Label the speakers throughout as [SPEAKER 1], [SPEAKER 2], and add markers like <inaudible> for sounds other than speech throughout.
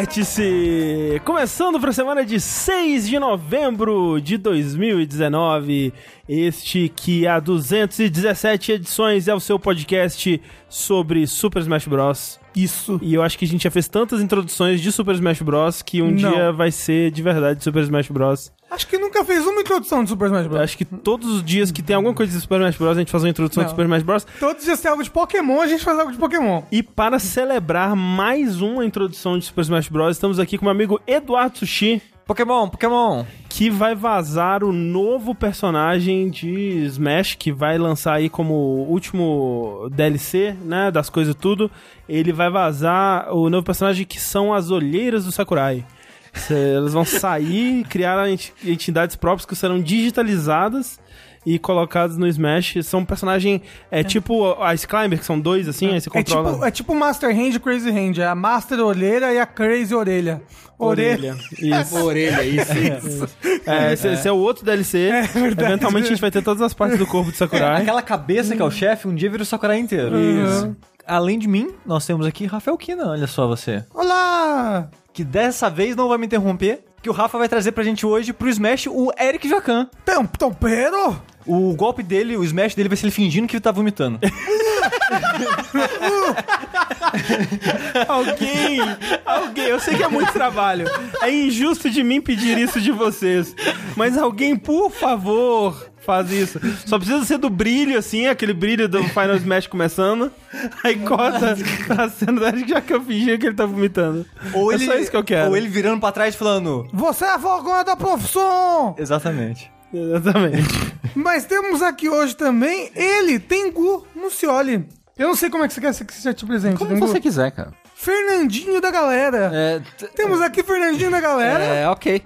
[SPEAKER 1] Vórtice! Começando para a semana de 6 de novembro de 2019, este que há 217 edições é o seu podcast sobre Super Smash Bros.
[SPEAKER 2] Isso.
[SPEAKER 1] E eu acho que a gente já fez tantas introduções de Super Smash Bros. que um
[SPEAKER 2] Não.
[SPEAKER 1] dia vai ser de verdade Super Smash Bros.
[SPEAKER 2] Acho que nunca fez uma introdução de Super Smash
[SPEAKER 1] Eu
[SPEAKER 2] Bros.
[SPEAKER 1] acho que todos os dias que tem alguma coisa de Super Smash Bros. a gente faz uma introdução
[SPEAKER 2] Não.
[SPEAKER 1] de Super Smash Bros.
[SPEAKER 2] Todos os dias tem algo de Pokémon, a gente faz algo de Pokémon.
[SPEAKER 1] E para celebrar mais uma introdução de Super Smash Bros., estamos aqui com meu amigo Eduardo Sushi,
[SPEAKER 3] Pokémon, Pokémon.
[SPEAKER 1] que vai vazar o novo personagem de Smash, que vai lançar aí como último DLC, né, das coisas tudo. Ele vai vazar o novo personagem que são as olheiras do Sakurai. Cê- Elas vão sair <laughs> e criar enti- entidades próprias que serão digitalizadas e colocadas no Smash. São um personagem, é, tipo a Ice Climber, que são dois, assim, aí você
[SPEAKER 2] É
[SPEAKER 1] controla...
[SPEAKER 2] tipo, é tipo Master Hand e Crazy Hand. É a Master Olheira e a Crazy Orelha. Orelha.
[SPEAKER 1] <laughs> Isso.
[SPEAKER 3] Orelha, isso.
[SPEAKER 1] É, esse, esse é o outro DLC. Eventualmente a gente vai ter todas as partes do <laughs> corpo do Sakurai.
[SPEAKER 3] Aquela cabeça
[SPEAKER 1] Hum.
[SPEAKER 3] que é o chefe, um dia vira o Sakurai inteiro.
[SPEAKER 1] Uhum.
[SPEAKER 2] Isso.
[SPEAKER 3] Além de mim, nós temos aqui Rafael Kina, olha só você.
[SPEAKER 2] Olá!
[SPEAKER 3] Que dessa vez não vai me interromper, que o Rafa vai trazer pra gente hoje pro Smash o Eric Jacan.
[SPEAKER 2] Tem um tompeiro?
[SPEAKER 3] O golpe dele, o Smash dele vai ser ele fingindo que tá vomitando.
[SPEAKER 1] Alguém, alguém, eu sei que é muito trabalho. É injusto de mim pedir isso de vocês. Mas alguém, por favor, faz isso. Só precisa ser do brilho, assim, aquele brilho do Final Smash começando. Aí corta a cena do Eric já que eu fingi que ele tá vomitando. é só isso que eu quero.
[SPEAKER 3] <laughs> Ou ele virando pra trás e falando.
[SPEAKER 2] Você é a vergonha da profissão!
[SPEAKER 1] <laughs>
[SPEAKER 3] Exatamente. <laughs>
[SPEAKER 1] Exatamente.
[SPEAKER 2] Mas temos aqui hoje também ele, Tengu Mucioli. Eu não sei como é que você quer que você te presente,
[SPEAKER 4] Como
[SPEAKER 2] Tengu.
[SPEAKER 4] você quiser, cara.
[SPEAKER 2] Fernandinho da galera.
[SPEAKER 4] É, t-
[SPEAKER 2] Temos aqui Fernandinho da galera.
[SPEAKER 4] é, ok.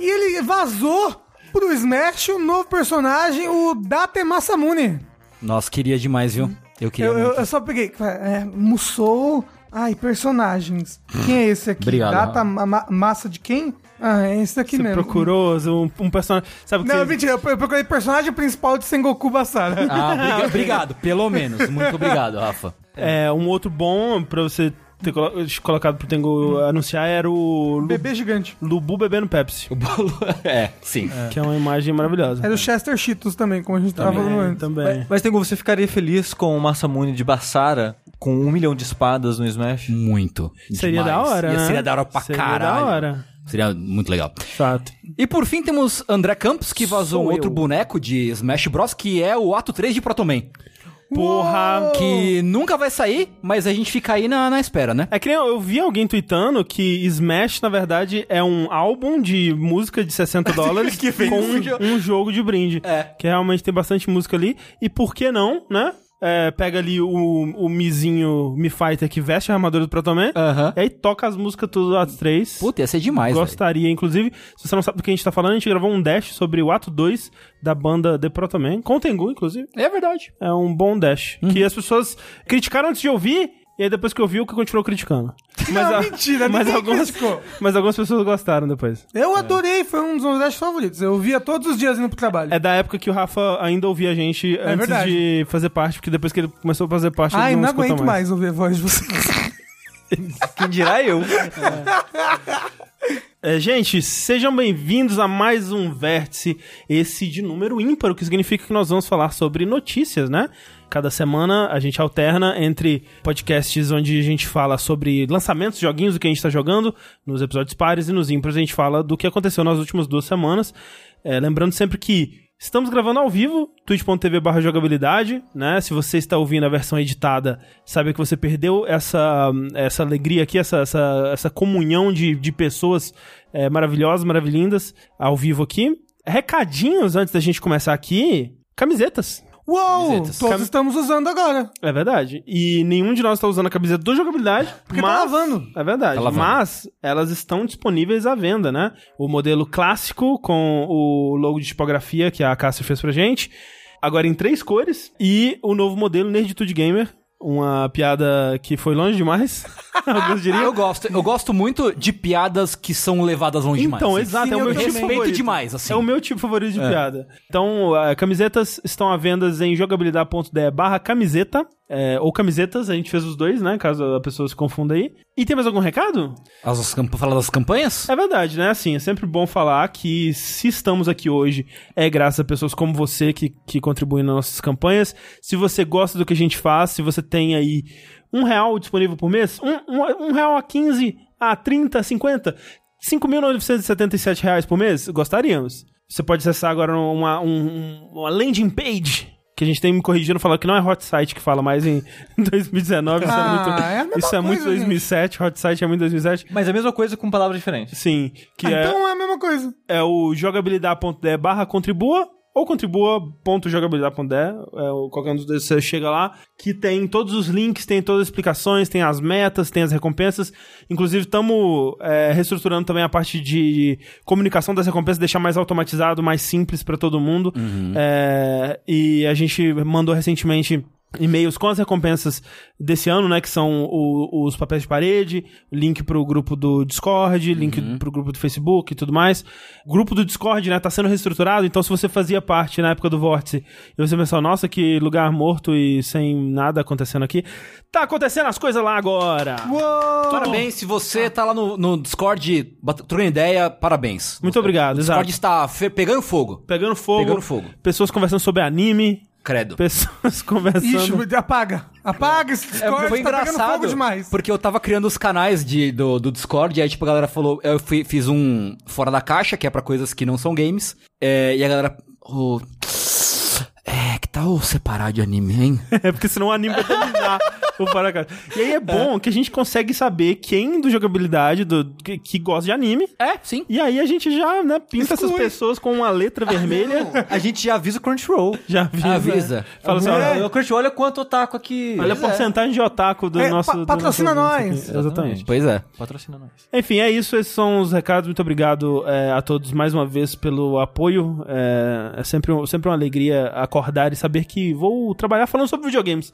[SPEAKER 2] E ele vazou pro Smash o novo personagem, o Date Masamune.
[SPEAKER 4] Nossa, queria demais, viu? Eu queria.
[SPEAKER 2] Eu, eu-
[SPEAKER 4] muito.
[SPEAKER 2] eu só peguei. É, Musou. Ai, personagens. Quem é esse aqui?
[SPEAKER 4] Obrigado,
[SPEAKER 2] Data ma- ma- Massa de quem? Ah, é esse daqui
[SPEAKER 1] Você
[SPEAKER 2] mesmo.
[SPEAKER 1] procurou um, um personagem. Sabe o que
[SPEAKER 3] é
[SPEAKER 2] Não,
[SPEAKER 1] você-
[SPEAKER 2] mentira, eu eu procurei personagem principal de
[SPEAKER 1] <laughs>
[SPEAKER 2] Sengoku Basara. <laughs>
[SPEAKER 4] Ah, obriga- obrigado, pelo menos. Muito obrigado, Rafa.
[SPEAKER 1] É, um outro bom pra você ter colo- colocado pro Tengu anunciar era o Lu-
[SPEAKER 2] Bebê gigante.
[SPEAKER 1] Lubu bebendo Pepsi,
[SPEAKER 4] O bolo. <laughs> É, sim.
[SPEAKER 1] que é uma imagem maravilhosa.
[SPEAKER 3] É
[SPEAKER 2] Era o É Chester Cheetos também, como a gente tava falando
[SPEAKER 1] Também,
[SPEAKER 2] antes. <laughs>
[SPEAKER 1] também.
[SPEAKER 3] Mas Tengu, você ficaria feliz com o Masamune de Bassara com um milhão de espadas no Smash?
[SPEAKER 4] Muito.
[SPEAKER 1] Seria
[SPEAKER 4] Demais.
[SPEAKER 1] da hora,
[SPEAKER 4] Ia-
[SPEAKER 1] né?
[SPEAKER 4] Seria da hora pra
[SPEAKER 1] Seria
[SPEAKER 4] caralho.
[SPEAKER 1] da hora.
[SPEAKER 4] Seria muito legal.
[SPEAKER 1] Fato.
[SPEAKER 4] E por fim temos André Campos, que vazou
[SPEAKER 1] Sou
[SPEAKER 4] um outro
[SPEAKER 1] eu.
[SPEAKER 4] boneco de Smash Bros, que é o Ato 3 de Proto Man.
[SPEAKER 1] Porra.
[SPEAKER 4] Que nunca vai sair, mas a gente fica aí na, na espera, né?
[SPEAKER 1] Oh. É que nem eu, eu vi alguém tweetando que Smash, na verdade, é um álbum de música de
[SPEAKER 4] <laughs>
[SPEAKER 1] 60 dólares com um, um jogo de brinde.
[SPEAKER 4] É.
[SPEAKER 1] Que realmente tem bastante música ali. E por que não, né? É, pega ali o, o Mizinho Mi Fighter que veste a armadura do Protoman.
[SPEAKER 4] Aham.
[SPEAKER 1] E aí toca as músicas tudo do Ato 3.
[SPEAKER 4] Puta, ia ser demais, velho.
[SPEAKER 1] Gostaria, inclusive, se você não sabe do que a gente tá falando, a gente gravou um dash sobre o ato 2 da banda The Protoman, com o Tengu, inclusive.
[SPEAKER 4] É verdade.
[SPEAKER 1] É um bom dash.
[SPEAKER 2] Uhum.
[SPEAKER 1] Que as pessoas criticaram antes de ouvir, e aí depois que ouviu, que continuou criticando.
[SPEAKER 2] <laughs>
[SPEAKER 1] Mas,
[SPEAKER 2] Não,
[SPEAKER 1] a-
[SPEAKER 2] Ah,
[SPEAKER 1] <laughs>
[SPEAKER 2] mentira,
[SPEAKER 1] mas
[SPEAKER 2] ninguém
[SPEAKER 1] algumas, É.
[SPEAKER 2] criticou.
[SPEAKER 1] mas algumas pessoas gostaram depois.
[SPEAKER 2] Eu adorei, foi um dos meus dash favoritos. Eu via todos os dias indo pro trabalho.
[SPEAKER 1] É da época que o Rafa ainda ouvia a gente antes
[SPEAKER 2] É verdade.
[SPEAKER 1] de fazer parte, porque depois que ele começou a fazer parte,
[SPEAKER 2] Ai,
[SPEAKER 1] ele
[SPEAKER 2] não,
[SPEAKER 1] não, escuta
[SPEAKER 2] aguento mais. ouvir a voz de vocês.
[SPEAKER 3] Quem dirá eu?
[SPEAKER 1] É, gente, sejam bem-vindos a mais um Vértice, esse de número ímpar, o que significa que nós vamos falar sobre notícias, né? Cada semana a gente alterna entre podcasts onde a gente fala sobre lançamentos, joguinhos, do que a gente está jogando, nos episódios pares e nos ímpares a gente fala do que aconteceu nas últimas duas semanas. É, lembrando sempre que Estamos gravando ao vivo, twitch.tv barra jogabilidade, né? Se você está ouvindo a versão editada, sabe que você perdeu essa, essa alegria aqui, essa, essa, essa comunhão de, de pessoas eh, maravilhosas, maravilhindas, ao vivo aqui. Recadinhos antes da gente começar aqui, camisetas.
[SPEAKER 2] Uou,
[SPEAKER 4] Camisetas.
[SPEAKER 2] todos
[SPEAKER 1] Cam-
[SPEAKER 2] estamos usando agora.
[SPEAKER 1] É verdade. E nenhum de nós está usando a camiseta do jogabilidade.
[SPEAKER 2] Porque
[SPEAKER 1] mas...
[SPEAKER 2] tá lavando.
[SPEAKER 1] É verdade.
[SPEAKER 4] Tá lavando.
[SPEAKER 1] mas elas estão disponíveis à venda, né? O modelo clássico com o logo de tipografia que a Cássia fez pra gente. Agora em três cores. E o novo modelo Nerditude Gamer. Uma piada que foi longe demais. <laughs> Alguns diriam.
[SPEAKER 4] Eu gosto, eu gosto muito de piadas que são levadas longe demais.
[SPEAKER 1] Então, exato, é o
[SPEAKER 4] eu
[SPEAKER 1] meu
[SPEAKER 4] respeito
[SPEAKER 1] tipo favorito.
[SPEAKER 4] demais, assim.
[SPEAKER 1] É o meu tipo favorito é, de piada. Então, ah, camisetas estão à venda em jogabilidade.de barra camiseta. é, ou camisetas, a gente fez os dois, né? Caso a pessoa se confunda aí. E tem mais algum recado?
[SPEAKER 4] As, as, camp- falar das campanhas?
[SPEAKER 1] É verdade, né? Assim, é sempre bom falar que se estamos aqui hoje é graças a pessoas como você que, que contribuem nas nossas campanhas. Se você gosta do que a gente faz, se você tem aí um real disponível por mês, um, um, um real a 15, a 30, 50, 5.977 reais por mês, gostaríamos. Você pode acessar agora uma, um- uma landing page. Que a gente tem me corrigindo, falando que não é hot site que fala mais em <laughs> 2019. Isso
[SPEAKER 2] Ah,
[SPEAKER 1] é muito,
[SPEAKER 2] é a mesma
[SPEAKER 1] isso é muito
[SPEAKER 2] coisa, gente.
[SPEAKER 1] 2007. Hot site é muito 2007.
[SPEAKER 3] <laughs> Mas é a mesma coisa com palavras diferentes.
[SPEAKER 1] Sim, que
[SPEAKER 2] Ah,
[SPEAKER 1] é,
[SPEAKER 2] Então é a mesma coisa.
[SPEAKER 1] é o jogabilidade.de barra contribua ou contribua.jogabilidade.de é, o- qualquer um dos dois você chega lá, que tem todos os links, tem todas as explicações, tem as metas, tem as recompensas. Inclusive, estamos reestruturando também a parte de comunicação das recompensas, deixar mais automatizado, mais simples para todo mundo. É, e a gente mandou recentemente e-mails com as recompensas desse ano, né? Que são o- os papéis de parede, link pro grupo do Discord, link
[SPEAKER 4] Uhum.
[SPEAKER 1] pro grupo do Facebook e tudo mais. O grupo do Discord, né, tá sendo reestruturado, então se você fazia parte na época do Vórtice e você pensou, nossa, que lugar morto e sem nada acontecendo aqui, tá acontecendo as coisas lá agora!
[SPEAKER 2] Uou!
[SPEAKER 4] Parabéns, se você tá lá no, no Discord bat- trocando ideia, parabéns.
[SPEAKER 1] Muito obrigado,
[SPEAKER 4] O
[SPEAKER 1] exato.
[SPEAKER 4] Discord está fe- pegando fogo.
[SPEAKER 1] Pegando fogo,
[SPEAKER 4] Pegando fogo.
[SPEAKER 1] pessoas conversando sobre anime, <laughs>
[SPEAKER 4] Credo.
[SPEAKER 1] pessoas conversando...
[SPEAKER 2] Ixi, apaga. Apaga esse Discord,
[SPEAKER 4] foi
[SPEAKER 2] tá pegando
[SPEAKER 4] engraçado,
[SPEAKER 2] fogo demais.
[SPEAKER 4] porque eu tava criando os canais de, do, do Discord, e aí, tipo, a galera falou, eu fui- fiz um fora da caixa, que é pra coisas que não são games, é, e a galera, ô, é, que tal separar de anime, hein?
[SPEAKER 1] É porque senão o anime vai dominar o paracaio. E aí é bom que a gente consegue saber quem do jogabilidade do, que, que gosta de anime.
[SPEAKER 4] é, sim.
[SPEAKER 1] E aí a gente já, né, pinta essas
[SPEAKER 2] Exclui.
[SPEAKER 1] pessoas com uma letra vermelha.
[SPEAKER 3] A gente já avisa o Crunchyroll.
[SPEAKER 1] já avisa.
[SPEAKER 4] Avisa.
[SPEAKER 1] Fala assim, olha,
[SPEAKER 3] Uhum. É, O Crunchyroll olha quanto otaku aqui.
[SPEAKER 4] é.
[SPEAKER 1] olha a porcentagem de otaku do
[SPEAKER 2] É,
[SPEAKER 1] nosso...
[SPEAKER 2] pa-
[SPEAKER 1] do
[SPEAKER 2] patrocina
[SPEAKER 1] nosso
[SPEAKER 2] nós.
[SPEAKER 1] ouvinte aqui. Exatamente.
[SPEAKER 4] Pois é.
[SPEAKER 3] Patrocina nós.
[SPEAKER 1] Enfim, é isso. Esses são os recados. Muito obrigado é, a todos mais uma vez pelo apoio. É, é sempre, um- sempre uma alegria acordar e saber que vou trabalhar falando sobre videogames.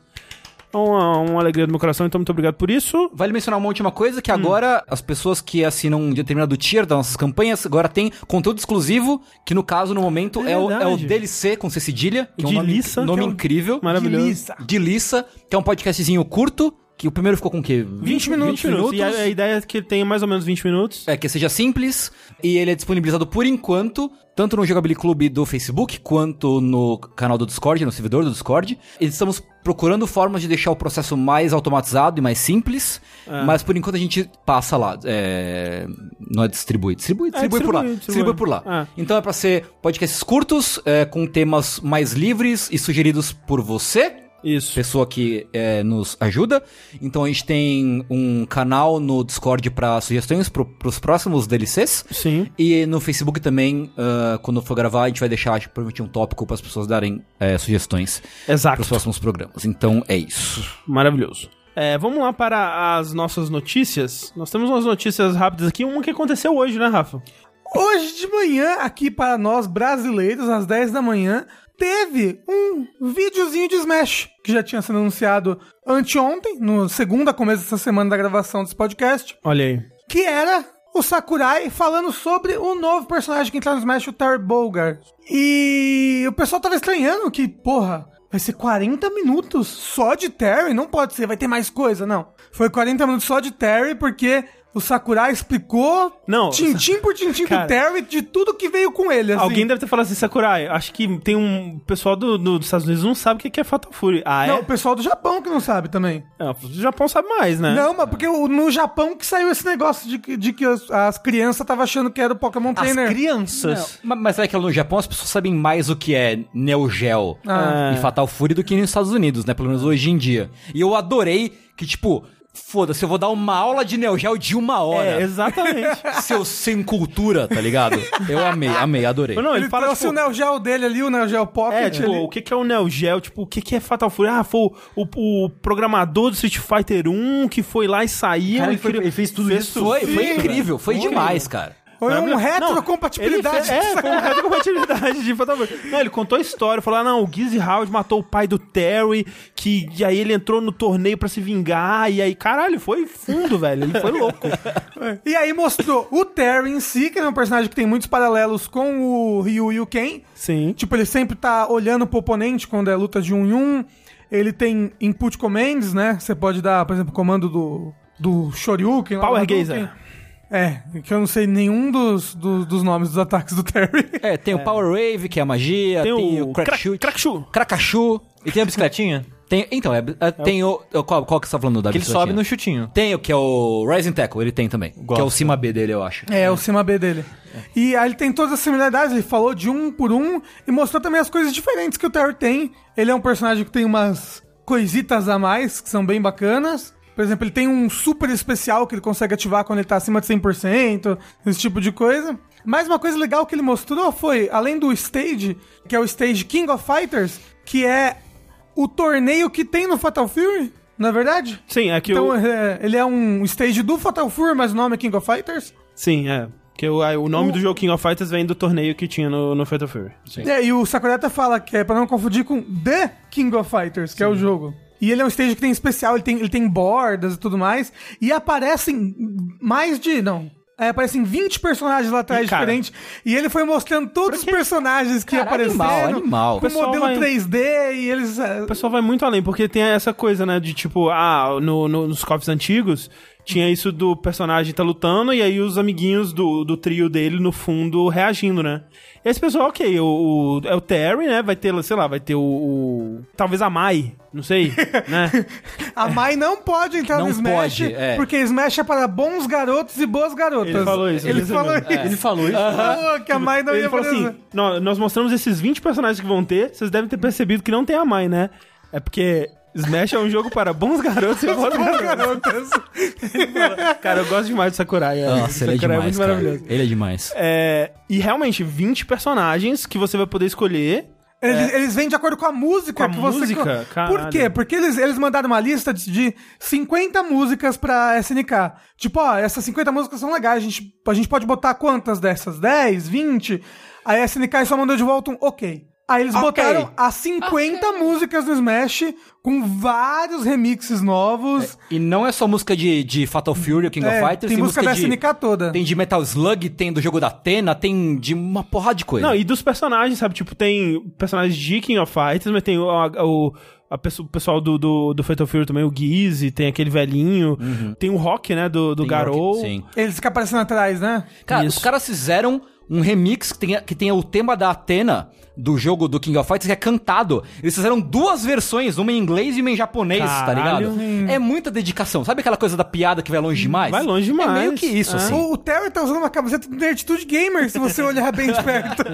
[SPEAKER 1] É uma, uma alegria do meu coração, então muito obrigado por isso.
[SPEAKER 4] Vale mencionar uma última coisa,
[SPEAKER 1] Hum.
[SPEAKER 4] que agora as pessoas que assinam um determinado tier das nossas campanhas, agora tem conteúdo exclusivo, que no caso, no momento,
[SPEAKER 1] É
[SPEAKER 4] é, o, é o
[SPEAKER 1] verdade.
[SPEAKER 4] DLC com C cedilha, que é um nome,
[SPEAKER 1] Diliça,
[SPEAKER 4] nome
[SPEAKER 1] que é um-
[SPEAKER 4] incrível.
[SPEAKER 1] Maravilhoso.
[SPEAKER 2] Delícia.
[SPEAKER 4] De Lissa, que é um podcastzinho curto, que o primeiro ficou com o quê?
[SPEAKER 1] 20 minutos. E a, a ideia é que ele tenha mais ou menos 20 minutos.
[SPEAKER 4] É, que seja simples, e ele é disponibilizado por enquanto, tanto no Jogabili Clube do Facebook, quanto no canal do Discord, no servidor do Discord. E estamos procurando formas de deixar o processo mais automatizado e mais simples, mas por enquanto a gente passa lá. É... Não é distribuir, distribui, distribui, por lá.
[SPEAKER 1] distribui,
[SPEAKER 4] Distribui,
[SPEAKER 1] distribui.
[SPEAKER 4] por lá.
[SPEAKER 1] Ah.
[SPEAKER 4] Então é pra ser podcasts curtos, é, com temas mais livres e sugeridos por você
[SPEAKER 1] Isso.
[SPEAKER 4] pessoa que é, nos ajuda. Então a gente tem um canal no Discord para sugestões pro, pros próximos DLCs.
[SPEAKER 1] Sim.
[SPEAKER 4] E no Facebook também, ah, quando for gravar, a gente vai deixar acho, que, provavelmente um tópico para as pessoas darem é, sugestões para
[SPEAKER 1] Exato.
[SPEAKER 4] os próximos programas. Então é isso.
[SPEAKER 1] Maravilhoso. É, vamos lá para as nossas notícias. Nós temos umas notícias rápidas aqui. Uma que aconteceu hoje, né, Rafa?
[SPEAKER 2] Hoje de manhã, aqui para nós brasileiros, às 10 da manhã, teve um videozinho de Smash, que já tinha sido anunciado anteontem, no segunda, começo dessa semana da gravação desse podcast,
[SPEAKER 1] Olha aí.
[SPEAKER 2] que era o Sakurai falando sobre o novo personagem que entra no Smash, o Terry Bogard. E o pessoal tava estranhando que, porra, vai ser 40 minutos só de Terry? Não pode ser, vai ter mais coisa, não. Foi 40 minutos só de Terry porque... O Sakurai explicou
[SPEAKER 1] Não,
[SPEAKER 2] tintim por tintim
[SPEAKER 1] Cara.
[SPEAKER 2] do Terry de tudo que veio com ele, assim.
[SPEAKER 1] Alguém deve ter falado assim, Sakurai, acho que tem um pessoal do, do- dos Estados Unidos não sabe o que que é Fatal Fury. Ah,
[SPEAKER 2] Não,
[SPEAKER 1] é?
[SPEAKER 2] o pessoal do Japão que não sabe também.
[SPEAKER 1] Ah, o Japão sabe mais, né?
[SPEAKER 2] Não, mas porque o- no Japão que saiu esse negócio de, que- de que as, as crianças estavam achando que era o Pokémon Trainer.
[SPEAKER 1] crianças.
[SPEAKER 4] Ma- Mas será que lá no Japão as pessoas sabem mais o que é Neo Geo
[SPEAKER 2] Ah.
[SPEAKER 4] e Fatal Fury do que nos Estados Unidos, né? Pelo menos hoje em dia. E eu adorei que, tipo, foda-se, eu vou dar uma aula de Neo Geo de uma hora.
[SPEAKER 1] É, <laughs> exatamente.
[SPEAKER 4] Seu sem cultura, tá ligado? Eu amei, amei, adorei.
[SPEAKER 1] Mas não, ele,
[SPEAKER 2] Ele
[SPEAKER 1] fala,
[SPEAKER 2] trouxe
[SPEAKER 1] tipo,
[SPEAKER 2] o Neo Geo dele ali, o Neo Geo Pocket.
[SPEAKER 1] É, tipo,
[SPEAKER 2] ali.
[SPEAKER 1] o que que é o Neo Geo? Tipo, o que que é Fatal Fury? Ah, foi o, o- o programador do Street Fighter 1 que foi lá e saiu.
[SPEAKER 3] Cara,
[SPEAKER 1] e
[SPEAKER 3] ele foi-
[SPEAKER 1] criou-
[SPEAKER 3] ele fez tudo
[SPEAKER 1] fez
[SPEAKER 3] isso?
[SPEAKER 4] Foi, foi
[SPEAKER 1] velho.
[SPEAKER 4] incrível, foi demais, cara.
[SPEAKER 2] Foi um
[SPEAKER 1] Maravilhoso.
[SPEAKER 2] retrocompatibilidade.
[SPEAKER 1] Não, ele fez- É, foi uma retrocompatibilidade de Fatal Fury. Não, ele contou a história, falou: ah, não, o Gizzy Howard matou o pai do Terry, que e aí ele entrou no torneio pra se vingar, e aí, caralho, foi fundo, velho. Ele foi louco. é.
[SPEAKER 2] E aí mostrou o Terry em si, que é um personagem que tem muitos paralelos com o Ryu e o Ken.
[SPEAKER 1] Sim.
[SPEAKER 2] Tipo, ele sempre tá olhando pro oponente quando é luta de um em um. Ele tem input commands, né? Você pode dar, por exemplo, comando do, do Shoryuken. lá,
[SPEAKER 1] Power
[SPEAKER 2] do
[SPEAKER 1] Gazer.
[SPEAKER 2] Hadouken. É, que eu não sei nenhum dos, dos, dos nomes dos ataques do Terry.
[SPEAKER 4] É, tem o Power Wave, que é a magia, tem, o Crack
[SPEAKER 1] crack-
[SPEAKER 4] Shoot,
[SPEAKER 1] Crackshoot.
[SPEAKER 4] Crackachu.
[SPEAKER 3] E tem a bicicletinha?
[SPEAKER 4] Tem, então, é, é, tem o. Qual, qual que você tá falando da
[SPEAKER 3] Que ele sobe
[SPEAKER 4] bicicletinha?
[SPEAKER 3] no chutinho.
[SPEAKER 4] Tem o que é o Rising Tackle, ele tem também. Que é o
[SPEAKER 3] Gosto.
[SPEAKER 4] cima B dele, eu acho.
[SPEAKER 2] É, o cima B dele. E aí ele tem todas as similaridades, ele falou de um por um e mostrou também as coisas diferentes que o Terry tem. Ele é um personagem que tem umas coisitas a mais que são bem bacanas. Por exemplo, ele tem um super especial que ele consegue ativar quando ele tá acima de 100%, esse tipo de coisa. Mas uma coisa legal que ele mostrou foi, além do stage, que é o stage King of Fighters, que é o torneio que tem no Fatal Fury, não é verdade?
[SPEAKER 1] Sim, é que
[SPEAKER 2] Então,
[SPEAKER 1] o...
[SPEAKER 2] é, ele é um stage do Fatal Fury, mas o nome é King of Fighters.
[SPEAKER 1] Sim, é. Porque o, a- o nome do jogo King of Fighters vem do torneio que tinha no, no Fatal Fury. Sim.
[SPEAKER 2] É, e o Sakurata fala que é pra não confundir com The King of Fighters, que é o jogo. E ele é um stage que tem especial, ele tem, ele tem bordas e tudo mais. E aparecem mais de. Não. é, aparecem 20 personagens lá atrás
[SPEAKER 1] Ih, cara.
[SPEAKER 2] diferentes. E ele foi mostrando todos os personagens que
[SPEAKER 4] Cara,
[SPEAKER 2] apareceram.
[SPEAKER 4] animal, animal.
[SPEAKER 2] Com
[SPEAKER 1] O pessoal
[SPEAKER 2] modelo
[SPEAKER 1] vai-
[SPEAKER 2] 3D e eles. é,
[SPEAKER 1] O pessoal vai muito além, porque tem essa coisa, né? De tipo, ah, no, no- nos cofres antigos tinha isso do personagem tá lutando e aí os amiguinhos do, do trio dele no fundo reagindo, né? Esse pessoal, ok, o, o- é o Terry, né? Vai ter, sei lá, vai ter o. o- talvez a Mai, não
[SPEAKER 2] <laughs>
[SPEAKER 1] sei, né?
[SPEAKER 2] A Mai não pode entrar
[SPEAKER 4] Não
[SPEAKER 2] no Smash,
[SPEAKER 4] pode, é.
[SPEAKER 2] porque Smash é para bons garotos e boas garotas.
[SPEAKER 1] Ele falou isso,
[SPEAKER 2] Ele
[SPEAKER 1] ele
[SPEAKER 2] falou isso.
[SPEAKER 1] resumiu.
[SPEAKER 2] Ele
[SPEAKER 4] falou isso.
[SPEAKER 2] falou que a Mai não
[SPEAKER 1] Ele
[SPEAKER 2] ia
[SPEAKER 1] falou
[SPEAKER 2] aparecer.
[SPEAKER 1] assim: "Nó- nós mostramos esses 20 personagens que vão ter, vocês devem ter percebido que não tem a Mai, né? É porque Smash é um jogo para bons garotos e boas
[SPEAKER 2] Boas
[SPEAKER 1] garotas.
[SPEAKER 2] garotas.
[SPEAKER 1] Cara, eu gosto demais do Sakurai. é.
[SPEAKER 4] Nossa, ele é
[SPEAKER 1] Sakurai
[SPEAKER 4] demais,
[SPEAKER 1] muito
[SPEAKER 4] cara.
[SPEAKER 1] maravilhoso.
[SPEAKER 4] Ele é demais.
[SPEAKER 1] É, e realmente, 20 personagens que você vai poder escolher.
[SPEAKER 2] Eles, eles vêm de acordo com a música
[SPEAKER 1] É. Com a
[SPEAKER 2] que
[SPEAKER 1] música?
[SPEAKER 2] você.
[SPEAKER 1] Caralho.
[SPEAKER 2] Por quê? Porque eles, eles mandaram uma lista de, de 50 músicas pra SNK. Tipo, ó, essas 50 músicas são legais, a gente, a gente pode botar quantas dessas? 10, 20? Aí a SNK só mandou de volta um ok. Aí eles
[SPEAKER 4] Ok.
[SPEAKER 2] botaram as 50 músicas do Smash com vários remixes novos.
[SPEAKER 4] E não é só música de, de Fatal Fury ou King
[SPEAKER 2] É,
[SPEAKER 4] of Fighters,
[SPEAKER 2] tem
[SPEAKER 4] tem,
[SPEAKER 2] música da
[SPEAKER 4] de,
[SPEAKER 2] SNK toda.
[SPEAKER 4] Tem de Metal Slug, tem do jogo da Atena, tem de uma porrada de coisa.
[SPEAKER 1] Não, e dos personagens, sabe? Tipo, tem personagens de King of Fighters, mas tem o, a- o, a pessoa- o pessoal do, do, do Fatal Fury também, o Gizzy, tem aquele velhinho, tem o Rock, né? Do, do
[SPEAKER 4] Uhum. Tem
[SPEAKER 1] Garou.
[SPEAKER 4] rock, Sim.
[SPEAKER 2] Eles ficam aparecendo atrás, né?
[SPEAKER 4] Cara,
[SPEAKER 1] Isso.
[SPEAKER 4] os caras fizeram um remix que tenha, que tenha o tema da Atena do jogo do King of Fighters, que é cantado. Eles fizeram duas versões, uma em inglês e uma em japonês, tá
[SPEAKER 1] Caralho. Hum,
[SPEAKER 4] ligado? É muita dedicação. Sabe aquela coisa da piada que vai longe demais?
[SPEAKER 1] Vai longe demais.
[SPEAKER 4] É meio que isso,
[SPEAKER 1] É.
[SPEAKER 4] assim.
[SPEAKER 2] O, o Terry tá usando uma camiseta do Nerditude Gamer, se
[SPEAKER 4] <laughs>
[SPEAKER 2] você olhar bem de perto.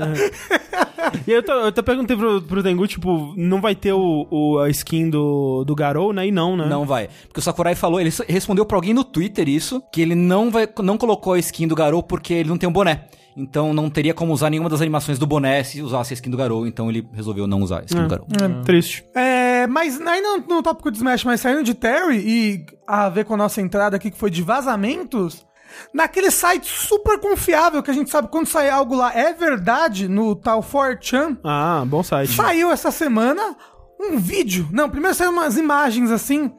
[SPEAKER 1] E aí eu, tô- eu até perguntei pro, pro Tengu, tipo, não vai ter o, o- a skin do, do Garou, né? E não, né?
[SPEAKER 4] Não vai. Porque o Sakurai falou, ele respondeu pra alguém no Twitter isso, que ele não vai não colocou a skin do Garou porque ele não tem um boné. Então não teria como usar nenhuma das animações do boné se usasse a skin do Garou, então ele resolveu não usar a skin do Garou.
[SPEAKER 1] É, Triste.
[SPEAKER 2] É, mas ainda no, no tópico de Smash, mas saindo de Terry e a ver com a nossa entrada aqui que foi de vazamentos, naquele site super confiável que a gente sabe quando sai algo lá é verdade, no tal 4chan,
[SPEAKER 1] Ah, bom site.
[SPEAKER 2] saiu essa semana um vídeo. Não, primeiro saíram umas imagens assim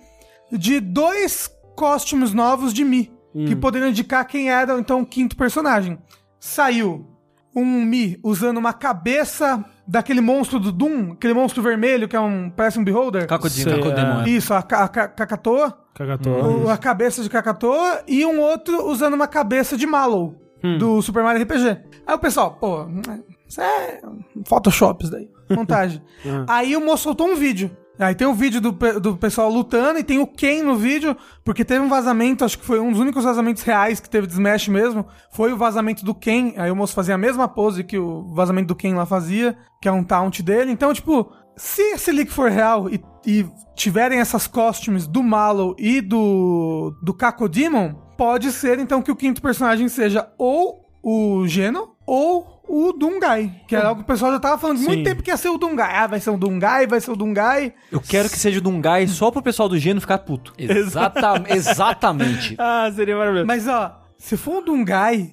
[SPEAKER 2] de dois costumes novos de Mi, que poderiam indicar quem era então o quinto personagem. Saiu um Mi usando uma cabeça daquele monstro do Doom, aquele monstro vermelho que é um parece um beholder.
[SPEAKER 1] Sei,
[SPEAKER 4] Cacodinho,
[SPEAKER 1] é.
[SPEAKER 4] Cacodemon.
[SPEAKER 3] né?
[SPEAKER 4] é.
[SPEAKER 2] Isso, a, ca- a ca- Kakatoa,
[SPEAKER 1] Cagatou.
[SPEAKER 4] Hum.
[SPEAKER 2] o- a cabeça de Kakatoa e um outro usando uma cabeça de Mallow, do Super Mario RPG. Aí o pessoal, pô, isso é Photoshop isso daí, montagem. Aí o moço soltou um vídeo. Aí tem o vídeo do, pe- do pessoal lutando e tem o Ken no vídeo, porque teve um vazamento, acho que foi um dos únicos vazamentos reais que teve de Smash mesmo, foi o vazamento do Ken. Aí o moço fazia a mesma pose que o vazamento do Ken lá fazia, que é um taunt dele. Então, tipo, se esse leak for real e, e tiverem essas costumes do Mallow e do, do Cacodemon, pode ser então que o quinto personagem seja ou o Geno ou o Dungai, que era algo que o pessoal já tava falando muito tempo que ia ser o Dungai. Ah, vai ser o Dungai, vai ser o Dungai.
[SPEAKER 3] Eu quero que seja o Dungai só pro pessoal do gênio ficar puto.
[SPEAKER 1] <laughs>
[SPEAKER 4] Exata- exatamente.
[SPEAKER 1] Ah, seria maravilhoso.
[SPEAKER 2] Mas ó, se for o Dungai,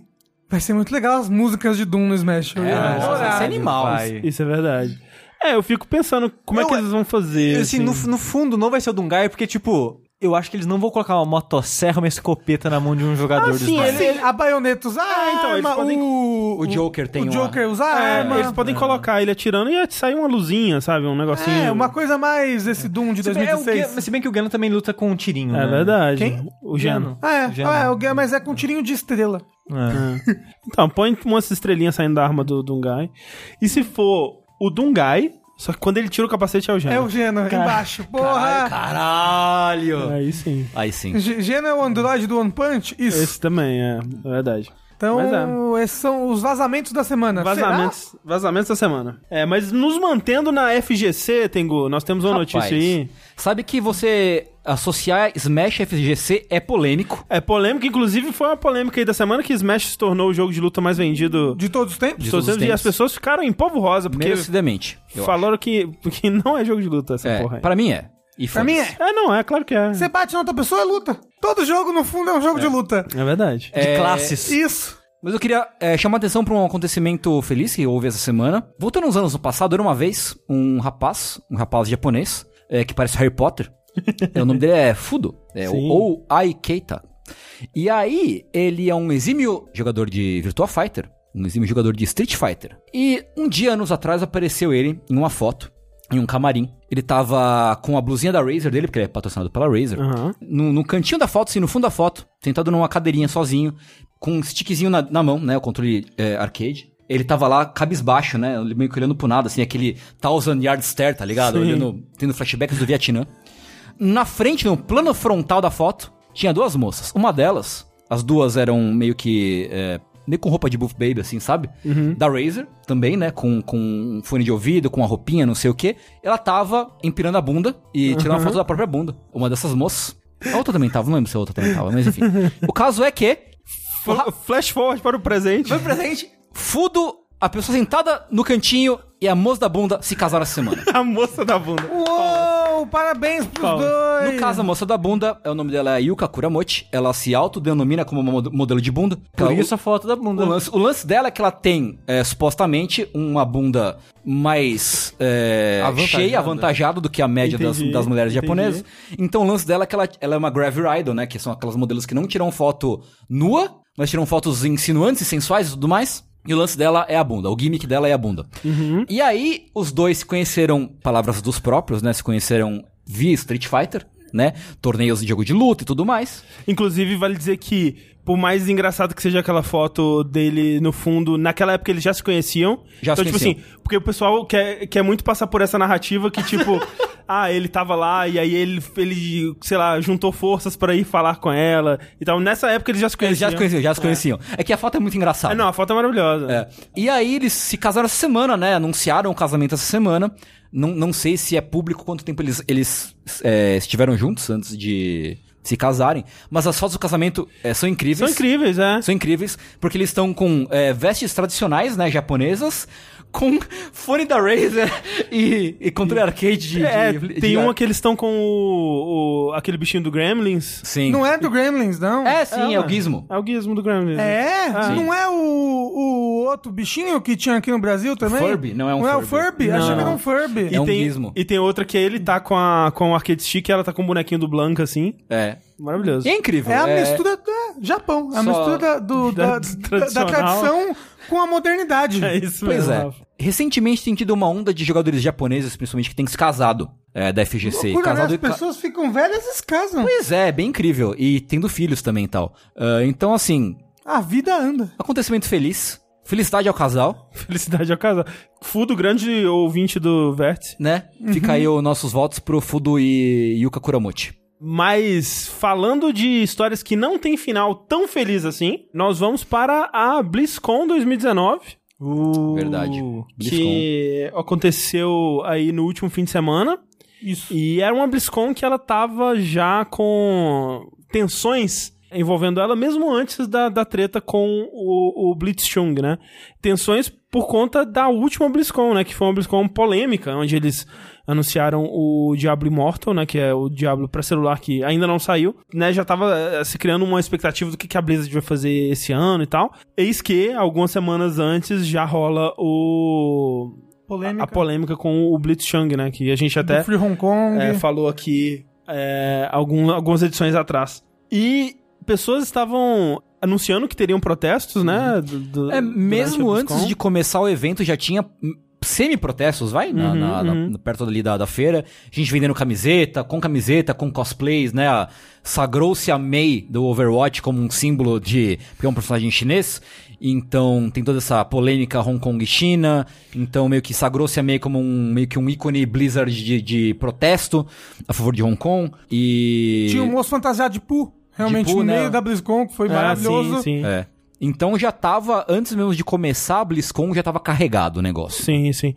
[SPEAKER 2] vai ser muito legal as músicas de Doom no Smash. Eu ia
[SPEAKER 3] Ah,
[SPEAKER 4] É, isso
[SPEAKER 2] adorar.
[SPEAKER 4] é animal.
[SPEAKER 3] Vai.
[SPEAKER 1] Isso é verdade. É, eu fico pensando como é
[SPEAKER 3] Eu-
[SPEAKER 1] que eles vão fazer.
[SPEAKER 4] assim,
[SPEAKER 1] assim.
[SPEAKER 3] assim, no, no fundo não vai ser o Dungai, um porque, tipo, eu acho que eles não vão colocar uma motosserra, uma escopeta na mão de um jogador do
[SPEAKER 1] sim,
[SPEAKER 3] Smash.
[SPEAKER 1] ele-
[SPEAKER 2] Assim, a baioneta usa
[SPEAKER 1] Ah, então,
[SPEAKER 2] arma,
[SPEAKER 1] eles podem- É,
[SPEAKER 2] o...
[SPEAKER 4] O Joker tem
[SPEAKER 2] o
[SPEAKER 4] uma-
[SPEAKER 2] Joker usa arma.
[SPEAKER 1] Eles podem colocar ele atirando e sai uma luzinha, sabe? Um negocinho.
[SPEAKER 2] É, uma coisa mais esse Doom de
[SPEAKER 3] Se bem- é, o
[SPEAKER 2] 2016.
[SPEAKER 3] Gun- mas se bem que o Gano também luta com um tirinho,
[SPEAKER 1] É
[SPEAKER 3] né?
[SPEAKER 1] verdade.
[SPEAKER 2] Quem?
[SPEAKER 1] O Geno.
[SPEAKER 2] Ah, é,
[SPEAKER 3] Geno.
[SPEAKER 2] ah, é, o Gun- mas é com um tirinho de estrela.
[SPEAKER 3] É.
[SPEAKER 1] Então, põe umas estrelinhas saindo da arma do Dungai. E se for o Dungai, só que quando ele tira o capacete é o Geno.
[SPEAKER 2] É o Geno, embaixo. Porra!
[SPEAKER 4] Caralho!
[SPEAKER 1] É, Aí sim.
[SPEAKER 4] Aí sim.
[SPEAKER 2] G- Geno é o androide do One Punch? Isso.
[SPEAKER 1] Esse também, é, é verdade. Mas
[SPEAKER 2] Então,
[SPEAKER 1] é.
[SPEAKER 2] esses são os vazamentos da semana.
[SPEAKER 1] Vazamentos, vazamentos da semana. É, mas nos mantendo na FGC, Tengu, nós temos uma
[SPEAKER 4] Rapaz,
[SPEAKER 1] é notícia aí.
[SPEAKER 4] Sabe que você associar Smash FGC é polêmico.
[SPEAKER 1] É polêmica, inclusive foi uma polêmica aí da semana que Smash se tornou o jogo de luta mais vendido
[SPEAKER 2] Será? De todos os tempos?
[SPEAKER 1] de
[SPEAKER 4] de
[SPEAKER 1] todos
[SPEAKER 4] todos os
[SPEAKER 1] os tempos. E as
[SPEAKER 4] tempos.
[SPEAKER 1] pessoas ficaram em polvo rosa, porque
[SPEAKER 4] Merecidamente. eu
[SPEAKER 1] falaram que, que não é jogo de luta
[SPEAKER 4] acho.
[SPEAKER 1] essa porra
[SPEAKER 4] É,
[SPEAKER 1] aí.
[SPEAKER 4] pra mim é. E
[SPEAKER 2] Pra mim
[SPEAKER 4] foda-se.
[SPEAKER 2] é.
[SPEAKER 1] É, não, é claro que é.
[SPEAKER 2] Você bate na outra pessoa, é luta. Todo jogo, no fundo, é um jogo de luta.
[SPEAKER 1] É verdade.
[SPEAKER 3] De
[SPEAKER 4] É,
[SPEAKER 3] classes.
[SPEAKER 2] Isso.
[SPEAKER 4] Mas eu queria é, chamar a atenção para um acontecimento feliz que houve essa semana. Voltando uns anos no passado, era uma vez um rapaz, um rapaz japonês, é, que parece
[SPEAKER 1] <laughs>
[SPEAKER 4] Harry Potter. É, o nome dele é Fudo, é,
[SPEAKER 1] Sim.
[SPEAKER 4] ou Ai Keita. E aí, ele é um exímio jogador de Virtua Fighter, um exímio jogador de Street Fighter. E um dia, anos atrás, apareceu ele em uma foto, em um camarim. Ele tava com a blusinha da Razer dele, porque ele é patrocinado pela Razer
[SPEAKER 1] Aham.
[SPEAKER 4] no, no cantinho da foto, assim, no fundo da foto, sentado numa cadeirinha sozinho, com um stickzinho na, na mão, né? O controle é, arcade. Ele tava lá, cabisbaixo, né? ele Meio que olhando pro nada, assim, aquele thousand yard stare, tá ligado?
[SPEAKER 1] Sim.
[SPEAKER 4] Olhando, tendo flashbacks do Vietnã. Na frente, no plano frontal da foto, tinha duas moças. Uma delas, as duas eram meio que. é, meio com roupa de Buff Baby, assim, sabe? Da Razer, também, né? Com, com um fone de ouvido, com uma roupinha, não sei o quê. Ela tava empirando a bunda e tirando uma foto da própria bunda. Uma dessas moças. A outra também tava, não lembro se a outra também tava, mas enfim. o caso é que.
[SPEAKER 1] Fla- Flash forward para o
[SPEAKER 4] <laughs>
[SPEAKER 1] presente.
[SPEAKER 4] Foi presente. Fudo, a pessoa sentada no cantinho e a moça da bunda se casaram essa semana.
[SPEAKER 1] A moça da bunda.
[SPEAKER 2] Uou, parabéns pros
[SPEAKER 1] Palmas.
[SPEAKER 2] dois.
[SPEAKER 4] No caso, a moça da bunda, é o nome dela é Yuka Kuramochi. Ela se autodenomina como uma mod- modelo de bunda.
[SPEAKER 3] Por
[SPEAKER 4] Ela-
[SPEAKER 3] isso a foto da
[SPEAKER 4] o
[SPEAKER 3] bunda.
[SPEAKER 4] lance, o lance dela é que ela tem, é, supostamente, uma bunda mais é,
[SPEAKER 3] Avantajada.
[SPEAKER 4] cheia, avantajada do que a média das,
[SPEAKER 1] Entendi,
[SPEAKER 4] das mulheres
[SPEAKER 1] entendi.
[SPEAKER 4] japonesas. Então o lance dela é que ela, ela é uma Gravy Idol, né? Que são aquelas modelos que não tiram foto nua, mas tiram fotos insinuantes e sensuais e tudo mais. E o lance dela é a bunda, o gimmick dela é a bunda. E aí, os dois se conheceram, palavras dos próprios, né? Se conheceram via Street Fighter, né? Torneios de jogo de luta e tudo mais.
[SPEAKER 1] Inclusive, vale dizer que, por mais engraçado que seja aquela foto dele no fundo, naquela época eles já se conheciam.
[SPEAKER 4] Já se
[SPEAKER 1] então, tipo
[SPEAKER 4] conheciam.
[SPEAKER 1] assim, porque o pessoal quer, quer muito passar por essa narrativa que,
[SPEAKER 4] <laughs>
[SPEAKER 1] tipo, ah, ele tava lá e aí ele, ele sei lá, juntou forças pra ir falar com ela e tal. Nessa época eles já se
[SPEAKER 4] Eles
[SPEAKER 1] conheciam.
[SPEAKER 4] já se conheciam, já se conheciam. É, que a foto é muito engraçada.
[SPEAKER 1] Ah, não, a foto é maravilhosa.
[SPEAKER 4] É. E aí eles se casaram essa semana, né? Anunciaram o casamento essa semana. Não, não sei se é público quanto tempo eles, eles é, estiveram juntos antes de se casarem. Mas as fotos do casamento é, são incríveis.
[SPEAKER 1] São incríveis, é.
[SPEAKER 4] São incríveis, porque eles estão com é, vestes tradicionais, né, japonesas, com fone da Razer e, e controle arcade de...
[SPEAKER 1] É,
[SPEAKER 4] de- de-
[SPEAKER 1] tem
[SPEAKER 4] de-
[SPEAKER 1] uma que eles estão com o, o- aquele bichinho do Gremlins.
[SPEAKER 4] Sim.
[SPEAKER 2] Não é do Gremlins, não.
[SPEAKER 4] É, sim, é,
[SPEAKER 1] ué.
[SPEAKER 4] o Gizmo.
[SPEAKER 1] É o Gizmo do Gremlins.
[SPEAKER 2] É?
[SPEAKER 4] Ah.
[SPEAKER 1] Sim.
[SPEAKER 2] Não é o, o outro bichinho que tinha aqui no Brasil também?
[SPEAKER 4] Furby? Não é um
[SPEAKER 2] Não é o
[SPEAKER 4] Furby.
[SPEAKER 2] Furby? Achei
[SPEAKER 1] Não.
[SPEAKER 2] que era um Furby.
[SPEAKER 1] E
[SPEAKER 4] É um
[SPEAKER 1] tem,
[SPEAKER 4] gizmo.
[SPEAKER 1] E tem outra que ele tá com, a, com o arcade stick e ela tá com o bonequinho do Blanca, assim.
[SPEAKER 4] É.
[SPEAKER 1] Maravilhoso.
[SPEAKER 4] E é incrível.
[SPEAKER 2] É a mistura do Japão. A
[SPEAKER 4] Só
[SPEAKER 2] mistura da,
[SPEAKER 4] <laughs>
[SPEAKER 2] do-
[SPEAKER 1] da-
[SPEAKER 2] da- da- da tradição com a modernidade.
[SPEAKER 1] É isso
[SPEAKER 4] Pois
[SPEAKER 1] mesmo.
[SPEAKER 4] é.
[SPEAKER 1] Rafa.
[SPEAKER 4] Recentemente tem tido uma onda de jogadores japoneses, principalmente, que tem se casado é, da FGC.
[SPEAKER 2] Loucura, né?
[SPEAKER 4] casado
[SPEAKER 2] As
[SPEAKER 4] e ca-
[SPEAKER 2] pessoas ficam velhas e se casam.
[SPEAKER 4] Pois é, bem incrível. E tendo filhos também e tal. Ah, então, assim,
[SPEAKER 2] A vida anda.
[SPEAKER 4] acontecimento feliz. Felicidade ao casal,
[SPEAKER 1] Felicidade ao casal. Fudo, grande ouvinte do Vértice.
[SPEAKER 4] né? Fica
[SPEAKER 2] Uhum.
[SPEAKER 4] aí os nossos votos pro Fudo e Yuka Kuramochi.
[SPEAKER 1] Mas, falando de histórias que não tem final tão feliz assim, nós vamos para a BlizzCon 2019.
[SPEAKER 4] Verdade.
[SPEAKER 1] Que aconteceu aí no último fim de semana.
[SPEAKER 2] Isso.
[SPEAKER 1] E era uma BlizzCon que ela tava já com tensões envolvendo ela, mesmo antes da, da treta com o, o Blitzchung, né? Tensões por conta da última BlizzCon, né? Que foi uma BlizzCon polêmica, onde eles anunciaram o Diablo Immortal, né? Que é o Diablo pra celular que ainda não saiu, né? Já tava eh, se criando uma expectativa do que, que a Blizzard vai fazer esse ano e tal. Eis que, algumas semanas antes, já rola o...
[SPEAKER 2] Polêmica. Uhum.
[SPEAKER 1] A polêmica com o Blitzchung, né? Que a gente até
[SPEAKER 2] Do Free Hong Kong.
[SPEAKER 1] é, falou aqui é, algum- algumas edições atrás. E pessoas estavam anunciando que teriam protestos, né? do- do-
[SPEAKER 4] É,
[SPEAKER 1] durante
[SPEAKER 4] mesmo
[SPEAKER 1] a
[SPEAKER 4] antes
[SPEAKER 1] BlizzCon.
[SPEAKER 4] de começar o evento, já tinha hum, semi-protestos, vai? Na-
[SPEAKER 1] Uhum,
[SPEAKER 4] na- na-
[SPEAKER 1] uhum.
[SPEAKER 4] perto ali da, da feira. Gente vendendo camiseta, com camiseta, com cosplays, né? A- Sagrou-se a Mei do Overwatch como um símbolo de. Porque é um personagem chinês. Então tem toda essa polêmica Hong Kong e China. Então meio que sagrou-se a Mei como um meio que um ícone Blizzard de, de protesto a favor de Hong Kong. E.
[SPEAKER 2] Tinha um moço fantasiado de Pooh, realmente,
[SPEAKER 4] Pooh,
[SPEAKER 2] no
[SPEAKER 4] né?
[SPEAKER 2] meio da BlizzCon, que foi
[SPEAKER 1] Ah,
[SPEAKER 2] maravilhoso.
[SPEAKER 1] sim, sim.
[SPEAKER 4] É. Então já tava, antes mesmo de começar a BlizzCon, já tava carregado o negócio.
[SPEAKER 1] Sim, sim.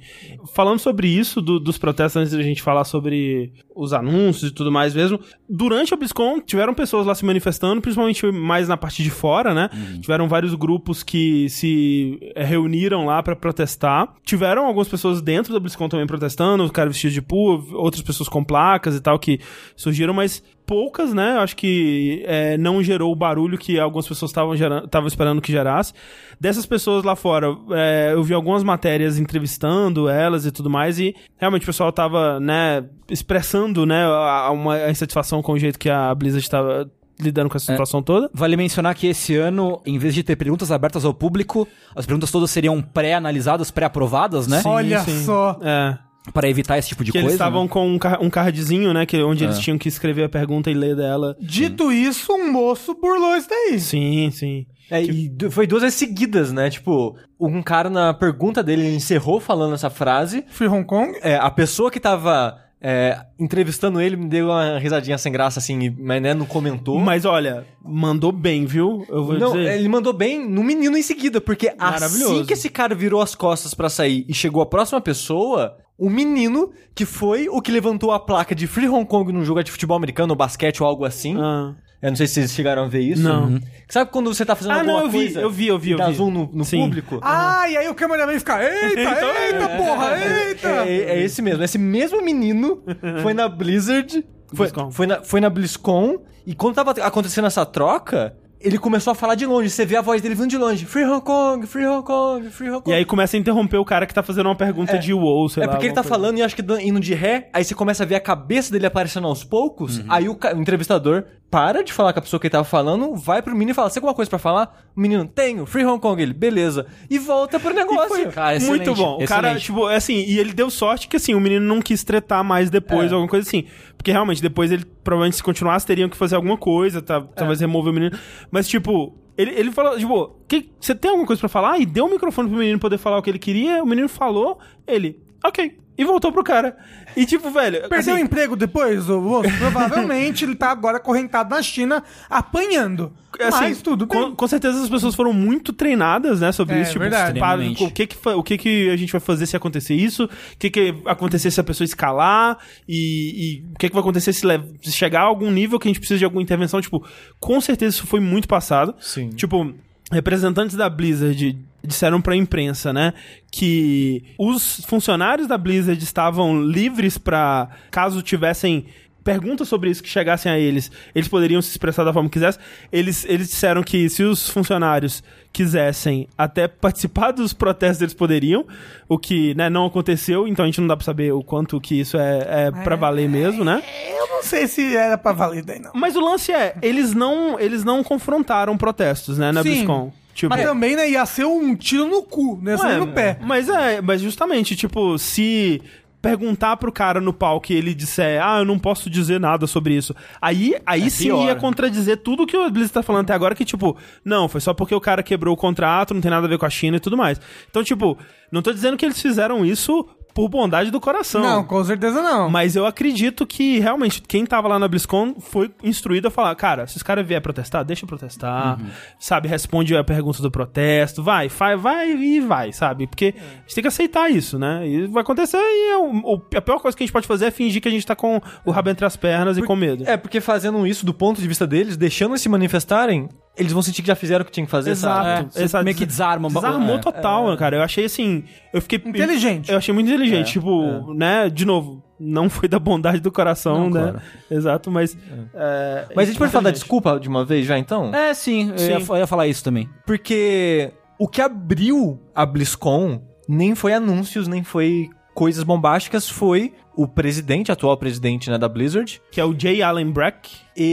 [SPEAKER 1] Falando sobre isso, do- dos protestos, antes da gente falar sobre os anúncios e tudo mais mesmo, durante a BlizzCon tiveram pessoas lá se manifestando, principalmente mais na parte de fora, né? Tiveram vários grupos que se eh, reuniram lá pra protestar. Tiveram algumas pessoas dentro da BlizzCon também protestando, o cara vestido de pu, outras pessoas com placas e tal que surgiram, mas poucas, né? Eu Acho que eh, não gerou o barulho que algumas pessoas estavam geran- estavam esperando que gerasse. Dessas pessoas lá fora, eh, eu vi algumas matérias entrevistando elas e tudo mais, e realmente o pessoal tava, né, expressando, né, a- a- uma a insatisfação com o jeito que a Blizzard tava lidando
[SPEAKER 4] É.
[SPEAKER 1] com essa situação toda.
[SPEAKER 4] Vale mencionar que esse ano, em vez de ter perguntas abertas ao público, as perguntas todas seriam pré-analisadas, pré-aprovadas, né?
[SPEAKER 1] Sim,
[SPEAKER 2] Olha
[SPEAKER 1] sim.
[SPEAKER 2] só.
[SPEAKER 1] É.
[SPEAKER 4] Para evitar esse tipo de
[SPEAKER 1] Que
[SPEAKER 4] coisa.
[SPEAKER 1] eles estavam
[SPEAKER 4] né? É.
[SPEAKER 1] com um, car- um cardzinho, né? Que, onde eles tinham que escrever a pergunta e ler dela.
[SPEAKER 2] Dito isso, um moço burlou isso daí.
[SPEAKER 1] Sim, sim.
[SPEAKER 3] É, e du- foi duas vezes seguidas, né? Tipo, um cara na pergunta dele ele encerrou falando essa frase.
[SPEAKER 2] Fui Hong Kong.
[SPEAKER 3] É, a pessoa que tava é, entrevistando ele me deu uma risadinha sem graça, assim, e- mas né, não comentou.
[SPEAKER 1] Mas olha, mandou bem, viu? Eu vou
[SPEAKER 3] Não,
[SPEAKER 1] dizer.
[SPEAKER 3] ele mandou bem no menino em seguida, porque
[SPEAKER 1] Maravilhoso.
[SPEAKER 3] assim que esse cara virou as costas pra sair e chegou a próxima pessoa, o menino, que foi o que levantou a placa de Free Hong Kong num jogo de futebol americano, ou basquete ou algo assim.
[SPEAKER 1] Ah.
[SPEAKER 3] Eu não sei se vocês chegaram a ver isso.
[SPEAKER 1] Não.
[SPEAKER 3] Uhum. Sabe quando você tá fazendo
[SPEAKER 1] Ah,
[SPEAKER 3] alguma
[SPEAKER 1] não, eu vi,
[SPEAKER 3] coisa
[SPEAKER 1] eu vi, eu vi, eu
[SPEAKER 3] e dá
[SPEAKER 1] vi.
[SPEAKER 3] zoom no, no
[SPEAKER 1] Sim.
[SPEAKER 3] público?
[SPEAKER 2] Ah, e aí o cameraman
[SPEAKER 1] <laughs>
[SPEAKER 2] fica, eita,
[SPEAKER 1] Então,
[SPEAKER 2] eita, porra, eita.
[SPEAKER 3] É, é esse mesmo. Esse mesmo menino foi na Blizzard. Foi,
[SPEAKER 1] BlizzCon.
[SPEAKER 3] foi na, foi na BlizzCon. E quando tava acontecendo essa troca, ele começou a falar de longe. Você vê a voz dele vindo de longe. Free Hong Kong, Free Hong Kong, Free Hong Kong.
[SPEAKER 1] E aí começa a interromper o cara que tá fazendo uma pergunta de WoW, sei
[SPEAKER 3] é
[SPEAKER 1] lá.
[SPEAKER 3] porque ele tá
[SPEAKER 1] alguma coisa.
[SPEAKER 3] falando e acho que dan- indo de ré, aí você começa a ver a cabeça dele aparecendo aos
[SPEAKER 1] Uhum.
[SPEAKER 3] poucos, aí o, ca- o entrevistador para de falar com a pessoa que ele tava falando, vai pro menino e fala, você tem alguma coisa pra falar? O menino, tenho, Free Hong Kong, ele, beleza. E volta pro negócio.
[SPEAKER 4] Cara, excelente,
[SPEAKER 1] Muito bom. O cara,
[SPEAKER 4] excelente.
[SPEAKER 1] tipo, é assim, e ele deu sorte que assim, o menino não quis tretar mais
[SPEAKER 3] É.
[SPEAKER 1] depois, alguma coisa assim. Porque realmente, depois ele, provavelmente, se continuasse, teriam que fazer alguma coisa,
[SPEAKER 3] É.
[SPEAKER 1] tá, talvez remover o menino. Mas, tipo, ele, ele falou, tipo, "Que- você tem alguma coisa pra falar? E deu o microfone pro menino poder falar o que ele queria, o menino falou, ele, ok. E voltou pro cara. E tipo, velho.
[SPEAKER 2] Perdeu
[SPEAKER 1] assim,
[SPEAKER 2] o emprego depois,
[SPEAKER 1] <laughs>
[SPEAKER 2] o moço? Provavelmente ele tá agora correntado na China, apanhando.
[SPEAKER 1] assim,
[SPEAKER 2] Mas tudo bem.
[SPEAKER 1] com, com certeza as pessoas foram muito treinadas, né, sobre
[SPEAKER 2] É,
[SPEAKER 1] isso. Tipo,
[SPEAKER 2] verdade.
[SPEAKER 1] para-
[SPEAKER 4] Extremamente.
[SPEAKER 1] o, que que, fa- o que que a gente vai fazer se acontecer isso? O que que vai acontecer se a pessoa escalar? E, e o que que vai acontecer se, le- se chegar a algum nível que a gente precisa de alguma intervenção? Tipo, com certeza isso foi muito passado.
[SPEAKER 3] Sim.
[SPEAKER 1] Tipo, representantes da Blizzard disseram pra imprensa, né, que os funcionários da Blizzard estavam livres pra caso tivessem perguntas sobre isso que chegassem a eles, eles poderiam se expressar da forma que quisessem. Eles, eles disseram que se os funcionários quisessem até participar dos protestos, eles poderiam, o que né, não aconteceu, então a gente não dá pra saber o quanto que isso é, é pra valer mesmo, né?
[SPEAKER 2] Eu não sei se era pra valer daí, não.
[SPEAKER 1] Mas o lance é, eles não, eles não confrontaram protestos, né, na
[SPEAKER 2] Sim.
[SPEAKER 1] BlizzCon. Tipo,
[SPEAKER 2] Mas também, né, ia ser um tiro no cu, né?
[SPEAKER 1] Ué,
[SPEAKER 2] Só no pé.
[SPEAKER 1] Mas é, mas justamente, tipo, se perguntar pro cara no palco e ele disser, ah, eu não posso dizer nada sobre isso. Aí, aí sim
[SPEAKER 4] pior.
[SPEAKER 1] ia contradizer tudo que o Blizzard tá falando até agora, que tipo, não, foi só porque o cara quebrou o contrato, não tem nada a ver com a China e tudo mais. Então, tipo, não tô dizendo que eles fizeram isso por bondade do coração.
[SPEAKER 2] Não, com certeza não.
[SPEAKER 1] Mas eu acredito que realmente quem tava lá na BlizzCon foi instruído a falar: cara, se os caras vier protestar, deixa eu protestar,
[SPEAKER 4] Uhum.
[SPEAKER 1] sabe? Responde a pergunta do protesto, vai, vai, vai e vai, sabe? Porque a gente tem que aceitar isso, né? E vai acontecer e é o- o- a pior coisa que a gente pode fazer é fingir que a gente tá com o rabo entre as pernas e com medo.
[SPEAKER 3] É, porque fazendo isso do ponto de vista deles, deixando eles se manifestarem, eles vão sentir que já fizeram o que tinha que fazer. sabe?
[SPEAKER 1] Exato.
[SPEAKER 4] É, você meio que desarma um bagulho.
[SPEAKER 1] Desarmou
[SPEAKER 4] É,
[SPEAKER 1] total, cara. Eu achei assim. Eu fiquei.
[SPEAKER 2] Inteligente.
[SPEAKER 1] Eu achei muito
[SPEAKER 4] É,
[SPEAKER 1] inteligente. tipo, né? De novo, não foi da bondade do coração, né?
[SPEAKER 4] claro.
[SPEAKER 1] Exato, mas. é,
[SPEAKER 3] Mas a gente pode falar da
[SPEAKER 1] inteligente.
[SPEAKER 3] desculpa de uma vez já, então?
[SPEAKER 4] É, sim, Eu, ia, eu ia falar isso também.
[SPEAKER 3] Porque o que abriu a BlizzCon nem foi anúncios, nem foi coisas bombásticas foi o presidente, atual presidente né, da Blizzard,
[SPEAKER 1] que é o Jay Allen Brack.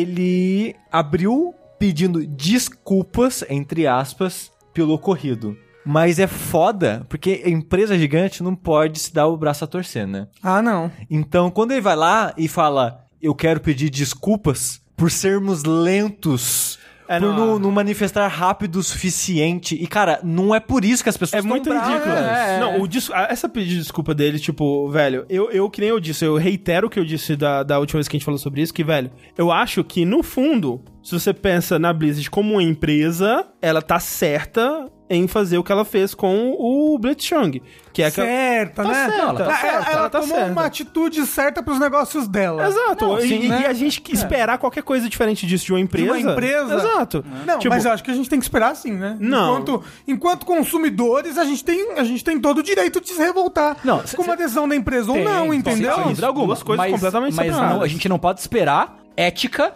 [SPEAKER 3] ele abriu pedindo desculpas, entre aspas, pelo ocorrido. Mas é foda, porque a empresa gigante não pode se dar o braço a torcer, né?
[SPEAKER 2] Ah, não.
[SPEAKER 3] Então, quando ele vai lá e fala, eu quero pedir desculpas por sermos lentos.
[SPEAKER 1] É,
[SPEAKER 3] por
[SPEAKER 1] não-
[SPEAKER 3] não, não manifestar rápido o suficiente. E, cara, não é por isso que as pessoas
[SPEAKER 1] É
[SPEAKER 3] estão
[SPEAKER 1] muito
[SPEAKER 3] bravas.
[SPEAKER 1] ridículo.
[SPEAKER 2] é, é.
[SPEAKER 1] Não, o dis- a- essa pedida de desculpa dele, tipo, velho, eu, eu que nem eu disse, eu reitero o que eu disse da, da última vez que a gente falou sobre isso, que, velho, eu acho que, no fundo, se você pensa na Blizzard como uma empresa, ela tá certa em fazer o que ela fez com o Blitzchung, que é aquela...
[SPEAKER 2] Certa,
[SPEAKER 1] Tá
[SPEAKER 2] né?
[SPEAKER 1] certa,
[SPEAKER 2] Ela-
[SPEAKER 1] tá certa,
[SPEAKER 2] ela,
[SPEAKER 1] ela tá
[SPEAKER 2] tomou
[SPEAKER 1] certa.
[SPEAKER 2] uma atitude certa pros negócios dela.
[SPEAKER 1] Exato,
[SPEAKER 2] Não,
[SPEAKER 1] e,
[SPEAKER 2] sim,
[SPEAKER 1] e
[SPEAKER 2] né?
[SPEAKER 1] a gente que esperar qualquer coisa diferente disso de uma
[SPEAKER 2] De
[SPEAKER 1] empresa...
[SPEAKER 2] uma empresa.
[SPEAKER 1] Exato.
[SPEAKER 2] Não,
[SPEAKER 1] Tipo,
[SPEAKER 2] mas eu acho que a gente tem que esperar sim, né?
[SPEAKER 1] Não.
[SPEAKER 2] Enquanto, enquanto consumidores, a gente, tem, a gente tem todo o direito de se revoltar
[SPEAKER 4] Não,
[SPEAKER 2] com
[SPEAKER 4] cê-
[SPEAKER 2] uma adesão da empresa ou não, entendeu?
[SPEAKER 1] sim, sim. Duas coisas
[SPEAKER 4] mas,
[SPEAKER 1] completamente
[SPEAKER 4] mas
[SPEAKER 1] separadas.
[SPEAKER 4] não, a gente não pode esperar ética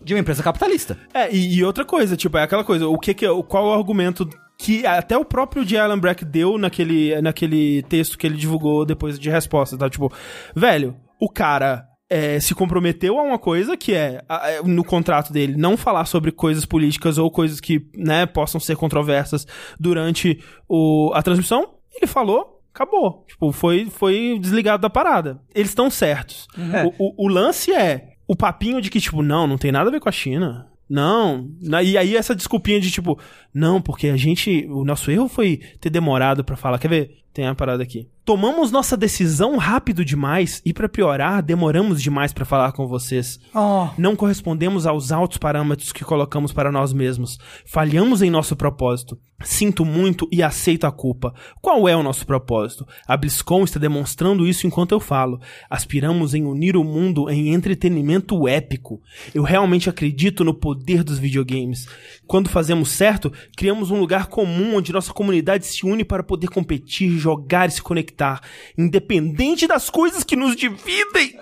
[SPEAKER 4] de uma empresa capitalista.
[SPEAKER 1] É, e, e outra coisa, tipo, é aquela coisa, o que que, o- qual é o argumento que até o próprio J. Allen Brack deu naquele, naquele texto que ele divulgou depois de resposta, tá? Tipo, velho, o cara é, se comprometeu a uma coisa que é, a- é, no contrato dele, não falar sobre coisas políticas ou coisas que, né, possam ser controversas durante o, a transmissão, ele falou... Acabou. Tipo, foi, foi desligado da parada. Eles estão certos. O, o- o lance é o papinho de que, tipo, não, não tem nada a ver com a China. Não. Na- E aí essa desculpinha de tipo, não, porque a gente. O nosso erro foi ter demorado pra falar. Quer ver? Tem uma parada aqui. Tomamos nossa decisão rápido demais e, pra piorar, demoramos demais pra falar com vocês.
[SPEAKER 2] Ó,
[SPEAKER 1] Não correspondemos aos altos parâmetros que colocamos para nós mesmos. Falhamos em nosso propósito. Sinto muito e aceito a culpa. Qual é o nosso propósito? A BlizzCon está demonstrando isso enquanto eu falo. Aspiramos em unir o mundo em entretenimento épico. Eu realmente acredito no poder dos videogames. Quando fazemos certo, criamos um lugar comum onde nossa comunidade se une para poder competir, jogar e se conectar, independente das coisas que nos dividem.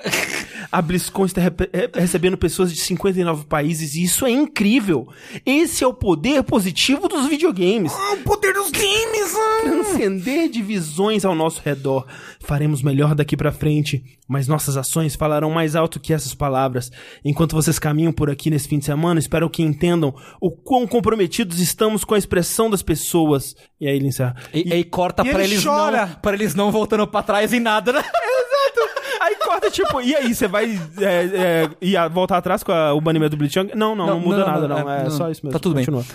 [SPEAKER 1] A BlizzCon está rep- re- recebendo pessoas de 59 países e isso é incrível. Esse é o poder positivo dos videogames.
[SPEAKER 2] Ah, o poder dos games! ah.
[SPEAKER 4] Hum.
[SPEAKER 1] Transcender divisões ao nosso redor. Faremos melhor daqui pra frente, mas nossas ações falarão mais alto que essas palavras. Enquanto vocês caminham por aqui nesse fim de semana, espero que entendam o quão comprometidos estamos com a expressão das pessoas. E aí, ele encerra.
[SPEAKER 4] E, aí corta
[SPEAKER 2] e
[SPEAKER 4] pra
[SPEAKER 2] ele
[SPEAKER 4] eles
[SPEAKER 2] chora.
[SPEAKER 4] não, para eles não voltando pra trás em nada. Né?
[SPEAKER 1] Aí corta, tipo, e aí, você vai é, é, ia voltar atrás com a- o banimento do Blitzchung? Não, não, não, muda nada, não. É, só isso mesmo.
[SPEAKER 4] Tá tudo bem.
[SPEAKER 1] Continua. <laughs>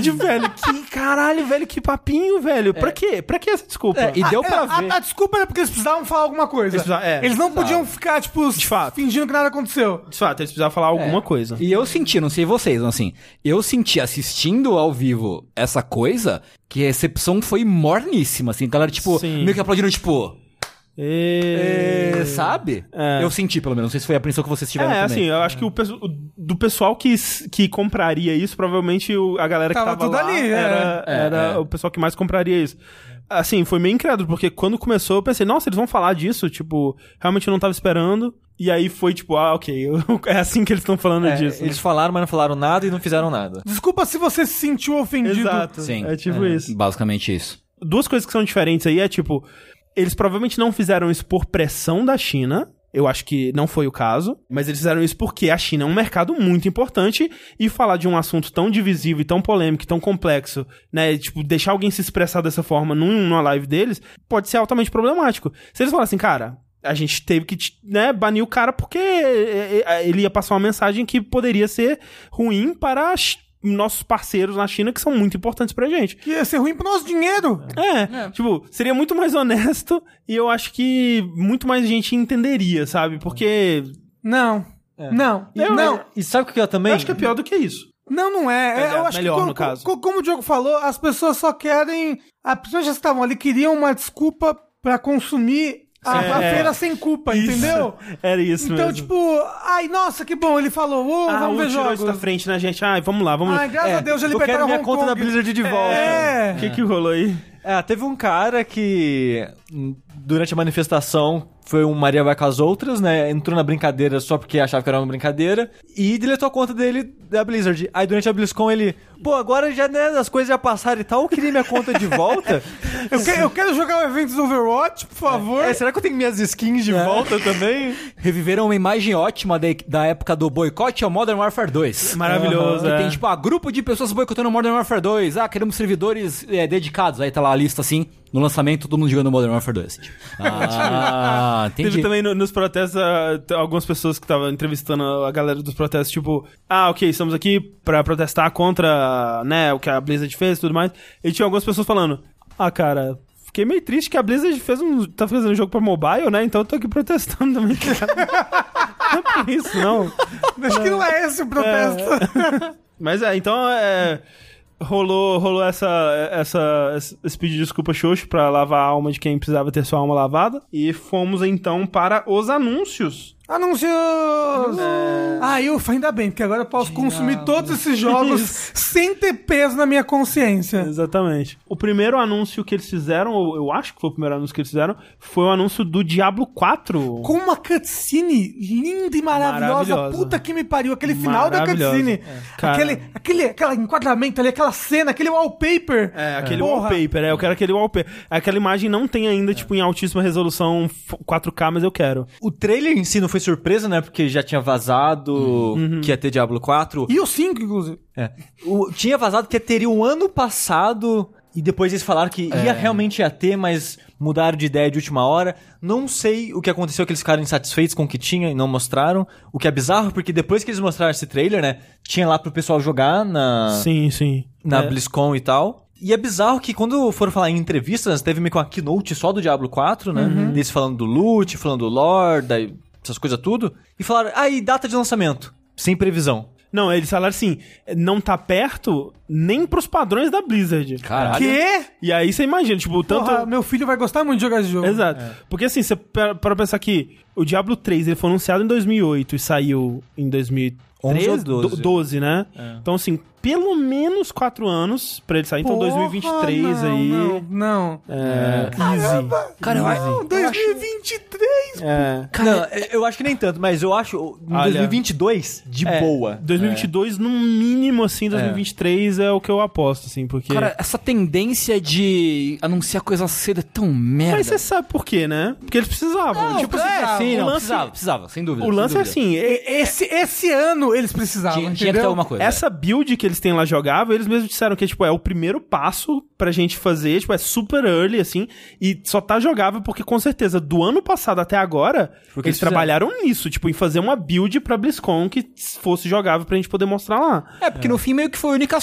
[SPEAKER 1] De velho, que caralho, velho, que papinho, velho. Pra quê? Pra que essa desculpa?
[SPEAKER 4] É, <laughs> e deu
[SPEAKER 2] É,
[SPEAKER 4] pra
[SPEAKER 2] a-
[SPEAKER 4] ver.
[SPEAKER 2] A, desculpa era porque eles precisavam falar alguma coisa.
[SPEAKER 1] Eles precisavam- é,
[SPEAKER 2] Eles não podiam ficar, tipo,
[SPEAKER 1] fato.
[SPEAKER 2] fingindo que nada aconteceu.
[SPEAKER 1] De fato, eles precisavam
[SPEAKER 4] É.
[SPEAKER 1] falar alguma coisa.
[SPEAKER 4] E eu senti, não sei vocês, mas assim, eu senti assistindo ao vivo essa coisa que a recepção foi morníssima, assim, a galera, tipo,
[SPEAKER 1] Sim.
[SPEAKER 4] meio que aplaudindo, tipo,
[SPEAKER 1] E-
[SPEAKER 4] é, sabe? Eu senti, pelo menos, não sei se foi a impressão que vocês tiveram
[SPEAKER 1] É, assim,
[SPEAKER 4] também.
[SPEAKER 1] eu acho que o, pesso- o- do pessoal que, s- que compraria isso, provavelmente o- a galera
[SPEAKER 2] Tava
[SPEAKER 1] que tava
[SPEAKER 2] tudo
[SPEAKER 1] lá
[SPEAKER 2] ali, é.
[SPEAKER 1] era, era o pessoal que mais compraria isso. Assim, foi meio incrédulo, porque quando começou eu pensei, nossa, eles vão falar disso, tipo, realmente eu não tava esperando. E aí foi tipo, ah, ok, <laughs> é assim que eles estão falando
[SPEAKER 3] É,
[SPEAKER 1] disso. né?
[SPEAKER 3] Eles falaram, mas não falaram nada e não fizeram nada.
[SPEAKER 2] Desculpa se você se sentiu ofendido.
[SPEAKER 1] Exato.
[SPEAKER 4] Sim.
[SPEAKER 1] É tipo isso.
[SPEAKER 4] Basicamente isso.
[SPEAKER 1] duas coisas que são diferentes aí é tipo, eles provavelmente não fizeram isso por pressão da China. Eu acho que não foi o caso, mas eles fizeram isso porque a China é um mercado muito importante e falar de um assunto tão divisivo e tão polêmico, e tão complexo, né? Tipo, deixar alguém se expressar dessa forma num- numa live deles pode ser altamente problemático. Se eles falassem, cara, a gente teve que né, banir o cara porque é, é, ele ia passar uma mensagem que poderia ser ruim para as- nossos parceiros na China que são muito importantes pra gente.
[SPEAKER 2] Que ia ser ruim pro nosso dinheiro.
[SPEAKER 1] É, tipo, seria muito mais honesto e eu acho que muito mais gente entenderia, sabe? Porque.
[SPEAKER 2] Não. Não.
[SPEAKER 1] É. Eu- né?
[SPEAKER 2] não.
[SPEAKER 3] E sabe o que eu também?
[SPEAKER 1] Eu acho que é pior do que isso.
[SPEAKER 2] Não, não é. É,
[SPEAKER 1] Exato,
[SPEAKER 2] eu acho
[SPEAKER 1] melhor,
[SPEAKER 2] que, co-
[SPEAKER 1] no caso.
[SPEAKER 2] co- como o Diogo falou, as pessoas só querem. As pessoas já estavam ali, queriam uma desculpa pra consumir a,
[SPEAKER 1] É.
[SPEAKER 2] a feira sem culpa, entendeu?
[SPEAKER 1] Isso. <laughs> Era isso
[SPEAKER 2] Então,
[SPEAKER 1] mesmo.
[SPEAKER 2] tipo, ai, nossa, que bom, ele falou, ô,
[SPEAKER 1] ah,
[SPEAKER 2] vamos
[SPEAKER 1] um
[SPEAKER 2] ver
[SPEAKER 1] tirou isso da
[SPEAKER 2] jogos.
[SPEAKER 1] frente, É, né, gente? Ai, vamos lá, vamos
[SPEAKER 2] Ai,
[SPEAKER 1] lá.
[SPEAKER 2] graças a Deus já
[SPEAKER 3] É, eu quero
[SPEAKER 2] libertaram
[SPEAKER 3] minha
[SPEAKER 2] Hong
[SPEAKER 3] conta da
[SPEAKER 2] Kong.
[SPEAKER 3] Blizzard de volta.
[SPEAKER 1] O
[SPEAKER 2] É.
[SPEAKER 1] que, que rolou aí?
[SPEAKER 3] É, teve um cara que hum, durante a manifestação foi um Maria vai com as outras, né? Entrou na brincadeira só porque achava que era uma brincadeira e deletou a conta dele da Blizzard. Aí durante a BlizzCon ele, pô, agora já né, as coisas já passaram e tal, eu queria minha conta de volta.
[SPEAKER 2] Eu, que- eu quero jogar o evento do Overwatch, por favor.
[SPEAKER 3] É, será que eu tenho minhas
[SPEAKER 1] É.
[SPEAKER 3] skins de volta também?
[SPEAKER 4] Reviveram uma imagem ótima da, da época do boicote ao Modern Warfare 2.
[SPEAKER 1] Maravilhoso,
[SPEAKER 4] Que
[SPEAKER 1] é.
[SPEAKER 4] tem, tipo, ah, grupo de pessoas boicotando o Modern Warfare 2. Ah, queremos servidores é, dedicados. Aí tá lá a lista, assim, no lançamento, todo mundo jogando Modern Warfare 2.
[SPEAKER 1] <laughs>
[SPEAKER 4] Tipo, ah, entendi.
[SPEAKER 1] Teve também no- nos protestos ah, t- algumas pessoas que estavam entrevistando a galera dos protestos, tipo, ah, ok, estamos aqui pra protestar contra, né, o que a Blizzard fez e tudo mais. E tinha algumas pessoas falando, ah, cara, fiquei meio triste que a Blizzard fez um, tá fazendo um jogo pra mobile, né, então eu tô aqui protestando <laughs> também. não é por isso, não.
[SPEAKER 2] Acho que não é esse o protesto.
[SPEAKER 1] <laughs> Mas é, então é, rolou, rolou essa, essa, esse pedido de desculpa xoxo pra lavar a alma de quem precisava ter sua alma lavada. E fomos então para os anúncios.
[SPEAKER 2] Anúncios!
[SPEAKER 1] É.
[SPEAKER 2] Ah, ufa, ainda bem, porque agora eu posso consumir todos esses jogos sem ter peso na minha consciência.
[SPEAKER 1] Exatamente. O primeiro anúncio que eles fizeram, ou eu acho que foi o primeiro anúncio que eles fizeram, foi o anúncio do Diablo 4.
[SPEAKER 2] Com uma cutscene linda e maravilhosa.
[SPEAKER 1] Maravilhosa.
[SPEAKER 2] Puta que me pariu. Aquele final da
[SPEAKER 1] Maravilhosa.
[SPEAKER 2] cutscene.
[SPEAKER 1] É. Cara.
[SPEAKER 2] Aquele, aquele, aquele enquadramento ali, aquela cena, aquele wallpaper.
[SPEAKER 1] É, aquele
[SPEAKER 2] Porra.
[SPEAKER 1] wallpaper, é, eu quero aquele wallpaper. Aquela imagem não tem ainda, tipo, em altíssima resolução f- 4K, mas eu quero.
[SPEAKER 3] O trailer em si não foi surpresa, né? Porque já tinha vazado que ia ter Diablo 4.
[SPEAKER 2] E o 5, inclusive.
[SPEAKER 3] É. O- tinha vazado que teria o ano passado e depois eles falaram que
[SPEAKER 1] É.
[SPEAKER 3] ia realmente ia ter, mas mudaram de ideia de última hora. Não sei o que aconteceu, que eles ficaram insatisfeitos com o que tinha e não mostraram. O que é bizarro, porque depois que eles mostraram esse trailer, né? Tinha lá pro pessoal jogar na,
[SPEAKER 1] Sim, sim.
[SPEAKER 3] na
[SPEAKER 1] é.
[SPEAKER 3] BlizzCon e tal. E é bizarro que quando foram falar em entrevistas, teve meio que uma keynote só do Diablo 4, né?
[SPEAKER 1] Uhum.
[SPEAKER 3] Deles falando do loot, falando do lore, da- essas coisas tudo. E falaram, ah, e data de lançamento? Sem previsão.
[SPEAKER 1] Não, eles falaram assim, não tá perto nem pros padrões da Blizzard.
[SPEAKER 4] Caralho.
[SPEAKER 2] Quê?
[SPEAKER 1] E aí você imagina, tipo, o tanto...
[SPEAKER 2] Porra, meu filho vai gostar muito de jogar esse jogo.
[SPEAKER 1] Exato.
[SPEAKER 4] é.
[SPEAKER 1] Porque assim, você para para pensar que o Diablo 3 ele foi anunciado em 2008 e saiu em 2013
[SPEAKER 3] 11 ou 12?
[SPEAKER 1] do- 12, né?
[SPEAKER 4] É.
[SPEAKER 1] Então assim, pelo menos 4 anos pra ele sair, então
[SPEAKER 2] Porra,
[SPEAKER 1] 2023
[SPEAKER 2] não,
[SPEAKER 1] aí.
[SPEAKER 2] Não, não.
[SPEAKER 1] É, easy.
[SPEAKER 4] Cara, eu acho-
[SPEAKER 2] Não, 2023.
[SPEAKER 1] É.
[SPEAKER 3] Não, eu acho que nem tanto, mas eu acho em
[SPEAKER 1] Olha.
[SPEAKER 3] 2022 de
[SPEAKER 1] É,
[SPEAKER 3] boa.
[SPEAKER 1] 2022 no mínimo assim, 2023 é. o que eu aposto assim, porque
[SPEAKER 4] Cara, essa tendência de anunciar coisa cedo é tão merda.
[SPEAKER 1] mas você sabe por quê, né? Porque eles precisavam.
[SPEAKER 4] Não,
[SPEAKER 1] tipo,
[SPEAKER 4] precisava,
[SPEAKER 1] assim,
[SPEAKER 4] sim,
[SPEAKER 1] o
[SPEAKER 4] não,
[SPEAKER 1] lance-
[SPEAKER 4] precisava, precisava, sem dúvida.
[SPEAKER 1] o
[SPEAKER 4] sem
[SPEAKER 1] lance é
[SPEAKER 4] dúvida.
[SPEAKER 1] assim, é-
[SPEAKER 2] E- Esse, esse ano eles precisavam.
[SPEAKER 4] Tinha, tinha que ter
[SPEAKER 2] entendeu?
[SPEAKER 4] alguma coisa.
[SPEAKER 1] Essa build que eles têm lá jogável, eles mesmos disseram que, tipo, é o primeiro passo pra gente fazer, tipo, é super early, assim, e só tá jogável porque, com certeza, do ano passado até agora,
[SPEAKER 3] Porque
[SPEAKER 1] eles
[SPEAKER 3] eles fizeram.
[SPEAKER 1] trabalharam nisso, tipo, em fazer uma build pra BlizzCon que fosse jogável pra gente poder mostrar lá.
[SPEAKER 4] É, porque no fim meio que foi a única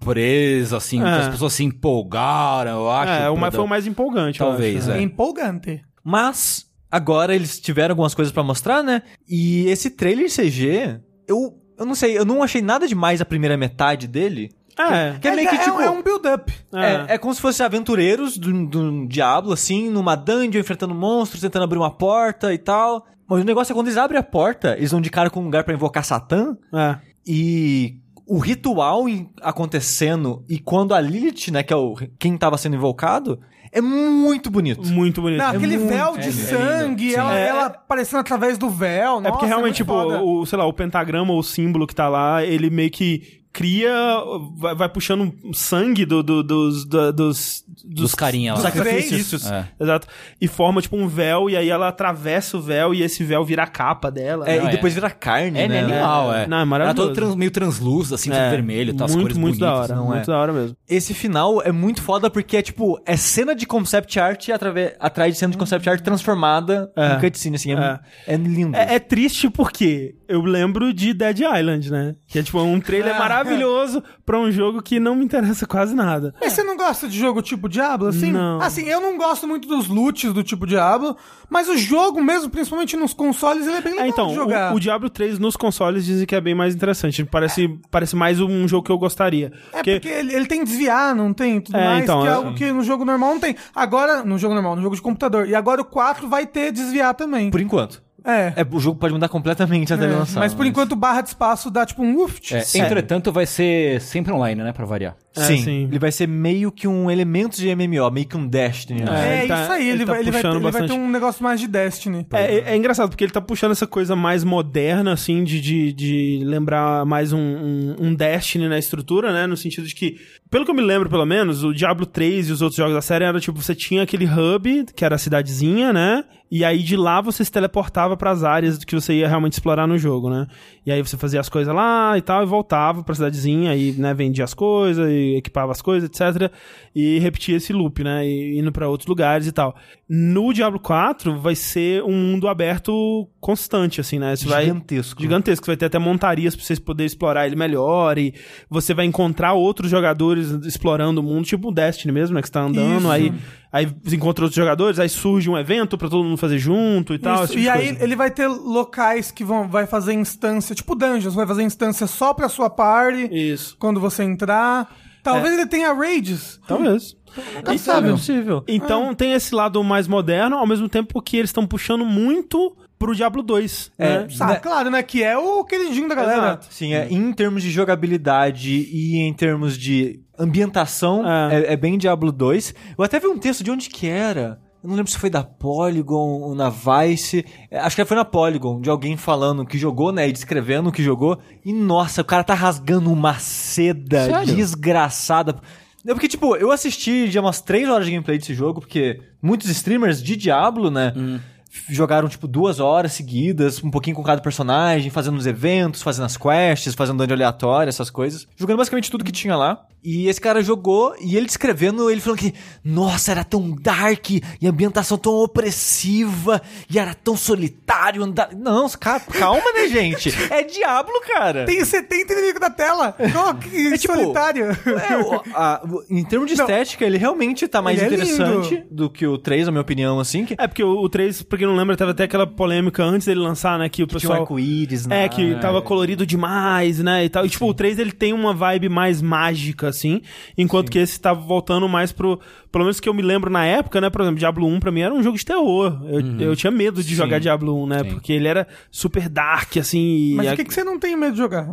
[SPEAKER 4] surpresa, assim, que
[SPEAKER 1] É.
[SPEAKER 4] as pessoas se empolgaram, eu acho.
[SPEAKER 1] é, o
[SPEAKER 4] pra
[SPEAKER 1] mais,
[SPEAKER 4] dar-
[SPEAKER 1] foi o mais empolgante, eu
[SPEAKER 4] Talvez,
[SPEAKER 1] acho, né?
[SPEAKER 2] É empolgante.
[SPEAKER 3] Mas agora eles tiveram algumas coisas pra mostrar, né? E esse trailer CG, eu, eu não sei, eu não achei nada demais a primeira metade dele.
[SPEAKER 1] É.
[SPEAKER 3] Que é meio que
[SPEAKER 2] é,
[SPEAKER 3] tipo.
[SPEAKER 2] é um build-up.
[SPEAKER 1] É.
[SPEAKER 3] É, é como se fossem aventureiros do, do Diablo, assim, numa dungeon, enfrentando monstros, tentando abrir uma porta e tal. Mas o negócio é quando eles abrem a porta, eles vão de cara com um lugar pra invocar Satã.
[SPEAKER 1] É.
[SPEAKER 3] E o ritual em- acontecendo e quando a Lilith, né, que é o, quem tava sendo invocado, é muito bonito.
[SPEAKER 1] Muito bonito.
[SPEAKER 2] Não,
[SPEAKER 1] É
[SPEAKER 2] aquele
[SPEAKER 1] muito-
[SPEAKER 2] véu
[SPEAKER 4] é
[SPEAKER 2] de
[SPEAKER 4] lindo.
[SPEAKER 2] sangue,
[SPEAKER 4] Sim.
[SPEAKER 2] ela,
[SPEAKER 1] É.
[SPEAKER 2] ela aparecendo através do véu.
[SPEAKER 1] É porque realmente, tipo, o, sei lá, o pentagrama ou o símbolo que tá lá, ele meio que cria, vai, vai puxando sangue do, do- dos, do- dos,
[SPEAKER 4] Dos carinha lá.
[SPEAKER 1] dos sacrifícios.
[SPEAKER 4] É.
[SPEAKER 1] Exato. E forma, tipo, um véu, e aí ela atravessa o véu e esse véu vira a capa dela.
[SPEAKER 3] É,
[SPEAKER 1] né?
[SPEAKER 4] Não,
[SPEAKER 3] e depois vira carne,
[SPEAKER 4] É,
[SPEAKER 3] né?
[SPEAKER 4] né? Animal, é.
[SPEAKER 1] Não, é maravilhoso.
[SPEAKER 4] Era todo trans- meio translúcido, assim,
[SPEAKER 1] É,
[SPEAKER 4] tudo vermelho, tá, as
[SPEAKER 1] Muito,
[SPEAKER 4] cores
[SPEAKER 1] muito da
[SPEAKER 4] bonitas.
[SPEAKER 1] hora.
[SPEAKER 3] não é?
[SPEAKER 1] muito da hora mesmo.
[SPEAKER 3] Esse final é muito foda porque é tipo, é cena de concept art atrave- atrás de cena de concept art transformada
[SPEAKER 1] É.
[SPEAKER 3] em cutscene, assim, é,
[SPEAKER 1] É.
[SPEAKER 3] é lindo.
[SPEAKER 1] É, é triste porque eu lembro de Dead Island, né? Que é, tipo, um <laughs> trailer maravilhoso pra um jogo que não me interessa quase nada.
[SPEAKER 2] Mas você não gosta de jogo tipo Diablo, assim?
[SPEAKER 1] É. Não.
[SPEAKER 2] Assim, eu não gosto muito dos loots do tipo Diablo, mas o jogo mesmo, principalmente nos consoles, ele é bem legal
[SPEAKER 1] É, então,
[SPEAKER 2] de jogar.
[SPEAKER 1] o, o Diablo 3 nos consoles dizem que é bem mais interessante. Parece, parece mais um jogo que eu gostaria.
[SPEAKER 2] É porque, ele, ele tem desviar, não tem? Tudo
[SPEAKER 1] É,
[SPEAKER 2] mais,
[SPEAKER 1] então,
[SPEAKER 2] que é
[SPEAKER 1] é.
[SPEAKER 2] algo que no jogo normal não tem. Agora, no jogo normal, no jogo de computador. E agora o 4 vai ter desviar também.
[SPEAKER 3] Por enquanto.
[SPEAKER 2] É.
[SPEAKER 3] É, o jogo pode mudar completamente até
[SPEAKER 2] É,
[SPEAKER 3] ele
[SPEAKER 1] É,
[SPEAKER 3] lançar.
[SPEAKER 4] assim.
[SPEAKER 2] mas por enquanto, barra de espaço dá tipo um uft.
[SPEAKER 4] É, entretanto, vai ser sempre online, né, pra variar.
[SPEAKER 3] Sim.
[SPEAKER 1] sim.
[SPEAKER 3] Ele vai ser meio que um elemento de MMO, meio que um Destiny. né?
[SPEAKER 1] É,
[SPEAKER 2] É,
[SPEAKER 1] ele tá-
[SPEAKER 2] isso aí, ele,
[SPEAKER 1] ele tá
[SPEAKER 2] vai, ele, vai, ter-
[SPEAKER 1] puxando
[SPEAKER 2] ele vai ter
[SPEAKER 1] bastante.
[SPEAKER 2] um negócio mais de Destiny.
[SPEAKER 1] É, é- é engraçado, porque ele tá puxando essa coisa mais moderna, assim, de, de, de lembrar mais um, um, um Destiny na estrutura, né? No sentido de que, pelo que eu me lembro, pelo menos, o Diablo 3 e os outros jogos da série era tipo, você tinha aquele hub, que era a cidadezinha, né? E aí de lá você se teleportava pras áreas que você ia realmente explorar no jogo, né? E aí você fazia as coisas lá e tal, e voltava pra cidadezinha, e né, vendia as coisas, e equipava as coisas, etc. E repetia esse loop, né? E indo pra outros lugares e tal. No Diablo 4 vai ser um mundo aberto constante, assim, né? Você vai
[SPEAKER 3] Gigantesco.
[SPEAKER 1] gigantesco. Vai ter até montarias pra vocês poderem explorar ele melhor. E você vai encontrar outros jogadores explorando o mundo, tipo o Destiny mesmo, né? Que você tá andando,
[SPEAKER 2] Isso.
[SPEAKER 1] aí, aí você encontra outros jogadores, aí surge um evento pra todo mundo fazer junto e tal.
[SPEAKER 2] Isso,
[SPEAKER 1] esse tipo
[SPEAKER 2] e
[SPEAKER 1] de
[SPEAKER 2] aí
[SPEAKER 1] coisa.
[SPEAKER 2] ele vai ter locais que vão, vai fazer instância, tipo dungeons, vai fazer instância só pra sua party
[SPEAKER 1] Isso.
[SPEAKER 2] quando você entrar. Talvez ele tenha raids.
[SPEAKER 3] Então,
[SPEAKER 1] Talvez.
[SPEAKER 2] Nunca sabe.
[SPEAKER 3] é possível.
[SPEAKER 1] Então
[SPEAKER 2] É.
[SPEAKER 1] tem esse lado mais moderno, ao mesmo tempo que eles estão puxando muito pro Diablo 2. né?
[SPEAKER 3] É,
[SPEAKER 2] Sabe, claro, né? Que é o queridinho da galera.
[SPEAKER 1] Exato.
[SPEAKER 3] Sim, é, em termos de jogabilidade e em termos de ambientação,
[SPEAKER 1] É.
[SPEAKER 3] é, é bem Diablo 2. Eu até vi um texto de onde que era. Eu não lembro se foi da Polygon ou na Vice. É, Acho que foi na Polygon, de alguém falando que jogou, né? E descrevendo o que jogou. E nossa, o cara tá rasgando uma seda
[SPEAKER 4] Sério?
[SPEAKER 3] desgraçada. É porque, tipo, eu assisti já umas 3 horas de gameplay desse jogo, porque muitos streamers de Diablo, né? Jogaram, tipo, duas horas seguidas, um pouquinho com cada personagem, fazendo os eventos, fazendo as quests, fazendo dungeon aleatório, essas coisas. Jogando basicamente tudo que tinha lá. E esse cara jogou, e ele descrevendo, ele falando que, nossa, era tão dark, e a ambientação tão opressiva, e era tão solitário. Andar... Não, ca- calma, né, gente? É Diablo, cara.
[SPEAKER 2] Tem 70 inimigos na tela. Oh, que
[SPEAKER 3] É tipo-
[SPEAKER 2] solitário.
[SPEAKER 3] É, o- a- o- em termos de
[SPEAKER 2] Não.
[SPEAKER 3] estética, ele realmente tá mais
[SPEAKER 2] Ele é
[SPEAKER 3] interessante
[SPEAKER 2] lindo.
[SPEAKER 3] do que o 3, na minha opinião, assim. Que,
[SPEAKER 1] É, porque o, o 3, pra quem não lembra, teve até aquela polêmica antes dele lançar, né? Que o
[SPEAKER 3] tinha um
[SPEAKER 1] pessoal.
[SPEAKER 3] arco-íris, né?
[SPEAKER 1] É, que tava colorido demais, né, e tal. E, tipo, o 3, ele tem uma vibe mais mágica, assim, enquanto que esse tava voltando mais pro... Pelo menos que eu me lembro na época, né, por exemplo, Diablo 1 pra mim era um jogo de terror. Eu,
[SPEAKER 3] Uhum.
[SPEAKER 1] eu tinha medo de jogar Diablo 1, né, porque ele era super dark, assim, e...
[SPEAKER 2] <laughs> Mas
[SPEAKER 1] a-
[SPEAKER 2] o que, que você não tem medo de jogar?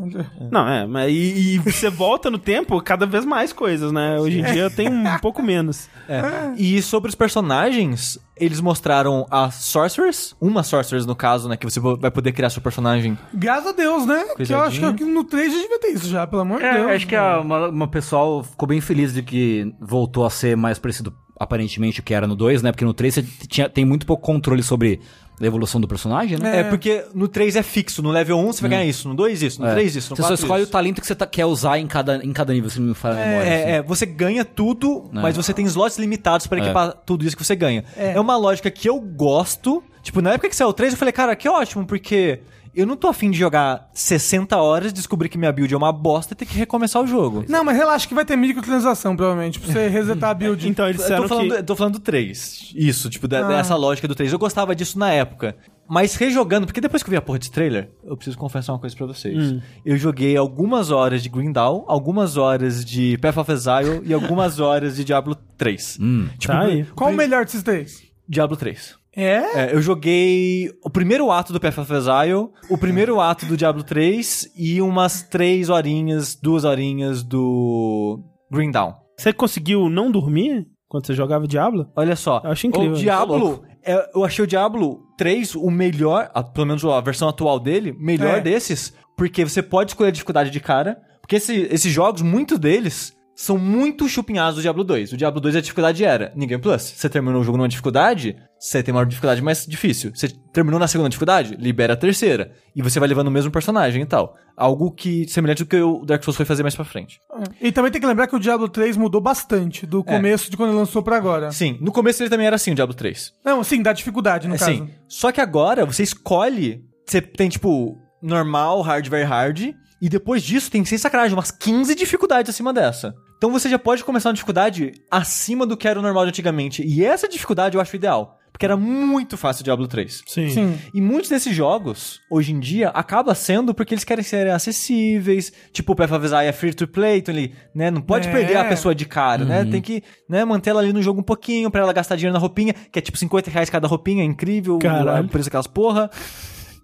[SPEAKER 1] Não, é, mas e, e você volta no tempo, cada vez mais coisas, né? Hoje em dia tem um pouco
[SPEAKER 3] <laughs>
[SPEAKER 1] menos.
[SPEAKER 3] É. E sobre os personagens, eles mostraram a Sorceress, uma Sorceress no caso, né? Que você vo- vai poder criar seu personagem.
[SPEAKER 2] Graças a Deus, né? Que eu acho
[SPEAKER 3] Coitadinho.
[SPEAKER 2] que no 3 já devia ter isso já, pelo amor de Deus.
[SPEAKER 4] É, acho que a, uma, uma pessoal ficou bem feliz de que voltou a ser mais parecido, aparentemente, o que era no 2, né? Porque no 3 você tinha, tem muito pouco controle sobre a evolução do personagem, né?
[SPEAKER 3] É. porque no 3 é fixo, no level 1 você vai ganhar isso, no 2 isso, no
[SPEAKER 4] É,
[SPEAKER 3] 3 isso, no
[SPEAKER 4] Você só
[SPEAKER 3] 4
[SPEAKER 4] escolhe o
[SPEAKER 3] isso.
[SPEAKER 4] talento que você tá- quer usar em cada, em cada nível, se não me falha a memória. assim. É.
[SPEAKER 3] É, é, você ganha tudo, mas você tem slots limitados pra equipar tudo isso que você ganha. É. uma lógica que eu gosto. Tipo, na época que saiu o 3, eu falei, cara, que ótimo, porque eu não tô afim de jogar 60 horas, descobrir que minha build é uma bosta e ter que recomeçar o jogo.
[SPEAKER 2] Não, mas relaxa que vai ter microtransação, provavelmente, pra você resetar a build.
[SPEAKER 1] Então, eles
[SPEAKER 3] Eu
[SPEAKER 1] disseram
[SPEAKER 3] tô falando,
[SPEAKER 1] que... Ah.
[SPEAKER 3] eu tô falando do 3. Isso, tipo, da- dessa lógica do 3. Eu gostava disso na época. Mas rejogando, porque depois que eu vi a porra desse trailer, eu preciso confessar uma coisa pra vocês.
[SPEAKER 1] Hum.
[SPEAKER 3] Eu joguei algumas horas de Green Dawn, algumas horas de Path of Exile e algumas horas de Diablo 3. Tipo,
[SPEAKER 1] Tá aí.
[SPEAKER 2] Qual o melhor desses três?
[SPEAKER 3] Diablo 3.
[SPEAKER 2] É?
[SPEAKER 3] É, eu joguei o primeiro ato do Path of Exile, o primeiro ato do Diablo 3 e umas três horinhas, duas horinhas do Green Dawn.
[SPEAKER 1] Você conseguiu não dormir quando você jogava Diablo?
[SPEAKER 3] Olha só.
[SPEAKER 1] Eu acho incrível
[SPEAKER 3] O
[SPEAKER 1] isso. Tá
[SPEAKER 3] Diablo, é, eu achei o Diablo 3 o melhor, a- pelo menos a versão atual dele, melhor
[SPEAKER 2] É.
[SPEAKER 3] desses, porque você pode escolher a dificuldade de cara, porque esse- esses jogos, muitos deles, são muito chupinhados do Diablo 2. O Diablo 2 a dificuldade era Ninguém Plus. Você terminou o jogo numa dificuldade, você tem uma dificuldade mais difícil. Você terminou na segunda dificuldade, libera a terceira. E você vai levando o mesmo personagem e tal. Algo que semelhante ao que o Dark Souls foi fazer mais pra frente.
[SPEAKER 2] E também tem que lembrar que o Diablo 3 mudou bastante do começo de quando ele lançou pra
[SPEAKER 1] Ah.
[SPEAKER 2] agora.
[SPEAKER 3] Sim, no começo ele também era assim, o Diablo 3.
[SPEAKER 2] Não, sim, dá dificuldade, no
[SPEAKER 3] Assim,
[SPEAKER 2] caso.
[SPEAKER 3] só que agora você escolhe. Você tem, tipo, normal, hard, very hard. E depois disso tem, sem sacanagem, umas 15 dificuldades acima dessa. Então você já pode começar uma dificuldade acima do que era o normal de antigamente. E essa dificuldade eu acho ideal. Porque era muito fácil o Diablo 3.
[SPEAKER 2] Sim.
[SPEAKER 3] E muitos desses jogos, hoje em dia, acaba sendo porque eles querem ser acessíveis. Tipo, o Path of Exile é free to play, então ele, né, não pode
[SPEAKER 2] É.
[SPEAKER 3] perder a pessoa de cara, né? Tem que, né, manter ela ali no jogo um pouquinho pra ela gastar dinheiro na roupinha, que é tipo 50 reais cada roupinha, é incrível.
[SPEAKER 1] Caralho.
[SPEAKER 3] Por isso aquelas porra.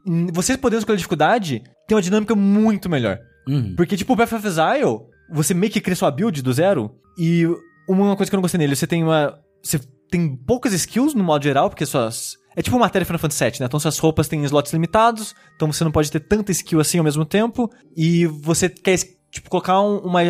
[SPEAKER 3] Hum, Vocês podendo escolher dificuldade, tem uma dinâmica muito melhor.
[SPEAKER 4] Uhum.
[SPEAKER 3] Porque, tipo, o Path of Exile, você meio que cria sua build do zero. E uma coisa que eu não gostei nele, você tem uma. Você tem poucas skills no modo geral, porque suas. É tipo uma matéria Final Fantasy VII, né? Então suas roupas têm slots limitados, então você não pode ter tanta skill assim ao mesmo tempo. E você quer es- tipo, colocar um- uma,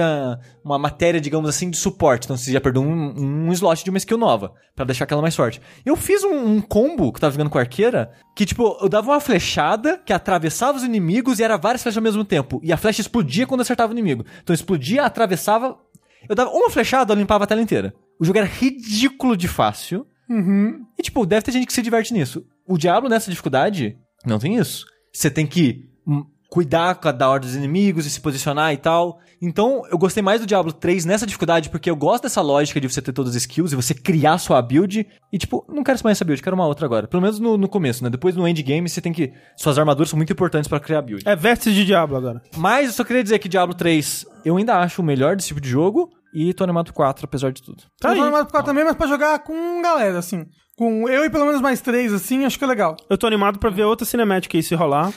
[SPEAKER 3] uma matéria, digamos assim, de suporte. Então você já perdeu um, um slot de uma skill nova, pra deixar aquela mais forte. Eu fiz um, um combo que eu tava jogando com a arqueira, que tipo, eu dava uma flechada que atravessava os inimigos e era várias flechas ao mesmo tempo. E a flecha explodia quando acertava o inimigo. Então explodia, atravessava. Eu dava uma flechada, eu limpava a tela inteira. O jogo era ridículo de fácil.
[SPEAKER 2] Uhum.
[SPEAKER 3] E, tipo, deve ter gente que se diverte nisso. O Diablo, nessa dificuldade, não tem isso. Você tem que hum, cuidar ca- da ordem dos inimigos e se posicionar e tal. Então, eu gostei mais do Diablo 3 nessa dificuldade, porque eu gosto dessa lógica de você ter todas as skills e você criar sua build. E, tipo, não quero mais essa build, quero uma outra agora. Pelo menos no, no começo, né? Depois no endgame, você tem que. Suas armaduras são muito importantes pra criar build.
[SPEAKER 1] É vértice de Diablo agora.
[SPEAKER 3] Mas eu só queria dizer que Diablo 3 eu ainda acho o melhor desse tipo de jogo. E tô animado 4, apesar de tudo.
[SPEAKER 1] Tá
[SPEAKER 2] eu
[SPEAKER 1] aí.
[SPEAKER 2] tô animado pro 4 também, mas pra jogar com galera, assim. Com eu e pelo menos mais três, assim, acho que é legal.
[SPEAKER 1] Eu tô animado pra ver outra cinemática aí se
[SPEAKER 2] <laughs>
[SPEAKER 1] rolar.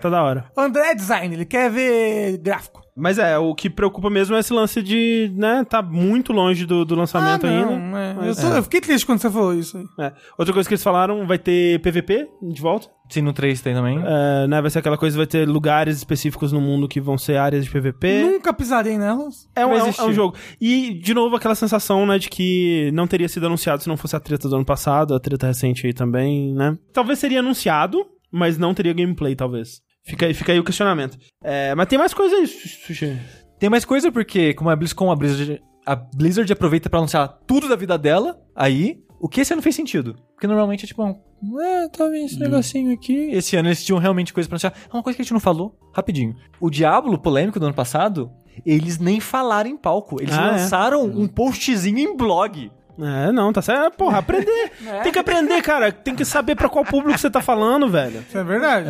[SPEAKER 1] tá da hora.
[SPEAKER 2] O André é design, ele quer ver gráfico.
[SPEAKER 1] Mas é, o que preocupa mesmo é esse lance de, né, tá muito longe do, do lançamento
[SPEAKER 2] Ah, não,
[SPEAKER 1] ainda.
[SPEAKER 2] é.
[SPEAKER 1] Mas-
[SPEAKER 2] eu, tô- eu fiquei triste quando você falou isso. aí.
[SPEAKER 1] É. Outra coisa que eles falaram, vai ter PVP de volta.
[SPEAKER 3] Sim, no 3 tem também.
[SPEAKER 1] É, né, vai ser aquela coisa, vai ter lugares específicos no mundo que vão ser áreas de PVP.
[SPEAKER 2] Nunca pisarei nelas.
[SPEAKER 1] É um,
[SPEAKER 3] Vai
[SPEAKER 1] é um- é um
[SPEAKER 3] existir.
[SPEAKER 1] jogo. E, de novo, aquela sensação, né, de que não teria sido anunciado se não fosse a treta do ano passado, a treta recente aí também, né? Talvez seria anunciado, mas não teria gameplay, talvez. Fica aí, fica aí o questionamento. É, mas tem mais coisa aí, Su- Sushi.
[SPEAKER 3] Tem mais coisa porque, como é a BlizzCon, a Blizzard, a Blizzard aproveita pra anunciar tudo da vida dela, aí, o que esse ano fez sentido. Porque normalmente é tipo, um, é, tá vendo
[SPEAKER 1] Hum.
[SPEAKER 3] esse negocinho aqui. Esse ano eles tinham realmente coisa pra anunciar. É uma coisa que a gente não falou, rapidinho. O Diablo polêmico do ano passado, eles nem falaram em palco. Eles
[SPEAKER 1] Ah, é?
[SPEAKER 3] lançaram um postzinho em blog.
[SPEAKER 1] É, não, tá certo. É, Porra, aprender.
[SPEAKER 2] É.
[SPEAKER 1] Tem que aprender, cara. Tem que saber pra qual público você tá falando, velho.
[SPEAKER 2] Isso é verdade.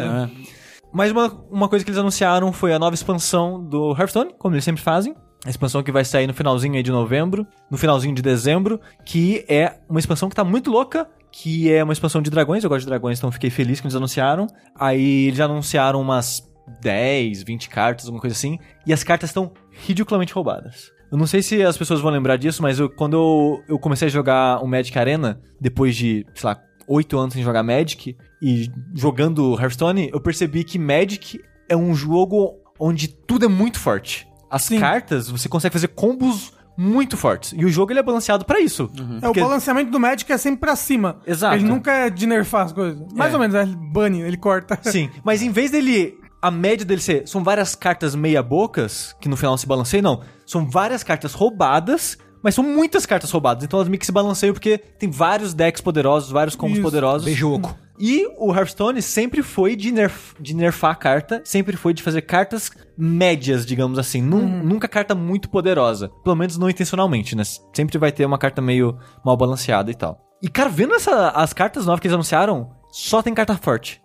[SPEAKER 3] Mas uma, uma coisa que eles anunciaram foi a nova expansão do Hearthstone, como eles sempre fazem. A expansão que vai sair no finalzinho aí de novembro, no finalzinho de dezembro, que é uma expansão que tá muito louca, que é uma expansão de dragões. Eu gosto de dragões, então fiquei feliz que eles anunciaram. Aí eles anunciaram umas 10, 20 cartas, alguma coisa assim, e as cartas estão ridiculamente roubadas. Eu não sei se as pessoas vão lembrar disso, mas eu- quando eu, eu comecei a jogar o Magic Arena, depois de, sei lá, oito anos sem jogar Magic e jogando Hearthstone, eu percebi que Magic é um jogo onde tudo é muito forte. As cartas, você consegue fazer combos muito fortes. E o jogo ele é balanceado pra isso.
[SPEAKER 2] É, o balanceamento do Magic é sempre pra cima.
[SPEAKER 3] Exato.
[SPEAKER 2] Ele nunca é de nerfar as coisas. Mais
[SPEAKER 3] É.
[SPEAKER 2] ou menos, né? ele bane, ele corta.
[SPEAKER 3] <laughs> Sim, mas em vez dele. A média dele ser. São várias cartas meia-bocas, que no final se balanceiam, não. São várias cartas roubadas, mas são muitas cartas roubadas. Então elas meio que se balanceiam porque tem vários decks poderosos, vários combos
[SPEAKER 2] Isso,
[SPEAKER 3] poderosos. Beijo oco. E o Hearthstone sempre foi de, nerf, de nerfar a carta, sempre foi de fazer cartas médias, digamos assim. Nun- Nunca carta muito poderosa. Pelo menos não intencionalmente, né? Sempre vai ter uma carta meio mal balanceada e tal. E, cara, vendo essa- as cartas novas que eles anunciaram, só tem carta <laughs> forte.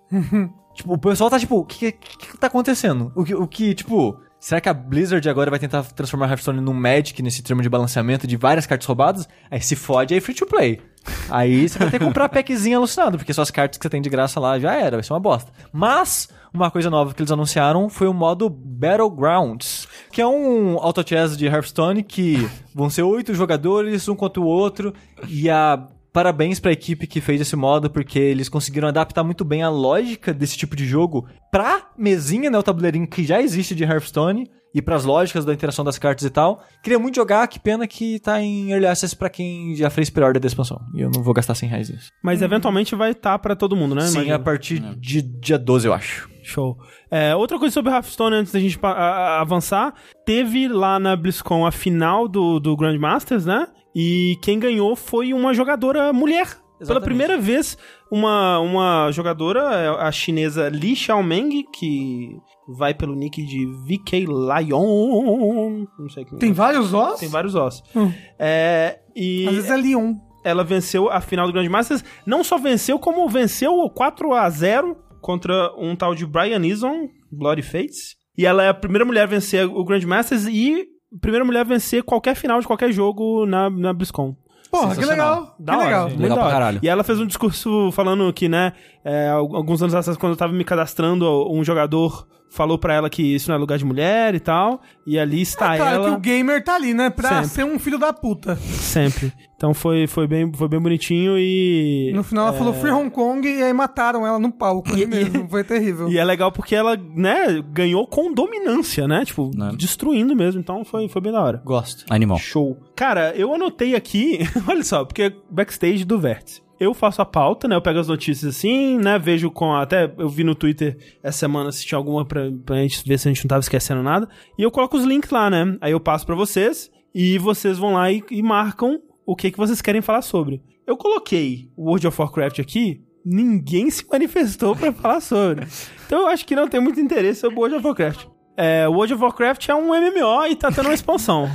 [SPEAKER 3] Tipo, o pessoal tá tipo, o que, que, que tá acontecendo? O que, o que, tipo, será que a Blizzard agora vai tentar transformar Hearthstone num Magic nesse termo de balanceamento de várias cartas roubadas? Aí se fode, aí free to play. Aí você vai ter que comprar packzinho alucinado, porque só as cartas que você tem de graça lá já era, vai ser uma bosta. Mas, uma coisa nova que eles anunciaram foi o modo Battlegrounds, que é um auto-chess de Hearthstone que vão ser oito jogadores, um contra o outro, e a Parabéns pra equipe que fez esse modo, porque eles conseguiram adaptar muito bem a lógica desse tipo de jogo pra mesinha, né, o tabuleirinho que já existe de Hearthstone e pras lógicas da interação das cartas e tal. Queria muito jogar, que pena que tá em Early Access pra quem já fez pre-order da expansão. E eu não vou gastar 100 reais nisso.
[SPEAKER 1] Mas eventualmente vai estar tá pra todo mundo, né?
[SPEAKER 3] Sim, é
[SPEAKER 1] Imagina.
[SPEAKER 3] a partir de dia 12, eu acho.
[SPEAKER 1] Show. É, outra coisa sobre Hearthstone, antes da gente pa- a- a- avançar, teve lá na BlizzCon a final do, do Grandmasters, né? E quem ganhou foi uma jogadora mulher. Pela
[SPEAKER 3] Exatamente.
[SPEAKER 1] primeira vez, uma, uma jogadora, é, a chinesa Li Xiaomeng, que vai pelo nick de VK Lion. Não sei quem é.
[SPEAKER 2] Tem vários ossos?
[SPEAKER 1] Tem vários ossos.
[SPEAKER 2] Hum.
[SPEAKER 1] É, e
[SPEAKER 2] Às vezes é Leon.
[SPEAKER 1] ela venceu a final do Grandmasters. Não só venceu, como venceu o 4 a 0 contra um tal de Brian Eason, Bloody Fates. E ela é a primeira mulher a vencer o Grandmasters e a primeira mulher a vencer qualquer final de qualquer jogo na, na BlizzCon.
[SPEAKER 2] Porra, que
[SPEAKER 4] Sensacional.
[SPEAKER 2] legal.
[SPEAKER 1] Da
[SPEAKER 2] que
[SPEAKER 1] hora,
[SPEAKER 2] legal.
[SPEAKER 1] gente.
[SPEAKER 4] Legal
[SPEAKER 1] Muito
[SPEAKER 4] pra
[SPEAKER 1] da hora.
[SPEAKER 4] caralho.
[SPEAKER 1] E ela fez um discurso falando que, né, é, al- alguns anos atrás, quando eu tava me cadastrando, um jogador falou pra ela que isso não é lugar de mulher e tal. E ali está
[SPEAKER 2] É claro
[SPEAKER 1] ela
[SPEAKER 2] que o gamer tá ali, né? Pra
[SPEAKER 1] Sempre.
[SPEAKER 2] ser um filho da puta.
[SPEAKER 1] sempre. Então foi, foi, bem, foi bem bonitinho e.
[SPEAKER 2] No final ela falou Free Hong Kong e aí mataram ela no palco ali <laughs> mesmo. Foi terrível.
[SPEAKER 1] E <laughs> é legal porque ela, né, ganhou com dominância, né? Tipo,
[SPEAKER 4] Né?
[SPEAKER 1] destruindo mesmo. Então foi, foi bem da hora.
[SPEAKER 3] Gosto.
[SPEAKER 4] Animal.
[SPEAKER 1] Show. Cara, eu anotei aqui, <laughs> olha só, porque é backstage do Vértice. Eu faço a pauta, né? Eu pego as notícias assim, né? Vejo com. Até eu vi no Twitter essa semana se tinha alguma pra, pra gente ver se a gente não tava esquecendo nada. E eu coloco os links lá, né? Aí eu passo pra vocês e vocês vão lá e, e marcam o que, que vocês querem falar sobre. Eu coloquei o World of Warcraft aqui, ninguém se manifestou pra falar sobre. Então eu acho que não tem muito interesse sobre o World of Warcraft. É, o World of Warcraft é um MMO e tá tendo uma expansão.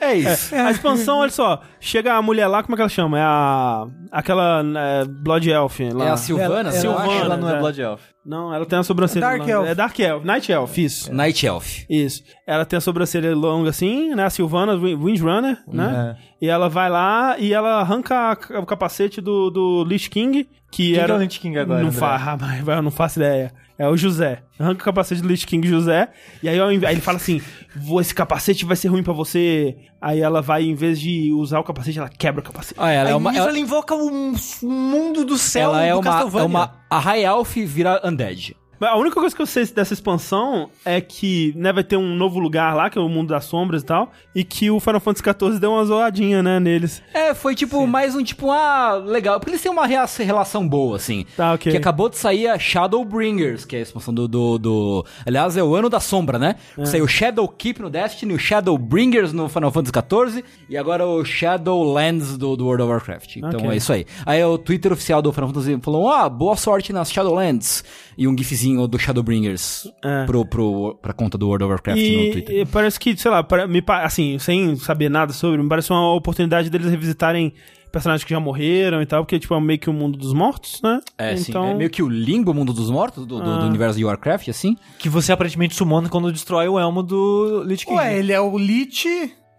[SPEAKER 4] É isso.
[SPEAKER 1] A expansão, olha só. Chega a mulher lá, como é que ela chama? É a. Aquela. é, Blood Elf. Lá.
[SPEAKER 4] É a Silvana,
[SPEAKER 1] Ela-
[SPEAKER 4] sei lá,
[SPEAKER 1] Silvana.
[SPEAKER 3] Ela não é
[SPEAKER 1] é.
[SPEAKER 3] Blood Elf.
[SPEAKER 1] Não, ela tem a sobrancelha.
[SPEAKER 2] Dark
[SPEAKER 1] longa.
[SPEAKER 2] Elf.
[SPEAKER 1] É Dark Elf. Night Elf, isso.
[SPEAKER 4] É. Night Elf.
[SPEAKER 1] Isso. Ela tem a sobrancelha longa assim, né? A Silvana, Win- Windrunner, né?
[SPEAKER 4] É.
[SPEAKER 1] E ela vai lá e ela arranca a ca- o capacete do, do Lich King, que
[SPEAKER 3] Quem que
[SPEAKER 1] era.
[SPEAKER 3] é o Lich King agora?
[SPEAKER 1] Não
[SPEAKER 3] André?
[SPEAKER 1] fa... ah, mas eu não faço ideia. É o José. Arranca o capacete do Lich King José. E aí, ao inve- aí ele fala assim: "Vou- esse capacete vai ser ruim pra você. Aí ela vai, em vez de usar o capacete, ela quebra o capacete.
[SPEAKER 4] Ah, ela
[SPEAKER 3] Aí
[SPEAKER 4] é uma.
[SPEAKER 3] nisso
[SPEAKER 4] Ela,
[SPEAKER 3] ela invoca o um mundo do céu
[SPEAKER 4] ela
[SPEAKER 3] do
[SPEAKER 4] é uma. É
[SPEAKER 3] Castlevania.
[SPEAKER 4] uma a High Elf vira Undead.
[SPEAKER 1] Mas A única coisa que eu sei dessa expansão é que né, vai ter um novo lugar lá, que é o mundo das sombras e tal. E que o Final Fantasy XIV deu uma zoadinha, né, neles.
[SPEAKER 4] É, foi tipo mais um tipo, ah, legal. Porque eles têm uma rea- relação boa, assim.
[SPEAKER 1] Tá, ok.
[SPEAKER 4] Que acabou de sair a Shadowbringers, que é a expansão do. do, do- Aliás, é o ano da sombra, né?
[SPEAKER 1] É.
[SPEAKER 4] Saiu o Shadow Keep no Destiny, o Shadowbringers no Final Fantasy XIV e agora o Shadowlands do, do World of Warcraft. Então
[SPEAKER 1] Ok.
[SPEAKER 4] é isso aí. Aí o Twitter oficial do Final Fantasy falou: ah, boa sorte nas Shadowlands. E um gifzinho do Shadowbringers
[SPEAKER 1] É.
[SPEAKER 4] pro, pro, pra conta do World of Warcraft no Twitter.
[SPEAKER 1] E, e parece que, sei lá, para- me, pa- assim, sem saber nada sobre, me parece uma oportunidade deles revisitarem personagens que já morreram e tal, porque, tipo, é meio que o mundo dos mortos, né?
[SPEAKER 4] É, sim. É meio que o limbo, o mundo dos mortos, do, do-
[SPEAKER 1] Ah.
[SPEAKER 4] do universo de Warcraft, assim.
[SPEAKER 3] Que você aparentemente sumona quando destrói o elmo do Lich King.
[SPEAKER 2] Ué, ele é o Lich,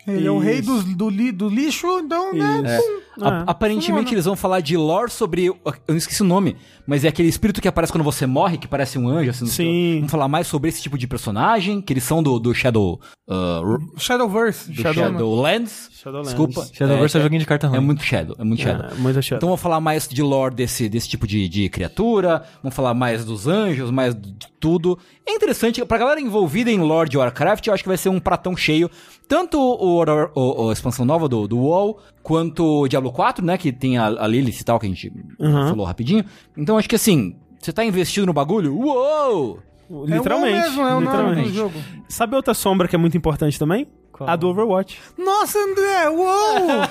[SPEAKER 2] ele é o
[SPEAKER 1] Isso.
[SPEAKER 2] rei dos- do, li- do lixo, então, né?
[SPEAKER 1] é.
[SPEAKER 4] É. A- aparentemente eles vão falar de lore sobre. Eu não esqueci o nome, mas é aquele espírito que aparece quando você morre, que parece um anjo, assim. não sei o quê.
[SPEAKER 1] Sim.
[SPEAKER 4] Vamos falar mais sobre esse tipo de personagem, que eles são do, do Shadow. ah, ro-
[SPEAKER 2] Shadowverse. É
[SPEAKER 4] do
[SPEAKER 2] chama.
[SPEAKER 4] Shadowlands.
[SPEAKER 1] Shadowlands.
[SPEAKER 4] Desculpa.
[SPEAKER 3] Shadowverse é,
[SPEAKER 4] é,
[SPEAKER 3] joguinho de carta ruim.
[SPEAKER 4] é muito Shadow, é muito Shadow.
[SPEAKER 1] É, muito chato.
[SPEAKER 4] Então vamos falar mais de lore desse, desse tipo de, de criatura, vamos falar mais dos anjos, mais de tudo. É interessante, pra galera envolvida em lore de Warcraft, eu acho que vai ser um pratão cheio. Tanto o, War- o- o- a expansão nova do, do WoW, quanto o Diablo 4, né, que tem a, a Lilith e tal, que a gente
[SPEAKER 1] Uhum.
[SPEAKER 4] falou rapidinho. Então acho que assim, você tá investido no bagulho? Uou!
[SPEAKER 1] literalmente.
[SPEAKER 2] É o mesmo, é o nome do
[SPEAKER 1] literalmente.
[SPEAKER 2] jogo.
[SPEAKER 1] Sabe outra sombra que é muito importante também?
[SPEAKER 3] Qual?
[SPEAKER 1] A do Overwatch.
[SPEAKER 2] Nossa, André, uou!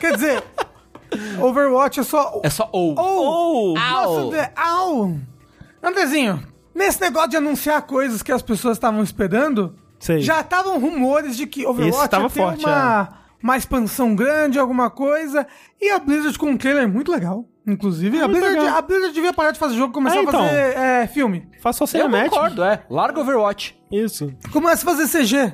[SPEAKER 2] Quer dizer, Overwatch é só...
[SPEAKER 4] É só ou.
[SPEAKER 2] Oh!
[SPEAKER 1] Oh!
[SPEAKER 2] Nossa,
[SPEAKER 4] Au!
[SPEAKER 2] André, au! Andrezinho, nesse negócio de anunciar coisas que as pessoas estavam esperando,
[SPEAKER 1] Sei.
[SPEAKER 2] já estavam rumores de que
[SPEAKER 1] Esse
[SPEAKER 2] Overwatch
[SPEAKER 1] tava
[SPEAKER 2] ia ter
[SPEAKER 1] forte,
[SPEAKER 2] uma, uma expansão grande, alguma coisa, e a Blizzard com um trailer muito legal, inclusive. a,
[SPEAKER 1] Muito
[SPEAKER 2] Blizzard,
[SPEAKER 1] legal.
[SPEAKER 2] a Blizzard devia parar de fazer jogo e começar
[SPEAKER 1] É, então.
[SPEAKER 2] a fazer é, filme.
[SPEAKER 1] Faça o
[SPEAKER 4] Eu
[SPEAKER 1] cinematic.
[SPEAKER 4] concordo, é. Larga Overwatch.
[SPEAKER 1] Isso.
[SPEAKER 2] Começa a fazer CG,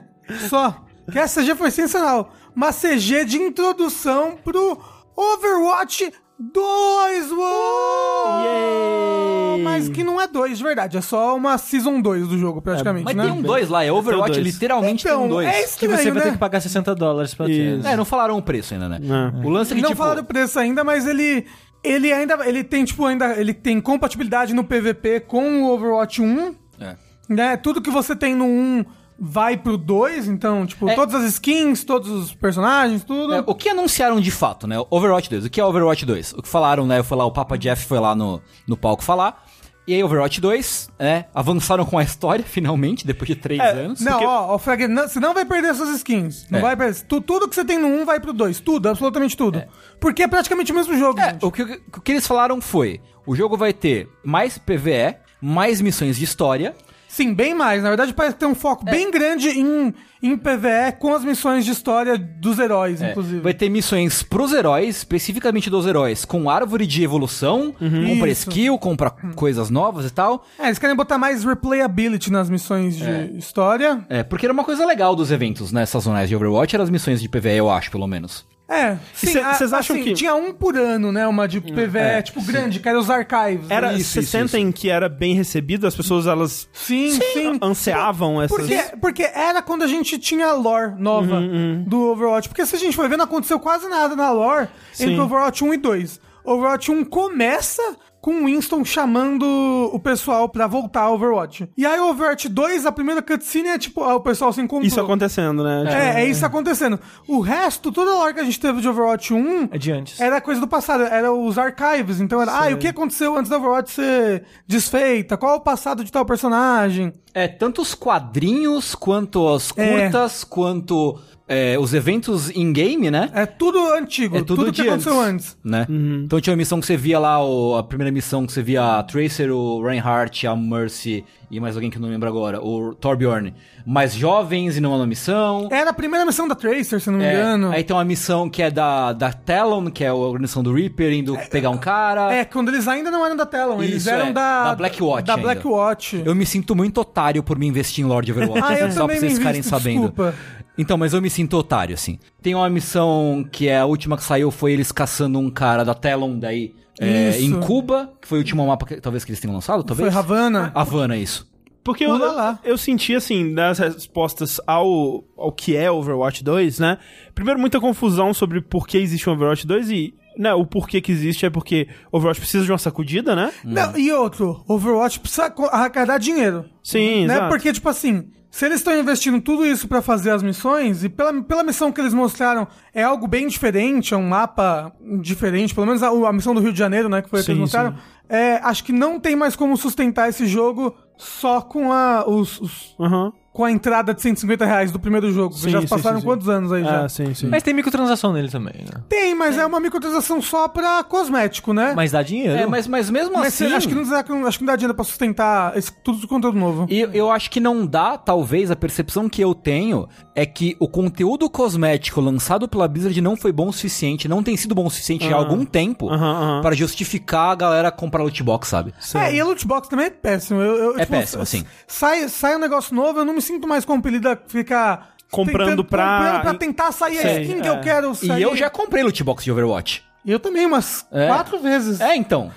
[SPEAKER 2] só. Que essa CG foi sensacional. Uma CG de introdução pro Overwatch 2, uou!
[SPEAKER 1] Yay!
[SPEAKER 2] Mas que não é 2 de verdade, é só uma Season 2 do jogo, praticamente,
[SPEAKER 4] Mas
[SPEAKER 2] né?
[SPEAKER 4] tem um 2 lá, é Overwatch,
[SPEAKER 1] dois.
[SPEAKER 4] literalmente tem um
[SPEAKER 2] então,
[SPEAKER 4] 2.
[SPEAKER 2] é
[SPEAKER 3] Que
[SPEAKER 2] estranho,
[SPEAKER 3] você vai ter
[SPEAKER 2] né?
[SPEAKER 3] que pagar 60 dólares pra ter.
[SPEAKER 1] Isso.
[SPEAKER 4] É, não falaram o preço ainda, né?
[SPEAKER 1] É.
[SPEAKER 4] O lance é que,
[SPEAKER 2] Não
[SPEAKER 4] tipo,
[SPEAKER 2] falaram o preço ainda, mas ele... Ele ainda... Ele tem, tipo, ainda... Ele tem compatibilidade no PVP com o Overwatch 1,
[SPEAKER 4] É.
[SPEAKER 2] né? Tudo que você tem no 1 vai pro 2, então, tipo,
[SPEAKER 4] É.
[SPEAKER 2] todas as skins, todos os personagens, tudo.
[SPEAKER 4] É, o que anunciaram de fato, né? Overwatch 2. O que é Overwatch 2? O que falaram, né? Eu fui lá, o Papa Jeff foi lá no, no palco falar. E aí, Overwatch 2, né? Avançaram com a história, <laughs> finalmente, depois de três
[SPEAKER 2] É,
[SPEAKER 4] anos.
[SPEAKER 2] Não, ó, ó, Frag, não, você não vai perder suas skins. Não
[SPEAKER 4] É.
[SPEAKER 2] vai perder. Tu- tudo que você tem no 1 vai pro 2. Tudo, absolutamente tudo. Porque é praticamente o mesmo jogo,
[SPEAKER 4] É,
[SPEAKER 2] gente.
[SPEAKER 4] o que, o que eles falaram foi: o jogo vai ter mais PVE, mais missões de história.
[SPEAKER 2] Sim, bem mais. Na verdade, parece ter um foco
[SPEAKER 4] É.
[SPEAKER 2] bem grande em, em PVE com as missões de história dos heróis,
[SPEAKER 4] é,
[SPEAKER 2] inclusive.
[SPEAKER 4] Vai ter missões pros heróis, especificamente dos heróis, com árvore de evolução, compra
[SPEAKER 2] Uhum. Isso.
[SPEAKER 4] skill, compra coisas novas e tal.
[SPEAKER 2] É, eles querem botar mais replayability nas missões de
[SPEAKER 1] É.
[SPEAKER 2] história.
[SPEAKER 4] É, porque era uma coisa legal dos eventos, né, sazonais de Overwatch, eram as missões de PvE, eu acho, pelo menos.
[SPEAKER 2] É, sim,
[SPEAKER 1] cê-
[SPEAKER 2] a-
[SPEAKER 1] cês acham
[SPEAKER 2] assim,
[SPEAKER 1] que- Hum,
[SPEAKER 2] tinha um por ano, né? Uma de PVE,
[SPEAKER 4] é,
[SPEAKER 2] tipo, grande, que era os archives.
[SPEAKER 1] Era,
[SPEAKER 2] né?
[SPEAKER 1] vocês sentem que era bem recebido? As pessoas, elas
[SPEAKER 2] Sim, sim.
[SPEAKER 1] ansiavam essas... Uhum,
[SPEAKER 2] Porque, porque era quando a gente tinha lore nova do Overwatch. Porque se a gente for ver, não aconteceu quase nada na lore
[SPEAKER 1] Sim.
[SPEAKER 2] entre Overwatch 1 e 2. Overwatch 1 começa com o Winston chamando o pessoal pra voltar ao Overwatch. E aí o Overwatch 2, a primeira cutscene é tipo, ah, o pessoal se encontrou.
[SPEAKER 1] Isso acontecendo, né?
[SPEAKER 2] É, é isso acontecendo. O resto, toda a lore que a gente teve de Overwatch 1
[SPEAKER 3] Adiante.
[SPEAKER 2] era coisa do passado, era os archives. Então era, ah, e o que aconteceu antes da Overwatch ser desfeita? Qual é o passado de tal personagem?
[SPEAKER 4] É, tanto os quadrinhos, quanto as
[SPEAKER 2] É.
[SPEAKER 4] curtas, quanto é, os eventos in-game, né?
[SPEAKER 2] É tudo antigo,
[SPEAKER 4] É
[SPEAKER 2] tudo,
[SPEAKER 4] tudo
[SPEAKER 2] que
[SPEAKER 4] de
[SPEAKER 2] aconteceu antes.
[SPEAKER 4] antes. Né?
[SPEAKER 2] Uhum.
[SPEAKER 4] Então tinha uma missão que você via lá, o- a primeira missão que você via a Tracer, o Reinhardt, a Mercy e mais alguém que eu não lembro agora, o Torbjorn. Mais jovens e numa missão.
[SPEAKER 2] Era a primeira missão da Tracer, se É, não me
[SPEAKER 4] É,
[SPEAKER 2] engano.
[SPEAKER 4] Aí tem uma missão que é da, da Talon, que é a organização do Reaper, indo pegar um cara.
[SPEAKER 2] É, quando eles ainda não eram da Talon, eles
[SPEAKER 4] Isso,
[SPEAKER 2] eram
[SPEAKER 4] é,
[SPEAKER 2] da...
[SPEAKER 4] da Black Watch
[SPEAKER 2] Da
[SPEAKER 4] ainda.
[SPEAKER 2] Black Watch.
[SPEAKER 4] Eu me sinto muito otário por me investir em Lord Overwatch.
[SPEAKER 2] <laughs> Ah, eu
[SPEAKER 4] só
[SPEAKER 2] também
[SPEAKER 4] pra vocês
[SPEAKER 2] me
[SPEAKER 4] ficarem
[SPEAKER 2] invisto,
[SPEAKER 4] sabendo.
[SPEAKER 2] desculpa.
[SPEAKER 4] Então, mas eu me sinto otário, assim. Tem uma missão que é a última que saiu, foi eles caçando um cara da Telon daí é,
[SPEAKER 2] Isso.
[SPEAKER 4] em Cuba, que foi o último mapa que talvez que eles tenham lançado,
[SPEAKER 2] Foi
[SPEAKER 4] talvez?
[SPEAKER 2] Havana.
[SPEAKER 4] Havana, isso.
[SPEAKER 1] Porque eu,
[SPEAKER 2] Olha lá.
[SPEAKER 1] eu senti, assim, das respostas ao, ao que é Overwatch 2, né? Primeiro, muita confusão sobre por que existe um Overwatch 2 e, né, o porquê que existe é porque Overwatch precisa de uma sacudida, né?
[SPEAKER 2] Não, e outro, Overwatch precisa co- arrecadar dinheiro.
[SPEAKER 1] Sim,
[SPEAKER 2] né?
[SPEAKER 1] exato.
[SPEAKER 2] Porque, tipo assim, se eles estão investindo tudo isso pra fazer as missões, e pela, pela missão que eles mostraram é algo bem diferente, é um mapa diferente, pelo menos a, a missão do Rio de Janeiro, né, que foi a que
[SPEAKER 1] Sim,
[SPEAKER 2] eles mostraram,
[SPEAKER 1] sim.
[SPEAKER 2] é, acho que não tem mais como sustentar esse jogo só com a, os- os,
[SPEAKER 1] Aham.
[SPEAKER 2] com a entrada de 150 reais do primeiro jogo.
[SPEAKER 1] Sim,
[SPEAKER 2] já
[SPEAKER 1] sim,
[SPEAKER 2] passaram
[SPEAKER 1] sim, sim.
[SPEAKER 2] quantos anos aí já?
[SPEAKER 1] Ah, sim, sim.
[SPEAKER 3] Mas tem microtransação nele também, né?
[SPEAKER 2] Tem, mas é uma microtransação só pra cosmético, né?
[SPEAKER 3] Mas dá dinheiro.
[SPEAKER 4] É, mas, mas mesmo
[SPEAKER 2] Mas
[SPEAKER 4] assim.
[SPEAKER 2] você- acho, que não dá, acho que não dá dinheiro pra sustentar esse, tudo o conteúdo novo.
[SPEAKER 4] E eu acho que não dá, talvez, a percepção que eu tenho é que o conteúdo cosmético lançado pela Blizzard não foi bom o suficiente, não tem sido bom o suficiente
[SPEAKER 2] Ah.
[SPEAKER 4] já há algum tempo
[SPEAKER 1] Aham, aham.
[SPEAKER 4] pra justificar a galera comprar loot box, sabe?
[SPEAKER 2] É, e a loot box também é péssimo. Eu, eu,
[SPEAKER 4] É péssimo, sim.
[SPEAKER 2] Sai, sai um negócio novo, eu não me sinto mais compelido a ficar...
[SPEAKER 1] Comprando
[SPEAKER 2] tentando-
[SPEAKER 1] pra-
[SPEAKER 2] comprando pra tentar sair a
[SPEAKER 1] Sei,
[SPEAKER 2] skin
[SPEAKER 1] é.
[SPEAKER 2] que eu quero sair.
[SPEAKER 4] E eu já comprei loot box de Overwatch.
[SPEAKER 2] Eu também, umas
[SPEAKER 4] É.
[SPEAKER 2] quatro vezes.
[SPEAKER 4] É, então.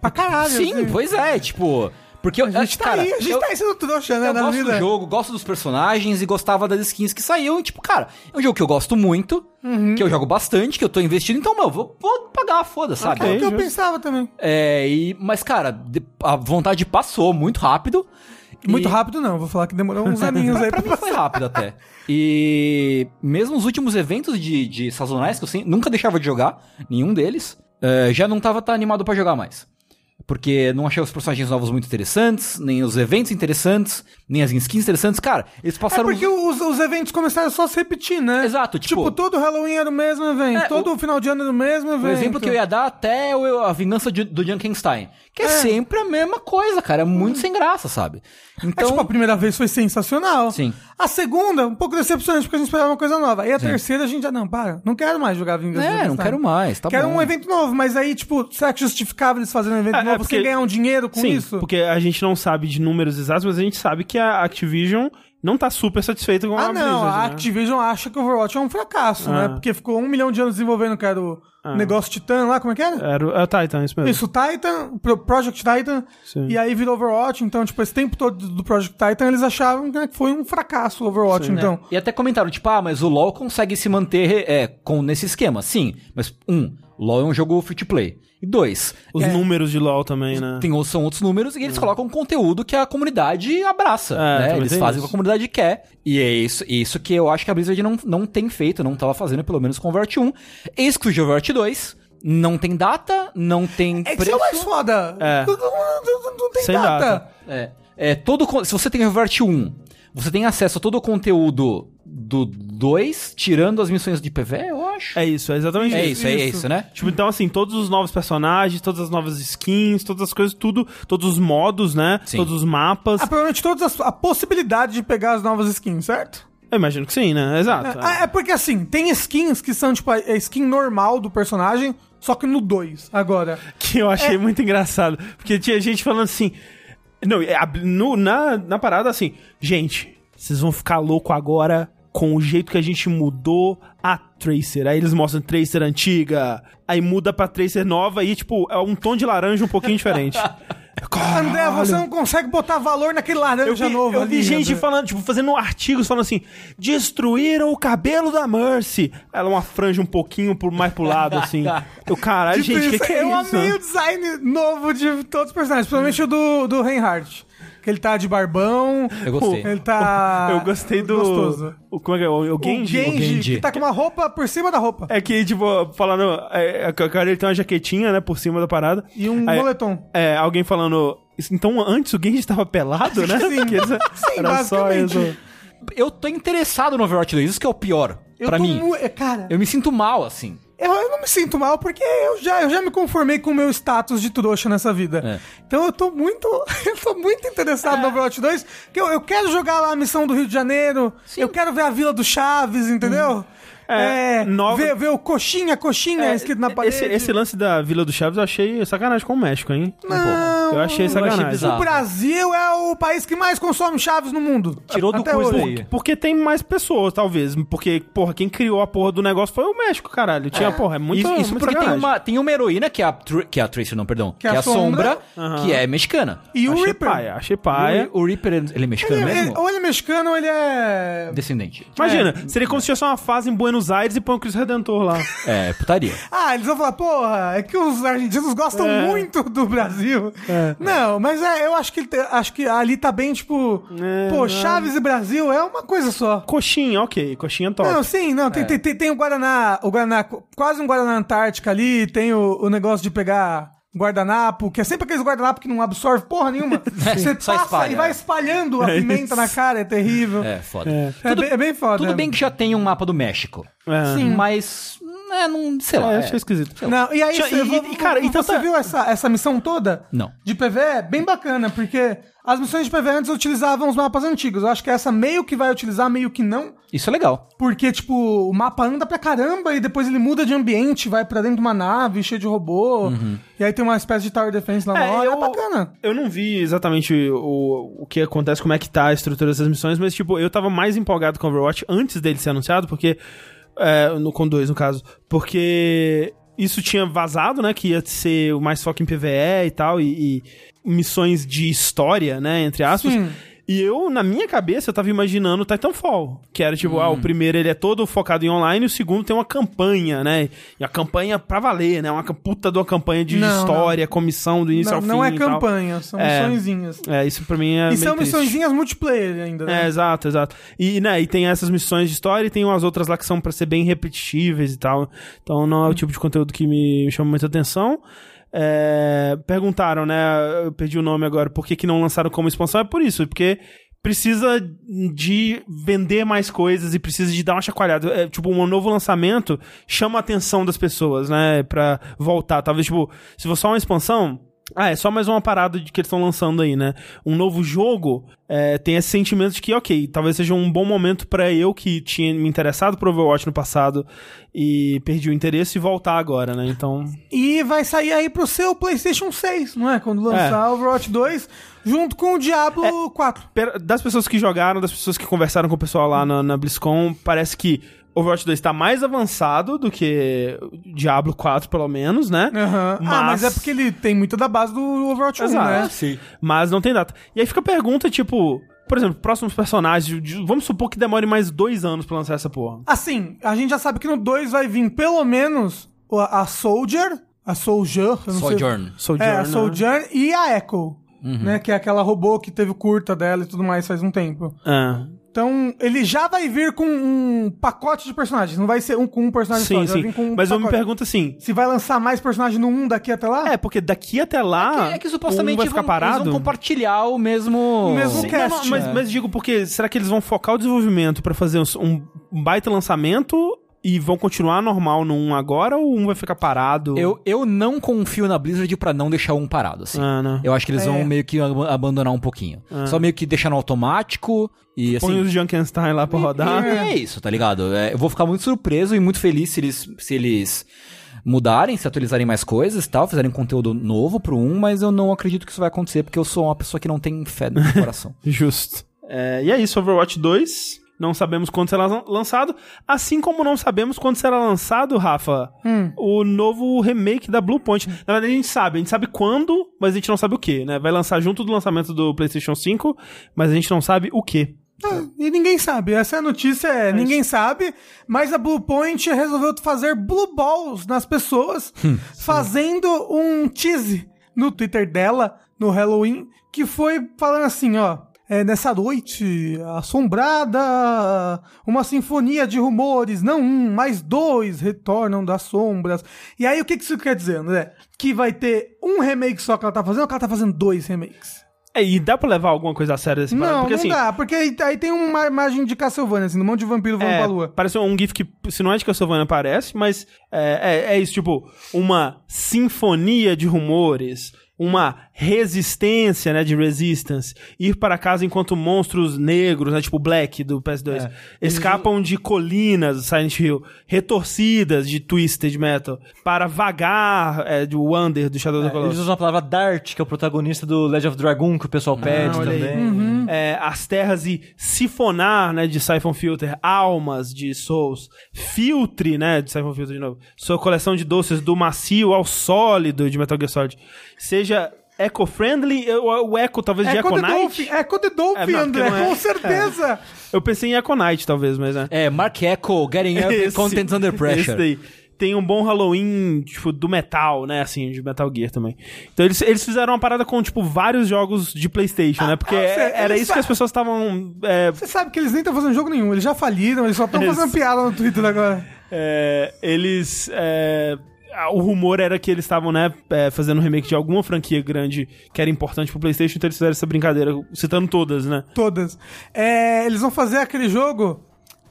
[SPEAKER 2] Pra caralho.
[SPEAKER 4] Sim,
[SPEAKER 2] assim.
[SPEAKER 4] pois é, tipo. Porque eu,
[SPEAKER 2] A gente tá
[SPEAKER 4] cara,
[SPEAKER 2] aí, a gente
[SPEAKER 4] eu,
[SPEAKER 2] tá aí sendo trouxa, né,
[SPEAKER 4] eu
[SPEAKER 2] na
[SPEAKER 4] gosto
[SPEAKER 2] vida.
[SPEAKER 4] do jogo, gosto dos personagens e gostava das skins que saíam. E, tipo, cara, é um jogo que eu gosto muito,
[SPEAKER 2] Uhum.
[SPEAKER 4] que eu jogo bastante, que eu tô investindo, então, mano, vou, vou pagar, foda-se,
[SPEAKER 2] É
[SPEAKER 4] sabe?
[SPEAKER 2] o que eu
[SPEAKER 1] justo.
[SPEAKER 2] pensava também.
[SPEAKER 4] É, e, mas, cara, de- a vontade passou muito rápido.
[SPEAKER 2] Muito
[SPEAKER 4] E-
[SPEAKER 2] rápido não, vou falar que demorou uns
[SPEAKER 4] <laughs>
[SPEAKER 2] aninhos aí
[SPEAKER 4] Pra mim foi rápido até. E mesmo os últimos eventos de, de sazonais, que eu sem- nunca deixava de jogar, nenhum deles, eh, já não tava tão animado pra jogar mais. Porque não achei os personagens novos muito interessantes, nem os eventos interessantes, nem as skins interessantes. Cara, eles
[SPEAKER 2] É
[SPEAKER 4] passaram.
[SPEAKER 2] porque os, os eventos começaram só a se repetir, né?
[SPEAKER 4] Exato,
[SPEAKER 2] Tipo,
[SPEAKER 4] tipo.
[SPEAKER 2] todo Halloween era o mesmo evento,
[SPEAKER 4] É,
[SPEAKER 2] todo final de ano era o mesmo evento.
[SPEAKER 4] o exemplo que eu ia dar até o- a vingança de- do Junkenstein. Que é, sempre a mesma coisa, cara. É muito sem graça, sabe?
[SPEAKER 2] Hum. É, tipo, a
[SPEAKER 4] Então.
[SPEAKER 2] primeira vez foi sensacional.
[SPEAKER 4] Sim.
[SPEAKER 2] A segunda, um pouco decepcionante, porque a gente esperava uma coisa nova. E a terceira, a gente já, não, para, não quero mais jogar Vingança do
[SPEAKER 4] É, não
[SPEAKER 2] Frankenstein.
[SPEAKER 4] quero mais, tá
[SPEAKER 2] quero
[SPEAKER 4] bom.
[SPEAKER 2] um evento novo, mas aí, tipo, será que justificava eles fazerem um evento
[SPEAKER 1] É, é,
[SPEAKER 2] novo
[SPEAKER 1] porque-
[SPEAKER 2] sem ganhar um dinheiro com
[SPEAKER 1] Sim,
[SPEAKER 2] isso?
[SPEAKER 1] porque a gente não sabe de números exatos, mas a gente sabe que a Activision não tá super satisfeita com a
[SPEAKER 2] Ah, não,
[SPEAKER 1] Blizzard,
[SPEAKER 2] a
[SPEAKER 1] né?
[SPEAKER 2] Activision acha que o Overwatch é um fracasso, né?
[SPEAKER 1] Ah.
[SPEAKER 2] Porque ficou um milhão de anos desenvolvendo, cara, o negócio Titan lá, como é que era?
[SPEAKER 1] Era o, é o Titan, isso mesmo.
[SPEAKER 2] Isso, o Titan, pro Project Titan,
[SPEAKER 1] Sim.
[SPEAKER 2] e aí virou Overwatch. Então, tipo, esse tempo todo do Project Titan, eles achavam né, que foi um fracasso o Overwatch, então.
[SPEAKER 4] E até comentaram, tipo, ah, mas o LoL consegue se manter é, com, nesse esquema. Sim, mas um, o LoL é um jogo free to play. E dois,
[SPEAKER 1] Os
[SPEAKER 2] É.
[SPEAKER 1] números de LoL também, né?
[SPEAKER 4] tem, ou- são outros números e eles colocam um conteúdo que a comunidade
[SPEAKER 2] É,
[SPEAKER 4] abraça. né?
[SPEAKER 2] tipo,
[SPEAKER 1] também
[SPEAKER 4] Eles
[SPEAKER 1] tem
[SPEAKER 4] fazem o
[SPEAKER 1] isso.
[SPEAKER 4] que a comunidade quer. E é isso, isso que eu acho que a Blizzard não, não tem feito, não tava fazendo, pelo menos com o Overwatch 1. Eis que surgiu o Overwatch 2, não tem data, não tem
[SPEAKER 2] É que isso é
[SPEAKER 4] preço.
[SPEAKER 2] o mais foda.
[SPEAKER 1] É.
[SPEAKER 2] Não, não- não- não tem
[SPEAKER 1] Sem
[SPEAKER 2] data.
[SPEAKER 1] data.
[SPEAKER 4] É, é todo, con- se você tem Revert 1, você tem acesso a todo o conteúdo do 2, tirando as missões de PV, eu acho.
[SPEAKER 1] É isso, é exatamente
[SPEAKER 4] É
[SPEAKER 1] isso.
[SPEAKER 4] isso, é isso, né?
[SPEAKER 1] Tipo, então, assim, todos os novos personagens, todas as novas skins, todas as coisas, tudo, todos os modos, né?
[SPEAKER 4] Sim.
[SPEAKER 1] Todos os mapas.
[SPEAKER 2] Ah, provavelmente todas as, a possibilidade de pegar as novas skins, certo?
[SPEAKER 1] Eu imagino que sim, né? Exato.
[SPEAKER 2] Ah, é porque assim, tem skins que são tipo a a skin normal do personagem, só que no 2 agora.
[SPEAKER 1] Que eu
[SPEAKER 2] é.
[SPEAKER 1] achei muito engraçado. Porque tinha gente falando assim. Não, é, a- no- na, na parada assim, gente, vocês vão ficar louco agora com o jeito que a gente mudou a Tracer. Aí eles mostram Tracer antiga, aí muda pra Tracer nova e, tipo, é um tom de laranja um pouquinho diferente. Caralho.
[SPEAKER 2] <laughs> André, você não consegue botar valor naquele
[SPEAKER 1] Eu
[SPEAKER 2] laranja
[SPEAKER 1] vi,
[SPEAKER 2] novo
[SPEAKER 1] eu
[SPEAKER 2] ali. né?
[SPEAKER 1] vi gente
[SPEAKER 2] André.
[SPEAKER 1] falando, tipo, fazendo artigos falando assim: destruíram o cabelo da Mercy. Ela é uma franja um pouquinho por, mais pro lado,
[SPEAKER 2] <laughs>
[SPEAKER 1] assim. Eu, caralho,
[SPEAKER 2] Dito
[SPEAKER 1] gente, o que,
[SPEAKER 2] Tipo isso, um
[SPEAKER 1] que é
[SPEAKER 2] eu
[SPEAKER 1] isso?
[SPEAKER 2] amei o design novo de todos os personagens, principalmente o do, do Reinhardt. Que ele tá de barbão.
[SPEAKER 4] Eu gostei.
[SPEAKER 2] Ele tá.
[SPEAKER 1] Eu gostei do.
[SPEAKER 2] Gostoso.
[SPEAKER 1] O, como é que é? O, o
[SPEAKER 2] O
[SPEAKER 1] Genji.
[SPEAKER 2] Genji,
[SPEAKER 4] Genji.
[SPEAKER 2] que tá com uma roupa por cima da roupa.
[SPEAKER 1] É que, tipo, falando. É, é, que o cara ele tem uma jaquetinha, né, por cima da parada.
[SPEAKER 2] E um
[SPEAKER 1] Aí,
[SPEAKER 2] moletom.
[SPEAKER 1] É, alguém falando. "Isso- Então antes o Genji estava pelado, né?
[SPEAKER 2] <laughs> Sim.
[SPEAKER 1] Porque eles-
[SPEAKER 2] Sim,
[SPEAKER 1] era só
[SPEAKER 2] basicamente.
[SPEAKER 1] isso.
[SPEAKER 4] Eu tô interessado no Overwatch 2, isso que é o pior
[SPEAKER 2] Eu
[SPEAKER 4] pra
[SPEAKER 2] tô
[SPEAKER 4] mim.
[SPEAKER 2] mu- é, Cara,
[SPEAKER 4] Eu me sinto mal, assim.
[SPEAKER 2] eu, eu não me sinto mal porque eu já, eu já me conformei com o meu status de trouxa nessa vida. Então eu tô muito. <laughs> Eu tô muito interessado no Overwatch 2. Porque eu, eu quero jogar lá a missão do Rio de Janeiro. Eu quero ver a Vila do Chaves, entendeu?
[SPEAKER 1] É,
[SPEAKER 2] É,
[SPEAKER 1] nova- É,
[SPEAKER 2] ver, ver o coxinha, coxinha Tá escrito na parede.
[SPEAKER 1] Esse, esse lance da Vila do Chaves eu achei sacanagem com o México, hein?
[SPEAKER 2] Não.
[SPEAKER 1] eu achei sacanagem.
[SPEAKER 3] achei
[SPEAKER 2] O
[SPEAKER 3] bizarro.
[SPEAKER 2] Brasil é o país que mais consome chaves no mundo.
[SPEAKER 3] Tirou do
[SPEAKER 2] Até
[SPEAKER 3] cu isso
[SPEAKER 2] hoje.
[SPEAKER 3] aí.
[SPEAKER 1] Porque tem mais pessoas, talvez. Porque, porra, quem criou a porra do negócio foi o México, caralho. Tinha, porra, é muito
[SPEAKER 4] isso isso
[SPEAKER 1] muito
[SPEAKER 4] porque tem
[SPEAKER 1] sacanagem.
[SPEAKER 4] uma, tem uma heroína que é a, Tr- que é a Tracer, não, perdão. Que,
[SPEAKER 2] é
[SPEAKER 4] é
[SPEAKER 2] a
[SPEAKER 4] a Sombra,
[SPEAKER 1] Aham.
[SPEAKER 4] que é mexicana.
[SPEAKER 2] E o
[SPEAKER 1] Achei
[SPEAKER 2] Reaper.
[SPEAKER 1] paia, achei paia.
[SPEAKER 4] O, o Reaper, ele é mexicano
[SPEAKER 2] Ele- ele-
[SPEAKER 4] mesmo?
[SPEAKER 2] ou ele é mexicano ou ele é.
[SPEAKER 4] Descendente.
[SPEAKER 1] Imagina, seria como se tivesse uma fase em Buenos Aires e põe o Cristo Redentor lá.
[SPEAKER 4] É, putaria.
[SPEAKER 2] Ah, eles vão falar, porra, é que os argentinos gostam
[SPEAKER 4] É.
[SPEAKER 2] muito do Brasil. Não, mas é, eu acho que, ele te- acho que ali tá bem, tipo,
[SPEAKER 1] É,
[SPEAKER 2] pô,
[SPEAKER 1] não.
[SPEAKER 2] Chaves e Brasil é uma coisa só.
[SPEAKER 1] coxinha, ok, coxinha top.
[SPEAKER 2] Não, sim, não,
[SPEAKER 4] É.
[SPEAKER 2] tem, tem, tem, tem o Guaraná, o Guaraná, quase um Guaraná Antártica ali, tem o, o negócio de pegar guardanapo, que é sempre aqueles guardanapo que não absorve porra nenhuma. Você
[SPEAKER 4] só
[SPEAKER 2] passa
[SPEAKER 4] espalha,
[SPEAKER 2] e vai
[SPEAKER 4] <laughs> é.
[SPEAKER 2] espalhando a pimenta na cara, é terrível. É,
[SPEAKER 4] É, foda.
[SPEAKER 2] bem, é bem foda.
[SPEAKER 4] Tudo bem que já tem um mapa do México.
[SPEAKER 1] É.
[SPEAKER 4] Sim. Mas, é, não, sei lá.
[SPEAKER 1] É,
[SPEAKER 4] é.
[SPEAKER 1] achei esquisito.
[SPEAKER 2] Não, e aí,
[SPEAKER 1] Tinha-
[SPEAKER 2] você,
[SPEAKER 1] e-
[SPEAKER 2] vo-
[SPEAKER 1] e, cara,
[SPEAKER 2] vo-
[SPEAKER 1] então
[SPEAKER 2] você
[SPEAKER 1] tá-
[SPEAKER 2] viu essa, essa missão toda?
[SPEAKER 4] Não.
[SPEAKER 2] De PV é bem bacana, porque as missões de PV antes utilizavam os mapas antigos. Eu acho que essa meio que vai utilizar, meio que não.
[SPEAKER 4] Isso é legal.
[SPEAKER 2] Porque, tipo, o mapa anda pra caramba e depois ele muda de ambiente, vai pra dentro de uma nave cheia de robô. E aí tem uma espécie de tower defense lá na
[SPEAKER 1] Uhum. É,
[SPEAKER 2] hora.
[SPEAKER 1] eu-
[SPEAKER 2] É bacana.
[SPEAKER 1] Eu não vi exatamente o, o que acontece, como é que tá a estrutura dessas missões, mas, tipo, eu tava mais empolgado com Overwatch antes dele ser anunciado, porque. É, no, com dois, no caso. Porque isso tinha vazado, né? Que ia ser o mais foco em PVE e tal, e, e missões de história, né? Entre aspas.
[SPEAKER 2] Sim.
[SPEAKER 1] E eu, na minha cabeça, eu tava imaginando Titanfall. Que era tipo, ah, o primeiro ele é todo focado em online, e o segundo tem uma campanha, né? E a campanha pra valer, né? Uma ca- puta de uma campanha de
[SPEAKER 2] Não, não.
[SPEAKER 1] história, comissão do início
[SPEAKER 2] Não,
[SPEAKER 1] ao fim.
[SPEAKER 2] não é
[SPEAKER 1] e tal.
[SPEAKER 2] campanha, são
[SPEAKER 1] É.
[SPEAKER 2] missõezinhas.
[SPEAKER 1] É, isso pra mim é.
[SPEAKER 2] e
[SPEAKER 1] meio
[SPEAKER 2] são
[SPEAKER 1] triste.
[SPEAKER 2] missõezinhas multiplayer ainda, né?
[SPEAKER 1] É, exato, exato. E, né, e tem essas missões de história e tem umas outras lá que são pra ser bem repetitivas e tal. Então não é o tipo de conteúdo que me chama muita atenção. É, perguntaram, né? Eu perdi o nome agora, por que, que não lançaram como expansão? É por isso, porque precisa de vender mais coisas e precisa de dar uma chacoalhada. É, tipo, um novo lançamento chama a atenção das pessoas, né? Pra voltar. Talvez, tipo, se for só uma expansão, ah, é só mais uma parada de que eles estão lançando aí, né? Um novo jogo é, tem esse sentimento de que, ok, talvez seja um bom momento pra eu que tinha me interessado por Overwatch no passado e perdi o interesse e voltar agora, né? Então.
[SPEAKER 2] E vai sair aí pro seu PlayStation 6, não é? Quando lançar o Overwatch 2, junto com o Diablo
[SPEAKER 1] É.
[SPEAKER 2] 4.
[SPEAKER 1] pera- Das pessoas que jogaram, das pessoas que conversaram com o pessoal lá na, na BlizzCon, parece que Overwatch 2 tá mais avançado do que Diablo 4, pelo menos, né?
[SPEAKER 2] Aham. Ah, mas é porque ele tem muito da base do Overwatch 1, né?
[SPEAKER 1] Exato. Mas não tem data. E aí fica a pergunta, tipo, por exemplo, próximos personagens. de- Vamos supor que demore mais dois anos pra lançar essa porra.
[SPEAKER 2] Assim, a gente já sabe que no 2 vai vir pelo menos o- a Soldier, a Soldier, eu não sei.
[SPEAKER 4] Sojourn.
[SPEAKER 1] Sojourner.
[SPEAKER 2] É, a
[SPEAKER 1] né?
[SPEAKER 2] Soldier e a Echo,
[SPEAKER 1] Uhum.
[SPEAKER 2] né? Que é aquela robô que teve o curta dela e tudo mais faz um tempo.
[SPEAKER 1] É.
[SPEAKER 2] Então, ele já vai vir com um pacote de personagens, não vai ser um com um personagem só,
[SPEAKER 1] Sim,
[SPEAKER 2] já vai
[SPEAKER 1] sim.
[SPEAKER 2] vir com um
[SPEAKER 1] Mas eu me
[SPEAKER 2] pacote.
[SPEAKER 1] pergunto assim.
[SPEAKER 2] Se vai lançar mais personagem no 1 daqui até lá?
[SPEAKER 1] É, porque daqui até lá.
[SPEAKER 4] Ah. é que supostamente
[SPEAKER 1] um vai ficar
[SPEAKER 4] vão,
[SPEAKER 1] parado.
[SPEAKER 4] eles vão compartilhar o É. mesmo...
[SPEAKER 2] O mesmo
[SPEAKER 4] Sim.
[SPEAKER 1] Não, não,
[SPEAKER 2] cast,
[SPEAKER 1] mas,
[SPEAKER 2] né?
[SPEAKER 1] mas digo, porque será que eles vão focar o desenvolvimento pra fazer uns- um, um baita lançamento e vão continuar normal no 1 agora ou um vai ficar parado?
[SPEAKER 4] Eu, eu não confio na Blizzard pra não deixar um parado, assim.
[SPEAKER 1] Ah, né?
[SPEAKER 4] Eu acho que eles
[SPEAKER 2] É.
[SPEAKER 4] vão meio que ab- abandonar um pouquinho.
[SPEAKER 1] Ah.
[SPEAKER 4] Só meio que deixar no automático e assim.
[SPEAKER 1] Põe os Junkenstein lá pra rodar.
[SPEAKER 4] e- e é isso, tá ligado? É, eu vou ficar muito surpreso e muito feliz se eles, se eles mudarem, se atualizarem mais coisas e tal, fizerem conteúdo novo pro um, mas eu não acredito que isso vai é. acontecer, porque eu sou uma pessoa que não tem fé no meu coração.
[SPEAKER 1] Justo. É, e é isso, Overwatch 2. Não sabemos quando será lan- lançado. Assim como não sabemos quando será lançado, Rafa,
[SPEAKER 2] Hum.
[SPEAKER 1] o novo remake da Bluepoint. Na verdade, a gente sabe. A gente sabe quando, mas a gente não sabe o que, né? Vai lançar junto do lançamento do PlayStation 5, mas a gente não sabe o que.
[SPEAKER 2] Ah, e ninguém sabe. Essa é a notícia é, ninguém sabe, mas a Bluepoint resolveu fazer blue balls nas pessoas, fazendo um tease no Twitter dela, no Halloween, que foi falando assim, ó. É, nessa noite assombrada, uma sinfonia de rumores, não um, mas dois retornam das sombras. E aí, o que que isso quer dizer, André? Que vai ter um remake só que ela tá fazendo ou que ela tá fazendo dois remakes?
[SPEAKER 1] É, e dá pra levar alguma coisa a sério desse parada?
[SPEAKER 2] Não,
[SPEAKER 1] Porque
[SPEAKER 2] não
[SPEAKER 1] assim.
[SPEAKER 2] dá, porque aí, aí tem uma imagem de Castlevania, assim, um monte de vampiro voando
[SPEAKER 1] É,
[SPEAKER 2] pra lua.
[SPEAKER 1] Parece um GIF que, se não é de Castlevania, parece, mas é, é- é isso, tipo, uma sinfonia de rumores, uma resistência, né, de resistance, ir para casa enquanto monstros negros, né, tipo Black do PS2,
[SPEAKER 2] É.
[SPEAKER 1] escapam de colinas do Silent Hill, retorcidas de Twisted Metal, para vagar é, de Wander do Shadow of the
[SPEAKER 2] É,
[SPEAKER 3] Eles
[SPEAKER 1] Colossus.
[SPEAKER 3] usam a palavra Dart, que é o protagonista do Legend of Dragon, que o pessoal pede
[SPEAKER 1] olha aí.
[SPEAKER 3] também.
[SPEAKER 1] É, as terras e sifonar, né, de Siphon Filter, almas de Souls, filtre, né, de Siphon Filter de novo, sua coleção de doces do macio ao sólido de Metal Gear Solid, seja eco-friendly, ou o eco talvez de
[SPEAKER 2] Code
[SPEAKER 1] Econite?
[SPEAKER 2] Dolphin, é Code Dolphin,
[SPEAKER 1] É, não,
[SPEAKER 2] André,
[SPEAKER 1] porque não é.
[SPEAKER 2] com certeza.
[SPEAKER 1] Eu pensei em Econite talvez, mas
[SPEAKER 4] <laughs>
[SPEAKER 1] né.
[SPEAKER 4] <laughs> É, Mark
[SPEAKER 1] <laughs>
[SPEAKER 4] Echo, Getting Up,
[SPEAKER 1] Esse-
[SPEAKER 4] Contents Under
[SPEAKER 1] esse
[SPEAKER 4] Pressure.
[SPEAKER 1] daí. Tem um bom Halloween, tipo, do metal, né? Assim, de Metal Gear também. Então eles, eles fizeram uma parada com, tipo, vários jogos de Playstation, né? Porque
[SPEAKER 2] ah, você-
[SPEAKER 1] é- era
[SPEAKER 2] eles
[SPEAKER 1] isso que
[SPEAKER 2] fa-
[SPEAKER 1] as pessoas estavam é,
[SPEAKER 2] Você sabe que eles nem estão fazendo jogo nenhum, eles já faliram, eles só estão
[SPEAKER 1] Eles-
[SPEAKER 2] fazendo piada no Twitter agora.
[SPEAKER 1] É, eles. é, ah, o rumor era que eles estavam, né, é, fazendo um remake de alguma franquia grande que era importante pro PlayStation, então eles fizeram essa brincadeira, citando todas, né?
[SPEAKER 2] Todas. É, eles vão fazer aquele jogo,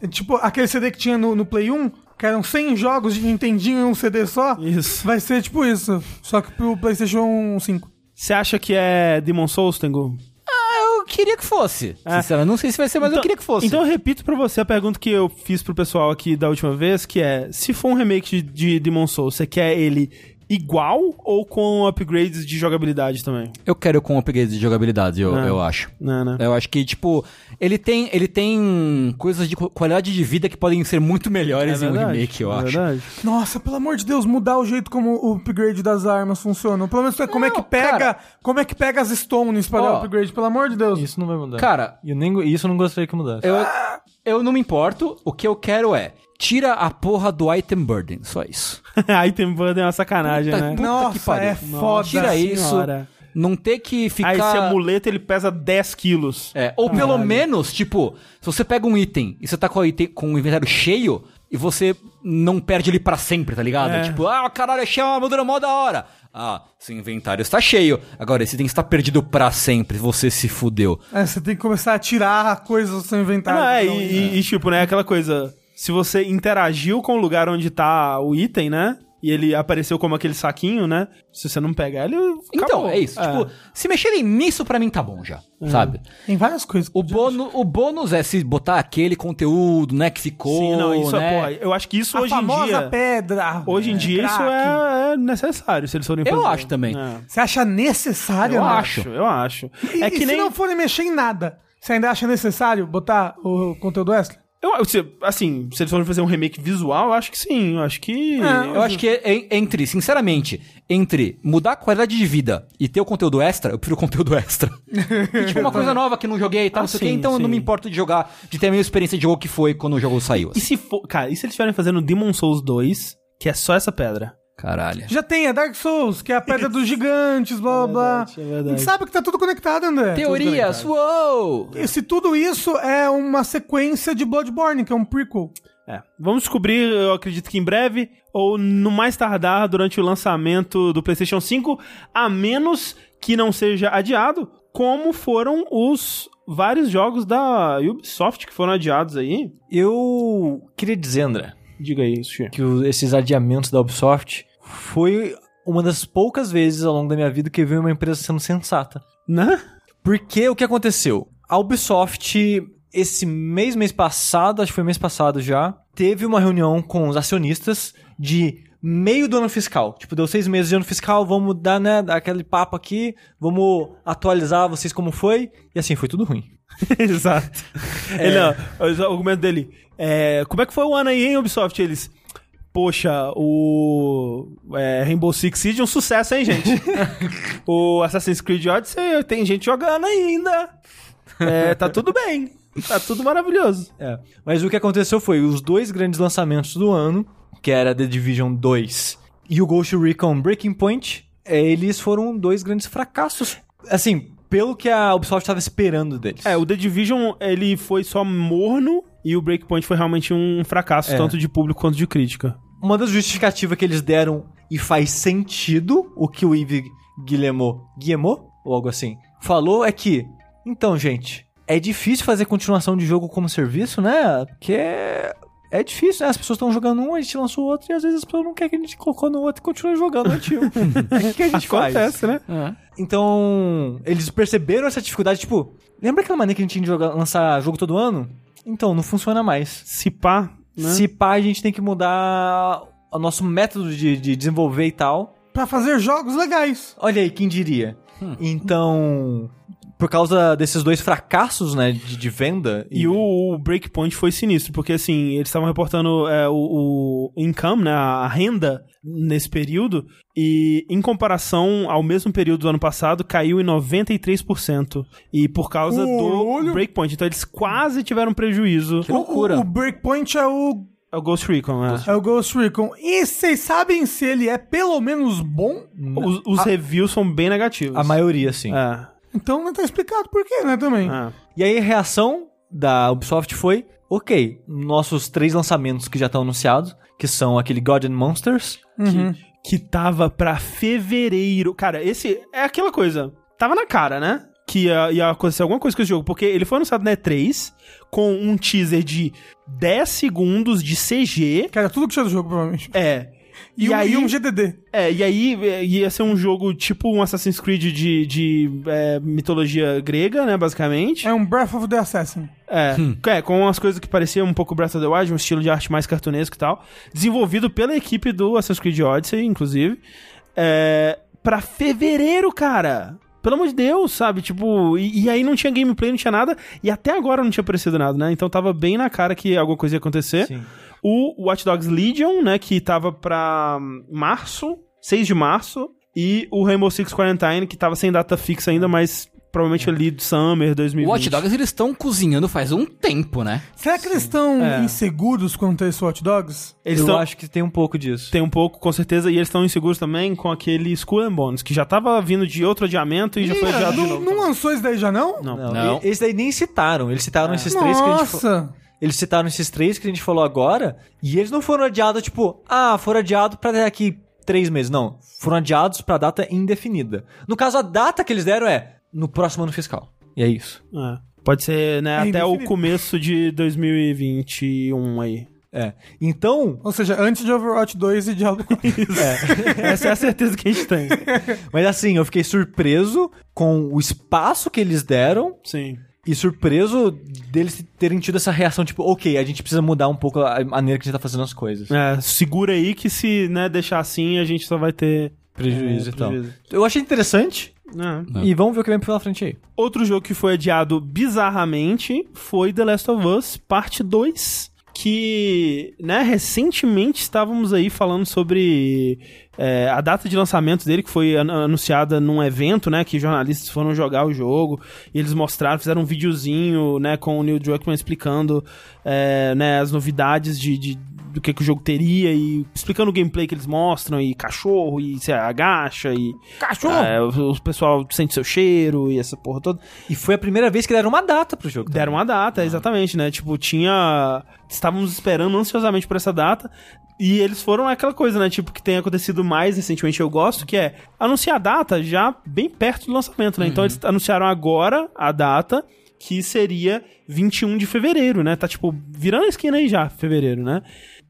[SPEAKER 2] tipo, aquele CD que tinha no, no Play 1, que eram 100 jogos de Nintendinho em um CD só.
[SPEAKER 1] Isso.
[SPEAKER 2] Vai ser tipo isso, só que pro PlayStation 5.
[SPEAKER 1] Você acha que é Demon Souls, Tengu?
[SPEAKER 4] Eu queria que fosse. Sinceramente, não sei se vai ser, mas eu queria que fosse.
[SPEAKER 1] É. Então eu repito pra você a pergunta que eu fiz pro pessoal aqui da última vez, que é: se for um remake de, de Demon Souls, você quer ele igual ou com upgrades de jogabilidade também?
[SPEAKER 4] Eu quero com upgrades de jogabilidade, eu,
[SPEAKER 1] É.
[SPEAKER 4] eu acho.
[SPEAKER 1] Não, né?
[SPEAKER 4] Eu acho que, tipo, ele tem, ele tem coisas de qu- qualidade de vida que podem ser muito melhores em um
[SPEAKER 1] verdade,
[SPEAKER 4] remake, eu
[SPEAKER 1] é
[SPEAKER 4] acho.
[SPEAKER 1] <laughs> verdade.
[SPEAKER 2] Nossa, pelo amor de Deus, mudar o jeito como o upgrade das armas funciona. Pelo menos é como é que
[SPEAKER 4] Não,
[SPEAKER 2] pega,
[SPEAKER 4] cara.
[SPEAKER 2] como é que pega as stones pra
[SPEAKER 4] Ó.
[SPEAKER 2] dar o upgrade, pelo amor de Deus.
[SPEAKER 3] Isso não vai mudar.
[SPEAKER 4] Cara,
[SPEAKER 3] E eu nem, isso eu não gostaria que mudasse.
[SPEAKER 4] eu, eu não me importo. O que eu quero é tira a porra do item burden, só isso.
[SPEAKER 1] Item Band é uma sacanagem,
[SPEAKER 4] Puta
[SPEAKER 1] né?
[SPEAKER 4] que
[SPEAKER 2] Nossa,
[SPEAKER 4] pariu.
[SPEAKER 2] é foda.
[SPEAKER 4] Tira isso.
[SPEAKER 1] senhora.
[SPEAKER 4] Não ter que ficar.
[SPEAKER 1] Ah, esse amuleto ele pesa 10 quilos.
[SPEAKER 4] É, ou pelo menos, tipo, se você pega um item e você tá com, o item, com o inventário cheio e você não perde ele pra sempre, tá ligado?
[SPEAKER 1] É.
[SPEAKER 4] Tipo, ah, caralho, achei uma armadura mó da hora. Ah, seu inventário está cheio. Agora, esse item está perdido pra sempre. Você se fudeu.
[SPEAKER 2] É, você tem que começar a tirar coisas do seu inventário.
[SPEAKER 4] tá,
[SPEAKER 1] Não, é,
[SPEAKER 2] Então,
[SPEAKER 1] e, e- e, tipo, né, aquela coisa. Se você interagiu com o lugar onde tá o item, né? E ele apareceu como aquele saquinho, né? Se você não pegar ele.
[SPEAKER 4] Então,
[SPEAKER 1] acabou. É.
[SPEAKER 4] é isso. Tipo, se mexerem nisso, pra mim tá bom já, sabe?
[SPEAKER 2] Tem várias coisas.
[SPEAKER 4] O, bônus, o bônus é se botar aquele conteúdo, né, que ficou,
[SPEAKER 1] Sim, não, isso
[SPEAKER 4] né?
[SPEAKER 1] é, pô, eu acho que isso
[SPEAKER 2] a
[SPEAKER 1] hoje em
[SPEAKER 2] famosa
[SPEAKER 1] dia.
[SPEAKER 2] pedra.
[SPEAKER 1] Hoje em dia isso
[SPEAKER 2] crack.
[SPEAKER 1] é, é necessário, se eles forem
[SPEAKER 4] Eu
[SPEAKER 1] fazer.
[SPEAKER 4] acho também.
[SPEAKER 1] É.
[SPEAKER 2] Você acha necessário?
[SPEAKER 4] Eu
[SPEAKER 2] né?
[SPEAKER 4] acho.
[SPEAKER 1] Eu acho.
[SPEAKER 2] E,
[SPEAKER 1] é que
[SPEAKER 2] e
[SPEAKER 1] nem.
[SPEAKER 2] se não forem mexer em nada, você ainda acha necessário botar o conteúdo extra?
[SPEAKER 1] Eu, se- assim, se eles forem fazer um remake visual, eu acho que sim. Eu acho que.
[SPEAKER 4] É, Eu acho que en- entre, sinceramente, entre mudar a qualidade de vida e ter o conteúdo extra, eu prefiro o conteúdo
[SPEAKER 1] <laughs>
[SPEAKER 4] extra. E, tipo, uma coisa nova que não joguei e tal,
[SPEAKER 1] Ah,
[SPEAKER 4] não sei o quê,
[SPEAKER 1] sim,
[SPEAKER 4] então eu
[SPEAKER 1] sim.
[SPEAKER 4] não me importo de jogar, de ter a minha experiência de jogo que foi quando o jogo saiu.
[SPEAKER 1] E
[SPEAKER 4] assim.
[SPEAKER 1] se for. Cara, e se eles estiverem fazendo Demon Souls 2, que é só essa pedra?
[SPEAKER 4] Caralho.
[SPEAKER 2] Já tem a Dark Souls,
[SPEAKER 1] <laughs>
[SPEAKER 2] que é a pedra dos gigantes, blá blá
[SPEAKER 1] verdade,
[SPEAKER 2] blá.
[SPEAKER 1] é verdade.
[SPEAKER 2] A gente sabe que tá tudo conectado, André.
[SPEAKER 4] Teorias, uou!
[SPEAKER 2] E se tudo isso é uma sequência de Bloodborne, que é um prequel.
[SPEAKER 1] É. Vamos descobrir, eu acredito que em breve, ou no mais tardar, durante o lançamento do PlayStation 5, a menos que não seja adiado, como foram os vários jogos da Ubisoft que foram adiados aí.
[SPEAKER 3] Eu queria dizer, André,
[SPEAKER 1] Diga aí, Sushi.
[SPEAKER 3] que o- esses adiamentos da Ubisoft foi uma das poucas vezes ao longo da minha vida que eu vi uma empresa sendo sensata.
[SPEAKER 1] Né?
[SPEAKER 3] Porque o que aconteceu? A Ubisoft, esse mês, mês passado, acho que foi mês passado já, teve uma reunião com os acionistas de meio do ano fiscal. Tipo, deu seis meses de ano fiscal, vamos dar, né, aquele papo aqui, vamos atualizar vocês como foi. E assim, foi tudo ruim.
[SPEAKER 1] <laughs> Exato. Ele, ó, o argumento dele. É, como é que foi o ano aí, hein, Ubisoft? Eles. Poxa, o é, Rainbow Six Siege é um sucesso, hein, <laughs> gente? o Assassin's Creed Odyssey tem gente jogando ainda. É, tá tudo bem. Tá tudo maravilhoso.
[SPEAKER 3] É. Mas o que aconteceu foi os dois grandes lançamentos do ano, que era The Division 2 e o Ghost Recon Breaking Point, eh, eles foram dois grandes fracassos. Assim, pelo que a Ubisoft estava esperando deles.
[SPEAKER 1] É, o The Division, ele foi só morno e o Breakpoint foi realmente um fracasso,
[SPEAKER 3] É.
[SPEAKER 1] tanto de público quanto de crítica.
[SPEAKER 3] Uma das justificativas que eles deram, e faz sentido o que o Yves Guillemot, Guillemot, ou algo assim, falou, é que, então, gente, é difícil fazer continuação de jogo como serviço, né? Porque é é difícil, né? As pessoas estão jogando um, a gente lançou outro, e às vezes as pessoas não querem que a gente colocou no outro e continua jogando o antigo. é o que a gente faz.
[SPEAKER 1] Acontece, né?
[SPEAKER 3] Então, eles perceberam essa dificuldade, tipo, lembra aquela maneira que a gente tinha de jogar- lançar jogo todo ano? Então, não funciona mais.
[SPEAKER 1] Se pá, né?
[SPEAKER 3] Se pá, a gente tem que mudar o nosso método de, de desenvolver e tal.
[SPEAKER 2] Pra fazer jogos legais.
[SPEAKER 3] Olha aí, quem diria?
[SPEAKER 1] Hum.
[SPEAKER 3] Então, por causa desses dois fracassos, né, de, de venda...
[SPEAKER 1] E o, o Breakpoint foi sinistro, porque assim, eles estavam reportando é, o, o income, né, a renda nesse período, e em comparação ao mesmo período do ano passado, caiu em 93%. E por causa
[SPEAKER 2] Olha!
[SPEAKER 1] do Breakpoint. Então eles quase tiveram prejuízo.
[SPEAKER 4] Que loucura.
[SPEAKER 2] O, o Breakpoint é o,
[SPEAKER 1] É o Ghost Recon, né?
[SPEAKER 2] é o Ghost Recon. E vocês sabem se ele é pelo menos bom?
[SPEAKER 1] Os, os reviews são bem negativos.
[SPEAKER 3] A maioria, sim.
[SPEAKER 1] É,
[SPEAKER 2] Então não tá explicado por quê, né, também.
[SPEAKER 1] é.
[SPEAKER 3] E aí a reação da Ubisoft foi: ok, nossos três lançamentos que já estão anunciados, que são aquele God and Monsters.
[SPEAKER 2] Uhum.
[SPEAKER 1] que tava pra fevereiro. Cara, esse é aquela coisa. Tava na cara, né? Que ia, ia acontecer alguma coisa com esse jogo. Porque ele foi anunciado na E3 com um teaser de 10 segundos de CG.
[SPEAKER 2] Que era tudo que tinha do jogo, provavelmente.
[SPEAKER 1] É.
[SPEAKER 2] E,
[SPEAKER 1] E
[SPEAKER 2] um,
[SPEAKER 1] aí-
[SPEAKER 2] e um GDD.
[SPEAKER 1] É, e aí é, ia ser um jogo tipo um Assassin's Creed de, de é, mitologia grega, né, basicamente.
[SPEAKER 2] É um Breath of the Assassin.
[SPEAKER 1] É,
[SPEAKER 4] Hum.
[SPEAKER 1] é, com umas coisas que pareciam um pouco Breath of the Wild, um estilo de arte mais cartunesco e tal. Desenvolvido pela equipe do Assassin's Creed Odyssey, inclusive. É, pra fevereiro, cara! Pelo amor de Deus, sabe? Tipo, e, e aí não tinha gameplay, não tinha nada. E até agora não tinha aparecido nada, né? Então tava bem na cara que alguma coisa ia acontecer. O Watch Dogs Legion, né? Que tava pra hum, março, 6 de março. E o Rainbow Six Quarantine, que tava sem data fixa ainda, mas provavelmente ali do Summer 2020.
[SPEAKER 4] Hum. É. O Watch Dogs, eles estão cozinhando faz um tempo, né?
[SPEAKER 2] Será que eles estão
[SPEAKER 1] É.
[SPEAKER 2] inseguros quanto a esse Watch Dogs?
[SPEAKER 1] Eles
[SPEAKER 3] eu
[SPEAKER 1] tão-
[SPEAKER 3] acho que tem um pouco disso.
[SPEAKER 1] Tem um pouco, com certeza, e eles estão inseguros também com aquele Skull and Bones, que já tava vindo de outro adiamento e já foi
[SPEAKER 2] Ih,
[SPEAKER 1] adiado de
[SPEAKER 2] não,
[SPEAKER 1] novo. tá
[SPEAKER 2] não lançou isso daí já, não?
[SPEAKER 1] Não. É.
[SPEAKER 3] Não,
[SPEAKER 4] Não.
[SPEAKER 3] e- Eles daí nem citaram. Eles citaram esses três que a gente fa-
[SPEAKER 2] Nossa!
[SPEAKER 3] Eles citaram esses três que a gente falou agora. E eles não foram adiados, tipo, ah, foram adiados pra daqui três meses. Não. Foram adiados pra data indefinida. No caso, a data que eles deram é no próximo ano fiscal. E é isso.
[SPEAKER 1] É. Pode ser, né, até o
[SPEAKER 2] indefinido.
[SPEAKER 1] começo de 2021 aí.
[SPEAKER 3] É. Então,
[SPEAKER 2] Ou seja, antes de Overwatch 2 e Diablo
[SPEAKER 1] <laughs>
[SPEAKER 2] 4.
[SPEAKER 1] Essa é a certeza que a gente tem.
[SPEAKER 3] Mas assim, eu fiquei surpreso com o espaço que eles deram
[SPEAKER 1] Sim.
[SPEAKER 3] e surpreso deles terem tido essa reação, tipo, ok, a gente precisa mudar um pouco a maneira que a gente tá fazendo as coisas.
[SPEAKER 1] É, segura aí que se né, deixar assim, a gente só vai ter
[SPEAKER 3] Prejuízo
[SPEAKER 1] é,
[SPEAKER 3] e tal.
[SPEAKER 1] prejuízo.
[SPEAKER 3] Eu achei interessante
[SPEAKER 1] É.
[SPEAKER 4] É.
[SPEAKER 3] e vamos ver o que vem pela frente aí.
[SPEAKER 1] Outro jogo que foi adiado bizarramente foi The Last of Us Parte 2, que, né, recentemente estávamos aí falando sobre é, a data de lançamento dele, que foi an- anunciada num evento, né, que jornalistas foram jogar o jogo, e eles mostraram, fizeram um videozinho, né, com o Neil Druckmann explicando, é, né, as novidades de... de- do que, que o jogo teria e explicando o gameplay que eles mostram, e cachorro, e se agacha, e
[SPEAKER 2] Cachorro!
[SPEAKER 1] é, o, o pessoal sente seu cheiro e essa porra toda.
[SPEAKER 3] E foi a primeira vez que deram uma data pro jogo.
[SPEAKER 1] Deram uma data, exatamente, né? Tipo, tinha. Estávamos esperando ansiosamente por essa data. E eles foram aquela coisa, né? Tipo, que tem acontecido mais recentemente, eu gosto, que é anunciar a data já bem perto do lançamento, né? Então eles anunciaram agora a data, que seria 21 de fevereiro, né? Tá, tipo, virando a esquina aí já, fevereiro, né?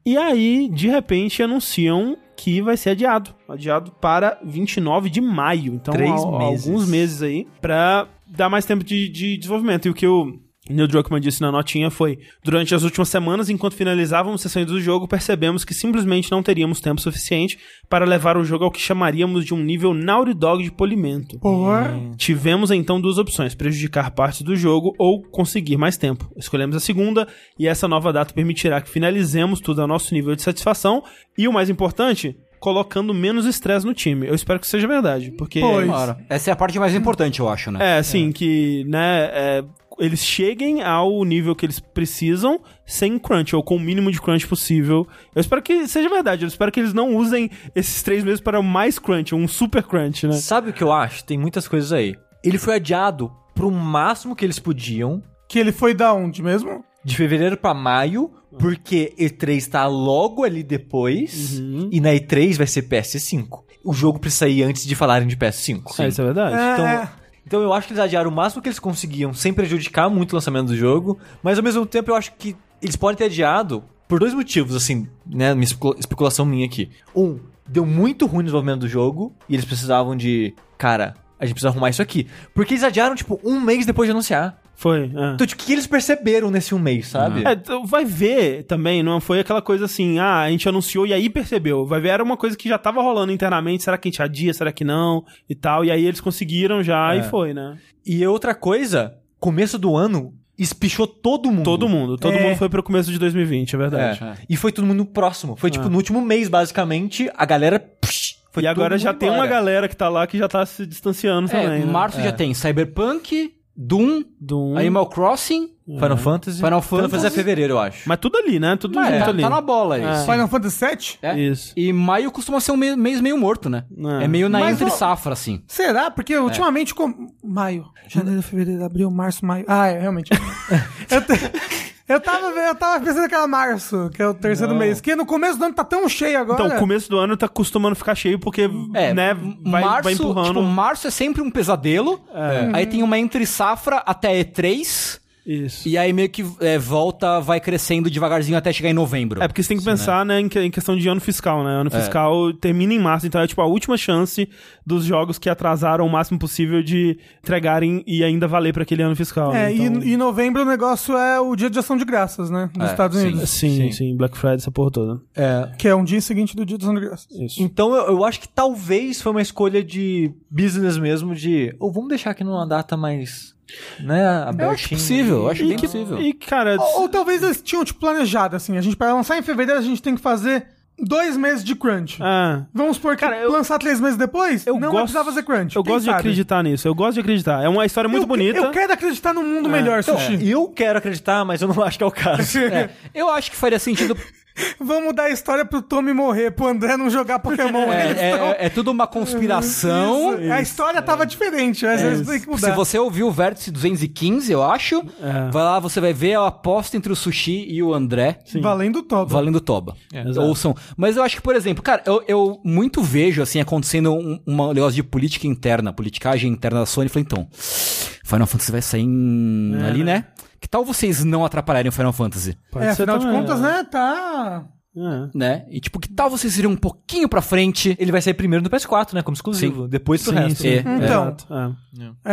[SPEAKER 1] E aí, de repente, anunciam que vai ser adiado. Adiado para 29 de maio. Então,
[SPEAKER 3] Três
[SPEAKER 1] al-
[SPEAKER 3] meses.
[SPEAKER 1] alguns meses aí, pra dar mais tempo de, de desenvolvimento. E o que o Neil Druckmann disse na notinha foi: Durante as últimas semanas, enquanto finalizávamos sessões do jogo, percebemos que simplesmente não teríamos tempo suficiente para levar o jogo ao que chamaríamos de um nível Naughty Dog de polimento.
[SPEAKER 2] Por...
[SPEAKER 1] Tivemos então duas opções: prejudicar partes do jogo ou conseguir mais tempo. Escolhemos a segunda e essa nova data permitirá que finalizemos tudo ao nosso nível de satisfação e o mais importante, colocando menos estresse no time. Eu espero que seja verdade, porque
[SPEAKER 2] Pois.
[SPEAKER 4] Claro. Essa é a parte mais importante, eu acho, né?
[SPEAKER 1] é assim que, né, é, eles cheguem ao nível que eles precisam sem crunch ou com o mínimo de crunch possível. Eu espero que seja verdade. Eu espero que eles não usem esses três meses para mais crunch, um super crunch, né?
[SPEAKER 3] Sabe o que eu acho? Tem muitas coisas aí. Ele foi adiado pro máximo que eles podiam,
[SPEAKER 2] Que ele foi da onde mesmo?
[SPEAKER 3] de fevereiro pra maio, porque E3 tá logo ali depois, e na E3 vai ser PS5. O jogo precisa sair antes de falarem de PS5.
[SPEAKER 1] É, isso é verdade.
[SPEAKER 3] Então,
[SPEAKER 2] É.
[SPEAKER 3] então eu acho que eles adiaram o máximo que eles conseguiam, sem prejudicar muito o lançamento do jogo, mas ao mesmo tempo eu acho que eles podem ter adiado por dois motivos, assim, né, minha especula- especulação minha aqui. Um, deu muito ruim o desenvolvimento do jogo e eles precisavam de, cara, a gente precisa arrumar isso aqui, porque eles adiaram tipo um mês depois de anunciar.
[SPEAKER 1] Foi. é.
[SPEAKER 3] Então, tipo, o que eles perceberam nesse um mês, sabe?
[SPEAKER 1] É, tu vai ver também, não foi aquela coisa assim, ah, a gente anunciou e aí percebeu. Vai ver, era uma coisa que já tava rolando internamente, será que a gente adia, será que não, e tal. E aí eles conseguiram já e foi, né?
[SPEAKER 3] E outra coisa, começo do ano espichou todo mundo.
[SPEAKER 1] Todo mundo, todo
[SPEAKER 2] É.
[SPEAKER 1] mundo foi pro começo de 2020, é verdade.
[SPEAKER 3] É. E foi todo mundo próximo. Foi tipo no último mês, basicamente, a galera. psh, foi
[SPEAKER 1] E
[SPEAKER 3] todo
[SPEAKER 1] agora
[SPEAKER 3] mundo
[SPEAKER 1] já tem uma
[SPEAKER 3] embora.
[SPEAKER 1] galera que tá lá que já tá se distanciando
[SPEAKER 4] É,
[SPEAKER 1] também. né? Um.
[SPEAKER 4] março um. já tem Cyberpunk, Doom,
[SPEAKER 1] Doom.
[SPEAKER 4] Animal Crossing,
[SPEAKER 3] Final Fantasy.
[SPEAKER 4] Final
[SPEAKER 3] Final Fantasy é
[SPEAKER 4] Fantasy.
[SPEAKER 3] fevereiro, eu acho.
[SPEAKER 1] Mas tudo ali, né? Tudo
[SPEAKER 4] Mas
[SPEAKER 1] junto
[SPEAKER 4] tá,
[SPEAKER 1] ali.
[SPEAKER 4] tá na bola
[SPEAKER 1] É.
[SPEAKER 4] isso.
[SPEAKER 2] Final Fantasy VII?
[SPEAKER 4] É.
[SPEAKER 1] Isso.
[SPEAKER 4] E maio costuma ser um me- mês meio morto, né?
[SPEAKER 1] É.
[SPEAKER 4] É, meio na
[SPEAKER 2] Mas
[SPEAKER 4] entre
[SPEAKER 2] o-
[SPEAKER 4] safra, assim.
[SPEAKER 2] Será? Porque ultimamente. Com... Maio. Janeiro, fevereiro, abril, março, maio. Ah,
[SPEAKER 1] <laughs>
[SPEAKER 2] é, realmente. eu, te- eu tava, eu tava pensando que era março, que é o terceiro mês. Que no começo do ano tá tão cheio agora.
[SPEAKER 1] Então, o começo do ano tá costumando ficar cheio porque,
[SPEAKER 4] É,
[SPEAKER 1] né, vai,
[SPEAKER 4] março,
[SPEAKER 1] vai empurrando. É.
[SPEAKER 4] tipo, março é sempre um pesadelo. né? Aí tem uma entre safra até E3.
[SPEAKER 1] Isso.
[SPEAKER 4] E aí meio que é, volta, vai crescendo devagarzinho até chegar em novembro.
[SPEAKER 1] É, porque você tem que pensar, né, em que- em questão de ano fiscal, né?
[SPEAKER 4] É.
[SPEAKER 1] Ano fiscal termina em março, então é tipo a última chance dos jogos que atrasaram o máximo possível de entregarem e ainda valer pra aquele ano fiscal.
[SPEAKER 2] É,
[SPEAKER 1] né? Então-
[SPEAKER 2] e, e novembro o negcio é o dia de ação de graças, né? Dos
[SPEAKER 4] É,
[SPEAKER 2] Estados
[SPEAKER 4] sim.
[SPEAKER 2] Unidos.
[SPEAKER 1] Sim, sim,
[SPEAKER 3] Sim.
[SPEAKER 1] Black Friday, essa porra toda.
[SPEAKER 3] É.
[SPEAKER 2] Que é um dia seguinte do dia de ação de graças.
[SPEAKER 1] Isso.
[SPEAKER 3] Então eu, eu acho que talvez foi uma escolha de business mesmo, de. Ou vamos deixar aqui numa data mais. Né? Abertinha.
[SPEAKER 4] Eu acho é possível, eu acho
[SPEAKER 1] E,
[SPEAKER 4] bem
[SPEAKER 1] que,
[SPEAKER 4] possível.
[SPEAKER 1] e, cara,
[SPEAKER 2] Ou, ou talvez eles tinham, tipo, planejado, assim. A gente, pra lançar em fevereiro, a gente tem que fazer dois meses de crunch.
[SPEAKER 1] ah,
[SPEAKER 2] Vamos supor que lançar três meses depois,
[SPEAKER 1] eu
[SPEAKER 2] não
[SPEAKER 1] gosto,
[SPEAKER 2] vai precisar fazer crunch.
[SPEAKER 1] Eu
[SPEAKER 2] Quem
[SPEAKER 1] gosto de
[SPEAKER 2] sabe?
[SPEAKER 1] acreditar nisso. Eu gosto de acreditar. É uma história muito
[SPEAKER 2] eu,
[SPEAKER 1] bonita.
[SPEAKER 2] Eu quero acreditar num mundo
[SPEAKER 1] É
[SPEAKER 2] melhor,
[SPEAKER 3] Então,
[SPEAKER 2] Sushi.
[SPEAKER 3] eu quero acreditar, mas eu não <laughs> acho que é o caso.
[SPEAKER 4] É, eu acho que faria sentido.
[SPEAKER 1] <laughs>
[SPEAKER 2] Vamos dar a história pro Tommy morrer, pro André não jogar Pokémon.
[SPEAKER 4] <laughs> é,
[SPEAKER 2] Eles
[SPEAKER 4] é-
[SPEAKER 2] tão-
[SPEAKER 4] é- é tudo uma conspiração.
[SPEAKER 2] Isso. A história tava diferente, mas eles têm que
[SPEAKER 4] Se
[SPEAKER 2] mudar.
[SPEAKER 4] você ouviu o vértice 215, eu acho,
[SPEAKER 1] É,
[SPEAKER 4] vai lá, você vai ver a aposta entre o Sushi e o André.
[SPEAKER 2] Valendo top.
[SPEAKER 4] Valendo toba.
[SPEAKER 1] exato.
[SPEAKER 4] Ouçam. Mas eu acho que, por exemplo, cara, eu, eu muito vejo, assim, acontecendo um, um negócio de política interna, politicagem interna da Sony. Falei, então, Final Fantasy vai sair em- ali, né? Que tal vocês não atrapalharem o Final Fantasy?
[SPEAKER 1] Pode
[SPEAKER 2] É,
[SPEAKER 1] ser
[SPEAKER 2] afinal de
[SPEAKER 1] também,
[SPEAKER 2] contas, né, tá...
[SPEAKER 1] É.
[SPEAKER 4] Né? E tipo, que tal vocês irem um pouquinho pra frente?
[SPEAKER 3] Ele vai sair primeiro no PS4, né? Como exclusivo. Depois pro
[SPEAKER 1] Sim,
[SPEAKER 3] resto.
[SPEAKER 1] sim.
[SPEAKER 4] É,
[SPEAKER 2] Então.
[SPEAKER 1] Exato, é.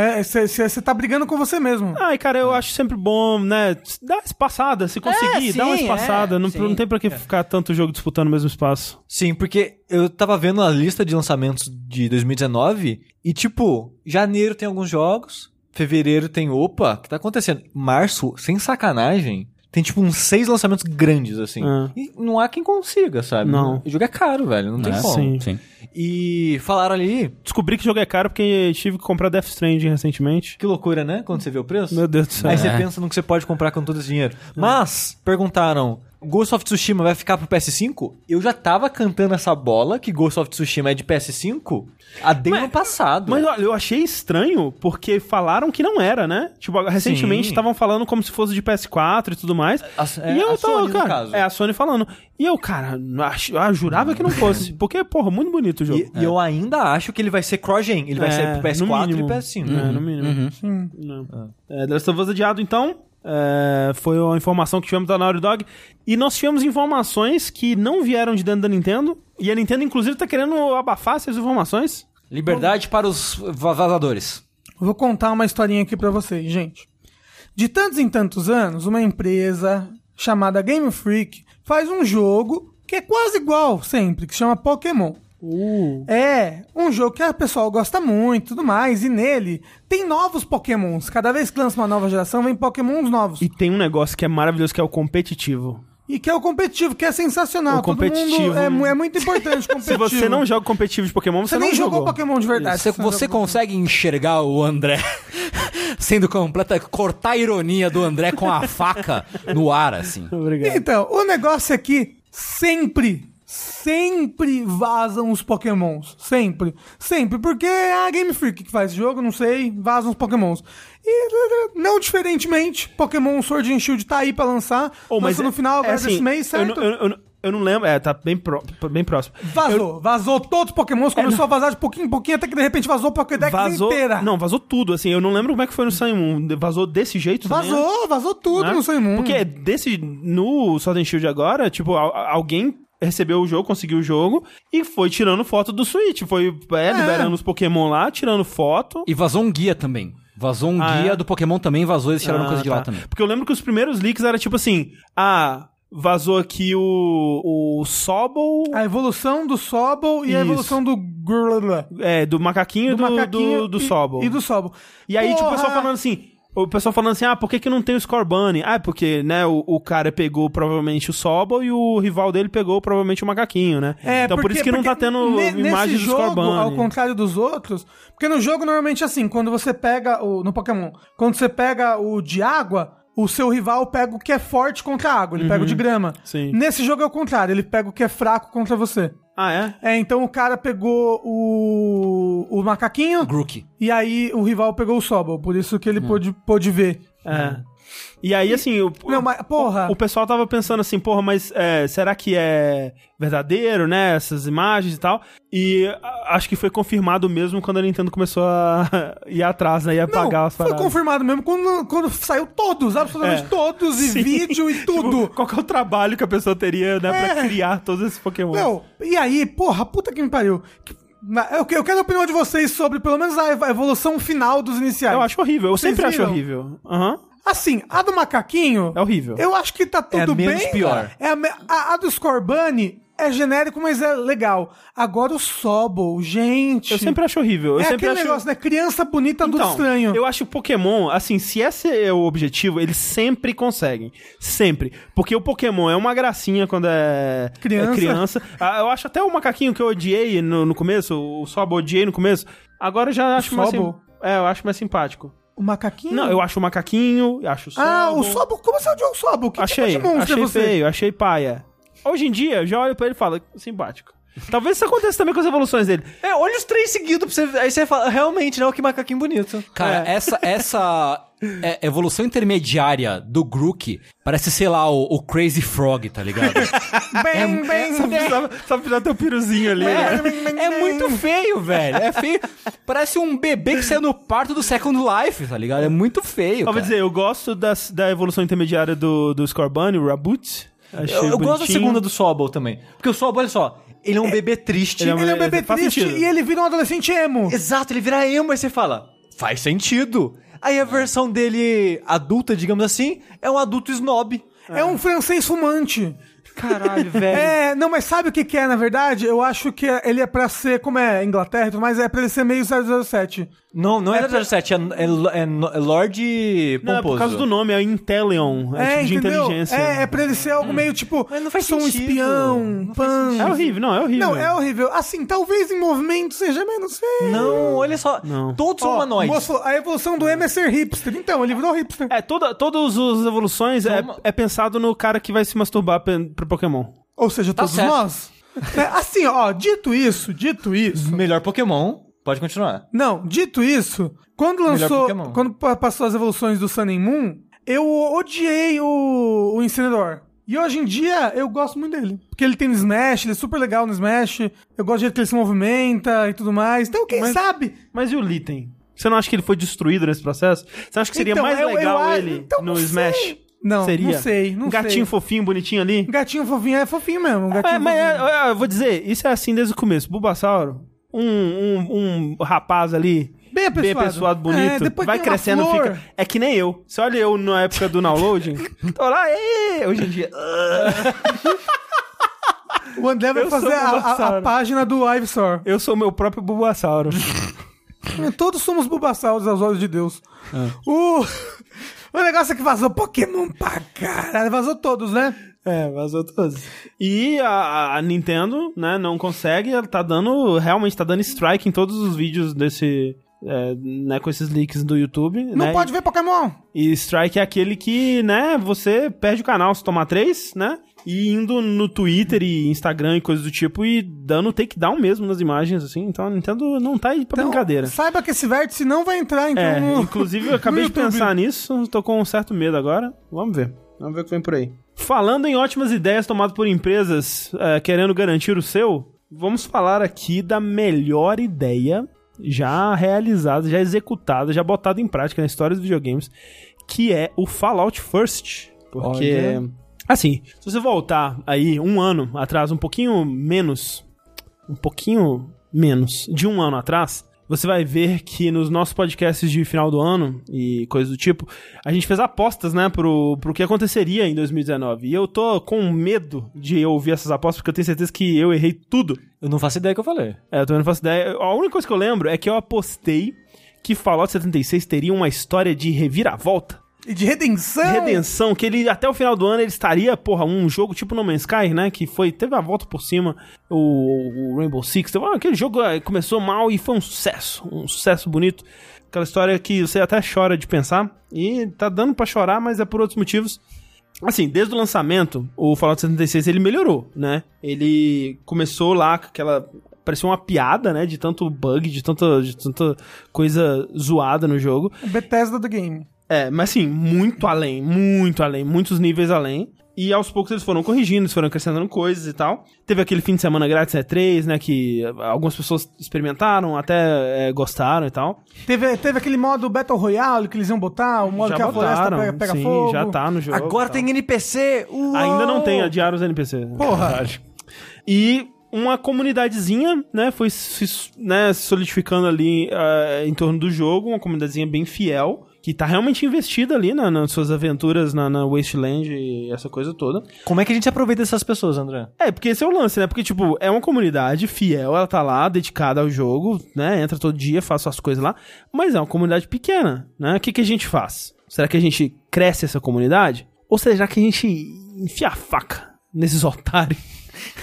[SPEAKER 2] Você tá brigando com você mesmo.
[SPEAKER 1] Ai, cara,
[SPEAKER 2] É.
[SPEAKER 1] eu acho sempre bom, né? Dá uma espaçada, se conseguir,
[SPEAKER 4] É,
[SPEAKER 1] dá uma
[SPEAKER 4] sim,
[SPEAKER 1] espaçada.
[SPEAKER 4] é,
[SPEAKER 1] não,
[SPEAKER 4] sim.
[SPEAKER 1] não tem pra que ficar tanto jogo disputando o mesmo espaço.
[SPEAKER 3] Sim, porque eu tava vendo a lista de lançamentos de 2019 e, tipo, janeiro tem alguns jogos, fevereiro tem opa, o que tá acontecendo? Março, sem sacanagem, tem, tipo, uns seis lançamentos grandes, assim.
[SPEAKER 1] É.
[SPEAKER 3] E não há quem consiga, sabe?
[SPEAKER 1] Não.
[SPEAKER 3] O jogo é caro, velho, não tem
[SPEAKER 4] É,
[SPEAKER 3] como.
[SPEAKER 1] sim.
[SPEAKER 3] E falaram ali,
[SPEAKER 1] Descobri que o jogo é caro porque tive que comprar Death Stranding recentemente.
[SPEAKER 3] que loucura, né? Quando você vê o preço.
[SPEAKER 1] Meu Deus do céu.
[SPEAKER 3] Aí você
[SPEAKER 4] É.
[SPEAKER 3] pensa no que você pode comprar com todo esse dinheiro. Mas, perguntaram, Ghost of Tsushima vai ficar pro PS5? Eu já tava cantando essa bola que Ghost of Tsushima é de PS5 há desde o ano passado.
[SPEAKER 1] Mas olha, eu achei estranho porque falaram que não era, né? Tipo, recentemente
[SPEAKER 3] Sim.
[SPEAKER 1] estavam falando como se fosse de PS4 e tudo mais.
[SPEAKER 3] A- é,
[SPEAKER 1] e eu
[SPEAKER 3] a
[SPEAKER 1] tava,
[SPEAKER 3] Sony, no
[SPEAKER 1] cara,
[SPEAKER 3] caso.
[SPEAKER 1] é a Sony falando. E eu, cara, ach- ah, jurava
[SPEAKER 3] <laughs>
[SPEAKER 1] que não fosse, porque porra, muito bonito o é um jogo.
[SPEAKER 3] E, e eu ainda acho que ele vai ser cross-gen. Ele vai
[SPEAKER 1] É,
[SPEAKER 3] sair pro PS4
[SPEAKER 1] no
[SPEAKER 3] e
[SPEAKER 1] mínimo.
[SPEAKER 3] PS5.
[SPEAKER 1] É, no mínimo.
[SPEAKER 3] Uhum.
[SPEAKER 1] Não. É, The Last of Us adiado, então. é, foi a informação que tivemos da Naughty Dog. E nós tivemos informações que não vieram de dentro da Nintendo. E a Nintendo, inclusive, tá querendo abafar essas informações.
[SPEAKER 4] Liberdade para os va- vazadores.
[SPEAKER 2] Vou contar uma historinha aqui pra vocês, gente. De tantos em tantos anos, uma empresa chamada Game Freak faz um jogo que é quase igual sempre, que chama Pokémon.
[SPEAKER 3] Uh.
[SPEAKER 2] É, um jogo que a pessoal gosta muito e tudo mais, e nele tem novos Pokémons. Cada vez que lança uma nova geração, vem Pokémons novos.
[SPEAKER 1] E
[SPEAKER 2] E,
[SPEAKER 1] tem um negócio que é maravilhoso, que é o competitivo.
[SPEAKER 2] que é o competitivo, que é sensacional.
[SPEAKER 1] O competitivo. né?
[SPEAKER 2] Todo mundo é, mu- é muito importante o
[SPEAKER 1] <laughs> Se
[SPEAKER 2] competitivo.
[SPEAKER 1] você não joga competitivo de Pokémon, você,
[SPEAKER 2] Você nem
[SPEAKER 1] não
[SPEAKER 2] jogou
[SPEAKER 1] jogou.
[SPEAKER 2] Pokémon de verdade.
[SPEAKER 4] Você,
[SPEAKER 2] não
[SPEAKER 4] você
[SPEAKER 2] jogou.
[SPEAKER 4] consegue enxergar o André <laughs> sendo completa. cortar a ironia do André com a faca no ar, assim.
[SPEAKER 1] Obrigado.
[SPEAKER 2] Então, o negócio é que sempre, sempre vazam os pokémons. Sempre. Sempre. Porque é a Game Freak que faz esse jogo, não sei, vazam os pokémons. E não diferentemente, Pokémon Sword and Shield tá aí pra lançar.
[SPEAKER 1] Ou,
[SPEAKER 2] lança no final
[SPEAKER 1] é
[SPEAKER 2] agora desse
[SPEAKER 1] assim,
[SPEAKER 2] mês,
[SPEAKER 1] eu não-
[SPEAKER 2] certo?
[SPEAKER 1] Eu, eu não- eu não lembro, é, tá bem, pro- bem próximo.
[SPEAKER 2] Vazou, vazou todos os pokémons, começou a vazar de pouquinho em pouquinho, até que de repente vazou a Pokédex
[SPEAKER 1] É, Vazou.
[SPEAKER 2] inteira.
[SPEAKER 1] Não, vazou tudo, assim. Eu não lembro como é que foi no Sun and Moon. Vazou desse jeito também, né?
[SPEAKER 2] Vazou, vazou tudo
[SPEAKER 1] né?
[SPEAKER 2] no seu mundo.
[SPEAKER 1] Porque desse. No Southern Shield agora, tipo, al- alguém recebeu o jogo, conseguiu o jogo e foi tirando foto do Switch. Foi é, liberando os Pokémon lá, tirando foto.
[SPEAKER 4] E vazou um guia também. Vazou um
[SPEAKER 1] Ah,
[SPEAKER 4] guia
[SPEAKER 1] é?
[SPEAKER 4] do Pokémon também, vazou, eles tiraram
[SPEAKER 1] Ah,
[SPEAKER 4] coisa de
[SPEAKER 1] tá.
[SPEAKER 4] lá também.
[SPEAKER 1] Porque eu lembro que os primeiros leaks era tipo assim: ah, vazou aqui o, o Sobble.
[SPEAKER 2] A evolução do Sobol e a
[SPEAKER 1] Isso.
[SPEAKER 2] evolução do Grrrr.
[SPEAKER 1] É, do macaquinho e do,
[SPEAKER 2] macaquinho
[SPEAKER 1] do, do
[SPEAKER 2] e-
[SPEAKER 1] Sobble.
[SPEAKER 2] E do Sobol.
[SPEAKER 1] E aí, tipo, o
[SPEAKER 2] Porra!
[SPEAKER 1] pessoal falando assim. O pessoal falando assim, ah, por que, que não tem o Score Bunny? Ah, é porque, né, o, o cara pegou provavelmente o Sobol e o rival dele pegou provavelmente o Macaquinho, né?
[SPEAKER 2] É,
[SPEAKER 1] então por
[SPEAKER 2] porque-
[SPEAKER 1] isso que não tá
[SPEAKER 2] porque
[SPEAKER 1] tendo
[SPEAKER 2] ne-
[SPEAKER 1] imagens
[SPEAKER 2] nesse
[SPEAKER 1] do Score
[SPEAKER 2] jogo, Ao
[SPEAKER 1] Bunny.
[SPEAKER 2] contrário dos outros, porque no jogo normalmente é assim, quando você pega o no Pokémon, quando você pega o de água, o seu rival pega o que é forte contra a água, ele pega o
[SPEAKER 1] Uhum.
[SPEAKER 2] de grama.
[SPEAKER 1] sim.
[SPEAKER 2] Nesse jogo é o contrário, ele pega o que é fraco contra você.
[SPEAKER 1] Ah, é?
[SPEAKER 2] É, então o cara pegou o, o macaquinho
[SPEAKER 4] Grook.
[SPEAKER 2] e aí o rival pegou o Sobol, por isso que ele
[SPEAKER 1] Hum.
[SPEAKER 2] pôde, pôde ver.
[SPEAKER 1] É. E aí, assim, o,
[SPEAKER 2] Não, mas porra.
[SPEAKER 1] o pessoal tava pensando assim, porra, mas é, será que é verdadeiro, né, essas imagens e tal? E a- acho que foi confirmado mesmo quando a Nintendo começou a <laughs> ir atrás, né, e apagar
[SPEAKER 2] não,
[SPEAKER 1] as
[SPEAKER 2] foi
[SPEAKER 1] paradas.
[SPEAKER 2] confirmado mesmo quando, quando saiu todos, absolutamente
[SPEAKER 1] É.
[SPEAKER 2] todos,
[SPEAKER 1] <laughs>
[SPEAKER 2] e
[SPEAKER 1] Sim.
[SPEAKER 2] vídeo e tudo. É.
[SPEAKER 1] Tipo, qual que é o trabalho que a pessoa teria, né, pra criar todos esses Pokémon?
[SPEAKER 2] Meu, e aí, porra, puta que me pariu. Que- na- Eu, que- eu quero a opinião de vocês sobre, pelo menos, a ev- a evolução final dos iniciais.
[SPEAKER 1] Eu acho horrível, eu
[SPEAKER 2] Vocês
[SPEAKER 1] sempre acho
[SPEAKER 2] viram?
[SPEAKER 1] horrível. Aham.
[SPEAKER 2] Assim, a do macaquinho.
[SPEAKER 1] É horrível.
[SPEAKER 2] Eu acho que tá tudo
[SPEAKER 3] a
[SPEAKER 2] bem.
[SPEAKER 3] menos pior.
[SPEAKER 2] É a, me- a- a do Scorbunny é genérico, mas é legal. Agora o Sobol, gente.
[SPEAKER 1] Eu sempre acho horrível. Eu
[SPEAKER 2] É
[SPEAKER 1] sempre
[SPEAKER 2] aquele
[SPEAKER 1] acho...
[SPEAKER 2] negócio, né? Criança bonita, adulto
[SPEAKER 1] Então,
[SPEAKER 2] estranho.
[SPEAKER 1] eu acho que Pokémon, assim, se esse é o objetivo, eles sempre conseguem. Sempre. Porque o Pokémon é uma gracinha quando é é
[SPEAKER 2] Criança.
[SPEAKER 1] criança. Ah, Eu acho até o macaquinho que eu odiei no, no começo, o Sobo eu odiei no começo, agora eu já acho mais...
[SPEAKER 2] Sobol?
[SPEAKER 1] sim- É, eu acho mais simpático.
[SPEAKER 2] O macaquinho?
[SPEAKER 1] Não, eu acho o macaquinho, eu acho o Sobol.
[SPEAKER 2] Ah, o Sobol. Como você odiou o Sobol? Que
[SPEAKER 1] achei,
[SPEAKER 2] tipo de monstro
[SPEAKER 1] achei
[SPEAKER 2] é você?
[SPEAKER 1] feio, achei paia. Hoje em dia, eu já olho pra ele e falo, simpático. Talvez isso aconteça também com as evoluções dele.
[SPEAKER 3] É, olha os três seguidos pra você. Aí você fala, realmente, né? Que macaquinho bonito. É.
[SPEAKER 4] Cara,
[SPEAKER 1] É.
[SPEAKER 4] essa, essa é, evolução intermediária do Grook parece, sei lá, o, o Crazy Frog, tá ligado?
[SPEAKER 3] É,
[SPEAKER 2] Bem, bem,
[SPEAKER 1] Só
[SPEAKER 2] bem.
[SPEAKER 1] precisava, só precisava ter o piruzinho ali. né?
[SPEAKER 4] é muito feio, velho. É feio. Parece um bebê que saiu no parto do Second Life, tá ligado? É muito feio.
[SPEAKER 1] Eu vou
[SPEAKER 4] cara.
[SPEAKER 1] dizer, eu gosto das- da evolução intermediária do, do Scorbunny, o Raboot. Achei
[SPEAKER 3] Eu, eu gosto da
[SPEAKER 1] é bonitinho.
[SPEAKER 3] segunda do Sobol também. Porque o Sobol, olha só, ele é um bebê triste.
[SPEAKER 1] ele é um
[SPEAKER 2] Ele é um bebê
[SPEAKER 1] Faz
[SPEAKER 2] triste
[SPEAKER 1] sentido.
[SPEAKER 2] e ele vira um adolescente emo.
[SPEAKER 3] Exato, ele vira emo, aí você fala, faz sentido. Aí a versão dele adulta, digamos assim, é um adulto snob.
[SPEAKER 2] É um francês fumante.
[SPEAKER 3] Caralho, velho.
[SPEAKER 2] É, não, mas sabe o que, que é, na verdade? Eu acho que ele é pra ser, como é Inglaterra, e tudo mais, é pra ele ser meio 007.
[SPEAKER 3] Não, não é 007, é, é, é no- é Lord Pomposo.
[SPEAKER 1] Não, é por causa do nome, é Intellion. É,
[SPEAKER 2] É,
[SPEAKER 1] tipo de
[SPEAKER 2] entendeu?
[SPEAKER 1] inteligência.
[SPEAKER 2] É, é pra ele ser algo meio tipo.
[SPEAKER 3] né? Mas não faz
[SPEAKER 2] sou um
[SPEAKER 3] sentido.
[SPEAKER 2] espião, um
[SPEAKER 3] Não faz
[SPEAKER 2] pan.
[SPEAKER 1] É horrível, não, é horrível.
[SPEAKER 2] Não, é horrível. Assim, talvez em movimento seja menos feio.
[SPEAKER 3] Não, olha só,
[SPEAKER 1] Não.
[SPEAKER 3] todos são
[SPEAKER 2] Ó,
[SPEAKER 3] humanoides.
[SPEAKER 2] moço, a evolução do M é ser hipster. Então, ele virou hipster.
[SPEAKER 1] É, toda, todas as evoluções é, é pensado no cara que vai se masturbar pe- pro Pokémon.
[SPEAKER 2] Ou seja, todos
[SPEAKER 3] Tá
[SPEAKER 4] certo.
[SPEAKER 2] nós. É, assim, ó, dito isso, dito isso.
[SPEAKER 3] Melhor Pokémon, pode continuar.
[SPEAKER 2] Não, dito isso, quando lançou,
[SPEAKER 3] Pokémon.
[SPEAKER 2] quando pa- passou as evoluções do Sun and Moon, eu odiei o, o Incineroar. E hoje em dia eu gosto muito dele. Porque ele tem no Smash, ele é super legal no Smash. Eu gosto do jeito que ele se movimenta e tudo mais. Então, quem
[SPEAKER 1] Mas-
[SPEAKER 2] sabe?
[SPEAKER 1] Mas e o Litten? Você não acha que ele foi destruído nesse processo? Você acha que seria
[SPEAKER 2] Então,
[SPEAKER 1] mais
[SPEAKER 2] eu- eu
[SPEAKER 1] legal
[SPEAKER 2] acho-
[SPEAKER 1] ele
[SPEAKER 2] então,
[SPEAKER 1] no
[SPEAKER 2] não sei.
[SPEAKER 1] Smash?
[SPEAKER 2] Não,
[SPEAKER 1] seria?
[SPEAKER 2] não sei, não
[SPEAKER 1] um gatinho
[SPEAKER 2] sei.
[SPEAKER 1] fofinho, bonitinho ali?
[SPEAKER 2] Gatinho fofinho é fofinho mesmo. um
[SPEAKER 1] É,
[SPEAKER 2] Gatinho
[SPEAKER 1] mas
[SPEAKER 2] fofinho.
[SPEAKER 1] é, é, eu vou dizer, isso é assim desde o começo. Bulbasauro, um, um, um rapaz ali
[SPEAKER 2] Bem
[SPEAKER 1] bem
[SPEAKER 2] apessoado.
[SPEAKER 1] apessoado,
[SPEAKER 2] É,
[SPEAKER 1] bonito,
[SPEAKER 2] depois
[SPEAKER 1] vai
[SPEAKER 2] tem uma
[SPEAKER 1] crescendo,
[SPEAKER 2] flor.
[SPEAKER 1] fica... É que nem eu. Você olha eu na época do
[SPEAKER 2] <laughs>
[SPEAKER 1] downloading, tô lá, "Ê", hoje em dia...
[SPEAKER 2] O André vai
[SPEAKER 1] Eu
[SPEAKER 2] fazer
[SPEAKER 1] sou um
[SPEAKER 2] a, a- a
[SPEAKER 1] Bulbasauro.
[SPEAKER 2] página do Ivesor.
[SPEAKER 1] Eu sou meu próprio Bulbasauro.
[SPEAKER 2] Todos somos Bulbasauros aos olhos de Deus.
[SPEAKER 1] É.
[SPEAKER 2] O... o negócio é que vazou Pokémon pra caralho. Vazou todos, né?
[SPEAKER 1] É, vazou todos. E a, a Nintendo, né, não consegue, ela tá dando, realmente tá dando strike em todos os vídeos desse, é, né, com esses leaks do YouTube.
[SPEAKER 2] Não
[SPEAKER 1] né?
[SPEAKER 2] pode ver Pokémon.
[SPEAKER 1] E strike é aquele que, né, você perde o canal se tomar três, né, e indo no Twitter e Instagram e coisas do tipo e dando takedown mesmo nas imagens, assim. Então a Nintendo não tá aí pra
[SPEAKER 2] Então,
[SPEAKER 1] brincadeira.
[SPEAKER 2] Saiba que esse vértice não vai entrar, então.
[SPEAKER 1] É,
[SPEAKER 2] no-
[SPEAKER 1] inclusive eu acabei
[SPEAKER 2] no
[SPEAKER 1] de
[SPEAKER 2] YouTube.
[SPEAKER 1] pensar nisso, tô com um certo medo agora. Vamos ver. Vamos ver o que vem por aí. Falando em ótimas ideias tomadas por empresas eh, querendo garantir o seu, vamos falar aqui da melhor ideia já realizada, já executada, já botada em prática na história dos videogames, que é o Fallout First. Porque.
[SPEAKER 3] Olha.
[SPEAKER 1] Assim, se você voltar aí um ano atrás, um pouquinho menos, um pouquinho menos de um ano atrás, você vai ver que nos nossos podcasts de final do ano e coisas do tipo, a gente fez apostas, né, pro, pro que aconteceria em 2019. E eu tô com medo de eu ouvir essas apostas, porque eu tenho certeza que eu errei tudo.
[SPEAKER 3] Eu não faço ideia do que eu falei.
[SPEAKER 1] É, eu também não faço ideia. A única coisa que eu lembro é que eu apostei que Fallout 76 teria uma história de reviravolta
[SPEAKER 2] E de redenção.
[SPEAKER 1] redenção, que ele até o final do ano ele estaria, porra, um jogo tipo No Man's Sky, né? Que foi, teve a volta por cima, o, o Rainbow Six. teve- ah, aquele jogo ah, começou mal e foi um sucesso, um sucesso bonito. Aquela história que você até chora de pensar, e tá dando pra chorar, mas é por outros motivos. Assim, desde o lançamento, o Fallout 76 ele melhorou, né? Ele começou lá com aquela. Parecia uma piada, né? De tanto bug, de tanta, de tanta coisa zoada no jogo.
[SPEAKER 2] Bethesda do game.
[SPEAKER 1] É, mas assim, muito além, muito além, muitos níveis além. E aos poucos eles foram corrigindo, eles foram acrescentando coisas e tal. Teve aquele fim de semana grátis E3, né? Que eh, algumas pessoas experimentaram, até eh, gostaram e tal.
[SPEAKER 2] Teve, teve aquele modo Battle Royale que eles iam botar, o modo
[SPEAKER 1] já
[SPEAKER 2] que a
[SPEAKER 1] botaram,
[SPEAKER 2] floresta pega, pega
[SPEAKER 1] sim,
[SPEAKER 2] fogo.
[SPEAKER 1] já tá no jogo.
[SPEAKER 3] Agora
[SPEAKER 1] e
[SPEAKER 3] tem NPC! uou!
[SPEAKER 1] tal. Ainda não tem, adiaram os NPCs. né?
[SPEAKER 2] Porra.
[SPEAKER 1] E uma comunidadezinha, né, foi se né, se solidificando ali ah, em torno do jogo, uma comunidadezinha bem fiel, que tá realmente investida ali na- nas suas aventuras na, na Wasteland e essa coisa toda.
[SPEAKER 3] Como é que a gente aproveita essas pessoas, André?
[SPEAKER 1] É, porque esse é o lance, né? Porque, tipo, é uma comunidade fiel, ela tá lá, dedicada ao jogo, né? Entra todo dia, faz suas coisas lá, mas é uma comunidade pequena, né? O que, que a gente faz? Será que a gente cresce essa comunidade? Ou será que a gente enfia a faca nesses otários? <laughs>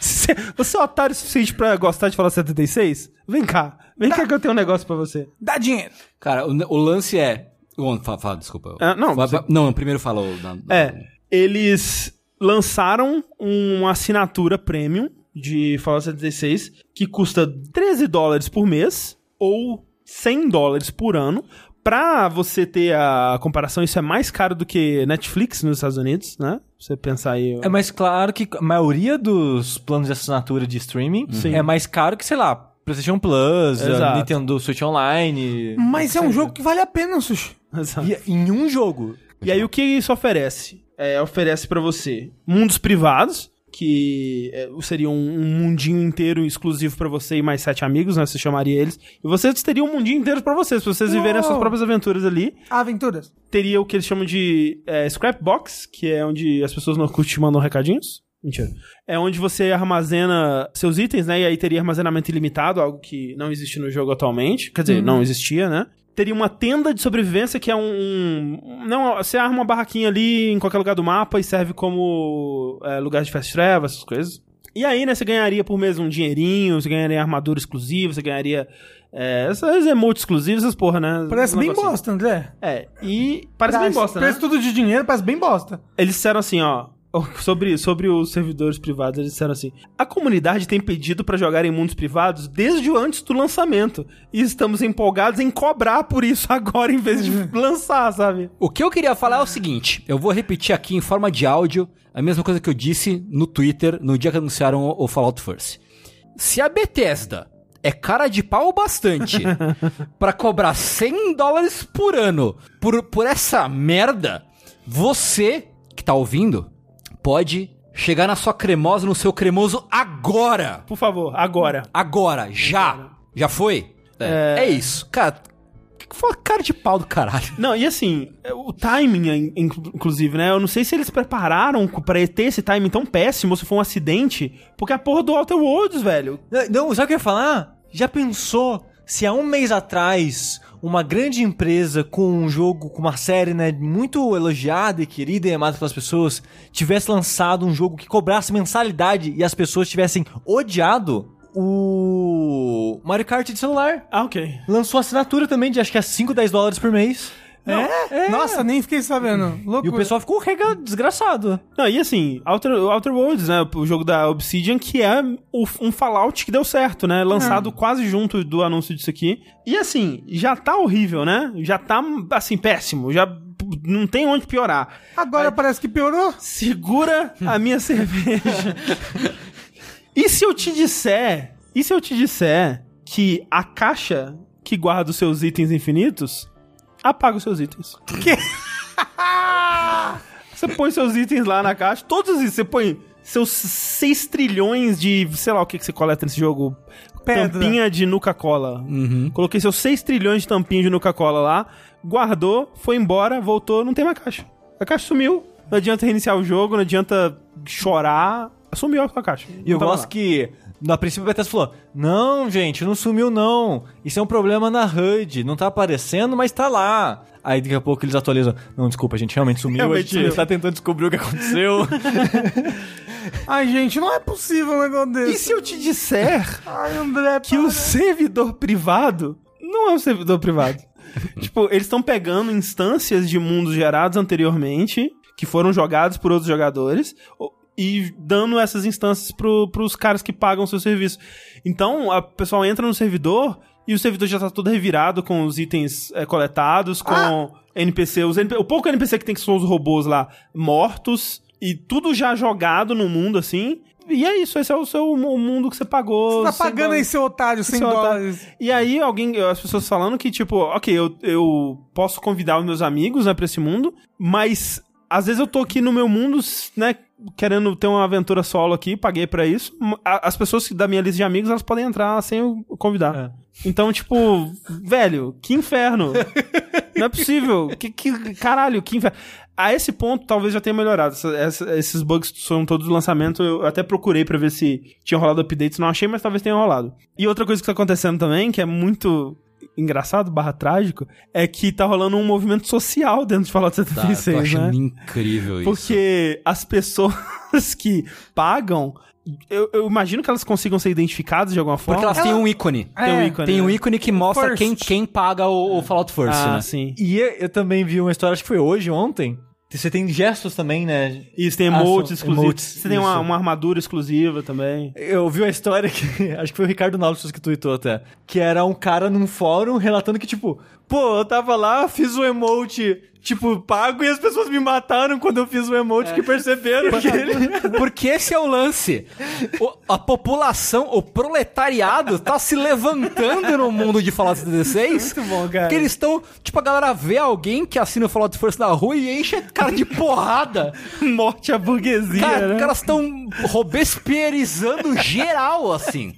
[SPEAKER 1] Você- Você é otário o suficiente pra gostar de falar 76? Vem cá, vem cá que eu tenho um negócio pra você.
[SPEAKER 2] Dá dinheiro.
[SPEAKER 4] Cara, o, o lance é. Bom, fala, fala, desculpa.
[SPEAKER 1] Ah, não,
[SPEAKER 4] Vai-
[SPEAKER 1] você-
[SPEAKER 4] vai- não, primeiro fala o. da- da-
[SPEAKER 1] É, eles lançaram uma assinatura premium de Fallout 76 que custa 13 dólares por mês ou 100 dólares por ano. Pra você ter a comparação, isso é mais caro do que Netflix nos Estados Unidos, né? Você pensar aí.
[SPEAKER 3] É mais claro que a maioria dos planos de assinatura de streaming
[SPEAKER 1] Uhum. Sim.
[SPEAKER 3] é mais caro que, sei lá, PlayStation Plus,
[SPEAKER 1] Exato.
[SPEAKER 3] Nintendo Switch Online.
[SPEAKER 2] Mas é um jogo que vale a pena, Sushi.
[SPEAKER 1] <laughs> Exato.
[SPEAKER 3] E- em um jogo.
[SPEAKER 1] E aí o que isso oferece? É, oferece pra você mundos privados, que é, seria um, um mundinho inteiro exclusivo pra você e mais sete amigos, né? Você chamaria eles. E vocês teriam um mundinho inteiro pra vocês, pra vocês viverem as suas
[SPEAKER 2] Uou!
[SPEAKER 1] próprias aventuras ali.
[SPEAKER 2] Aventuras.
[SPEAKER 1] Teria o que eles chamam de é, scrapbox, que é onde as pessoas no Orkut te mandam recadinhos. Mentira. É onde você armazena seus itens, né? E aí teria armazenamento ilimitado, algo que não existe no jogo atualmente. Quer
[SPEAKER 2] Uhum.
[SPEAKER 1] dizer, não existia, né? Teria uma tenda de sobrevivência que é um. um- não, você arma uma barraquinha ali em qualquer lugar do mapa e serve como é, lugar de fast travel, essas coisas. E aí, né, você ganharia por mês um dinheirinho, você ganharia armadura exclusiva, você ganharia. É, essas emotes exclusivas, essas porra, né?
[SPEAKER 2] Parece
[SPEAKER 1] Um
[SPEAKER 2] bem
[SPEAKER 1] negocinho.
[SPEAKER 2] bosta, André.
[SPEAKER 1] É, e parece bem bosta, né?
[SPEAKER 2] Preço tudo de dinheiro, parece bem bosta.
[SPEAKER 1] Eles disseram assim, ó. Sobre, sobre os servidores privados, eles disseram assim: a comunidade tem pedido pra jogar em mundos privados desde o antes do lançamento. E estamos empolgados em cobrar por isso <laughs> agora em vez de lançar, sabe?
[SPEAKER 4] O que eu queria falar é o seguinte: eu vou repetir aqui em forma de áudio a mesma coisa que eu disse no Twitter no dia que anunciaram o- o Fallout First. Se a Bethesda é cara de pau o bastante pra cobrar 100 dólares por ano por, por essa merda, você que tá ouvindo pode chegar na sua cremosa, no seu cremoso agora.
[SPEAKER 1] Por favor, agora.
[SPEAKER 4] Agora, já. Já foi? É, é isso. Cara, que foi cara de pau do caralho.
[SPEAKER 1] Não, e assim, o timing, in- inclusive, né? Eu não sei se eles prepararam pra ter esse timing tão péssimo, ou se foi um acidente, porque a porra do Outer Worlds, velho.
[SPEAKER 3] Não, sabe o que eu ia falar? Já pensou se há um mês atrás uma grande empresa com um jogo, com uma série, né, muito elogiada e querida e amada pelas pessoas, tivesse lançado um jogo que cobrasse mensalidade e as pessoas tivessem odiado o Mario Kart de celular?
[SPEAKER 1] Ah, ok.
[SPEAKER 3] Lançou assinatura também de acho que é 5, 10 dólares por mês.
[SPEAKER 2] É? Nossa, nem fiquei sabendo. Loucura.
[SPEAKER 3] E o pessoal ficou rega desgraçado.
[SPEAKER 1] Não, e assim, Outer, Outer Worlds, né? O jogo da Obsidian, que é o- um Fallout que deu certo, né? Lançado quase junto do anúncio disso aqui. E assim, já tá horrível, né? Já tá, assim, péssimo. Já p- não tem onde piorar.
[SPEAKER 2] Agora parece que piorou.
[SPEAKER 1] Segura a minha cerveja. E se eu te disser, e se eu te disser que a caixa que guarda os seus itens infinitos apaga os seus itens? <laughs> Você põe seus itens lá na caixa, todos os itens, você põe seus 6 trilhões de, sei lá o que que você coleta nesse jogo,
[SPEAKER 2] Pedra.
[SPEAKER 1] tampinha de Nuka-Cola. Coloquei seus 6 trilhões de tampinha de Nuka-Cola lá, guardou, foi embora, voltou, não tem mais caixa. A caixa sumiu. Não adianta reiniciar o jogo, não adianta chorar. Sumiu a sua caixa.
[SPEAKER 3] E eu
[SPEAKER 1] Não tava
[SPEAKER 3] gosto
[SPEAKER 1] lá.
[SPEAKER 3] que, na princípio, a Bethesda falou: Não, gente, não sumiu, não. Isso é um problema na HUD. Não tá aparecendo, mas tá lá. Aí daqui a pouco eles atualizam: Não, desculpa, a gente realmente sumiu.
[SPEAKER 1] Realmente
[SPEAKER 3] a gente
[SPEAKER 1] sumiu."
[SPEAKER 3] tá tentando descobrir o que aconteceu.
[SPEAKER 2] Ai, gente, não é possível um negócio
[SPEAKER 1] E
[SPEAKER 2] desse.
[SPEAKER 1] se eu te disser
[SPEAKER 2] Ai, André,
[SPEAKER 1] que o servidor privado não é um servidor privado? tipo, eles estão pegando instâncias de mundos gerados anteriormente, que foram jogados por outros jogadores, o- e dando essas instâncias pro, pros caras que pagam o seu serviço. Então, a- o pessoal entra no servidor e o servidor já tá todo revirado com os itens eh, coletados, com NPC, os NP o pouco NPC que tem que são os robôs lá mortos, e tudo já jogado no mundo assim. E é isso, esse é o seu mu- o mundo que você pagou.
[SPEAKER 2] Você tá
[SPEAKER 1] 100
[SPEAKER 2] pagando aí,
[SPEAKER 1] dólares.
[SPEAKER 2] seu otário, 100
[SPEAKER 1] Seu é um otário.
[SPEAKER 2] dólares.
[SPEAKER 1] E aí, alguém, as pessoas falando que, tipo, ok, eu, eu posso convidar os meus amigos, né, pra esse mundo, mas às vezes eu tô aqui no meu mundo, s- né, querendo ter uma aventura solo aqui, paguei pra isso. m- a- As pessoas da minha lista de amigos, elas podem entrar sem eu convidar. Então, tipo, velho, que inferno. Não é possível. Que, que- caralho, que inferno. A esse ponto, talvez já tenha melhorado. Essa- essa- esses bugs são todos do lançamento. Eu até procurei pra ver se tinha rolado updates. Não achei, mas talvez tenha rolado. E outra coisa que tá acontecendo também, que é muito engraçado, barra trágico, é que tá rolando um movimento social dentro de Fallout
[SPEAKER 4] Tá, eu
[SPEAKER 1] 76,
[SPEAKER 4] tô
[SPEAKER 1] né?
[SPEAKER 4] achando incrível isso.
[SPEAKER 1] Porque as pessoas <laughs> que pagam, eu, eu imagino que elas consigam ser identificadas de alguma forma.
[SPEAKER 4] Porque elas têm um ícone.
[SPEAKER 1] Tem um
[SPEAKER 2] É,
[SPEAKER 1] ícone.
[SPEAKER 4] Tem um
[SPEAKER 1] né?
[SPEAKER 4] ícone que mostra
[SPEAKER 2] First.
[SPEAKER 4] quem, quem paga o, o Fallout First,
[SPEAKER 1] Ah,
[SPEAKER 4] né?
[SPEAKER 1] sim.
[SPEAKER 3] <laughs> e eu, eu também vi uma história, acho que foi hoje, ontem. Você tem gestos também, né?
[SPEAKER 1] Isso, tem
[SPEAKER 3] Ah,
[SPEAKER 1] emotes
[SPEAKER 3] são
[SPEAKER 1] exclusivos.
[SPEAKER 3] emotes,
[SPEAKER 1] Você tem uma,
[SPEAKER 3] isso.
[SPEAKER 1] uma armadura exclusiva também.
[SPEAKER 3] Eu vi uma história que <laughs> acho que foi o Ricardo Nautilus que tweetou até, que era um cara num fórum relatando que tipo, pô, eu tava lá, fiz o emote, tipo, pago e as pessoas me mataram quando eu fiz o emote que perceberam que ele
[SPEAKER 4] Porque esse é o lance. O- a população, o proletariado, tá se levantando no mundo de Fallout 76. Muito bom,
[SPEAKER 1] cara.
[SPEAKER 4] Porque eles estão. Tipo, a galera vê alguém que assina o Fallout First na rua e enche a cara de porrada.
[SPEAKER 1] Morte à burguesia,
[SPEAKER 4] Cara,
[SPEAKER 1] né?
[SPEAKER 4] os caras estão robespierizando geral, assim.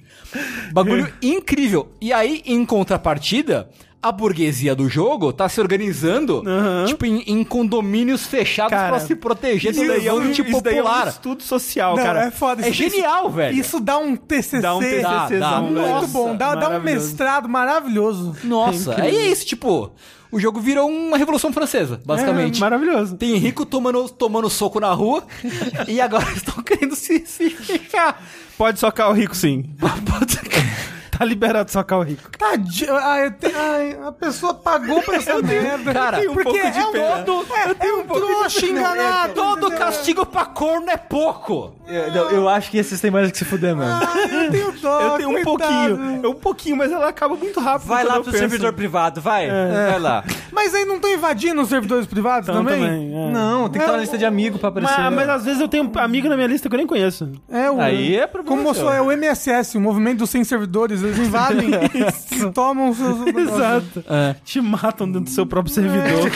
[SPEAKER 4] Bagulho
[SPEAKER 1] É.
[SPEAKER 4] incrível. E aí, em contrapartida, a burguesia do jogo tá se organizando, tipo, em, em condomínios fechados
[SPEAKER 1] Cara,
[SPEAKER 4] pra se proteger
[SPEAKER 1] isso
[SPEAKER 4] do
[SPEAKER 1] daí é um, isso
[SPEAKER 4] desmonte
[SPEAKER 1] daí é um
[SPEAKER 4] tipo popular.
[SPEAKER 1] estudo social,
[SPEAKER 2] Não,
[SPEAKER 1] cara.
[SPEAKER 2] é foda.
[SPEAKER 4] É
[SPEAKER 2] isso-
[SPEAKER 4] genial,
[SPEAKER 2] isso-
[SPEAKER 4] velho.
[SPEAKER 2] Isso dá um TCC.
[SPEAKER 1] Dá um
[SPEAKER 4] dá,
[SPEAKER 1] TCCzão,
[SPEAKER 4] dá.
[SPEAKER 1] velho.
[SPEAKER 2] Muito
[SPEAKER 4] Nossa,
[SPEAKER 2] bom. Dá, dá um
[SPEAKER 1] maravilhoso.
[SPEAKER 2] mestrado maravilhoso.
[SPEAKER 4] Nossa, aí é isso, tipo, o jogo virou uma revolução francesa, basicamente.
[SPEAKER 1] É, maravilhoso.
[SPEAKER 4] Tem rico tomando, tomando soco na rua e agora <laughs> estão querendo se, se fechar.
[SPEAKER 1] Pode socar o rico, sim. tá liberado de socar o rico.
[SPEAKER 2] Tadinho. Ai, eu te- ai, a pessoa pagou pra essa merda.
[SPEAKER 4] Cara, eu tenho um
[SPEAKER 2] porque
[SPEAKER 1] pouco de
[SPEAKER 2] é um,
[SPEAKER 1] pena.
[SPEAKER 2] todo, é, é um trouxa
[SPEAKER 1] né?
[SPEAKER 2] enganado.
[SPEAKER 4] ah,
[SPEAKER 1] um
[SPEAKER 4] Todo
[SPEAKER 2] entendeu?
[SPEAKER 4] castigo pra corno é pouco.
[SPEAKER 3] <laughs> eu, não, <laughs> eu acho que esses têm mais que se fuder mesmo.
[SPEAKER 2] Ai, eu tenho dó,
[SPEAKER 1] eu tenho um
[SPEAKER 2] coitado.
[SPEAKER 1] pouquinho. É um pouquinho, mas ela acaba muito rápido.
[SPEAKER 3] Vai
[SPEAKER 1] quando
[SPEAKER 3] lá
[SPEAKER 1] eu
[SPEAKER 3] pro
[SPEAKER 1] penso.
[SPEAKER 3] servidor privado, vai.
[SPEAKER 1] É.
[SPEAKER 3] Vai lá.
[SPEAKER 2] Mas aí não estão invadindo os servidores privados
[SPEAKER 1] Então,
[SPEAKER 2] também?
[SPEAKER 1] também, é.
[SPEAKER 3] Não, tem que estar na lista de amigo pra aparecer. né?
[SPEAKER 1] Mas, mas às vezes eu tenho amigo na minha lista que eu nem conheço.
[SPEAKER 2] É, o,
[SPEAKER 3] Aí é problema
[SPEAKER 2] Como
[SPEAKER 3] seu.
[SPEAKER 2] só é o MSS, o movimento dos 100 servidores, eles invadem e <laughs> tomam os seus.
[SPEAKER 1] <laughs> Exato.
[SPEAKER 3] É.
[SPEAKER 1] É. Te matam dentro do seu próprio servidor.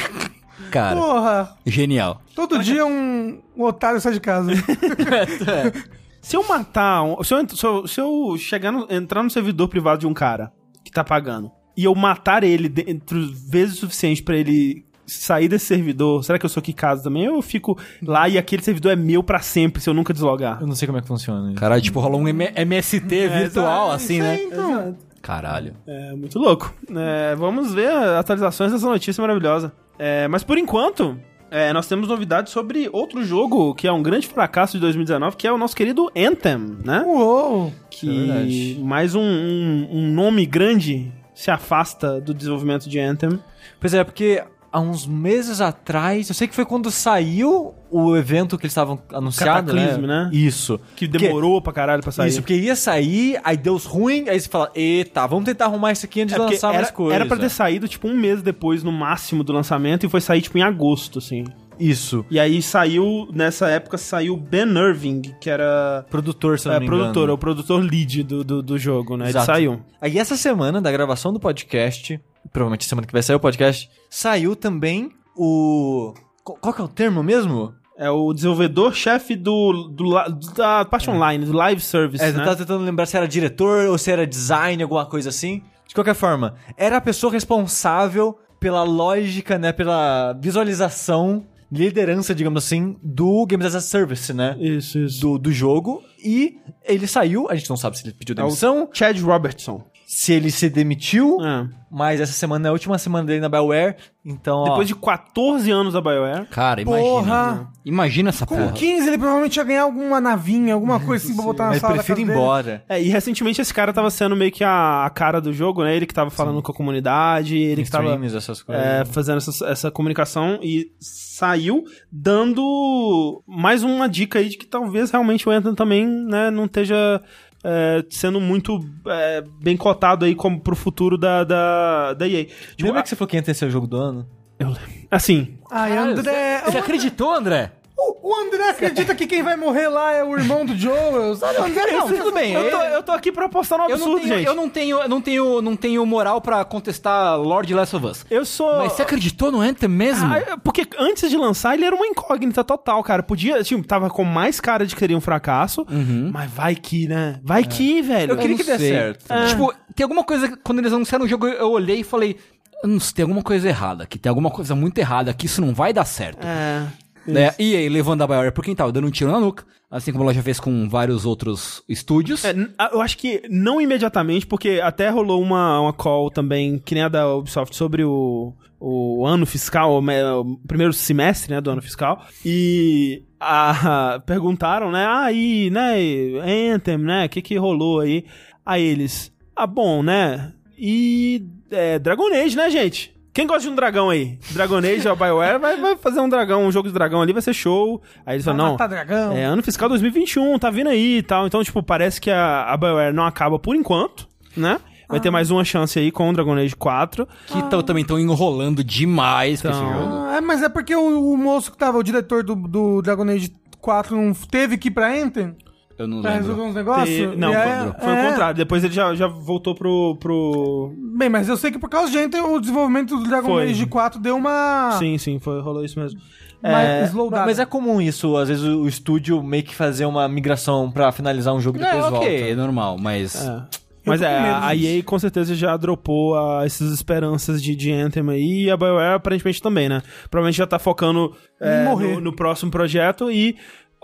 [SPEAKER 4] Cara,
[SPEAKER 2] Porra!
[SPEAKER 4] genial.
[SPEAKER 2] Todo dia um, um otário sai de casa.
[SPEAKER 1] Se eu matar um. Se eu, ent- se eu- se eu chegar no- entrar no servidor privado de um cara que tá pagando e eu matar ele dentro vezes o suficiente pra ele sair desse servidor, será que eu sou quicado também? Ou eu fico lá e aquele servidor é meu pra sempre se eu nunca deslogar?
[SPEAKER 3] Eu não sei como é que funciona. isso.
[SPEAKER 4] Caralho, tipo, rola um M- MST virtual, assim, né?
[SPEAKER 2] Então,
[SPEAKER 4] Caralho.
[SPEAKER 1] É muito louco. É, vamos ver as atualizações dessa notícia maravilhosa. É, mas por enquanto, é, nós temos novidades sobre outro jogo que é um grande fracasso de 2019, que é o nosso querido Anthem, né?
[SPEAKER 2] uou.
[SPEAKER 3] É
[SPEAKER 1] Que mais um, um- um nome grande se afasta do desenvolvimento de Anthem.
[SPEAKER 3] Pois é, porque há uns meses atrás, eu sei que foi quando saiu o evento que eles estavam anunciando,
[SPEAKER 1] Cataclismo, né?
[SPEAKER 3] Isso.
[SPEAKER 1] Que demorou pra caralho pra sair.
[SPEAKER 3] Isso, porque ia sair, aí deu os ruim, aí você fala, eita, vamos tentar arrumar isso aqui antes
[SPEAKER 1] É
[SPEAKER 3] de
[SPEAKER 1] porque
[SPEAKER 3] lançar
[SPEAKER 1] era,
[SPEAKER 3] mais coisas. é.
[SPEAKER 1] era pra ter saído, tipo, um mês depois, no máximo, do lançamento, e foi sair, tipo, em agosto, assim.
[SPEAKER 3] Isso.
[SPEAKER 1] E aí saiu, nessa época, saiu Ben Irving, que era
[SPEAKER 3] Produtor, se eu
[SPEAKER 1] é,
[SPEAKER 3] não me engano.
[SPEAKER 1] produtor, é o produtor lead do, do, do jogo, né?
[SPEAKER 3] Exato.
[SPEAKER 1] Ele saiu.
[SPEAKER 3] Aí essa semana da gravação do podcast, provavelmente semana que vai sair o podcast, saiu também o... Qu- Qual que é o termo mesmo?
[SPEAKER 1] É o desenvolvedor-chefe do, do, la- da parte online, do live service,
[SPEAKER 3] É, eu
[SPEAKER 1] né?
[SPEAKER 3] tava tentando lembrar se era diretor ou se era design, alguma coisa assim. De qualquer forma, era a pessoa responsável pela lógica, né? Pela visualização, liderança, digamos assim, do Games as a Service, né?
[SPEAKER 1] Isso, isso.
[SPEAKER 3] Do, do jogo. E ele saiu, a gente não sabe se ele pediu
[SPEAKER 1] É o
[SPEAKER 3] demissão,
[SPEAKER 1] Chad Robertson.
[SPEAKER 3] se ele se demitiu,
[SPEAKER 1] É.
[SPEAKER 3] mas essa semana é a última semana dele na Bioware, então. ó,
[SPEAKER 1] Depois de 14 anos da BioWare.
[SPEAKER 4] Cara, imagina. né? É.
[SPEAKER 2] Porra.
[SPEAKER 4] Imagina essa
[SPEAKER 2] Com
[SPEAKER 4] porra.
[SPEAKER 2] 15 ele provavelmente ia ganhar alguma navinha, alguma coisa assim pra botar na
[SPEAKER 3] eu
[SPEAKER 2] sala da
[SPEAKER 3] prefiro ir
[SPEAKER 2] casa dele.
[SPEAKER 3] embora.
[SPEAKER 1] É, e recentemente esse cara tava sendo meio que a, a cara do jogo, né? Ele que tava falando com a comunidade, ele que tava
[SPEAKER 3] Streams, essas
[SPEAKER 4] Tá
[SPEAKER 3] coisas.
[SPEAKER 1] é, fazendo essa, essa comunicação e saiu dando mais uma dica aí de que talvez realmente o Anthem também né, não esteja é, sendo muito é, bem cotado aí como pro futuro da, da, da EA. Tipo,
[SPEAKER 4] é
[SPEAKER 3] Lembra que você falou que ia ter seu jogo do ano?
[SPEAKER 1] assim,
[SPEAKER 2] Ai,
[SPEAKER 4] Caralho,
[SPEAKER 2] André.
[SPEAKER 4] Você acreditou, André?
[SPEAKER 2] O, o André acredita que quem vai morrer lá é o irmão do Joel. Sabe, o André
[SPEAKER 4] Não,
[SPEAKER 2] precisa-
[SPEAKER 4] tudo bem.
[SPEAKER 1] eu tô, eu tô aqui pra postar um
[SPEAKER 4] Eu não
[SPEAKER 1] absurdo,
[SPEAKER 4] tenho,
[SPEAKER 1] gente.
[SPEAKER 4] eu
[SPEAKER 1] Eu,
[SPEAKER 4] não tenho, eu não tenho, não tenho moral pra contestar Lord Last of Us.
[SPEAKER 1] sou...
[SPEAKER 4] Mas é você acreditou no Anthem mesmo?
[SPEAKER 1] Ah, é, porque antes de lançar ele era uma incógnita total, cara. Podia, tipo, tava com mais cara de que teria um fracasso, mas vai que, né? Vai que, velho.
[SPEAKER 4] Uhum. É. Eu
[SPEAKER 3] não
[SPEAKER 4] queria que desse
[SPEAKER 3] sei.
[SPEAKER 4] certo. Tipo, tem alguma coisa que quando eles anunciaram o jogo, eu- eu olhei e falei. "Hum, Tem alguma coisa errada aqui, tem alguma coisa muito errada aqui, isso não vai dar certo.
[SPEAKER 1] É.
[SPEAKER 4] Né? E aí, levando a Bioware pro quintal, dando um tiro na nuca, assim como ela já fez com vários outros estúdios.
[SPEAKER 1] É, n- a- eu acho que não imediatamente, porque até rolou uma, uma call também, que nem a da Ubisoft, sobre o, o ano fiscal, o, me- o primeiro semestre né, do ano fiscal. E a- <laughs> perguntaram, né? Ah, e, né? e Anthem, né? O que, que rolou aí? A eles. Ah, bom, né? E. É, Dragon Age, né, gente? Quem gosta de um dragão aí? Dragon Age, a BioWare vai, vai fazer um dragão, um jogo de dragão ali, vai ser show. Aí eles
[SPEAKER 2] Vai
[SPEAKER 1] falam, não.
[SPEAKER 2] matar dragão.
[SPEAKER 1] É, ano fiscal 2021, tá vindo aí e tal. Então, tipo, parece que a, a BioWare não acaba por enquanto, né? Vai
[SPEAKER 2] Ah.
[SPEAKER 1] ter mais uma chance aí com o Dragon Age 4.
[SPEAKER 4] que tão- também estão enrolando demais com
[SPEAKER 1] Então.
[SPEAKER 4] esse jogo.
[SPEAKER 2] Ah, é, mas é porque o, o moço que tava, o diretor do, do Dragon Age 4, não teve que ir pra Anthem
[SPEAKER 4] Eu não
[SPEAKER 2] pra
[SPEAKER 4] lembro.
[SPEAKER 2] resolver uns
[SPEAKER 1] E-
[SPEAKER 2] negócios?
[SPEAKER 1] não,
[SPEAKER 2] E
[SPEAKER 1] foi,
[SPEAKER 2] é-
[SPEAKER 1] foi
[SPEAKER 2] é.
[SPEAKER 1] o contrário. Depois ele já, já voltou pro. pro...
[SPEAKER 2] Bem, mas eu sei que por causa de Anthem, o desenvolvimento do Dragon
[SPEAKER 1] Foi.
[SPEAKER 2] Age 4 deu uma...
[SPEAKER 1] Sim, sim, foi, rolou isso mesmo.
[SPEAKER 2] uma
[SPEAKER 1] É,
[SPEAKER 2] slowdown.
[SPEAKER 3] Mas é comum isso, às vezes o estúdio meio que fazer uma migração pra finalizar um jogo e depois volta.
[SPEAKER 4] ok, é normal, mas.
[SPEAKER 1] é. Mas
[SPEAKER 2] Eu tô
[SPEAKER 1] é,
[SPEAKER 2] com medo
[SPEAKER 1] a EA com certeza já dropou a- essas esperanças de, de Anthem aí, e a BioWare aparentemente também, né? Provavelmente já tá focando é,
[SPEAKER 2] morrer.
[SPEAKER 1] no, no próximo projeto e,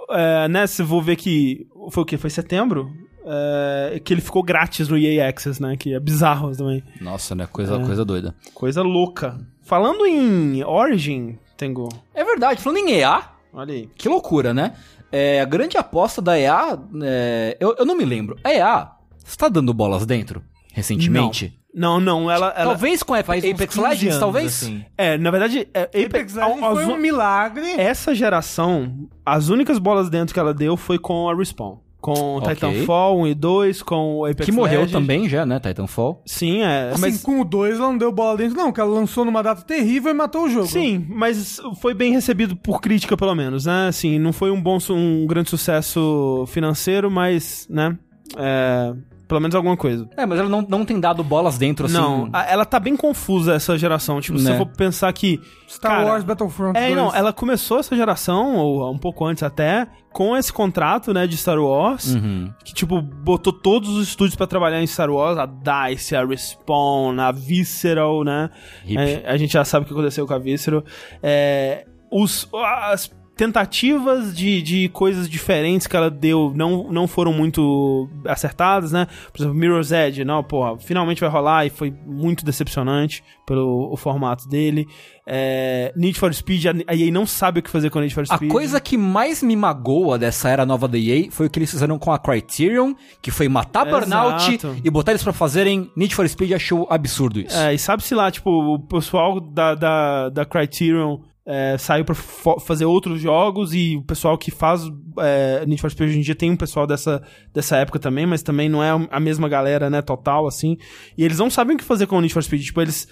[SPEAKER 1] é, né, se vou ver que, foi o quê? Foi setembro? É, que ele ficou grátis no EA Access, né? Que é bizarro também.
[SPEAKER 4] Nossa, né? Coisa, coisa doida.
[SPEAKER 1] Coisa louca. Falando em Origin, Tengu,
[SPEAKER 4] É verdade, falando em EA,
[SPEAKER 1] olha aí.
[SPEAKER 4] Que loucura, né? É, a grande aposta da EA, é, eu, eu não me lembro. A EA está dando bolas dentro recentemente?
[SPEAKER 1] Não, não, ela... ela
[SPEAKER 4] Talvez com a
[SPEAKER 3] Faz uns
[SPEAKER 4] Apex
[SPEAKER 3] 15
[SPEAKER 4] Legends,
[SPEAKER 3] anos,
[SPEAKER 4] talvez?
[SPEAKER 3] assim.
[SPEAKER 1] É, na verdade, é,
[SPEAKER 2] Apex
[SPEAKER 1] Apex, ao-
[SPEAKER 2] Legends
[SPEAKER 1] aos
[SPEAKER 2] foi um milagre.
[SPEAKER 1] essa geração, as únicas bolas dentro que ela deu foi com a Respawn. Com
[SPEAKER 4] Ok.
[SPEAKER 1] Titanfall 1 e 2, com o Apex
[SPEAKER 4] Que morreu
[SPEAKER 1] Legends.
[SPEAKER 4] também já, né? Titanfall.
[SPEAKER 1] Sim, é.
[SPEAKER 2] Assim,
[SPEAKER 1] mas,
[SPEAKER 2] com o 2 ela não deu bola dentro, não, que ela lançou numa data terrível e matou o
[SPEAKER 4] é
[SPEAKER 2] jogo.
[SPEAKER 1] sim, mas foi bem recebido por crítica, pelo menos, né? Assim, não foi um bom, su- um grande sucesso financeiro, mas, né? É, Pelo menos alguma coisa.
[SPEAKER 4] É, mas ela não, não tem dado bolas dentro, assim.
[SPEAKER 1] Não, a- ela tá bem confusa, essa geração. Tipo, se
[SPEAKER 4] Né.
[SPEAKER 1] você for pensar que.
[SPEAKER 2] Star
[SPEAKER 1] cara,
[SPEAKER 2] Wars Battlefront
[SPEAKER 1] É,
[SPEAKER 2] 2.
[SPEAKER 1] não, ela começou essa geração, ou um pouco antes até, com esse contrato, né, de Star
[SPEAKER 4] Uhum.
[SPEAKER 1] Wars, que, tipo, botou todos os estúdios pra trabalhar em Star Wars, a DICE, a Respawn, a Visceral, né,
[SPEAKER 4] Hip.
[SPEAKER 1] É, a gente já sabe o que aconteceu com a Visceral, É, os, as tentativas de, de coisas diferentes que ela deu não, não foram muito acertadas, né, por exemplo, Mirror's Edge, não, porra, finalmente vai rolar e foi muito decepcionante pelo o formato dele, é, Need for Speed, a a EA não sabe o que fazer com Need for
[SPEAKER 4] A
[SPEAKER 1] Speed.
[SPEAKER 4] coisa que mais me magoa dessa era nova da EA foi o que eles fizeram com a Criterion, que foi matar
[SPEAKER 1] Exato.
[SPEAKER 4] Burnout e botar eles pra fazerem Need for Speed, achou absurdo isso.
[SPEAKER 1] É, e sabe-se lá, tipo, o pessoal da, da, da Criterion é, saiu pra fo- fazer outros jogos e o pessoal que faz é, Need for Speed hoje em dia tem um pessoal dessa, dessa época também, mas também não é a mesma galera, né, total, assim. E eles não sabem o que fazer com o Need for Speed. Tipo, eles...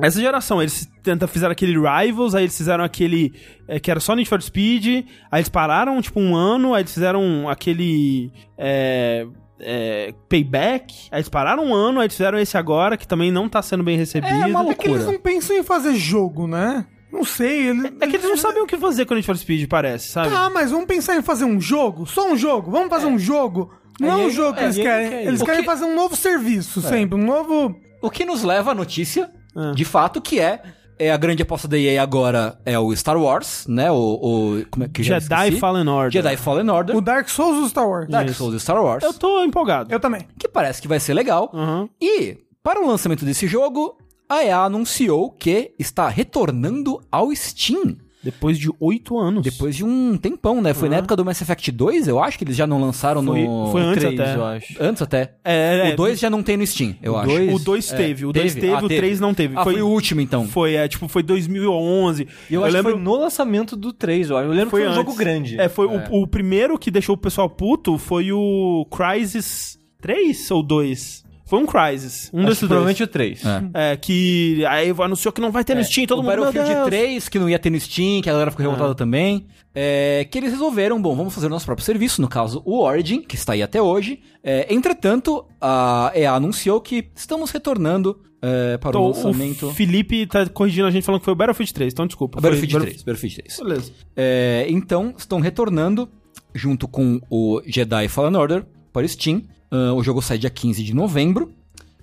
[SPEAKER 1] Essa geração, eles tenta, fizeram aquele Rivals, aí eles fizeram aquele é, que era só Need for Speed, aí eles pararam, tipo, um ano, aí eles fizeram aquele... é, é, payback, aí eles pararam um ano, aí eles fizeram esse agora, que também não tá sendo bem recebido.
[SPEAKER 4] É uma
[SPEAKER 2] É que eles
[SPEAKER 4] loucura.
[SPEAKER 2] não pensam em fazer jogo, né? Não sei, ele...
[SPEAKER 1] É que eles não sabem o que fazer com Need for Speed, parece, sabe?
[SPEAKER 2] Ah, mas vamos pensar em fazer um jogo? Só um jogo? Vamos
[SPEAKER 1] É.
[SPEAKER 2] fazer um jogo? Não é um jogo que eles querem. Eles
[SPEAKER 4] O
[SPEAKER 2] querem
[SPEAKER 4] que-
[SPEAKER 2] fazer um novo
[SPEAKER 1] É.
[SPEAKER 2] serviço sempre, um novo...
[SPEAKER 4] O que nos leva à notícia,
[SPEAKER 1] Ah.
[SPEAKER 4] de fato, que é, é a grande aposta da EA agora é o Star Wars, né? O, o- como é que eu já
[SPEAKER 1] Jedi
[SPEAKER 4] esqueci?
[SPEAKER 1] Fallen Order.
[SPEAKER 4] Jedi Fallen Order,
[SPEAKER 2] O Dark Souls do Star
[SPEAKER 1] É.
[SPEAKER 2] Wars.
[SPEAKER 4] Dark Souls e Star Wars,
[SPEAKER 1] Eu tô empolgado.
[SPEAKER 2] Eu também.
[SPEAKER 4] que parece que vai ser legal.
[SPEAKER 1] Aham.
[SPEAKER 4] E, para o lançamento desse jogo, a EA anunciou que está retornando ao Steam.
[SPEAKER 1] Depois de oito anos.
[SPEAKER 4] Depois de um tempão, né? Foi na época do Mass Effect 2, eu acho que eles já não lançaram
[SPEAKER 1] Foi-
[SPEAKER 4] no.
[SPEAKER 1] foi antes
[SPEAKER 3] Três,
[SPEAKER 1] até.
[SPEAKER 3] eu acho.
[SPEAKER 4] Antes até.
[SPEAKER 1] É, é, é.
[SPEAKER 4] o 2 já não tem no Steam, eu acho.
[SPEAKER 3] dois-
[SPEAKER 1] O é. 2 teve, o 2
[SPEAKER 4] teve?
[SPEAKER 1] teve,
[SPEAKER 4] Ah,
[SPEAKER 1] o
[SPEAKER 4] teve.
[SPEAKER 1] 3 não teve.
[SPEAKER 4] Ah, foi... o último então.
[SPEAKER 1] Foi, é, tipo, foi 2011.
[SPEAKER 3] E eu, acho que foi no lançamento do 3, eu acho. Eu lembro que foi um
[SPEAKER 1] antes.
[SPEAKER 3] jogo grande.
[SPEAKER 1] É, foi O, o primeiro que deixou o pessoal puto foi o Crysis 3 ou 2? Foi um Crysis. Um
[SPEAKER 3] Acho que
[SPEAKER 1] desses dois.
[SPEAKER 3] provavelmente o 3.
[SPEAKER 4] É.
[SPEAKER 1] É, que aí anunciou que não vai ter no Steam, todo
[SPEAKER 4] o
[SPEAKER 1] mundo, meu
[SPEAKER 4] Battlefield
[SPEAKER 1] Deus.
[SPEAKER 4] 3, que não ia ter no Steam, que a galera ficou revoltada também. É, que eles resolveram, bom, vamos fazer o nosso próprio serviço, no caso o Origin, que está aí até hoje. É, entretanto, a EA anunciou que estamos retornando é, para
[SPEAKER 1] Então,
[SPEAKER 4] o
[SPEAKER 1] o
[SPEAKER 4] lançamento.
[SPEAKER 1] Felipe tá corrigindo a gente falando que foi o Battlefield 3, então desculpa.
[SPEAKER 4] A Battlefield
[SPEAKER 1] Foi
[SPEAKER 4] 3, Battlefield 3.
[SPEAKER 1] Beleza.
[SPEAKER 4] É, então, estão retornando junto com o Jedi Fallen Order para o Steam. Ah, o jogo sai dia 15 de novembro.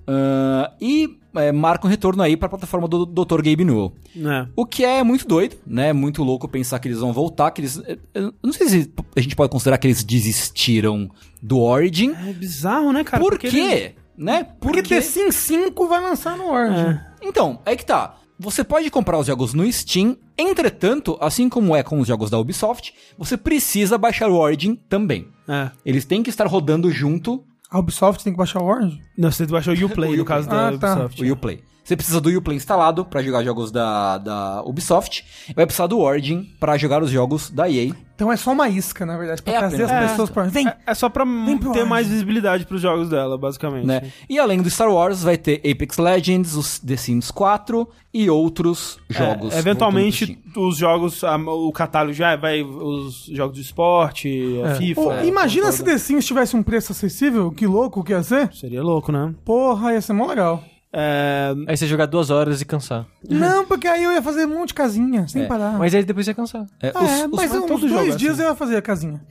[SPEAKER 4] Ah, e é, marca um retorno aí para a plataforma do Dr. Gabe Newell.
[SPEAKER 1] É.
[SPEAKER 4] O que é muito doido, né? É Muito louco pensar que eles vão voltar, que eles... eu- Eu não sei se a gente pode considerar que eles desistiram do Origin.
[SPEAKER 1] É bizarro, né, cara?
[SPEAKER 4] Por quê?
[SPEAKER 1] eles-
[SPEAKER 4] Né? Por
[SPEAKER 2] Porque
[SPEAKER 4] quê?
[SPEAKER 2] The Sims 5 vai lançar no Origin.
[SPEAKER 4] Então, é que tá. Você pode comprar os jogos no Steam, entretanto, assim como é com os jogos da Ubisoft, você precisa baixar o Origin também.
[SPEAKER 1] É.
[SPEAKER 4] Eles têm que estar rodando junto
[SPEAKER 2] A Ubisoft tem que baixar o Origin?
[SPEAKER 1] Não, você baixou o Uplay,
[SPEAKER 4] O
[SPEAKER 1] no caso da
[SPEAKER 2] Uplay. Ah, tá.
[SPEAKER 1] Ubisoft.
[SPEAKER 4] o Uplay. Você precisa do Uplay instalado pra jogar jogos da, da Ubisoft, e vai precisar do Origin pra jogar os jogos da EA.
[SPEAKER 2] Então é só uma isca, na verdade, pra
[SPEAKER 4] É
[SPEAKER 2] trazer as
[SPEAKER 4] apenas uma
[SPEAKER 2] pessoas
[SPEAKER 4] isca.
[SPEAKER 2] pra... Vem!
[SPEAKER 1] É- É só pra
[SPEAKER 2] Vem pro
[SPEAKER 1] ter
[SPEAKER 2] Origin.
[SPEAKER 1] mais visibilidade pros jogos dela, basicamente.
[SPEAKER 4] né? E além do Star Wars, vai ter Apex Legends, os The Sims 4 e outros jogos.
[SPEAKER 1] É,
[SPEAKER 4] voltando
[SPEAKER 1] eventualmente,
[SPEAKER 4] pro Steam.
[SPEAKER 1] os jogos, a- o catálogo já vai, os jogos de esporte, a FIFA.
[SPEAKER 2] Pô,
[SPEAKER 1] é,
[SPEAKER 2] imagina
[SPEAKER 1] toda-
[SPEAKER 2] se The Sims tivesse um preço acessível, que louco que ia ser.
[SPEAKER 1] Seria louco, né?
[SPEAKER 2] Porra, ia ser mó legal.
[SPEAKER 1] É,
[SPEAKER 3] Aí você jogar duas horas e cansar.
[SPEAKER 2] Não, porque aí eu ia fazer um monte de casinha, sem
[SPEAKER 4] Uhum. É,
[SPEAKER 1] Ah.
[SPEAKER 2] parar.
[SPEAKER 3] Mas aí depois você cansar.
[SPEAKER 4] É,
[SPEAKER 2] Ah,
[SPEAKER 4] os,
[SPEAKER 2] é,
[SPEAKER 4] os-
[SPEAKER 2] mas uns
[SPEAKER 1] todo
[SPEAKER 2] dois
[SPEAKER 1] jogo é
[SPEAKER 2] dias
[SPEAKER 1] assim.
[SPEAKER 2] eu ia fazer a casinha.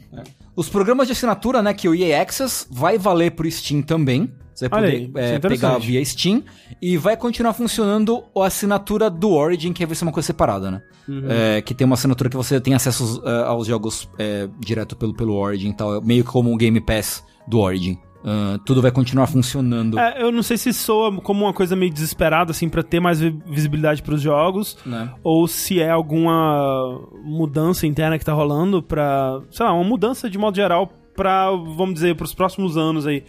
[SPEAKER 4] os programas de assinatura, né, que o EA Access vai valer pro Steam também. Você vai
[SPEAKER 1] Olha
[SPEAKER 4] poder
[SPEAKER 1] aí, isso é
[SPEAKER 4] é,
[SPEAKER 1] interessante.
[SPEAKER 4] pegar via Steam. E vai continuar funcionando a assinatura do Origin, que vai ser uma coisa separada, né?
[SPEAKER 1] Uhum.
[SPEAKER 4] É, que tem uma assinatura que você tem acesso é, aos jogos é, direto pelo, pelo Origin e tal. é Meio como um Game Pass do Origin. Ah, tudo vai continuar funcionando.
[SPEAKER 1] é, eu não sei se soa como uma coisa meio desesperada, assim, pra ter mais vi- visibilidade pros jogos,
[SPEAKER 4] Né?
[SPEAKER 1] ou se é alguma mudança interna que tá rolando pra, sei lá, uma mudança de modo geral pra, vamos dizer, pros próximos anos aí.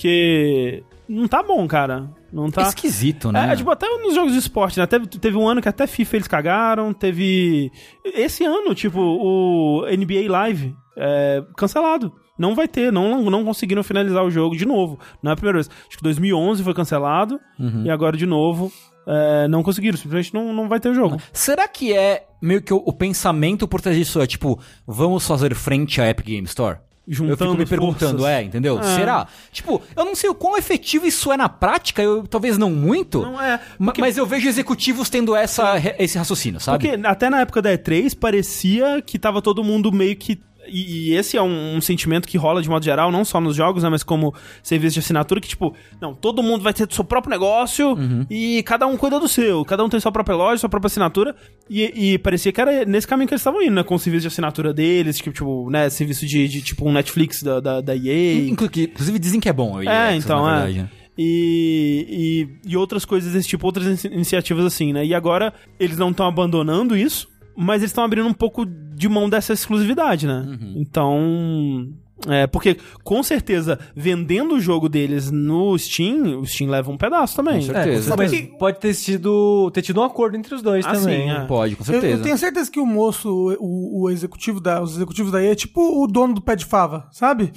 [SPEAKER 1] Porque não tá bom, cara. Não tá.
[SPEAKER 4] Esquisito, né?
[SPEAKER 1] É, tipo, até nos jogos de esporte, né? Teve, teve um ano que até FIFA eles cagaram, teve. Esse ano, tipo, o NBA Live é, cancelado. Não vai ter, não, não conseguiram finalizar o jogo de novo. Não é a primeira vez. Acho que 2011 foi cancelado
[SPEAKER 4] Uhum.
[SPEAKER 1] e agora de novo. é, não conseguiram, simplesmente não, não vai ter o jogo.
[SPEAKER 4] Será que é meio que o, o pensamento por trás disso é tipo, vamos fazer frente à Epic Game Store?
[SPEAKER 1] juntando
[SPEAKER 4] Eu fico me perguntando,
[SPEAKER 1] forças.
[SPEAKER 4] é, entendeu? Será? Tipo, eu não sei o quão efetivo isso é na prática, eu talvez não muito.
[SPEAKER 1] Não é,
[SPEAKER 4] ma- Mas eu vejo executivos tendo essa, re- esse raciocínio, sabe?
[SPEAKER 1] Porque até na época da E3 parecia que tava todo mundo meio que. E, e esse é um, um sentimento que rola de modo geral, não só nos jogos, né, mas como serviço de assinatura, que tipo, não, todo mundo vai ter seu próprio negócio e cada um cuida do seu, cada um tem sua própria loja, sua própria assinatura, e, e parecia que era nesse caminho que eles estavam indo, né, com o serviço de assinatura deles, tipo, tipo né, serviço de, de, tipo um Netflix da, da, da EA.
[SPEAKER 4] Inclu- que, Inclusive dizem que é bom. eu
[SPEAKER 1] É,
[SPEAKER 4] ia-
[SPEAKER 1] então,
[SPEAKER 4] na
[SPEAKER 1] é.
[SPEAKER 4] verdade, né?
[SPEAKER 1] E, e, e outras coisas desse tipo, outras inici- iniciativas assim, né? E agora eles não estão abandonando isso, mas eles estão abrindo um pouco de mão dessa exclusividade, né?
[SPEAKER 4] Uhum.
[SPEAKER 1] Então. É, porque com certeza, vendendo o jogo deles no Steam, o Steam leva um pedaço também.
[SPEAKER 4] Com
[SPEAKER 3] É,
[SPEAKER 4] certeza.
[SPEAKER 3] mas
[SPEAKER 2] Porque-
[SPEAKER 3] pode ter sido ter tido um acordo entre os dois
[SPEAKER 1] Ah,
[SPEAKER 3] também. né?
[SPEAKER 1] sim, é.
[SPEAKER 4] Pode, com
[SPEAKER 2] Eu,
[SPEAKER 4] certeza.
[SPEAKER 2] eu tenho certeza que o moço, o, o executivo da, os executivos da EA é tipo o dono do pé de fava,
[SPEAKER 4] <laughs>
[SPEAKER 2] sabe?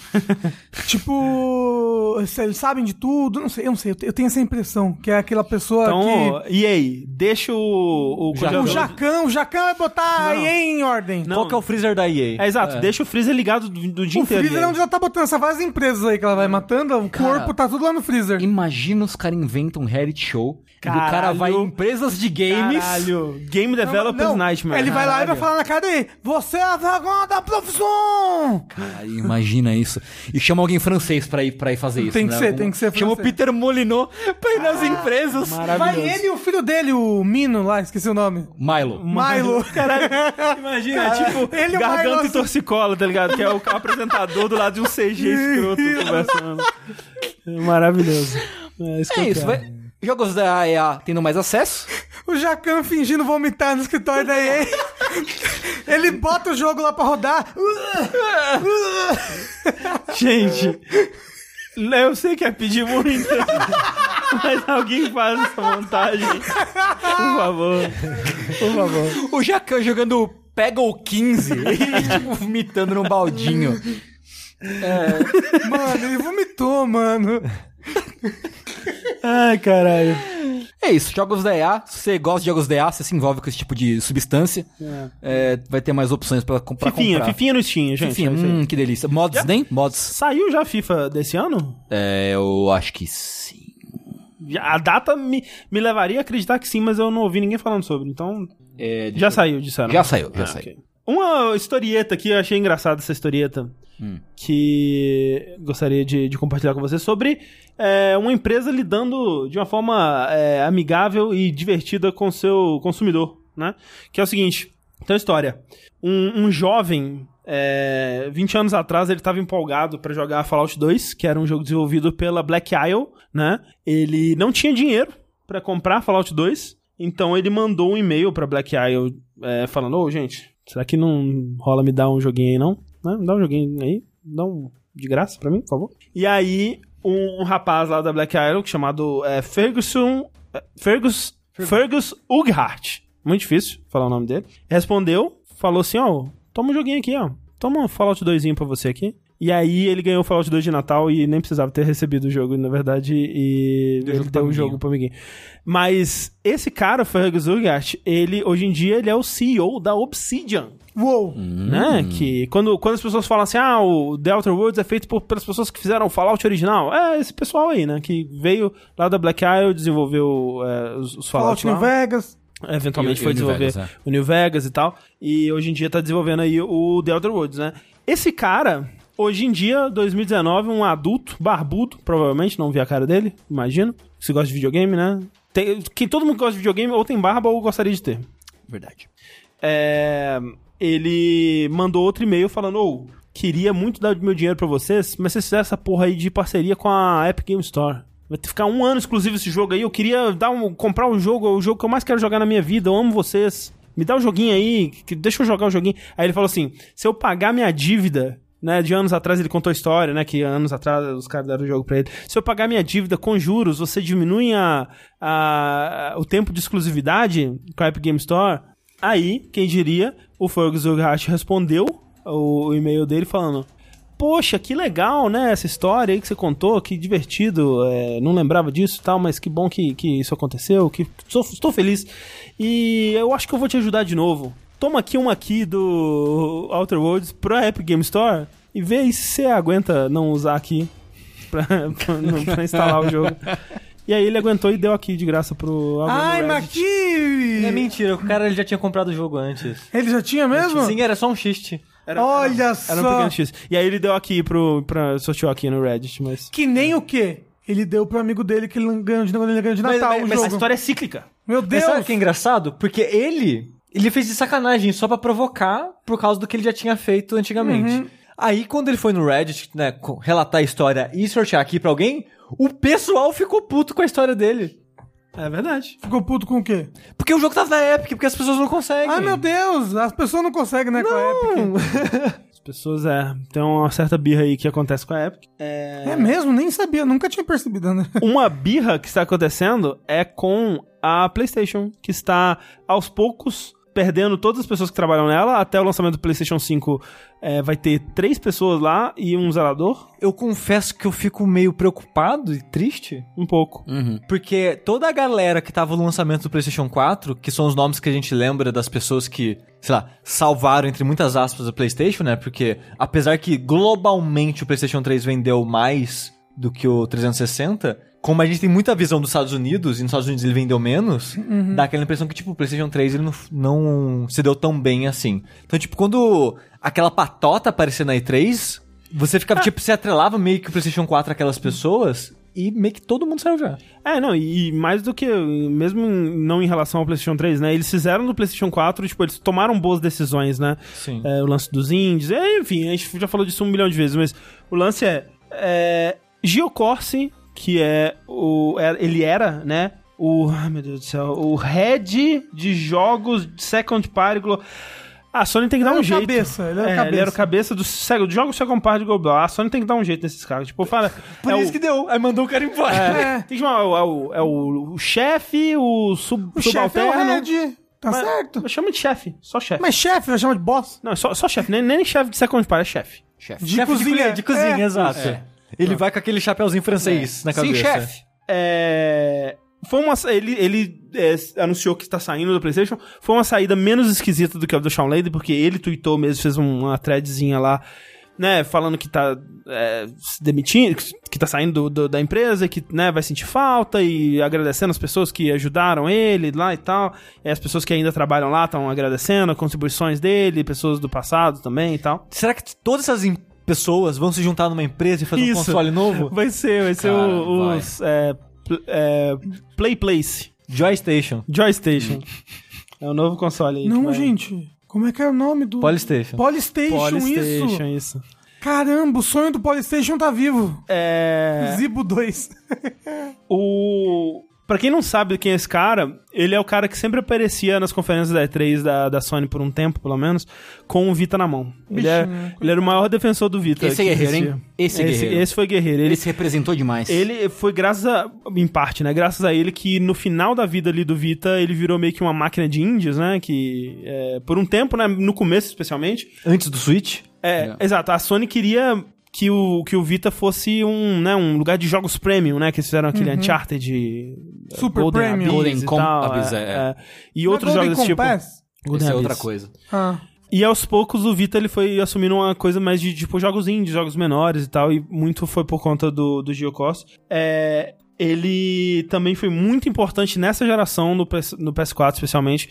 [SPEAKER 2] tipo, eles sabem de tudo, não sei, eu não sei, eu te- eu tenho essa impressão que é aquela pessoa
[SPEAKER 1] Então,
[SPEAKER 2] que...
[SPEAKER 1] e aí? Deixa o. o
[SPEAKER 4] Jacan.
[SPEAKER 2] O
[SPEAKER 1] congelador-
[SPEAKER 2] Jacan, o Jacan vai botar a
[SPEAKER 1] Então, Não.
[SPEAKER 2] EA em ordem.
[SPEAKER 1] Não.
[SPEAKER 3] Qual que é o freezer da EA?
[SPEAKER 1] É, exato, deixa o freezer ligado do, do dia
[SPEAKER 2] O
[SPEAKER 1] inteiro.
[SPEAKER 2] freezer é
[SPEAKER 1] e aí?
[SPEAKER 2] onde ela tá botando essa várias empresas aí que ela vai matando, o
[SPEAKER 4] Cara,
[SPEAKER 2] corpo tá tudo lá no freezer.
[SPEAKER 4] Imagina os caras inventam um reality show e o cara
[SPEAKER 1] Caralho.
[SPEAKER 4] vai em empresas de games.
[SPEAKER 1] Caralho, Game
[SPEAKER 2] Não,
[SPEAKER 1] Developers
[SPEAKER 2] não,
[SPEAKER 1] Nightmare.
[SPEAKER 2] Ele vai lá e vai
[SPEAKER 1] Caralho.
[SPEAKER 2] falar na cara dele, você é a vergonha da profissão!
[SPEAKER 4] Cara, Ah, imagina isso. E chama alguém francês pra ir, pra ir fazer isso.
[SPEAKER 2] Tem
[SPEAKER 1] é
[SPEAKER 2] que
[SPEAKER 4] né?
[SPEAKER 2] ser, tem que ser
[SPEAKER 4] Chama o
[SPEAKER 2] francês.
[SPEAKER 4] Peter Molinot pra ir nas empresas.
[SPEAKER 2] assim, Vai ele e o filho dele, o Mino lá, esqueci o nome.
[SPEAKER 4] Milo.
[SPEAKER 2] Milo. <laughs>
[SPEAKER 1] Caralho, imagina, tipo,
[SPEAKER 2] ele é o
[SPEAKER 1] garganta
[SPEAKER 2] Marlon
[SPEAKER 1] e torcicola, tá ligado? Que é o apresentador do lado de um <laughs> CG escroto conversando. É Maravilhoso. É isso, que
[SPEAKER 4] É
[SPEAKER 1] eu
[SPEAKER 4] isso,
[SPEAKER 1] quero.
[SPEAKER 4] vai. Jogos da EA tendo mais acesso.
[SPEAKER 2] O Jacan fingindo vomitar no escritório
[SPEAKER 1] <laughs>
[SPEAKER 2] da EA. Ele bota o jogo lá pra rodar. Uh,
[SPEAKER 1] Gente, eu sei que é pedir muito, <laughs> mas alguém faz essa montagem. Por favor. Por favor.
[SPEAKER 4] O Jacan jogando Pega o 15 <laughs> e tipo, vomitando num baldinho.
[SPEAKER 2] Mano, ele vomitou, mano.
[SPEAKER 1] Ai, caralho.
[SPEAKER 4] É isso, jogos da EA. Se você gosta de jogos da EA, você se envolve com esse tipo de substância. É, vai ter mais opções pra, com- pra
[SPEAKER 1] Fifinha,
[SPEAKER 4] comprar.
[SPEAKER 1] Fifinha no Steam, gente.
[SPEAKER 4] Fifinha,
[SPEAKER 1] é isso aí.
[SPEAKER 4] hum, que delícia. Mods, nem? Mods.
[SPEAKER 1] Saiu já a FIFA desse ano?
[SPEAKER 4] É, eu acho que sim.
[SPEAKER 1] A data me, me levaria a acreditar que sim, mas eu não ouvi ninguém falando sobre, então
[SPEAKER 4] É,
[SPEAKER 1] Já saiu, disseram.
[SPEAKER 4] Já saiu, já
[SPEAKER 1] Ah,
[SPEAKER 4] saiu.
[SPEAKER 1] ok. Uma historieta que eu achei engraçada essa historieta. Que gostaria de, de compartilhar com você sobre é, uma empresa lidando de uma forma é, amigável e divertida com seu consumidor, né? Que é o seguinte: então, história. Um, um jovem, é, 20 anos atrás, ele estava empolgado para jogar Fallout 2, que era um jogo desenvolvido pela Black Isle, né? Ele não tinha dinheiro para comprar Fallout 2, então ele mandou um e-mail para Black Isle é, falando: Ô, gente, será que não rola me dar um joguinho aí, não? Né? Dá um joguinho aí, dá um de graça pra mim, por favor. E aí, um, um rapaz lá da Black Isle, que chamado é, Ferguson. é, Fergus. Fergus Ughart. Muito difícil falar o nome dele. Respondeu, falou assim: Ó, toma um joguinho aqui, ó. Toma um Fallout 2 pra você aqui. E aí ele ganhou o Fallout 2 de Natal e nem precisava ter recebido o jogo, na verdade, e
[SPEAKER 4] Deu
[SPEAKER 1] ele
[SPEAKER 4] jogo pra
[SPEAKER 1] deu o
[SPEAKER 4] amiguinho.
[SPEAKER 1] jogo pro amiguinho. Mas esse cara, Fergus Ugart, ele hoje em dia ele é o CEO da Obsidian,
[SPEAKER 2] Uou.
[SPEAKER 1] né?
[SPEAKER 2] Hum.
[SPEAKER 1] Que quando, quando as pessoas falam assim, ah, o The Outer Worlds é feito por, pelas pessoas que fizeram o Fallout original, é esse pessoal aí, né? Que veio lá da Black Isle, desenvolveu é, os, os Fallout,
[SPEAKER 2] Fallout New
[SPEAKER 1] lá.
[SPEAKER 2] Vegas.
[SPEAKER 1] Eventualmente
[SPEAKER 4] E o- e
[SPEAKER 1] foi
[SPEAKER 4] o New
[SPEAKER 1] desenvolver
[SPEAKER 4] Vegas, é.
[SPEAKER 1] o New Vegas e tal. E hoje em dia tá desenvolvendo aí o The Elder Woods, né? Esse cara, hoje em dia, 2019, um adulto, barbudo, provavelmente, não vi a cara dele, imagino. Se gosta de videogame, né? Tem, que todo mundo que gosta de videogame ou tem barba ou gostaria de ter.
[SPEAKER 4] Verdade.
[SPEAKER 1] É, ele mandou outro e-mail falando: Ô, queria muito dar meu dinheiro pra vocês, mas vocês fizeram essa porra aí de parceria com a Epic Game Store. Vai ter que ficar um ano exclusivo esse jogo aí. Eu queria dar um, comprar um jogo, é o jogo que eu mais quero jogar na minha vida. Eu amo vocês. Me dá o joguinho aí, que- deixa eu jogar o joguinho. Aí ele falou assim: se eu pagar minha dívida né, de anos atrás ele contou a história, né, que anos atrás os caras deram o jogo pra ele. Se eu pagar minha dívida com juros, você diminui a, a- o tempo de exclusividade com a Epic Game Store? Aí, quem diria, o Fergus Ugash respondeu o, o e-mail dele falando Poxa, que legal, né, essa história aí que você contou, que divertido, é, não lembrava disso e tal, mas que bom que, que isso aconteceu, que sou- estou feliz. E eu acho que eu um vou te ajudar de novo. Toma aqui uma aqui do Outer Worlds pra Epic Game Store e e vê aí se você aguenta não usar aqui pra, <laughs> pra- não- pra instalar o jogo. E aí ele aguentou e deu aqui de graça pro alguém no
[SPEAKER 2] Ai,
[SPEAKER 1] Reddit.
[SPEAKER 2] mas que...
[SPEAKER 3] É mentira, o cara ele já tinha comprado o jogo antes.
[SPEAKER 2] Ele já tinha mesmo?
[SPEAKER 3] Sim, era só um xiste.
[SPEAKER 2] Olha
[SPEAKER 1] Era um pequeno
[SPEAKER 2] só.
[SPEAKER 1] X. E aí ele deu aqui pro. Pra, sorteou aqui no Reddit, mas.
[SPEAKER 2] Que nem o quê? Ele deu pro amigo dele que ele ganhou de quando ele ganhou de
[SPEAKER 3] Mas-
[SPEAKER 2] Natal
[SPEAKER 3] mas-
[SPEAKER 2] o
[SPEAKER 3] mas a
[SPEAKER 2] jogo.
[SPEAKER 1] é cíclica.
[SPEAKER 2] Meu
[SPEAKER 3] Mas
[SPEAKER 2] Deus!
[SPEAKER 3] sabe o que é engraçado? Porque ele, ele fez de sacanagem só pra provocar por causa do que ele já tinha feito antigamente.
[SPEAKER 2] Uhum.
[SPEAKER 3] Aí quando ele foi no Reddit, né, co- relatar a história e sortear aqui pra alguém, o pessoal ficou puto com a história dele.
[SPEAKER 1] É verdade.
[SPEAKER 2] Ficou puto com o quê?
[SPEAKER 3] Porque o jogo tava na Epic, porque as pessoas não conseguem.
[SPEAKER 2] Ai, meu Deus! As pessoas não conseguem, né, com a Epic.
[SPEAKER 1] As pessoas, é. Tem uma certa birra aí que acontece com a Epic.
[SPEAKER 2] É mesmo? Nem sabia. Nunca tinha percebido, né?
[SPEAKER 1] Uma birra que está acontecendo é com a PlayStation, que está aos poucos perdendo todas as pessoas que trabalham nela. Até o lançamento do PlayStation 5 é, vai ter três pessoas lá e um zelador.
[SPEAKER 3] Eu confesso que eu fico meio preocupado e triste.
[SPEAKER 1] Um pouco.
[SPEAKER 4] Uhum.
[SPEAKER 3] Porque toda a galera que tava no lançamento do PlayStation 4, que são os nomes que a gente lembra das pessoas que, sei lá, salvaram entre muitas aspas o PlayStation, né? Porque apesar que globalmente o PlayStation 3 vendeu mais do que o 360, como a gente tem muita visão dos Estados Unidos e nos Estados Unidos ele vendeu menos, dá aquela impressão que tipo o PlayStation 3 ele não, não se deu tão bem assim. Então, tipo, quando aquela patota aparecer na E3, você ficava tipo se atrelava meio que o PlayStation 4 àquelas pessoas e meio que todo mundo saiu já.
[SPEAKER 1] É, não, e e mais do que, mesmo em- não em relação ao PlayStation 3, né? Eles fizeram do PlayStation 4, tipo, eles tomaram boas decisões, né?
[SPEAKER 3] Sim.
[SPEAKER 1] É, o lance dos indies, é, enfim, a gente já falou disso um milhão de vezes, mas o lance é. é Gio Corsi, que é o. é- ele era, né? O. Ai, meu Deus do céu. O head de jogos de Second Party. Glo... A Sony tem que dar
[SPEAKER 2] Era <laughs>
[SPEAKER 1] um
[SPEAKER 2] o
[SPEAKER 1] jeito.
[SPEAKER 2] cabeça, ele
[SPEAKER 1] é,
[SPEAKER 2] era o
[SPEAKER 1] Ele era o
[SPEAKER 2] cabeça.
[SPEAKER 1] cabeça do, seg- do jogo Second Party Global. A Sony tem que dar um jeito nesses caras. Tipo,
[SPEAKER 2] <laughs>
[SPEAKER 1] fala.
[SPEAKER 3] Por
[SPEAKER 1] é
[SPEAKER 3] isso
[SPEAKER 1] o-
[SPEAKER 3] que deu. Aí mandou o cara embora.
[SPEAKER 2] É.
[SPEAKER 1] tem que chamar o- é o, é o, o chefe, o, sub,
[SPEAKER 2] O chefe é o
[SPEAKER 1] subalterno.
[SPEAKER 2] Red. Tá
[SPEAKER 1] né? Mas-
[SPEAKER 2] certo?
[SPEAKER 1] Eu chamo de chefe, só chefe.
[SPEAKER 2] Mas chefe, vai chamar de boss.
[SPEAKER 1] Não, é só, só chefe, nem, nem chefe de second party, é chefe.
[SPEAKER 4] Chefe.
[SPEAKER 2] De cozinha.
[SPEAKER 3] <laughs> De cozinha,
[SPEAKER 2] É.
[SPEAKER 3] exato. Ele vai com aquele chapeuzinho francês na cabeça.
[SPEAKER 4] Sim, chefe.
[SPEAKER 1] É... Foi uma... sa- Ele, ele é, anunciou que está saindo do PlayStation. Foi uma saída menos esquisita do que a do Shawn Lady, porque ele tweetou mesmo, fez um, uma threadzinha lá, né, falando que tá é, se demitindo, que- que tá saindo do- do- da empresa, que né, vai sentir falta e agradecendo as pessoas que ajudaram ele lá e tal. E as pessoas que ainda trabalham lá estão agradecendo as contribuições dele, pessoas do passado também e tal.
[SPEAKER 3] Será que todas essas em- pessoas vão se juntar numa empresa e fazer um
[SPEAKER 1] Isso.
[SPEAKER 3] console novo?
[SPEAKER 1] Vai ser, vai ser
[SPEAKER 4] Cara,
[SPEAKER 1] o-
[SPEAKER 4] vai.
[SPEAKER 1] os. é, pl- é, Play Place.
[SPEAKER 3] Joystation.
[SPEAKER 1] Joystation. É o novo console aí. que
[SPEAKER 2] Não,
[SPEAKER 1] vai-
[SPEAKER 2] gente. Como é que é o nome do...
[SPEAKER 3] Polystation.
[SPEAKER 2] Polystation,
[SPEAKER 1] Polystation,
[SPEAKER 2] isso.
[SPEAKER 1] isso.
[SPEAKER 2] Caramba, o sonho do Polystation tá vivo.
[SPEAKER 1] É.
[SPEAKER 2] Zibo 2.
[SPEAKER 1] O. Pra quem não sabe quem é esse cara, ele é o cara que sempre aparecia nas conferências da E3 da, da Sony por um tempo, pelo menos, com o Vita na mão. Ele,
[SPEAKER 2] Bichinho,
[SPEAKER 1] é-
[SPEAKER 2] né?
[SPEAKER 1] ele era o maior defensor do Vita.
[SPEAKER 4] Esse é
[SPEAKER 1] que
[SPEAKER 4] guerreiro, hein?
[SPEAKER 1] existia.
[SPEAKER 4] Esse é guerreiro. é
[SPEAKER 1] Esse foi guerreiro.
[SPEAKER 4] Ele
[SPEAKER 1] Ele,
[SPEAKER 4] se representou demais.
[SPEAKER 1] ele foi graças a, em parte, né? Graças a ele que no final da vida ali do Vita, ele virou meio que uma máquina de índios, né? Que é, por um tempo, né? No começo especialmente,
[SPEAKER 3] Antes do Switch?
[SPEAKER 1] É, exato. A Sony queria que o, que o Vita fosse um, né, um lugar de jogos premium, né? Que eles fizeram aquele Uncharted... eh,
[SPEAKER 2] Uhum. Super
[SPEAKER 1] Golden
[SPEAKER 2] premium.
[SPEAKER 1] Abyss
[SPEAKER 4] Golden
[SPEAKER 1] e
[SPEAKER 4] Com-
[SPEAKER 1] tal,
[SPEAKER 4] Abyss, é, é.
[SPEAKER 1] E outros
[SPEAKER 2] Golden
[SPEAKER 1] jogos desse tipo.
[SPEAKER 2] Compass?
[SPEAKER 1] Golden
[SPEAKER 4] Isso é
[SPEAKER 1] Abyss.
[SPEAKER 4] outra coisa.
[SPEAKER 2] Ah.
[SPEAKER 1] E aos poucos o Vita ele foi assumindo uma coisa mais de tipo jogos indie, jogos menores e tal, e muito foi por conta do, do Gio Costa. É, ele também foi muito importante nessa geração, no, PS, no PS4 especialmente,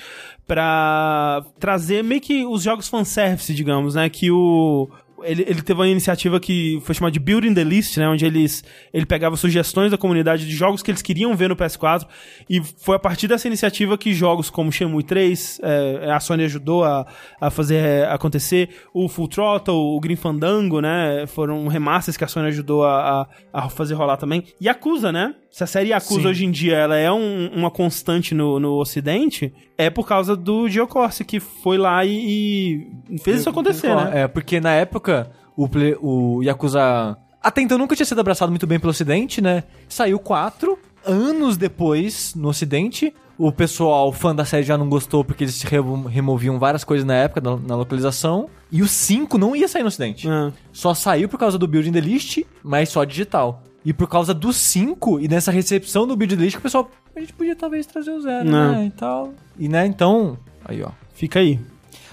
[SPEAKER 1] pra trazer meio que os jogos fanservice, digamos, né? Que o. Ele, ele teve uma iniciativa que foi chamada de Building the List, né? Onde eles, ele pegava sugestões da comunidade de jogos que eles queriam ver no PS4. E foi a partir dessa iniciativa que jogos como Shenmue 3, eh, a Sony ajudou a, a fazer é, acontecer. O Full Throttle, o Green Fandango, né? Foram remasters que a Sony ajudou a, a, a fazer rolar também. E Acusa, né? Se a série Acusa hoje em dia ela é um- uma constante no, no Ocidente, é por causa do Gio Corsi, que foi lá e, e fez isso acontecer, né?
[SPEAKER 3] É, porque na época o, play, o Yakuza. Até então nunca tinha sido abraçado muito bem pelo Ocidente, né? Saiu quatro anos depois no Ocidente. O pessoal fã da série já não gostou porque eles remo- removiam várias coisas na época, da- na localização. E o 5 não ia sair no Ocidente.
[SPEAKER 1] Ah.
[SPEAKER 3] Só saiu por causa do Building the List, mas só digital. E por causa do 5 e nessa recepção do Building the List, que o pessoal. A gente podia talvez trazer o zero,
[SPEAKER 1] Não.
[SPEAKER 3] né? E tal. E né, então. Aí, ó.
[SPEAKER 1] Fica aí.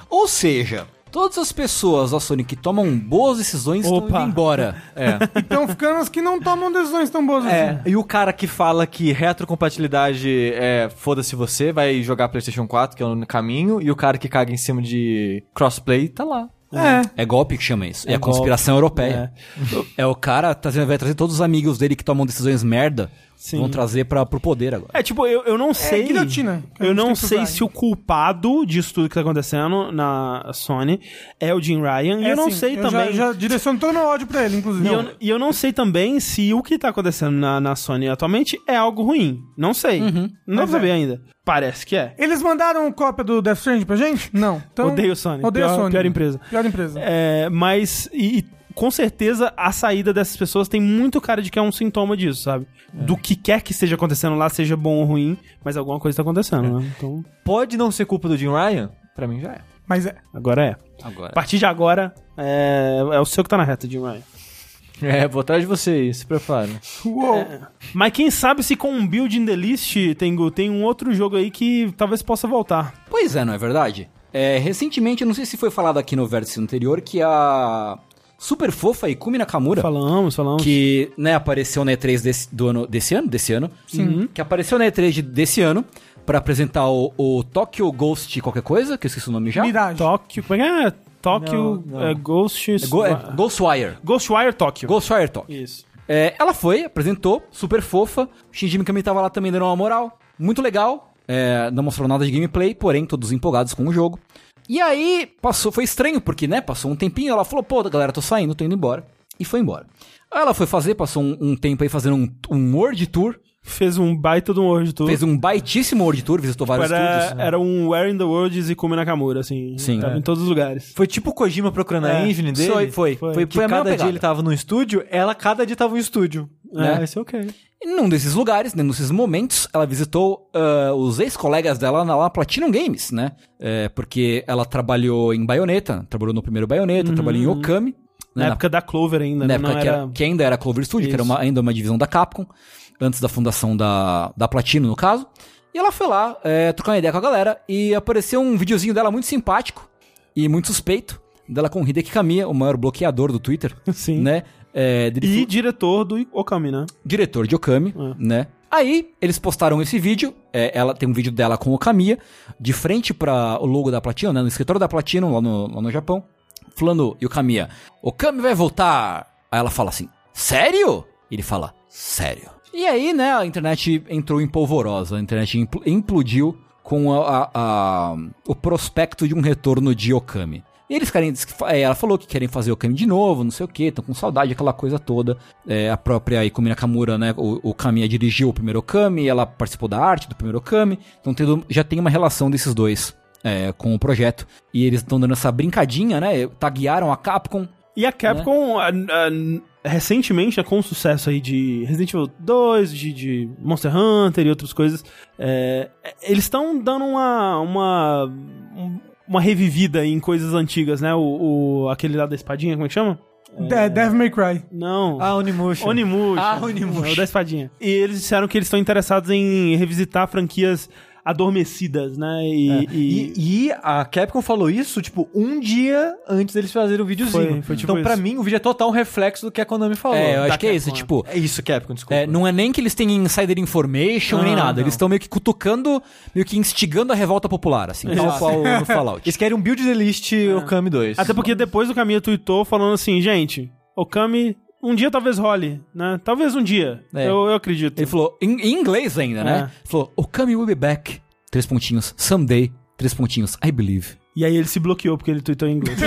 [SPEAKER 4] Ou seja, Todas as pessoas da Sony que tomam boas decisões estão
[SPEAKER 1] Opa. <laughs>
[SPEAKER 4] indo embora. É.
[SPEAKER 2] Então ficando as que não tomam decisões tão boas
[SPEAKER 3] É,
[SPEAKER 2] assim.
[SPEAKER 3] e o cara que fala que retrocompatibilidade é foda-se você, vai jogar PlayStation 4, que é o caminho, e o cara que caga em cima de crossplay tá lá.
[SPEAKER 2] É.
[SPEAKER 4] É golpe que chama isso. É, a
[SPEAKER 1] golpe.
[SPEAKER 4] conspiração europeia. É. o cara trazendo, vai trazer todos os amigos dele que tomam decisões merda.
[SPEAKER 1] Sim.
[SPEAKER 4] Vão trazer pra, pro poder agora.
[SPEAKER 1] É tipo, eu, eu não sei.
[SPEAKER 2] guilhotina que é a
[SPEAKER 1] Eu
[SPEAKER 2] gente
[SPEAKER 1] não
[SPEAKER 2] tem que
[SPEAKER 1] sei
[SPEAKER 2] usar,
[SPEAKER 1] se o culpado disso tudo que tá acontecendo na Sony é o Jim Ryan. e
[SPEAKER 2] É
[SPEAKER 1] eu não
[SPEAKER 2] assim,
[SPEAKER 1] sei
[SPEAKER 2] eu
[SPEAKER 1] também.
[SPEAKER 2] Já, já direciono todo meu ódio pra ele, inclusive.
[SPEAKER 1] E eu, e eu não sei também se o que tá acontecendo na, na Sony atualmente é algo ruim. Não sei.
[SPEAKER 2] Uhum.
[SPEAKER 1] Não vou
[SPEAKER 2] é.
[SPEAKER 1] saber ainda. Parece que é.
[SPEAKER 2] Eles mandaram cópia do Death Stranding pra gente? Não. Então,
[SPEAKER 1] Odeio o Sony.
[SPEAKER 2] Odeio
[SPEAKER 1] Pior-
[SPEAKER 2] a Sony.
[SPEAKER 1] pior empresa.
[SPEAKER 2] Pior empresa.
[SPEAKER 1] É, mas, e, e com certeza, a saída dessas pessoas tem muito cara de que é um sintoma disso, sabe? Do que quer que esteja acontecendo lá, seja bom ou ruim, mas alguma coisa tá acontecendo, né? Então,
[SPEAKER 3] Pode não ser culpa do Jim Ryan? Pra mim já é.
[SPEAKER 2] Mas é.
[SPEAKER 1] agora é.
[SPEAKER 4] Agora.
[SPEAKER 1] A partir de agora, é, é o seu que tá na reta, Jim Ryan.
[SPEAKER 3] É, vou atrás de vocês, se prepara.
[SPEAKER 2] Uou.
[SPEAKER 1] Mas quem sabe se com um build in the list, Tengu, tem um outro jogo aí que talvez possa voltar.
[SPEAKER 4] Pois é, não é verdade? É, recentemente, eu não sei se foi falado aqui no vértice anterior, que a super fofa Ikumi Nakamura,
[SPEAKER 1] Falamos, falamos.
[SPEAKER 4] Então, que né, apareceu na E3 desse, do ano, desse ano? Desse ano. Sim. Que apareceu na E3 de- desse ano pra apresentar o, o Tokyo Ghost qualquer coisa, que eu esqueci o nome já.
[SPEAKER 2] Mirage.
[SPEAKER 1] Tóquio. Como é que é? Tóquio
[SPEAKER 3] Não, não.
[SPEAKER 1] é, Ghost.
[SPEAKER 4] É Go- é Ghostwire.
[SPEAKER 1] Ghostwire Tóquio.
[SPEAKER 4] Ghostwire Tokyo.
[SPEAKER 1] Isso.
[SPEAKER 4] É, ela foi, apresentou, super fofa. Shinji Mikami tava lá também dando uma moral. Muito legal. É, não mostrou nada de gameplay, porém, todos empolgados com o jogo. E aí, passou, foi estranho, porque, né, passou um tempinho, ela falou, pô, galera, tô saindo, tô indo embora. E foi embora. Aí ela foi fazer, passou um, um tempo aí fazendo um, um World Tour.
[SPEAKER 1] Fez um baita de um World Tour.
[SPEAKER 4] Fez um baitíssimo World Tour, visitou vários
[SPEAKER 1] era,
[SPEAKER 4] estúdios.
[SPEAKER 1] era um Where in the World e Kumi Nakamura, assim.
[SPEAKER 4] Sim.
[SPEAKER 1] Tava
[SPEAKER 4] É.
[SPEAKER 1] em todos os lugares.
[SPEAKER 3] Foi tipo o Kojima procurando a
[SPEAKER 1] É,
[SPEAKER 3] engine dele?
[SPEAKER 4] foi, foi,
[SPEAKER 3] Foi,
[SPEAKER 4] foi-
[SPEAKER 3] que
[SPEAKER 4] foi a mesma
[SPEAKER 3] cada dia
[SPEAKER 4] pegada.
[SPEAKER 3] ele tava num estúdio, ela cada dia tava em um estúdio.
[SPEAKER 4] Né?
[SPEAKER 3] É, isso é ok.
[SPEAKER 4] Em num desses lugares, né, nesses momentos, ela visitou ah, os ex-colegas dela na lá Platinum Games, né? É, porque ela trabalhou em Bayonetta, trabalhou no primeiro Bayonetta, trabalhou em Okami.
[SPEAKER 1] Uhum. Na
[SPEAKER 4] né,
[SPEAKER 1] época da Clover ainda,
[SPEAKER 4] na
[SPEAKER 1] né?
[SPEAKER 4] época
[SPEAKER 1] Não
[SPEAKER 4] que,
[SPEAKER 1] era...
[SPEAKER 4] era- que ainda era Clover Studio, que era uma- ainda uma divisão da Capcom, antes da fundação da, da Platinum, no caso. E ela foi lá é, trocar uma ideia com a galera e apareceu um videozinho dela muito simpático e muito suspeito, dela com o Hideki Kamiya, o maior bloqueador do Twitter,
[SPEAKER 1] <laughs> Sim.
[SPEAKER 4] né? É, dele
[SPEAKER 1] E diretor do Okami, né?
[SPEAKER 4] diretor de Okami, né? Aí eles postaram esse vídeo, é, ela tem um vídeo dela com o Okamiya, de frente para o logo da Platinum, né, no escritório da Platinum, lá no, lá no Japão, falando, e o Okamiya, Okami vai voltar! Aí ela fala assim, sério? Ele fala, sério. E aí, né, a internet entrou em polvorosa, a internet impl- implodiu com a- a- a- o prospecto de um retorno de Okami. E eles querem, diz que fa- é, ela falou que querem fazer Okami de novo, não sei o que, estão com saudade, aquela coisa toda. É, a própria Ikumi Nakamura, né, o, o Kamiya dirigiu o primeiro Okami, ela participou da arte do primeiro Okami, então tendo- já tem uma relação desses dois é, com o projeto. E eles estão dando essa brincadinha, né, taguearam a Capcom,
[SPEAKER 1] E a Capcom, a- a- recentemente, né, com o sucesso aí de Resident Evil 2, de, de Monster Hunter e outras coisas, é, eles estão dando uma, uma, um- uma revivida em coisas antigas, né? O, o- aquele lá da espadinha, como é que chama?
[SPEAKER 2] De- Devil May Cry.
[SPEAKER 1] Não.
[SPEAKER 3] Ah, Onimusha.
[SPEAKER 1] Onimusha.
[SPEAKER 4] Ah, Onimusha.
[SPEAKER 1] É o da espadinha. E eles disseram que eles estão interessados em revisitar franquias adormecidas, né? E, e-
[SPEAKER 3] E, e a Capcom falou isso, tipo, um dia antes deles fazerem o videozinho.
[SPEAKER 1] Foi, foi tipo
[SPEAKER 3] então, pra
[SPEAKER 1] isso.
[SPEAKER 3] mim, o vídeo é total um reflexo do que a Konami falou.
[SPEAKER 4] É, eu acho
[SPEAKER 3] Da
[SPEAKER 4] que é isso,
[SPEAKER 1] tá Capcom,
[SPEAKER 4] tipo.
[SPEAKER 3] É isso, Capcom, desculpa.
[SPEAKER 4] é, não é nem que eles têm insider information nem
[SPEAKER 1] Não,
[SPEAKER 4] nada.
[SPEAKER 1] Ah, não.
[SPEAKER 4] Eles estão meio que cutucando, meio que instigando a revolta popular, assim, tal
[SPEAKER 1] Exato.
[SPEAKER 4] qual no
[SPEAKER 1] <laughs>
[SPEAKER 4] Fallout.
[SPEAKER 3] Eles querem um build the list
[SPEAKER 2] É.
[SPEAKER 3] Okami 2.
[SPEAKER 1] Até porque depois o Caminha tweetou falando assim, gente, Okami, um dia talvez role, né? Talvez um dia.
[SPEAKER 4] É.
[SPEAKER 1] Eu, eu acredito.
[SPEAKER 4] Ele falou, em, em inglês ainda,
[SPEAKER 1] É.
[SPEAKER 4] né? Falou, Okami will be back. Três pontinhos. Someday. Três pontinhos. I believe.
[SPEAKER 1] E aí ele se bloqueou porque ele tweetou em
[SPEAKER 2] <laughs>
[SPEAKER 1] inglês.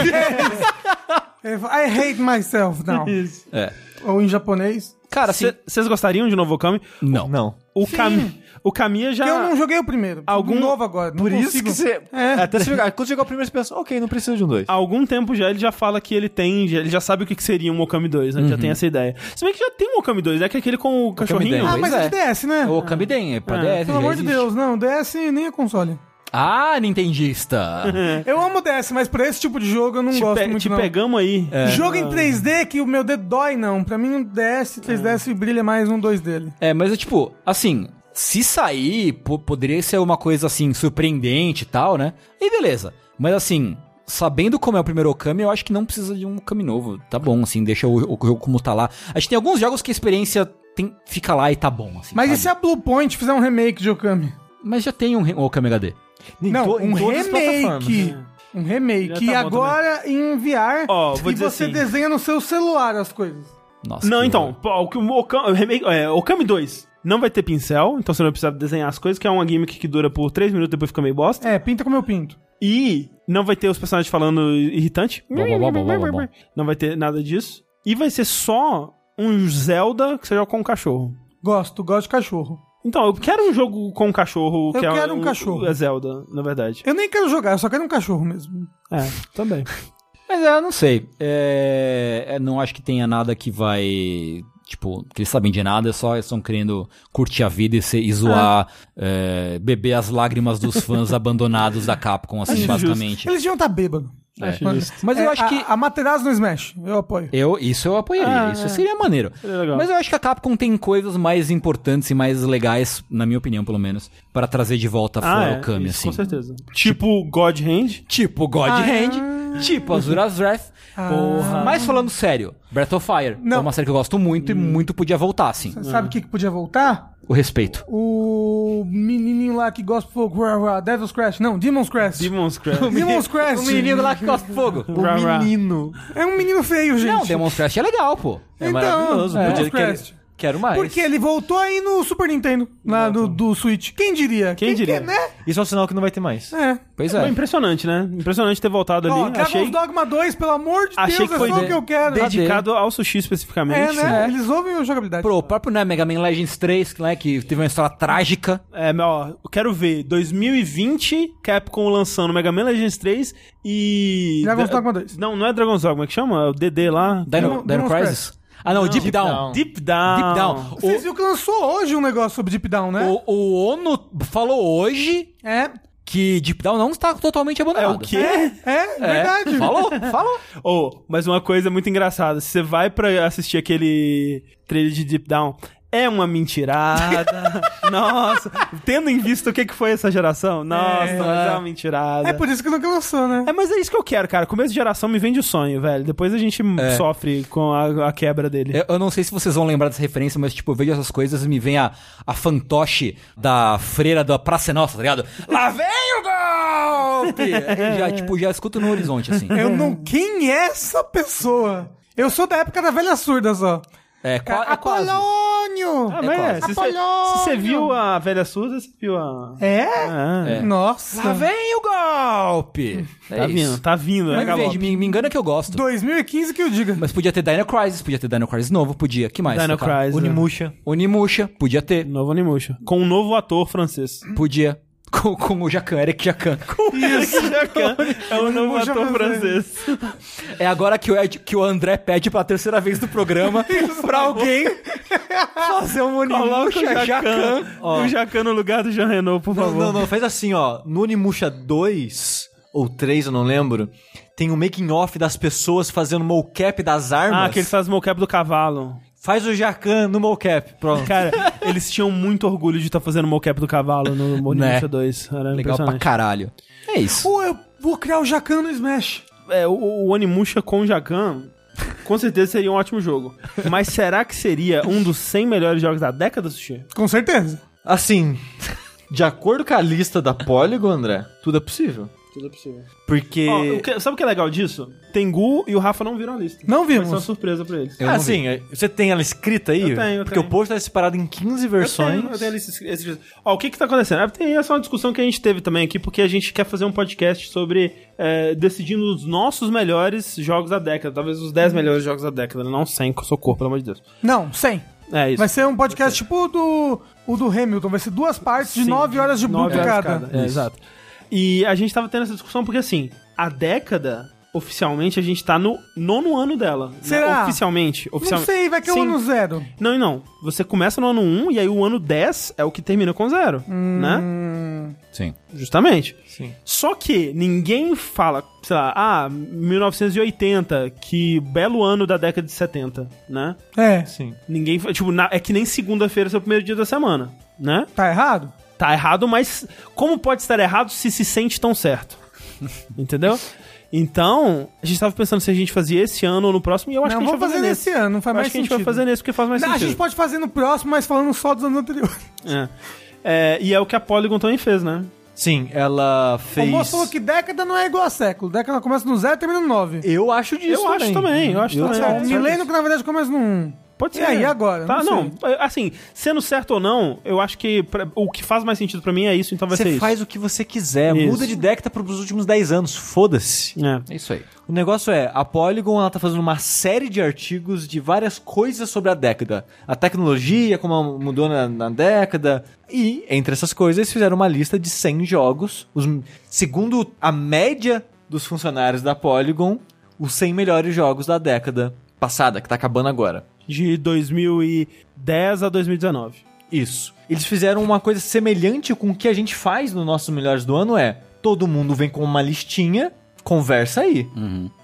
[SPEAKER 2] Ele fala, I hate myself
[SPEAKER 1] <laughs>
[SPEAKER 2] now.
[SPEAKER 4] É.
[SPEAKER 2] Ou em japonês.
[SPEAKER 4] Cara, assim.
[SPEAKER 1] Vocês gostariam de novo Okami?
[SPEAKER 4] Não.
[SPEAKER 3] Não.
[SPEAKER 1] O, Cami, o Caminha já.
[SPEAKER 2] Porque eu não joguei o primeiro.
[SPEAKER 1] Tá. Algum-
[SPEAKER 2] Algum novo agora. Não
[SPEAKER 3] Por isso
[SPEAKER 2] consigo.
[SPEAKER 3] que você...
[SPEAKER 2] É. Ah,
[SPEAKER 3] Até você chegar- quando chegar o primeiro, você pensa, ok, não precisa de um 2.
[SPEAKER 1] Há algum tempo já ele já fala que ele tem, já- ele já sabe o que que seria um Okami 2, né? Ele
[SPEAKER 2] Uhum.
[SPEAKER 1] Já tem essa ideia. Se bem que já tem um Okami 2, né? Que é aquele com o cachorrinho.
[SPEAKER 4] 10.
[SPEAKER 2] Ah, mas
[SPEAKER 4] Pois
[SPEAKER 2] é
[SPEAKER 4] é.
[SPEAKER 2] de DS, né?
[SPEAKER 4] O Okami Den, é pra
[SPEAKER 1] Ah,
[SPEAKER 4] DS.
[SPEAKER 2] Pelo
[SPEAKER 4] já
[SPEAKER 2] amor de
[SPEAKER 4] existe.
[SPEAKER 2] Deus, não. DS nem é console.
[SPEAKER 4] Ah, Nintendista.
[SPEAKER 2] <laughs> Eu amo DS, mas pra esse tipo de jogo eu não
[SPEAKER 1] Te,
[SPEAKER 2] gosto
[SPEAKER 1] pe-
[SPEAKER 2] muito,
[SPEAKER 1] te
[SPEAKER 2] não. É.
[SPEAKER 1] pegamos aí.
[SPEAKER 2] Jogo em 3D que o meu dedo dói, não. Pra mim, um DS,
[SPEAKER 3] É.
[SPEAKER 2] 3DS brilha mais um 2 dele.
[SPEAKER 4] É, mas é tipo, assim, se sair, po- poderia ser uma coisa assim, surpreendente e tal, né? E beleza. Mas assim, sabendo como é o primeiro Okami, eu acho que não precisa de um Okami novo. Tá bom, assim, deixa o, o jogo como tá lá. A gente tem alguns jogos que a experiência tem- fica lá e tá bom, assim.
[SPEAKER 2] Mas é e
[SPEAKER 4] sabe?
[SPEAKER 2] se a Blue Point fizer um remake de Okami?
[SPEAKER 4] Mas já tem um re- um Okami HD.
[SPEAKER 3] Em
[SPEAKER 2] Não,
[SPEAKER 3] to- em
[SPEAKER 2] um
[SPEAKER 3] todas as
[SPEAKER 2] remake.
[SPEAKER 3] plataformas. né?
[SPEAKER 2] Um
[SPEAKER 1] Já
[SPEAKER 2] remake.
[SPEAKER 1] tá
[SPEAKER 2] e
[SPEAKER 1] bom
[SPEAKER 2] agora em VR.
[SPEAKER 1] Ó, vou
[SPEAKER 2] e
[SPEAKER 1] dizer
[SPEAKER 2] você
[SPEAKER 1] assim.
[SPEAKER 2] desenha no seu celular as coisas.
[SPEAKER 4] Nossa.
[SPEAKER 1] Não,
[SPEAKER 4] que
[SPEAKER 1] então,
[SPEAKER 4] horror.
[SPEAKER 1] pô, o que o Okami, o remake- é, Okami 2 não vai ter pincel, então você não vai precisar desenhar as coisas, que é uma gimmick que dura por 3 minutos e depois fica meio bosta.
[SPEAKER 2] É, pinta como eu pinto.
[SPEAKER 1] E não vai ter os personagens falando irritante.
[SPEAKER 4] Bom, bom, bom, bom, bom, bom, bom.
[SPEAKER 1] Não vai ter nada disso. E vai ser só um Zelda que você joga com um cachorro.
[SPEAKER 2] Gosto, gosto de cachorro.
[SPEAKER 1] Então, eu quero um jogo com um cachorro.
[SPEAKER 2] Eu
[SPEAKER 1] que é
[SPEAKER 2] quero um cachorro.
[SPEAKER 1] É Zelda, na verdade.
[SPEAKER 2] Eu nem quero jogar, eu só quero um cachorro mesmo.
[SPEAKER 1] É, também.
[SPEAKER 4] Mas é, eu não sei. É, é, não acho que tenha nada que vai. Tipo, que eles sabem de nada, só estão querendo curtir a vida e, ser, e
[SPEAKER 1] Ah.
[SPEAKER 4] zoar, é, beber as lágrimas dos
[SPEAKER 1] <laughs>
[SPEAKER 4] fãs abandonados da Capcom, assim,
[SPEAKER 1] Acho justo.
[SPEAKER 4] basicamente.
[SPEAKER 2] Eles deviam tá estar bêbados.
[SPEAKER 4] É.
[SPEAKER 1] Acho justo.
[SPEAKER 4] Mas eu acho que.
[SPEAKER 2] A, a Materazzo no Smash, eu apoio.
[SPEAKER 4] Eu, isso eu apoiaria,
[SPEAKER 1] Ah,
[SPEAKER 4] isso
[SPEAKER 1] é.
[SPEAKER 4] seria maneiro.
[SPEAKER 1] Seria legal.
[SPEAKER 4] Mas eu acho que a Capcom tem coisas mais importantes e mais legais, na minha opinião, pelo menos, pra trazer de volta fora o
[SPEAKER 1] Ah,
[SPEAKER 4] Kami,
[SPEAKER 1] é, isso,
[SPEAKER 4] assim.
[SPEAKER 1] Com certeza. Tipo God Hand.
[SPEAKER 4] Tipo God
[SPEAKER 2] Ah.
[SPEAKER 4] Hand, tipo Azura's Wrath. Porra. Mas falando sério, Breath of Fire
[SPEAKER 2] Não. Hum.
[SPEAKER 4] é uma série que eu gosto muito e muito podia voltar, assim.
[SPEAKER 1] É.
[SPEAKER 2] Sabe o que, que podia voltar?
[SPEAKER 4] O respeito.
[SPEAKER 2] O menininho lá que gosta de fogo, rah, rah, Devil's Crash. Não, Demon's Crash.
[SPEAKER 1] Demon's Crash.
[SPEAKER 2] <laughs> Demon's Crash.
[SPEAKER 4] lá que gosta de fogo.
[SPEAKER 1] Rá, rá.
[SPEAKER 3] O menino.
[SPEAKER 2] É um menino feio, gente.
[SPEAKER 4] Não, Demon's Crash é legal, pô.
[SPEAKER 3] É
[SPEAKER 2] Então,
[SPEAKER 3] maravilhoso.
[SPEAKER 2] é.
[SPEAKER 3] Podia-
[SPEAKER 2] Minecraft.
[SPEAKER 3] quero, quero mais.
[SPEAKER 2] Porque ele voltou aí no Super Nintendo, lá do, do Switch. Quem diria?
[SPEAKER 1] Quem diria?
[SPEAKER 2] que- né?
[SPEAKER 3] Isso é um sinal que não vai ter mais.
[SPEAKER 2] É.
[SPEAKER 4] Pois
[SPEAKER 1] Foi
[SPEAKER 4] <laughs> é.
[SPEAKER 1] impressionante, né? Impressionante ter voltado
[SPEAKER 2] Ó,
[SPEAKER 1] ali.
[SPEAKER 2] Dragon's
[SPEAKER 1] Achei
[SPEAKER 2] Dogma 2, pelo amor de
[SPEAKER 1] achei
[SPEAKER 2] Deus,
[SPEAKER 1] que
[SPEAKER 2] é
[SPEAKER 1] foi
[SPEAKER 2] só o
[SPEAKER 1] de-
[SPEAKER 2] que eu quero. Tá
[SPEAKER 1] dedicado ao sushi especificamente.
[SPEAKER 2] É, né? Eles ouvem a jogabilidade.
[SPEAKER 4] Pro próprio né, Mega Man Legends 3, que, né, que teve uma história trágica.
[SPEAKER 1] É, mas, ó, eu quero ver 2020, Capcom lançando Mega Man Legends 3 e.
[SPEAKER 2] Dragon's
[SPEAKER 1] Da-
[SPEAKER 2] Dogma 2.
[SPEAKER 1] Não, não é Dragon's Dogma, é que chama? É o DD lá.
[SPEAKER 4] Dino,
[SPEAKER 2] Demon-
[SPEAKER 4] Dino
[SPEAKER 2] Demon's
[SPEAKER 4] Crisis. Ah, não, Deep,
[SPEAKER 3] Deep
[SPEAKER 4] Down.
[SPEAKER 3] Down.
[SPEAKER 1] Deep Down.
[SPEAKER 4] Deep Down.
[SPEAKER 2] Ah. Vocês viram que lançou hoje um negócio sobre Deep Down, né?
[SPEAKER 4] O, o ONU falou hoje
[SPEAKER 2] É.
[SPEAKER 4] que Deep Down não está totalmente
[SPEAKER 1] É
[SPEAKER 4] abandonado.
[SPEAKER 1] o quê?
[SPEAKER 2] É,
[SPEAKER 4] É,
[SPEAKER 2] verdade.
[SPEAKER 4] Falou, falou.
[SPEAKER 1] Oh, mas uma coisa muito engraçada: se você vai pra assistir aquele trailer de Deep Down. É uma
[SPEAKER 2] <laughs>
[SPEAKER 1] mentirada. Nossa. Tendo em vista o que que foi essa geração. Nossa,
[SPEAKER 2] É.
[SPEAKER 1] mas é uma mentirada.
[SPEAKER 2] É por isso que nunca lançou, né?
[SPEAKER 1] É, mas é isso que eu quero, cara. Começo de geração me vende o sonho, velho. Depois a gente sofre com a, a quebra dele.
[SPEAKER 4] É. Eu, eu não sei se vocês vão lembrar dessa referência, mas, tipo, eu vejo essas coisas e me vem a, a fantoche da freira da Praça é Nossa, tá ligado? Lá vem o golpe! já, tipo, já escuto no horizonte, assim. <laughs>
[SPEAKER 2] Eu não. Quem é essa pessoa? Eu sou da época da velha surda só.
[SPEAKER 4] É, qua- é quase.
[SPEAKER 2] Apolônio!
[SPEAKER 1] Ah, mas é,
[SPEAKER 4] quase.
[SPEAKER 1] se você-
[SPEAKER 2] Apolônio!
[SPEAKER 1] se você viu a velha Suza, você viu a.
[SPEAKER 2] É?
[SPEAKER 1] Ah,
[SPEAKER 4] É.
[SPEAKER 2] Nossa.
[SPEAKER 4] Lá vem o golpe! É
[SPEAKER 1] Tá
[SPEAKER 4] isso.
[SPEAKER 1] vindo, tá vindo, né,
[SPEAKER 4] Mas me,
[SPEAKER 1] Galope?
[SPEAKER 4] vende, me, me engana que eu gosto.
[SPEAKER 2] 2015 que eu diga.
[SPEAKER 4] Mas podia ter Dino Crisis, podia ter Dino Crisis novo, podia. Que mais?
[SPEAKER 1] Dino
[SPEAKER 4] cara?
[SPEAKER 1] Crisis. né?
[SPEAKER 3] Unimusha.
[SPEAKER 4] Onimusha, podia ter.
[SPEAKER 1] Novo Animusha. Com um novo ator francês.
[SPEAKER 4] Podia. Com, com o Jacan, Eric Jacan.
[SPEAKER 1] Isso, <laughs>
[SPEAKER 4] <laughs>
[SPEAKER 1] é um novo
[SPEAKER 2] Animusha
[SPEAKER 1] ator
[SPEAKER 2] francês.
[SPEAKER 1] francês.
[SPEAKER 4] É agora que o, Ed- que o André pede pela terceira vez do programa pra alguém fazer um
[SPEAKER 1] Coloca
[SPEAKER 4] Onimusha
[SPEAKER 1] o
[SPEAKER 4] Jacan.
[SPEAKER 1] Jacan. O Jacan no lugar do Jean Renault, por
[SPEAKER 3] Não,
[SPEAKER 1] favor.
[SPEAKER 3] não, não. Faz assim, ó. No Unimusha 2 ou 3, eu não lembro, tem um making-off das pessoas fazendo mocap das armas.
[SPEAKER 1] Ah, que eles fazem mocap do cavalo.
[SPEAKER 3] Faz o Jacan no mocap. Pronto.
[SPEAKER 1] Cara, eles tinham muito orgulho de estar fazendo mocap do cavalo no Animusha
[SPEAKER 4] Né?
[SPEAKER 1] 2. Era
[SPEAKER 4] Legal pra
[SPEAKER 1] impressionante.
[SPEAKER 4] caralho. É isso.
[SPEAKER 2] Pô, eu vou criar o Jacan no Smash.
[SPEAKER 1] É, o, o Onimusha com o Jacan, com certeza seria um ótimo jogo. Mas será que seria um dos 100 melhores jogos da década, Sushi?
[SPEAKER 2] Com certeza.
[SPEAKER 3] Assim, de acordo com a lista da Polygon, André, tudo é possível.
[SPEAKER 1] Tudo é possível.
[SPEAKER 3] Porque...
[SPEAKER 1] Ó, o que- sabe o que é legal disso? Tengu e o Rafa não viram a lista.
[SPEAKER 2] Não
[SPEAKER 1] Vai ser uma
[SPEAKER 2] vimos.
[SPEAKER 1] surpresa pra eles.
[SPEAKER 4] não
[SPEAKER 3] Ah, sim. Você tem ela escrita aí?
[SPEAKER 1] Eu tenho, eu
[SPEAKER 3] Porque
[SPEAKER 1] tenho.
[SPEAKER 3] o post tá separado em 15
[SPEAKER 1] Eu tenho,
[SPEAKER 3] versões.
[SPEAKER 1] eu tenho a lista escri- escrita. Ó, o que que tá acontecendo? Ah, Tem essa é uma discussão que a gente teve também aqui, porque a gente quer fazer um podcast sobre é, decidindo os nossos melhores jogos da década. Talvez os 10 melhores jogos da década, né? não 100, socorro, pelo amor de Deus.
[SPEAKER 2] Não, 100.
[SPEAKER 1] É isso.
[SPEAKER 2] Vai ser um podcast tipo o do, o do Hamilton. Vai ser duas partes de
[SPEAKER 1] Sim,
[SPEAKER 2] 9 horas de
[SPEAKER 1] nove
[SPEAKER 2] bruto
[SPEAKER 1] horas
[SPEAKER 2] cada.
[SPEAKER 1] É, exato. E a gente tava tendo essa discussão porque, assim, a década, oficialmente, a gente tá no nono ano dela. né?
[SPEAKER 2] Será?
[SPEAKER 1] Oficialmente.
[SPEAKER 2] Não
[SPEAKER 1] oficialmente.
[SPEAKER 2] sei, vai que é o
[SPEAKER 1] Sim.
[SPEAKER 2] ano zero.
[SPEAKER 1] Não, e não. Você começa no ano 1 e aí o ano 10 é o que termina com zero, né?
[SPEAKER 2] Hum,
[SPEAKER 4] Sim.
[SPEAKER 1] Justamente.
[SPEAKER 3] Sim.
[SPEAKER 1] Só que ninguém fala, sei lá, ah, 1980, que belo ano da década de 70, né?
[SPEAKER 2] é,
[SPEAKER 3] Sim.
[SPEAKER 1] Ninguém, fa- tipo, na- é que nem segunda-feira é seu primeiro dia da semana, né?
[SPEAKER 2] tá errado? <laughs>
[SPEAKER 1] Tá errado, mas como pode estar errado se se sente tão certo? Entendeu? Então, a gente tava pensando se a gente fazia esse ano ou no próximo, e eu acho
[SPEAKER 2] não,
[SPEAKER 1] que a gente
[SPEAKER 2] vamos
[SPEAKER 1] vai
[SPEAKER 2] fazer
[SPEAKER 1] fazer
[SPEAKER 2] nesse ano, não faz
[SPEAKER 1] Eu
[SPEAKER 2] mais
[SPEAKER 1] acho que a gente vai
[SPEAKER 2] sentido.
[SPEAKER 1] fazer nesse porque faz mais
[SPEAKER 2] Não, a
[SPEAKER 1] sentido.
[SPEAKER 2] gente pode fazer no próximo, mas falando só dos anos anteriores.
[SPEAKER 1] É. É, e é o que a Polygon também fez, né?
[SPEAKER 3] Sim, ela fez.
[SPEAKER 2] O moço falou que década não é igual a século. Década começa no zero e termina no nove.
[SPEAKER 3] Eu acho disso.
[SPEAKER 1] eu acho também, eu acho também.
[SPEAKER 2] É,
[SPEAKER 1] É,
[SPEAKER 2] milênio que na verdade começa no um.
[SPEAKER 1] Pode ser.
[SPEAKER 2] E aí, agora?
[SPEAKER 1] Tá,
[SPEAKER 2] Não
[SPEAKER 1] não, Assim, sendo certo ou não, eu acho que pra- o que faz mais sentido pra mim é isso, então vai ser
[SPEAKER 3] Você
[SPEAKER 1] isso.
[SPEAKER 3] faz o que você quiser,
[SPEAKER 1] Isso.
[SPEAKER 3] muda de década pros últimos 10 anos, foda-se.
[SPEAKER 1] É.
[SPEAKER 4] É isso aí.
[SPEAKER 3] O negócio é, a Polygon ela tá fazendo uma série de artigos de várias coisas sobre a década. A tecnologia, como ela mudou na, na década. E, entre essas coisas, eles fizeram uma lista de 100 jogos. Os, segundo a média dos funcionários da Polygon, os 100 melhores jogos da década passada, que tá acabando agora.
[SPEAKER 1] De 2010 a 2019.
[SPEAKER 3] Isso. Eles fizeram uma coisa semelhante com o que a gente faz no nosso Melhores do Ano, é... Todo mundo vem com uma listinha, conversa aí.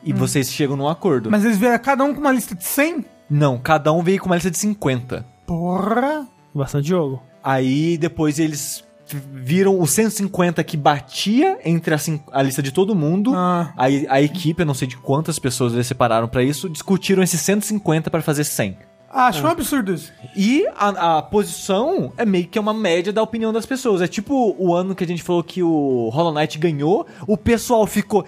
[SPEAKER 3] E vocês chegam num acordo.
[SPEAKER 2] Mas eles vieram cada um com uma lista de 100?
[SPEAKER 3] Não, cada um veio com uma lista de 50.
[SPEAKER 2] Porra!
[SPEAKER 1] Bastante jogo.
[SPEAKER 3] Aí depois eles f- viram o 150 que batia entre a, cin- a lista de todo mundo.
[SPEAKER 2] Ah,
[SPEAKER 3] Aí a equipe, eu não sei de quantas pessoas eles separaram pra isso, discutiram esse 150 pra fazer 100.
[SPEAKER 2] acho
[SPEAKER 4] Ah.
[SPEAKER 2] um absurdo isso.
[SPEAKER 3] E a, a posição é meio que uma média da opinião das pessoas. É tipo o ano que a gente falou que o Hollow Knight ganhou, o pessoal ficou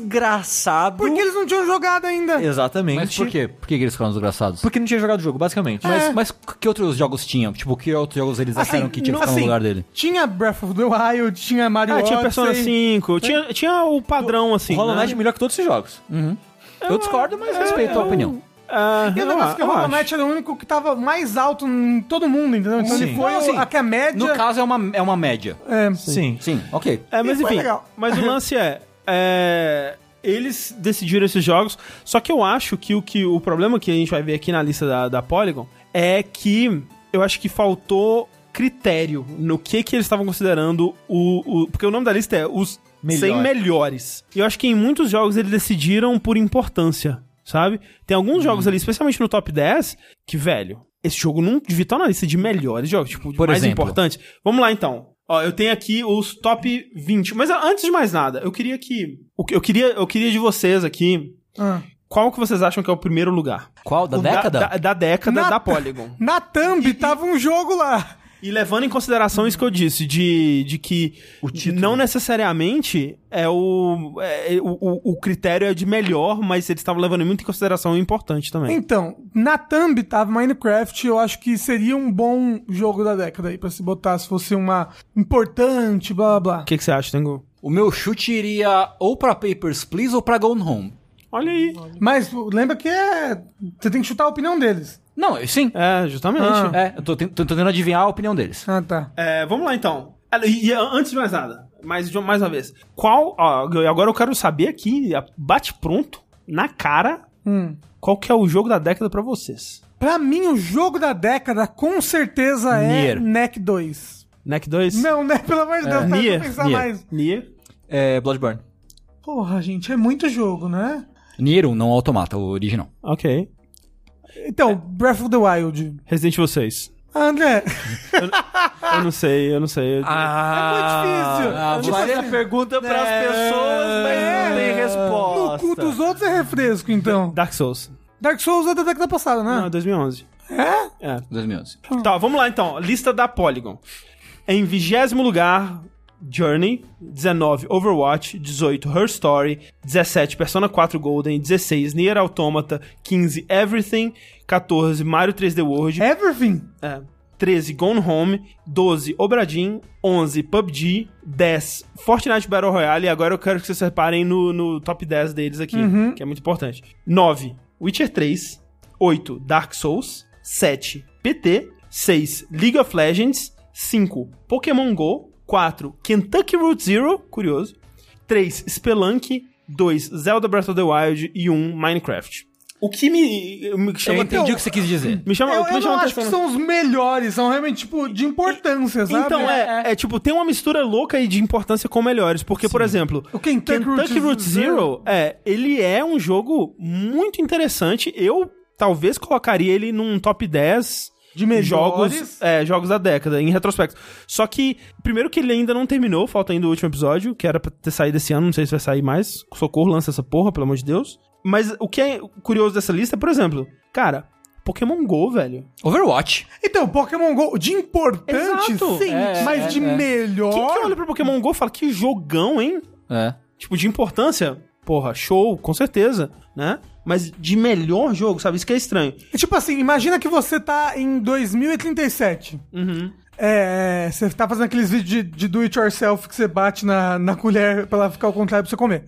[SPEAKER 3] desgraçado.
[SPEAKER 2] Porque eles não tinham jogado ainda.
[SPEAKER 3] Exatamente.
[SPEAKER 4] Mas por quê? Por que que eles ficaram desgraçados?
[SPEAKER 3] Porque não tinha jogado o jogo, basicamente.
[SPEAKER 4] Mas, mas que outros jogos tinham? Tipo, que outros jogos eles acharam que tinha que
[SPEAKER 2] não-
[SPEAKER 4] ficar
[SPEAKER 2] assim,
[SPEAKER 4] no lugar dele?
[SPEAKER 2] Tinha Breath of the Wild, tinha Mario
[SPEAKER 1] Ah, tinha Persona
[SPEAKER 2] Odyssey.
[SPEAKER 1] 5, tinha, tinha o padrão, assim.
[SPEAKER 3] o Hollow
[SPEAKER 1] né?
[SPEAKER 3] Knight é melhor que todos esses jogos.
[SPEAKER 4] Eu discordo, mas respeito a opinião.
[SPEAKER 1] Ah,
[SPEAKER 2] E o
[SPEAKER 1] eu
[SPEAKER 2] negócio é que o
[SPEAKER 1] eu
[SPEAKER 2] Hollow
[SPEAKER 1] acho.
[SPEAKER 2] Knight era o único que tava mais alto em todo mundo, entendeu? Então ele
[SPEAKER 3] Sim.
[SPEAKER 2] foi
[SPEAKER 4] Não, assim,
[SPEAKER 2] a que a média...
[SPEAKER 4] No caso, é uma, é uma média.
[SPEAKER 2] É.
[SPEAKER 3] Sim.
[SPEAKER 4] Sim, ok.
[SPEAKER 1] É, mas
[SPEAKER 2] E foi
[SPEAKER 1] enfim.
[SPEAKER 2] legal.
[SPEAKER 1] Mas o lance é, é, Eles decidiram esses jogos. Só que eu acho que o, que o problema que a gente vai ver aqui na lista da, da Polygon é que eu acho que faltou critério no que, que eles estavam considerando o, o- Porque o nome da lista é os 100
[SPEAKER 3] Melhor.
[SPEAKER 1] melhores. E eu acho que em muitos jogos eles decidiram por importância, sabe? Tem alguns
[SPEAKER 2] Uhum.
[SPEAKER 1] jogos ali, especialmente no top 10, que, velho, esse jogo não devia estar na lista de melhores jogos. Tipo,
[SPEAKER 4] Por
[SPEAKER 1] mais
[SPEAKER 4] exemplo.
[SPEAKER 1] importante. Vamos lá então. Ó, eu tenho aqui os top 20. Mas ah, antes de mais nada, eu queria que. o que- Eu queria, eu queria de vocês aqui.
[SPEAKER 2] Ah.
[SPEAKER 1] Qual que vocês acham que é o primeiro lugar?
[SPEAKER 4] Qual? Da
[SPEAKER 1] O
[SPEAKER 4] década?
[SPEAKER 1] Da, da década
[SPEAKER 2] Na-
[SPEAKER 1] da
[SPEAKER 2] <laughs>
[SPEAKER 1] Polygon.
[SPEAKER 2] Na Thumb tava um jogo lá.
[SPEAKER 1] E levando em consideração isso que eu disse, de, de que não necessariamente é o, é, o, o- o critério é de melhor, mas eles estavam levando muito em consideração o importante também.
[SPEAKER 2] Então, na Thumb tava Minecraft, eu acho que seria um bom jogo da década aí pra se botar, se fosse uma importante, blá blá blá.
[SPEAKER 1] O que, que você acha, Tengu?
[SPEAKER 4] O meu chute iria ou pra Papers, Please ou pra Gone Home.
[SPEAKER 1] Olha aí.
[SPEAKER 2] Mas pô, lembra que é. Você tem que chutar a opinião deles.
[SPEAKER 4] Não, eu- sim.
[SPEAKER 1] É, justamente.
[SPEAKER 2] Ah.
[SPEAKER 4] É, eu tô tent- tô tentando adivinhar a opinião deles.
[SPEAKER 2] Ah, tá.
[SPEAKER 1] É, vamos lá então. E, e antes de mais nada, mais, de- mais uma vez. Qual. ó, agora eu quero saber aqui, bate pronto, na cara,
[SPEAKER 2] Hum.
[SPEAKER 1] qual que é o jogo da década pra vocês?
[SPEAKER 2] Pra mim, o jogo da década com certeza é
[SPEAKER 4] Nier.
[SPEAKER 2] Neck 2.
[SPEAKER 1] Neck 2?
[SPEAKER 2] Não, né? Pelo amor de Deus, tá?
[SPEAKER 1] Nier,
[SPEAKER 2] Vou pensar
[SPEAKER 4] Nier.
[SPEAKER 2] mais.
[SPEAKER 1] Nier.
[SPEAKER 3] É Bloodborne.
[SPEAKER 2] Porra, gente, é muito jogo, né?
[SPEAKER 4] Nier 1, não automata, o original.
[SPEAKER 1] Ok.
[SPEAKER 2] Então, Breath of the Wild.
[SPEAKER 1] Resident Evil 6.
[SPEAKER 2] Ah, André, <laughs>
[SPEAKER 1] Eu não sei, eu não sei. Eu-
[SPEAKER 2] é muito difícil.
[SPEAKER 4] ah,
[SPEAKER 2] Tipo
[SPEAKER 4] vai-
[SPEAKER 2] assim,
[SPEAKER 3] pergunta é
[SPEAKER 1] pras pessoas, mas não tem
[SPEAKER 2] no cu dos outros é refresco, então.
[SPEAKER 1] Dark Souls.
[SPEAKER 2] Dark Souls é da década passada,
[SPEAKER 1] Não, é
[SPEAKER 2] né?
[SPEAKER 1] 2011.
[SPEAKER 2] É?
[SPEAKER 4] 2011.
[SPEAKER 1] Tá, vamos lá então. Lista da Polygon. Em vigésimo lugar, Journey. 19, Overwatch. 18, Her Story. 17, Persona 4 Golden. 16, Nier Automata. 15, Everything. 14, Mario 3D World.
[SPEAKER 2] Everything.
[SPEAKER 1] É. 13, Gone Home. 12, Obradin. 11, PUBG. 10, Fortnite Battle Royale. E agora eu quero que vocês separem no, no top 10 deles aqui,
[SPEAKER 4] Uhum.
[SPEAKER 1] que é muito importante. 9, Witcher 3. 8, Dark Souls. 7, PT. 6, League of Legends. 5, Pokémon GO. 4, Kentucky Route Zero. Curioso. 3, Spelunk. 2, Zelda Breath of the Wild. E 1, Minecraft. O que me, me
[SPEAKER 4] Eu
[SPEAKER 1] chama...
[SPEAKER 4] entendi o que você quis dizer.
[SPEAKER 1] Me chama,
[SPEAKER 2] eu
[SPEAKER 1] o que
[SPEAKER 2] eu
[SPEAKER 1] me chama
[SPEAKER 2] não acho
[SPEAKER 1] atenção
[SPEAKER 2] que
[SPEAKER 1] no-
[SPEAKER 2] são os melhores, são realmente, tipo, de importância, sabe?
[SPEAKER 1] Então, é, é, tipo, tem uma mistura louca aí de importância com melhores. Porque, por exemplo,
[SPEAKER 2] O Kentucky Route
[SPEAKER 1] Route
[SPEAKER 2] Zero-
[SPEAKER 1] Zero, é, ele é um jogo muito interessante. Eu talvez colocaria ele num top 10
[SPEAKER 2] De melhores.
[SPEAKER 1] jogos, é, jogos da década, em retrospecto. Só que, primeiro que ele ainda não terminou, falta ainda o último episódio, que era pra ter saído esse ano, não sei se vai sair mais. Socorro, lança essa porra, pelo amor de Deus. Mas o que é curioso dessa lista, por exemplo, cara, Pokémon GO, velho.
[SPEAKER 4] Overwatch.
[SPEAKER 2] Então, Pokémon GO, de importante,
[SPEAKER 1] Exato.
[SPEAKER 2] sim,
[SPEAKER 3] É,
[SPEAKER 2] mas
[SPEAKER 3] é,
[SPEAKER 2] de
[SPEAKER 3] é.
[SPEAKER 2] melhor...
[SPEAKER 1] Quem que olha pro Pokémon GO e fala, que jogão, hein?
[SPEAKER 4] É.
[SPEAKER 1] Tipo, de importância, porra, show, com certeza, né? Mas de melhor jogo, sabe? Isso que é estranho.
[SPEAKER 2] Tipo assim, imagina que você tá em 2037.
[SPEAKER 1] Uhum.
[SPEAKER 2] É, você tá fazendo aqueles vídeos de, de do it yourself que você bate na, na colher pra ela ficar ao contrário pra você comer.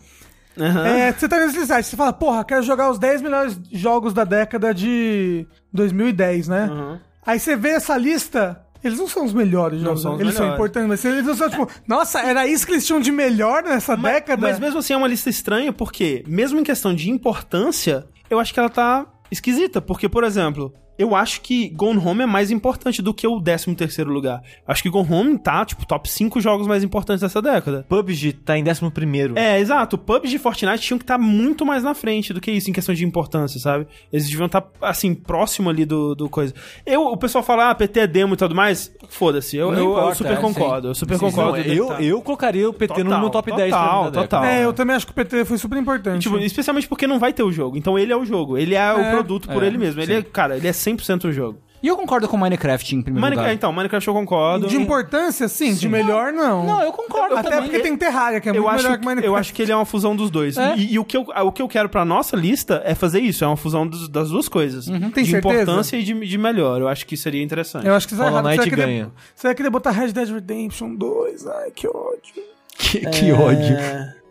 [SPEAKER 1] Aham.
[SPEAKER 2] É, você tá nesse site, você fala, porra, quero jogar os 10 melhores jogos da década de 2010, né?
[SPEAKER 1] Uhum.
[SPEAKER 2] Aí você vê essa lista, eles não são os melhores jogos,
[SPEAKER 1] são os
[SPEAKER 2] eles são
[SPEAKER 1] melhores.
[SPEAKER 2] importantes, mas eles não são tipo, nossa, era isso que eles tinham de melhor nessa
[SPEAKER 1] Mas-
[SPEAKER 2] década?
[SPEAKER 1] Mas mesmo assim é uma lista estranha, porque, mesmo em questão de importância, eu acho que ela tá esquisita. Porque, por exemplo, eu acho que Gone Home é mais importante do que o 13 lugar. Acho que Gone Home tá, tipo, top 5 jogos mais importantes dessa década.
[SPEAKER 3] PUBG tá em 11.
[SPEAKER 1] É, exato. PUBG e Fortnite tinham que estar muito mais na frente do que isso em questão de importância, sabe? Eles deviam estar, assim, próximo ali do, do coisa. Eu, o pessoal fala, ah, PT é demo e tudo mais. Foda-se. Eu,
[SPEAKER 4] Não
[SPEAKER 1] eu- eu
[SPEAKER 4] importa,
[SPEAKER 1] super
[SPEAKER 4] é,
[SPEAKER 1] concordo.
[SPEAKER 4] sim.
[SPEAKER 1] Eu super
[SPEAKER 4] Sim, sim.
[SPEAKER 1] concordo.
[SPEAKER 3] Não, eu,
[SPEAKER 1] Tá.
[SPEAKER 3] eu colocaria o PT no meu top 10 pra mim
[SPEAKER 1] total,
[SPEAKER 3] da década.
[SPEAKER 1] total.
[SPEAKER 2] É, eu também acho que o PT foi super importante.
[SPEAKER 1] Tipo, especialmente porque não vai ter o jogo. Então ele é o jogo. Ele é, o produto por
[SPEAKER 4] é,
[SPEAKER 1] ele mesmo. Ele é, cara, ele é 100% o jogo.
[SPEAKER 4] E eu concordo com Minecraft em primeiro
[SPEAKER 1] Minecraft,
[SPEAKER 4] lugar.
[SPEAKER 1] então, Minecraft eu concordo.
[SPEAKER 2] de importância, sim, de melhor, não.
[SPEAKER 4] Não, eu concordo
[SPEAKER 2] Até
[SPEAKER 4] também.
[SPEAKER 2] porque tem Terraria, que é
[SPEAKER 1] eu
[SPEAKER 2] muito
[SPEAKER 1] acho,
[SPEAKER 2] melhor que
[SPEAKER 1] que,
[SPEAKER 2] Minecraft.
[SPEAKER 1] eu acho que ele é uma fusão dos dois.
[SPEAKER 4] É.
[SPEAKER 1] E, e o, que eu, o que eu quero pra nossa lista é fazer isso, é uma fusão dos- das duas coisas.
[SPEAKER 2] Uhum. Tem
[SPEAKER 1] de
[SPEAKER 2] certeza?
[SPEAKER 1] importância e de, de melhor. Eu acho que seria interessante.
[SPEAKER 2] Eu acho que isso é
[SPEAKER 3] Hollow
[SPEAKER 2] errado. Você vai,
[SPEAKER 3] Knight
[SPEAKER 2] querer,
[SPEAKER 3] ganha.
[SPEAKER 2] você vai querer botar Red Dead Redemption 2. Ai, que ódio.
[SPEAKER 4] Que,
[SPEAKER 3] É.
[SPEAKER 4] que ódio.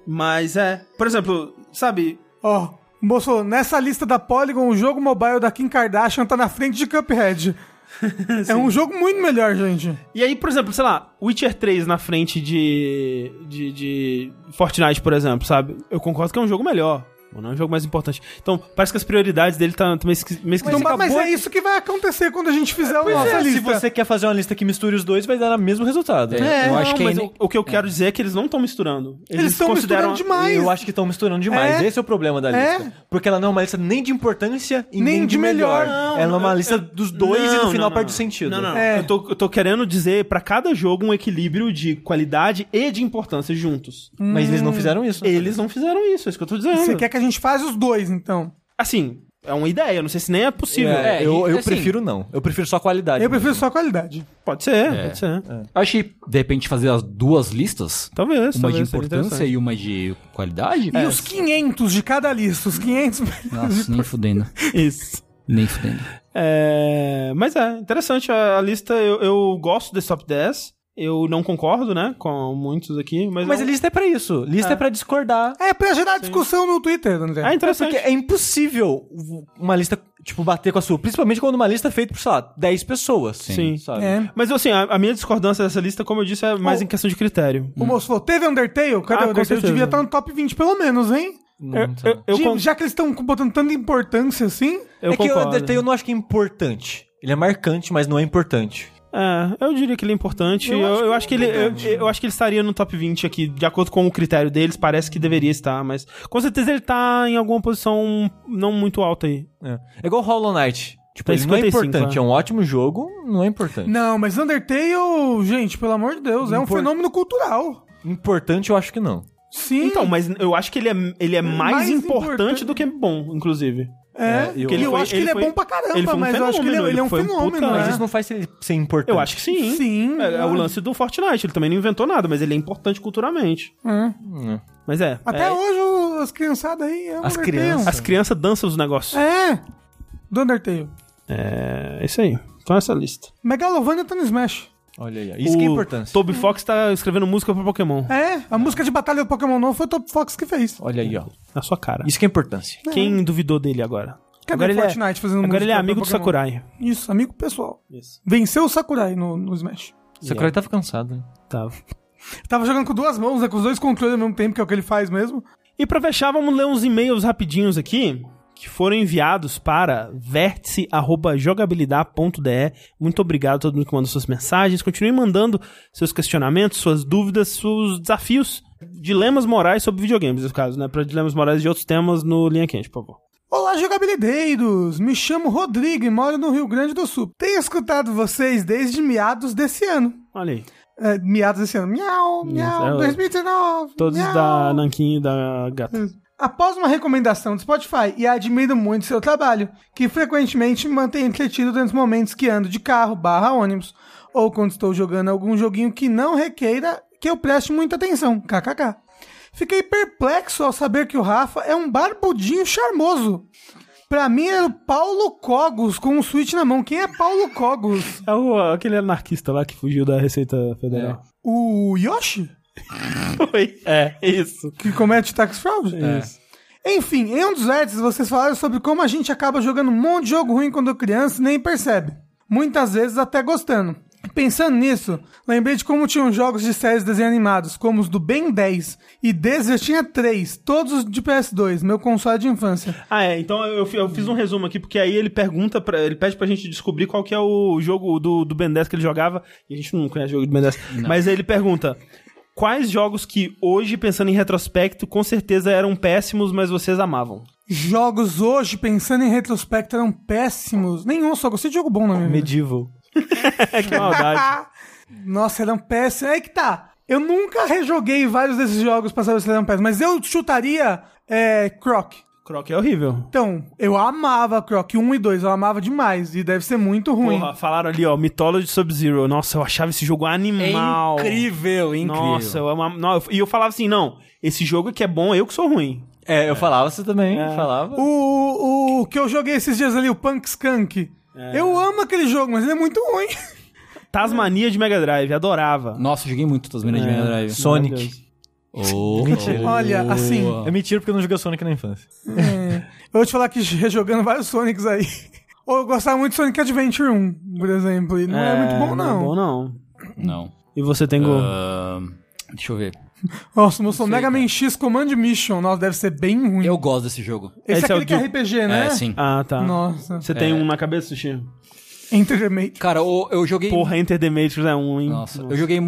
[SPEAKER 1] Mas é. Por exemplo, sabe,
[SPEAKER 2] Ó, moço, nessa lista da Polygon, o jogo mobile da Kim Kardashian tá na frente de Cuphead. é um jogo muito melhor, gente.
[SPEAKER 1] E aí, por exemplo, sei lá, Witcher 3 na frente de, de, de Fortnite, por exemplo, sabe? Eu concordo que é um jogo melhor. Ou não é um jogo mais importante. Então, parece que as prioridades dele tá, tá meio esqui- meio
[SPEAKER 2] Mas,
[SPEAKER 1] esquisito.
[SPEAKER 2] mas é isso que vai acontecer quando a gente fizer a nossa
[SPEAKER 3] É,
[SPEAKER 2] lista.
[SPEAKER 3] se você quer fazer uma lista que misture os dois, vai dar o mesmo resultado.
[SPEAKER 4] É. eu
[SPEAKER 1] não,
[SPEAKER 4] acho que
[SPEAKER 1] mas
[SPEAKER 4] ainda-
[SPEAKER 1] o, o que eu quero dizer é que eles não estão misturando.
[SPEAKER 2] Eles estão
[SPEAKER 1] consideram-
[SPEAKER 2] misturando demais.
[SPEAKER 3] Eu acho que estão misturando demais.
[SPEAKER 2] É.
[SPEAKER 3] Esse é o problema da
[SPEAKER 2] É.
[SPEAKER 3] lista. Porque ela não é uma lista nem de importância e
[SPEAKER 2] Nem
[SPEAKER 3] nem,
[SPEAKER 2] de
[SPEAKER 3] de melhor.
[SPEAKER 2] melhor.
[SPEAKER 1] Não,
[SPEAKER 3] ela é uma
[SPEAKER 1] eu-
[SPEAKER 3] lista dos dois e
[SPEAKER 1] Não,
[SPEAKER 3] no final
[SPEAKER 1] não,
[SPEAKER 3] perde
[SPEAKER 1] não.
[SPEAKER 3] o sentido.
[SPEAKER 1] Não, não. não.
[SPEAKER 2] É.
[SPEAKER 1] Eu, tô, eu tô querendo dizer pra cada jogo um equilíbrio de qualidade e de importância juntos.
[SPEAKER 3] Mas eles não fizeram isso. né?
[SPEAKER 1] Eles não fizeram isso, é isso que eu tô dizendo.
[SPEAKER 2] Você quer que a gente faça os dois, então.
[SPEAKER 1] Assim, é uma ideia, eu não sei se nem é possível.
[SPEAKER 3] É, eu,
[SPEAKER 4] e,
[SPEAKER 3] eu
[SPEAKER 4] assim,
[SPEAKER 3] prefiro não. Eu prefiro só a qualidade.
[SPEAKER 2] Eu prefiro só a qualidade.
[SPEAKER 1] Pode ser,
[SPEAKER 3] É.
[SPEAKER 1] pode ser.
[SPEAKER 4] Eu achei, de repente, fazer as duas listas.
[SPEAKER 1] Talvez.
[SPEAKER 4] Uma de
[SPEAKER 1] talvez seria
[SPEAKER 4] importância
[SPEAKER 1] interessante.
[SPEAKER 4] e uma de qualidade.
[SPEAKER 1] É.
[SPEAKER 2] E os 500 de cada lista, os <laughs> 500...
[SPEAKER 4] Nossa, nem fudendo.
[SPEAKER 1] Isso.
[SPEAKER 4] Nem fudendo.
[SPEAKER 1] É, mas é, interessante a, a lista. Eu, eu gosto desse top 10. Eu não concordo, né? Com muitos aqui, mas. um-
[SPEAKER 3] Mas
[SPEAKER 1] eu...
[SPEAKER 3] a lista é pra isso. Lista é, pra discordar.
[SPEAKER 2] É, pra gerar discussão no Twitter, André.
[SPEAKER 1] É interessante.
[SPEAKER 3] Porque é impossível uma lista, tipo, bater com a sua. Principalmente quando uma lista é feita por, sei lá, 10 pessoas.
[SPEAKER 1] Sim.
[SPEAKER 3] Sabe?
[SPEAKER 2] É.
[SPEAKER 1] Mas assim, a, a minha discordância dessa lista, como eu disse, é mais
[SPEAKER 2] Oh.
[SPEAKER 1] em questão de critério.
[SPEAKER 2] O moço falou, teve Undertale? Cadê
[SPEAKER 1] Hum. Ah,
[SPEAKER 2] o
[SPEAKER 1] com
[SPEAKER 2] Undertale?
[SPEAKER 1] certeza.
[SPEAKER 2] Devia estar no top 20 pelo menos, hein?
[SPEAKER 3] Não, tá.
[SPEAKER 1] Eu, eu,
[SPEAKER 2] De-
[SPEAKER 1] con-
[SPEAKER 2] Já que eles estão botando tanta importância assim...
[SPEAKER 1] eu
[SPEAKER 3] é que o
[SPEAKER 1] concordo.
[SPEAKER 3] Undertale eu não acho que é importante. Ele é marcante, mas não é importante.
[SPEAKER 1] É, eu diria que ele é importante. Eu, eu acho, que ele,
[SPEAKER 2] é
[SPEAKER 1] eu, eu acho que ele estaria no top 20 aqui, de acordo com o critério deles, parece que deveria estar, mas com certeza ele tá em alguma posição não muito alta aí.
[SPEAKER 3] É, É igual Hollow Knight. Tipo,
[SPEAKER 1] Tá em
[SPEAKER 3] ele não é
[SPEAKER 1] 55,
[SPEAKER 3] importante.
[SPEAKER 1] é.
[SPEAKER 3] É um ótimo jogo, não é importante.
[SPEAKER 2] Não, mas Undertale, gente, pelo amor de Deus, é um
[SPEAKER 3] Impor-
[SPEAKER 2] fenômeno cultural.
[SPEAKER 3] Importante eu acho que não.
[SPEAKER 2] Sim.
[SPEAKER 1] Então, mas eu acho que ele é, ele é mais,
[SPEAKER 2] Mais
[SPEAKER 1] importante,
[SPEAKER 2] importante.
[SPEAKER 1] do que bom, inclusive.
[SPEAKER 2] é.
[SPEAKER 3] é, eu-
[SPEAKER 2] e eu
[SPEAKER 1] foi-
[SPEAKER 2] acho que ele,
[SPEAKER 1] foi-
[SPEAKER 2] é bom pra caramba,
[SPEAKER 1] ele foi um
[SPEAKER 2] mas eu acho que ele, é-
[SPEAKER 1] fenômeno,
[SPEAKER 2] ele é um
[SPEAKER 1] ele foi um
[SPEAKER 2] fenômeno.
[SPEAKER 1] puta-
[SPEAKER 3] Mas
[SPEAKER 2] né?
[SPEAKER 3] isso não faz ele ser importante.
[SPEAKER 1] Eu acho que sim.
[SPEAKER 2] Sim.
[SPEAKER 1] É, é o
[SPEAKER 2] né?
[SPEAKER 1] lance do Fortnite. Ele também não inventou nada, mas ele é importante culturalmente.
[SPEAKER 2] Hum.
[SPEAKER 1] Mas é.
[SPEAKER 2] Até
[SPEAKER 1] é,
[SPEAKER 2] hoje o- as criançadas aí amam
[SPEAKER 3] As
[SPEAKER 2] Undertale.
[SPEAKER 3] crianças.
[SPEAKER 1] As crianças dançam os negócios.
[SPEAKER 2] É. Do Undertale.
[SPEAKER 1] É, isso aí. Então é essa lista.
[SPEAKER 2] Megalovania tá no Smash.
[SPEAKER 3] Olha aí. ó. Isso que é
[SPEAKER 1] O
[SPEAKER 3] importância.
[SPEAKER 1] Toby Fox tá escrevendo música pra Pokémon.
[SPEAKER 2] É, a música de batalha do Pokémon novo foi o Top Fox que fez.
[SPEAKER 3] Olha aí, ó.
[SPEAKER 1] Na sua cara.
[SPEAKER 3] Isso que é importância.
[SPEAKER 1] Quem duvidou dele agora?
[SPEAKER 2] Cadê
[SPEAKER 1] agora
[SPEAKER 2] o
[SPEAKER 1] ele é,
[SPEAKER 2] Fortnite fazendo
[SPEAKER 1] agora
[SPEAKER 2] música
[SPEAKER 1] ele é amigo
[SPEAKER 2] pra
[SPEAKER 1] do
[SPEAKER 2] Pokémon?
[SPEAKER 1] Sakurai.
[SPEAKER 2] Isso, amigo pessoal.
[SPEAKER 1] Isso.
[SPEAKER 2] Venceu o Sakurai no, no Smash.
[SPEAKER 3] Sakurai tava cansado. né?
[SPEAKER 1] Tá.
[SPEAKER 2] Tava jogando com duas mãos, né? Com os dois controles ao mesmo tempo, que é o que ele faz mesmo.
[SPEAKER 1] E pra fechar, vamos ler uns e-mails rapidinhos aqui que foram enviados para vértice.jogabilidade.de. Muito obrigado a todo mundo que mandou suas mensagens. Continue mandando seus questionamentos, suas dúvidas, seus desafios. Dilemas morais sobre videogames, no caso, né? Para dilemas morais de outros temas no Linha Quente, por favor.
[SPEAKER 2] Ô, Olá, jogabilideiros! Me chamo Rodrigo e moro no Rio Grande do Sul. Tenho escutado vocês desde meados desse ano.
[SPEAKER 1] Olha aí.
[SPEAKER 2] É, meados desse ano. Miau,
[SPEAKER 1] é
[SPEAKER 2] miau,
[SPEAKER 1] o-
[SPEAKER 2] 2019.
[SPEAKER 1] Todos
[SPEAKER 2] miau.
[SPEAKER 1] da Nanquim e da Gata.
[SPEAKER 2] Após uma recomendação do Spotify, e admiro muito seu trabalho, que frequentemente me mantém entretido durante os momentos que ando de carro barra ônibus, ou quando estou jogando algum joguinho que não requeira que eu preste muita atenção, kkk. Fiquei perplexo ao saber que o Rafa é um barbudinho charmoso. Pra mim era o Paulo Cogos com um switch na mão. Quem é Paulo Cogos?
[SPEAKER 1] É o, aquele anarquista lá que fugiu da Receita Federal.
[SPEAKER 2] O Yoshi?
[SPEAKER 1] Foi. É, <laughs> isso.
[SPEAKER 2] Que comete tax fraud?
[SPEAKER 1] Isso.
[SPEAKER 2] Enfim, em um dos vértices vocês falaram sobre como a gente acaba jogando um monte de jogo ruim quando criança e nem percebe. Muitas vezes até gostando. Pensando nisso, lembrei de como tinham jogos de séries de desenho animados, como os do Ben 10. E desses eu tinha três, todos de PS2, meu console de infância.
[SPEAKER 1] Ah, é. Então eu, fi- eu fiz um resumo aqui, porque aí ele pergunta, pra, ele pede pra gente descobrir qual que é o jogo do, do Ben 10 que ele jogava. E a gente não conhece o jogo do Ben 10. Mas aí ele pergunta: quais jogos que hoje, pensando em retrospecto, com certeza eram péssimos, mas vocês amavam?
[SPEAKER 2] Jogos hoje, pensando em retrospecto, eram péssimos. Nenhum, só gostei de jogo bom na minha vida.
[SPEAKER 1] Medieval. <laughs> que maldade.
[SPEAKER 2] Tá. Nossa, eram péssimos. É que tá. Eu nunca rejoguei vários desses jogos pra saber se eram péssimos, mas eu chutaria é, Croc.
[SPEAKER 1] Croc é horrível.
[SPEAKER 2] Então, eu amava Croc 1 e 2, eu amava demais, e deve ser muito ruim.
[SPEAKER 1] Porra, falaram ali, ó, Mythology Sub-Zero. Nossa, eu achava esse jogo animal.
[SPEAKER 4] Incrível, incrível.
[SPEAKER 1] Nossa, eu amava. não, eu- E eu falava assim: não, esse jogo que é bom, eu que sou ruim.
[SPEAKER 3] É, eu falava você também,
[SPEAKER 1] É.
[SPEAKER 3] falava.
[SPEAKER 2] O, o que eu joguei esses dias ali, o Punk Skunk.
[SPEAKER 1] É.
[SPEAKER 2] Eu amo aquele jogo, mas ele é muito ruim.
[SPEAKER 1] Tasmania de Mega Drive, adorava.
[SPEAKER 4] Nossa, joguei muito
[SPEAKER 1] É.
[SPEAKER 4] Tasmania de Mega Drive.
[SPEAKER 3] Sonic.
[SPEAKER 4] Oh,
[SPEAKER 2] <laughs> Olha, assim,
[SPEAKER 3] É mentira porque eu não joguei Sonic na infância.
[SPEAKER 2] Eu vou te falar que rejogando vários Sonics aí. <laughs> Ou eu gostava muito de Sonic Adventure 1, por exemplo, e não é, muito bom, não.
[SPEAKER 1] Não é bom, não.
[SPEAKER 4] Não.
[SPEAKER 1] E você tem gol?
[SPEAKER 4] Ahn, deixa eu ver.
[SPEAKER 2] Nossa, meu sou Mega Man X Command Mission, nossa, deve ser bem ruim.
[SPEAKER 4] Eu gosto desse jogo.
[SPEAKER 2] Esse,
[SPEAKER 1] Esse é
[SPEAKER 2] é
[SPEAKER 1] o
[SPEAKER 2] aquele que
[SPEAKER 1] Duke.
[SPEAKER 2] é RPG, né?
[SPEAKER 4] É, sim.
[SPEAKER 1] Ah, tá.
[SPEAKER 2] Nossa.
[SPEAKER 1] Você
[SPEAKER 4] É.
[SPEAKER 1] tem um na cabeça, Sushi?
[SPEAKER 2] Enter the Make.
[SPEAKER 4] Cara, eu, eu joguei.
[SPEAKER 1] Porra, Enter the Matrix é um, hein?
[SPEAKER 4] Nossa, eu joguei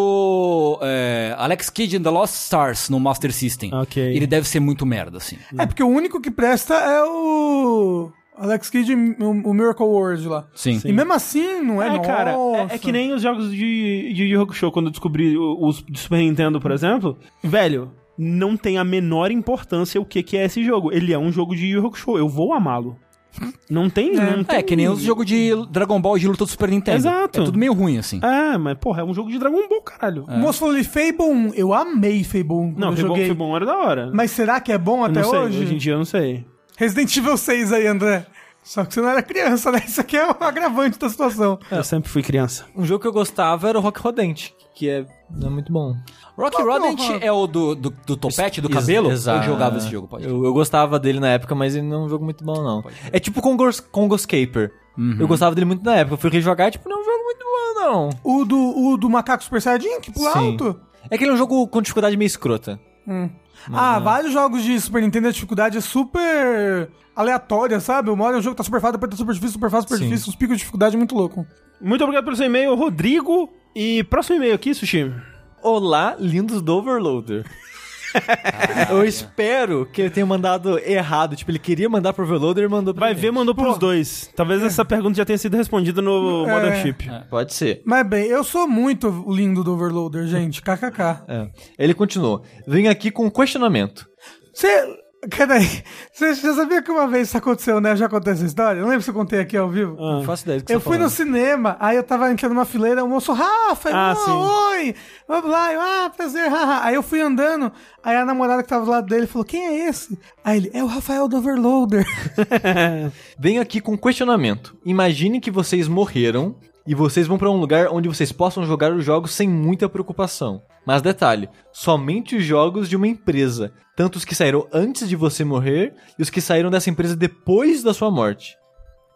[SPEAKER 4] muito é, Alex Kidd and the Lost Stars no Master System.
[SPEAKER 1] Ok.
[SPEAKER 4] Ele deve ser muito merda, assim.
[SPEAKER 2] É porque o único que presta é o Alex Kidd, o o Miracle World lá.
[SPEAKER 4] Sim.
[SPEAKER 2] E mesmo assim, não é,
[SPEAKER 1] É, cara, é- é,
[SPEAKER 2] Nossa.
[SPEAKER 1] que nem os jogos de de Yu Yu Hakusho, quando eu descobri o- os de Super Nintendo, por exemplo. Velho, não tem a menor importância o que, que é esse jogo. Ele é um jogo de Yu Yu Hakusho, eu vou amá-lo. Não tem... Não tem...
[SPEAKER 4] É, que nem os jogos de Dragon Ball de luta do Super Nintendo.
[SPEAKER 1] Exato.
[SPEAKER 4] É tudo meio ruim, assim.
[SPEAKER 1] É, mas porra, é um jogo de Dragon Ball, caralho.
[SPEAKER 3] É.
[SPEAKER 2] O moço falou ali, Fable 1. Eu amei Fable 1. quando
[SPEAKER 1] É. Não,
[SPEAKER 2] eu
[SPEAKER 1] foi bom,
[SPEAKER 2] joguei.
[SPEAKER 1] foi bom, era da hora.
[SPEAKER 2] Mas será que é
[SPEAKER 1] um.
[SPEAKER 2] bom
[SPEAKER 1] Eu
[SPEAKER 2] até
[SPEAKER 1] não sei,
[SPEAKER 2] hoje?
[SPEAKER 1] hoje em dia eu não sei.
[SPEAKER 2] Resident Evil 6 aí, André. Só que você não era criança, né? Isso aqui é um <laughs> agravante da situação.
[SPEAKER 1] Eu sempre fui criança.
[SPEAKER 3] Um jogo que eu gostava era o Rock Rodente, que é, é muito bom.
[SPEAKER 1] Ah,
[SPEAKER 4] Rocky Rodent
[SPEAKER 2] porra.
[SPEAKER 4] é o do, do, do topete, do cabelo? Eu jogava esse jogo, pode.
[SPEAKER 3] Eu, eu gostava dele na época, mas ele não é um jogo muito bom, não. É tipo Congos, Congoscaper. Eu gostava dele muito na época. Eu fui rejogar, tipo, não é um jogo muito bom, não.
[SPEAKER 2] O do, o do macaco super saiyajin que pula
[SPEAKER 3] Sim.
[SPEAKER 2] alto.
[SPEAKER 3] É que ele é um jogo com dificuldade meio escrota.
[SPEAKER 2] Ah, vários jogos de Super Nintendo a dificuldade é super aleatória, sabe? O modo é um jogo que tá super fácil, depois tá super difícil, super fácil, super
[SPEAKER 3] Sim.
[SPEAKER 2] difícil. Os picos de dificuldade é muito louco.
[SPEAKER 1] Muito obrigado pelo seu e-mail, Rodrigo. E próximo e-mail aqui, Sushi.
[SPEAKER 3] Olá, lindos do Overloader. eu espero que ele tenha mandado errado. Tipo, ele queria mandar pro Overloader e mandou pra
[SPEAKER 1] Vai
[SPEAKER 3] mim.
[SPEAKER 1] ver, mandou pros dois. Talvez essa pergunta já tenha sido respondida no
[SPEAKER 2] É.
[SPEAKER 1] Mothership.
[SPEAKER 3] Pode ser.
[SPEAKER 2] Mas bem, eu sou muito lindo do Overloader, gente. KKK.
[SPEAKER 3] É. Ele continua. Vem aqui com um questionamento.
[SPEAKER 2] Você. Peraí. Você já sabia que uma vez isso aconteceu, né? Eu já contei essa história? Eu não lembro se eu contei aqui ao vivo.
[SPEAKER 1] Ah.
[SPEAKER 3] Não faço ideia do que
[SPEAKER 2] Eu
[SPEAKER 3] você tá
[SPEAKER 2] fui no
[SPEAKER 3] falando.
[SPEAKER 2] cinema, aí eu tava entrando numa fileira, o moço, Rafa,
[SPEAKER 1] Ah,
[SPEAKER 2] irmão,
[SPEAKER 1] sim.
[SPEAKER 2] oi, vamos lá, eu, ah, prazer, haha. Aí eu fui andando, aí a namorada que tava do lado dele falou, quem é esse? Aí ele, é o Rafael do Overloader.
[SPEAKER 3] Venho aqui com um questionamento. Imagine que vocês morreram e vocês vão pra um lugar onde vocês possam jogar os jogos sem muita preocupação. Mas detalhe, somente os jogos de uma empresa, tanto os que saíram antes de você morrer e os que saíram dessa empresa depois da sua morte.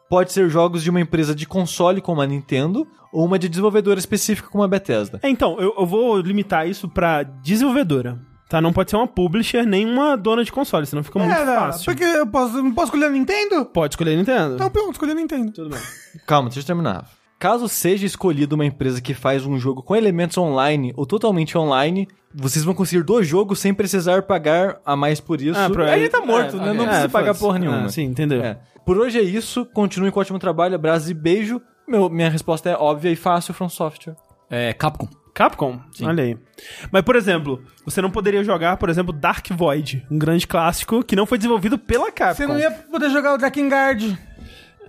[SPEAKER 3] Pode ser jogos de uma empresa de console como a Nintendo ou uma de desenvolvedora específica como a Bethesda.
[SPEAKER 1] É, Então, eu, eu vou limitar isso pra desenvolvedora. Tá? Não pode ser uma publisher nem uma dona de console, senão fica muito
[SPEAKER 2] É, não,
[SPEAKER 1] fácil. Hum.
[SPEAKER 2] Porque eu posso, não posso escolher a Nintendo?
[SPEAKER 1] Pode escolher a Nintendo.
[SPEAKER 2] Então pronto, escolhi a Nintendo.
[SPEAKER 1] Tudo bem.
[SPEAKER 3] Calma, deixa eu terminar. Caso seja escolhida uma empresa que faz um jogo com elementos online ou totalmente online, vocês vão conseguir do jogo sem precisar pagar a mais por isso.
[SPEAKER 1] Ah, pro-
[SPEAKER 3] Aí tá morto,
[SPEAKER 1] É,
[SPEAKER 3] né? Não
[SPEAKER 1] é,
[SPEAKER 3] precisa pagar
[SPEAKER 1] foda-se.
[SPEAKER 3] porra nenhuma.
[SPEAKER 1] Ah, sim, entendeu.
[SPEAKER 3] É. Por hoje é isso. Continuem com o ótimo trabalho. Abraço e beijo. Meu- minha resposta é óbvia e fácil, From Software.
[SPEAKER 4] É, Capcom.
[SPEAKER 1] Capcom? Olha aí. Mas, por exemplo, você não poderia jogar, por exemplo, Dark Void, um grande clássico que não foi desenvolvido pela Capcom.
[SPEAKER 2] Você não ia poder jogar o Drakengard,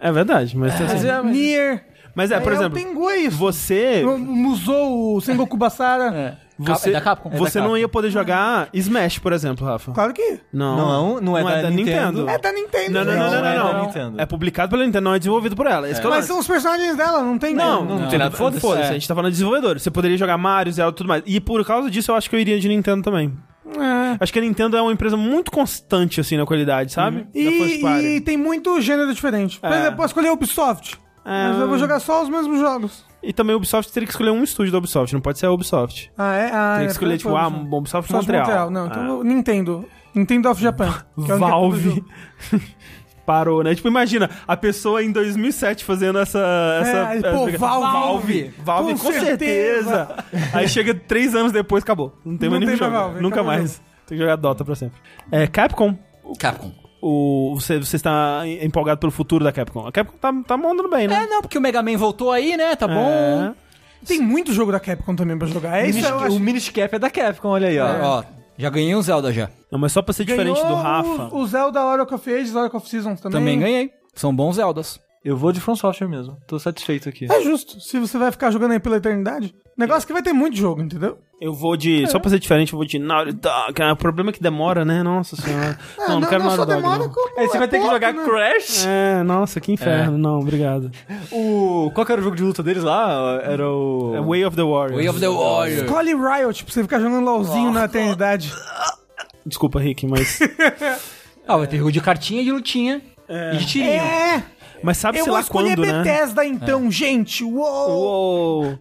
[SPEAKER 1] É verdade, mas... Mas, é,
[SPEAKER 2] Nier.
[SPEAKER 1] mas é, por
[SPEAKER 2] Aí
[SPEAKER 1] exemplo,
[SPEAKER 2] o Pingu é isso.
[SPEAKER 1] você...
[SPEAKER 2] O Musou, o Sengoku Basara.
[SPEAKER 4] É.
[SPEAKER 1] Você,
[SPEAKER 4] é da Capcom.
[SPEAKER 1] você não ia poder jogar Smash, por exemplo, Rafa.
[SPEAKER 2] Claro que
[SPEAKER 1] Não,
[SPEAKER 3] Não, não é da Nintendo.
[SPEAKER 2] é da Nintendo.
[SPEAKER 1] Não, não,
[SPEAKER 2] gente.
[SPEAKER 1] não, não,
[SPEAKER 3] Não é
[SPEAKER 1] não,
[SPEAKER 3] da
[SPEAKER 1] não.
[SPEAKER 3] Nintendo.
[SPEAKER 1] É publicado pela Nintendo, não é desenvolvido por ela. Esse que eu
[SPEAKER 2] Mas
[SPEAKER 1] lance.
[SPEAKER 2] são os personagens dela, não tem
[SPEAKER 1] Não,
[SPEAKER 2] como.
[SPEAKER 1] não,
[SPEAKER 4] tem
[SPEAKER 3] é
[SPEAKER 1] tem
[SPEAKER 4] nada.
[SPEAKER 1] nada. Foda-se,
[SPEAKER 4] Foda-se,
[SPEAKER 1] a gente tá falando de desenvolvedor. Você poderia jogar Mario, Zelda e tudo mais. E por causa disso, eu acho que eu iria de Nintendo também.
[SPEAKER 2] É.
[SPEAKER 1] Acho que a Nintendo é uma empresa muito constante, assim, na qualidade, sabe? Da first party.
[SPEAKER 2] Uhum. E, e tem muito gênero diferente. Por
[SPEAKER 1] É.
[SPEAKER 2] exemplo, eu posso escolher Ubisoft.
[SPEAKER 1] É.
[SPEAKER 2] Mas eu vou jogar só os mesmos jogos.
[SPEAKER 1] E também a Ubisoft teria que escolher um estúdio da Ubisoft, não pode ser a Ubisoft.
[SPEAKER 2] Ah, é? Ah,
[SPEAKER 1] Tem
[SPEAKER 2] é,
[SPEAKER 1] que escolher,
[SPEAKER 2] foi-
[SPEAKER 1] tipo,
[SPEAKER 2] foi
[SPEAKER 1] ah,
[SPEAKER 2] Ubisoft.
[SPEAKER 1] Ubisoft
[SPEAKER 2] Ubisoft
[SPEAKER 1] Montreal.
[SPEAKER 2] Não,
[SPEAKER 1] Ah.
[SPEAKER 2] então Nintendo. Nintendo of Japan. que é a única coisa
[SPEAKER 1] Valve
[SPEAKER 2] do-
[SPEAKER 1] <laughs> parou, né? Tipo, imagina, a pessoa em 2007 fazendo essa... essa
[SPEAKER 2] É, pô,
[SPEAKER 1] essa-
[SPEAKER 2] Valve.
[SPEAKER 1] Valve, Valve,
[SPEAKER 2] Com
[SPEAKER 1] com, certeza. Aí chega três anos depois, acabou. Não tem
[SPEAKER 2] Não
[SPEAKER 1] mais
[SPEAKER 2] tem
[SPEAKER 1] nenhum
[SPEAKER 2] pra
[SPEAKER 1] jogo.
[SPEAKER 2] Valve,
[SPEAKER 1] Nunca
[SPEAKER 2] acabou o
[SPEAKER 1] mais. Tem que jogar Dota pra sempre. É, Capcom,
[SPEAKER 4] Capcom.
[SPEAKER 1] o, você, você está empolgado pelo futuro da Capcom. A Capcom tá, tá mandando bem, né?
[SPEAKER 4] É, não, porque o Mega Man voltou aí, né? Tá bom.
[SPEAKER 1] É.
[SPEAKER 2] Tem muito jogo da Capcom também pra jogar. É isso
[SPEAKER 3] Minis-
[SPEAKER 2] eu acho.
[SPEAKER 3] O Miniscap é da Capcom, olha aí, ó.
[SPEAKER 1] É.
[SPEAKER 4] Ó, já ganhei um Zelda já.
[SPEAKER 1] Não, mas só pra ser diferente do
[SPEAKER 2] Ganhou
[SPEAKER 1] Rafa.
[SPEAKER 2] O, o Zelda Oracle of Ages, Oracle of Seasons também.
[SPEAKER 4] Também ganhei. São bons Zeldas.
[SPEAKER 3] Eu vou de From Software mesmo. Tô satisfeito aqui.
[SPEAKER 2] É justo. Se você vai ficar jogando aí pela eternidade. Negócio que vai ter muito jogo, entendeu?
[SPEAKER 1] Eu vou
[SPEAKER 2] É.
[SPEAKER 1] de. Só pra ser diferente, eu vou de Naughty Dog. Ah, O problema é que demora, né? Nossa
[SPEAKER 2] <laughs>
[SPEAKER 1] senhora. não, não, quero
[SPEAKER 2] Ah, só
[SPEAKER 1] Naughty Dog.
[SPEAKER 2] demora
[SPEAKER 1] não.
[SPEAKER 2] como
[SPEAKER 3] Aí você
[SPEAKER 2] é
[SPEAKER 3] vai ter que
[SPEAKER 2] pouco,
[SPEAKER 3] jogar
[SPEAKER 2] né?
[SPEAKER 3] Crash.
[SPEAKER 1] É, nossa, que inferno. Não, obrigado.
[SPEAKER 3] O... Qual que era o jogo de luta deles lá? Era o...
[SPEAKER 1] É Way of the Warriors.
[SPEAKER 4] Way of the Warrior.
[SPEAKER 2] Escolhe né? Riot pra você ficar jogando LOLzinho na eternidade.
[SPEAKER 1] Desculpa, Rick, mas.
[SPEAKER 2] <laughs>
[SPEAKER 4] Ah, vai ter jogo de cartinha, de lutinha e de tirinho.
[SPEAKER 2] É!
[SPEAKER 1] Mas sabe
[SPEAKER 2] Eu
[SPEAKER 1] se
[SPEAKER 2] vou
[SPEAKER 1] lá
[SPEAKER 2] escolher
[SPEAKER 1] quando, né?
[SPEAKER 2] Bethesda então, gente. Uou!
[SPEAKER 1] Uou.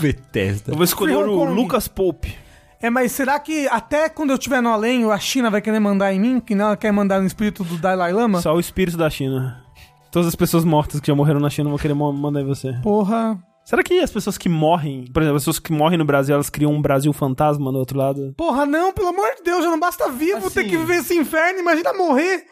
[SPEAKER 4] Bethesda.
[SPEAKER 1] Eu vou escolher
[SPEAKER 2] Free Hong
[SPEAKER 1] o
[SPEAKER 2] Kong.
[SPEAKER 1] Lucas Pope.
[SPEAKER 2] É, mas será que até quando eu estiver no além, a China vai querer mandar em mim? Que não ela quer mandar no espírito do Dalai Lama?
[SPEAKER 1] Só o espírito da China. Todas as pessoas mortas que já morreram na China vão querer mo- mandar em você.
[SPEAKER 2] Porra.
[SPEAKER 1] Será que as pessoas que morrem, por exemplo, as pessoas que morrem no Brasil, elas criam um Brasil fantasma no outro lado?
[SPEAKER 2] Porra, não, pelo amor de Deus, já não basta vivo ter
[SPEAKER 3] Assim.
[SPEAKER 2] que viver esse inferno, imagina morrer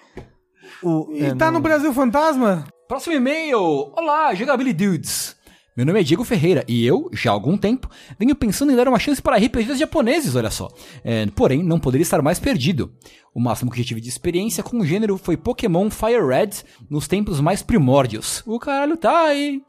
[SPEAKER 3] O...
[SPEAKER 2] e
[SPEAKER 3] é,
[SPEAKER 2] tá no Brasil Fantasma.
[SPEAKER 4] Próximo e-mail. Olá, Jogabilidade Dudes. Meu nome é Diego Ferreira e eu, já há algum tempo, venho pensando em dar uma chance para RPGs japoneses, olha só. É, porém, não poderia estar mais perdido. O máximo que já tive de experiência com o gênero foi Pokémon Fire Red nos tempos mais primórdios. O caralho tá aí.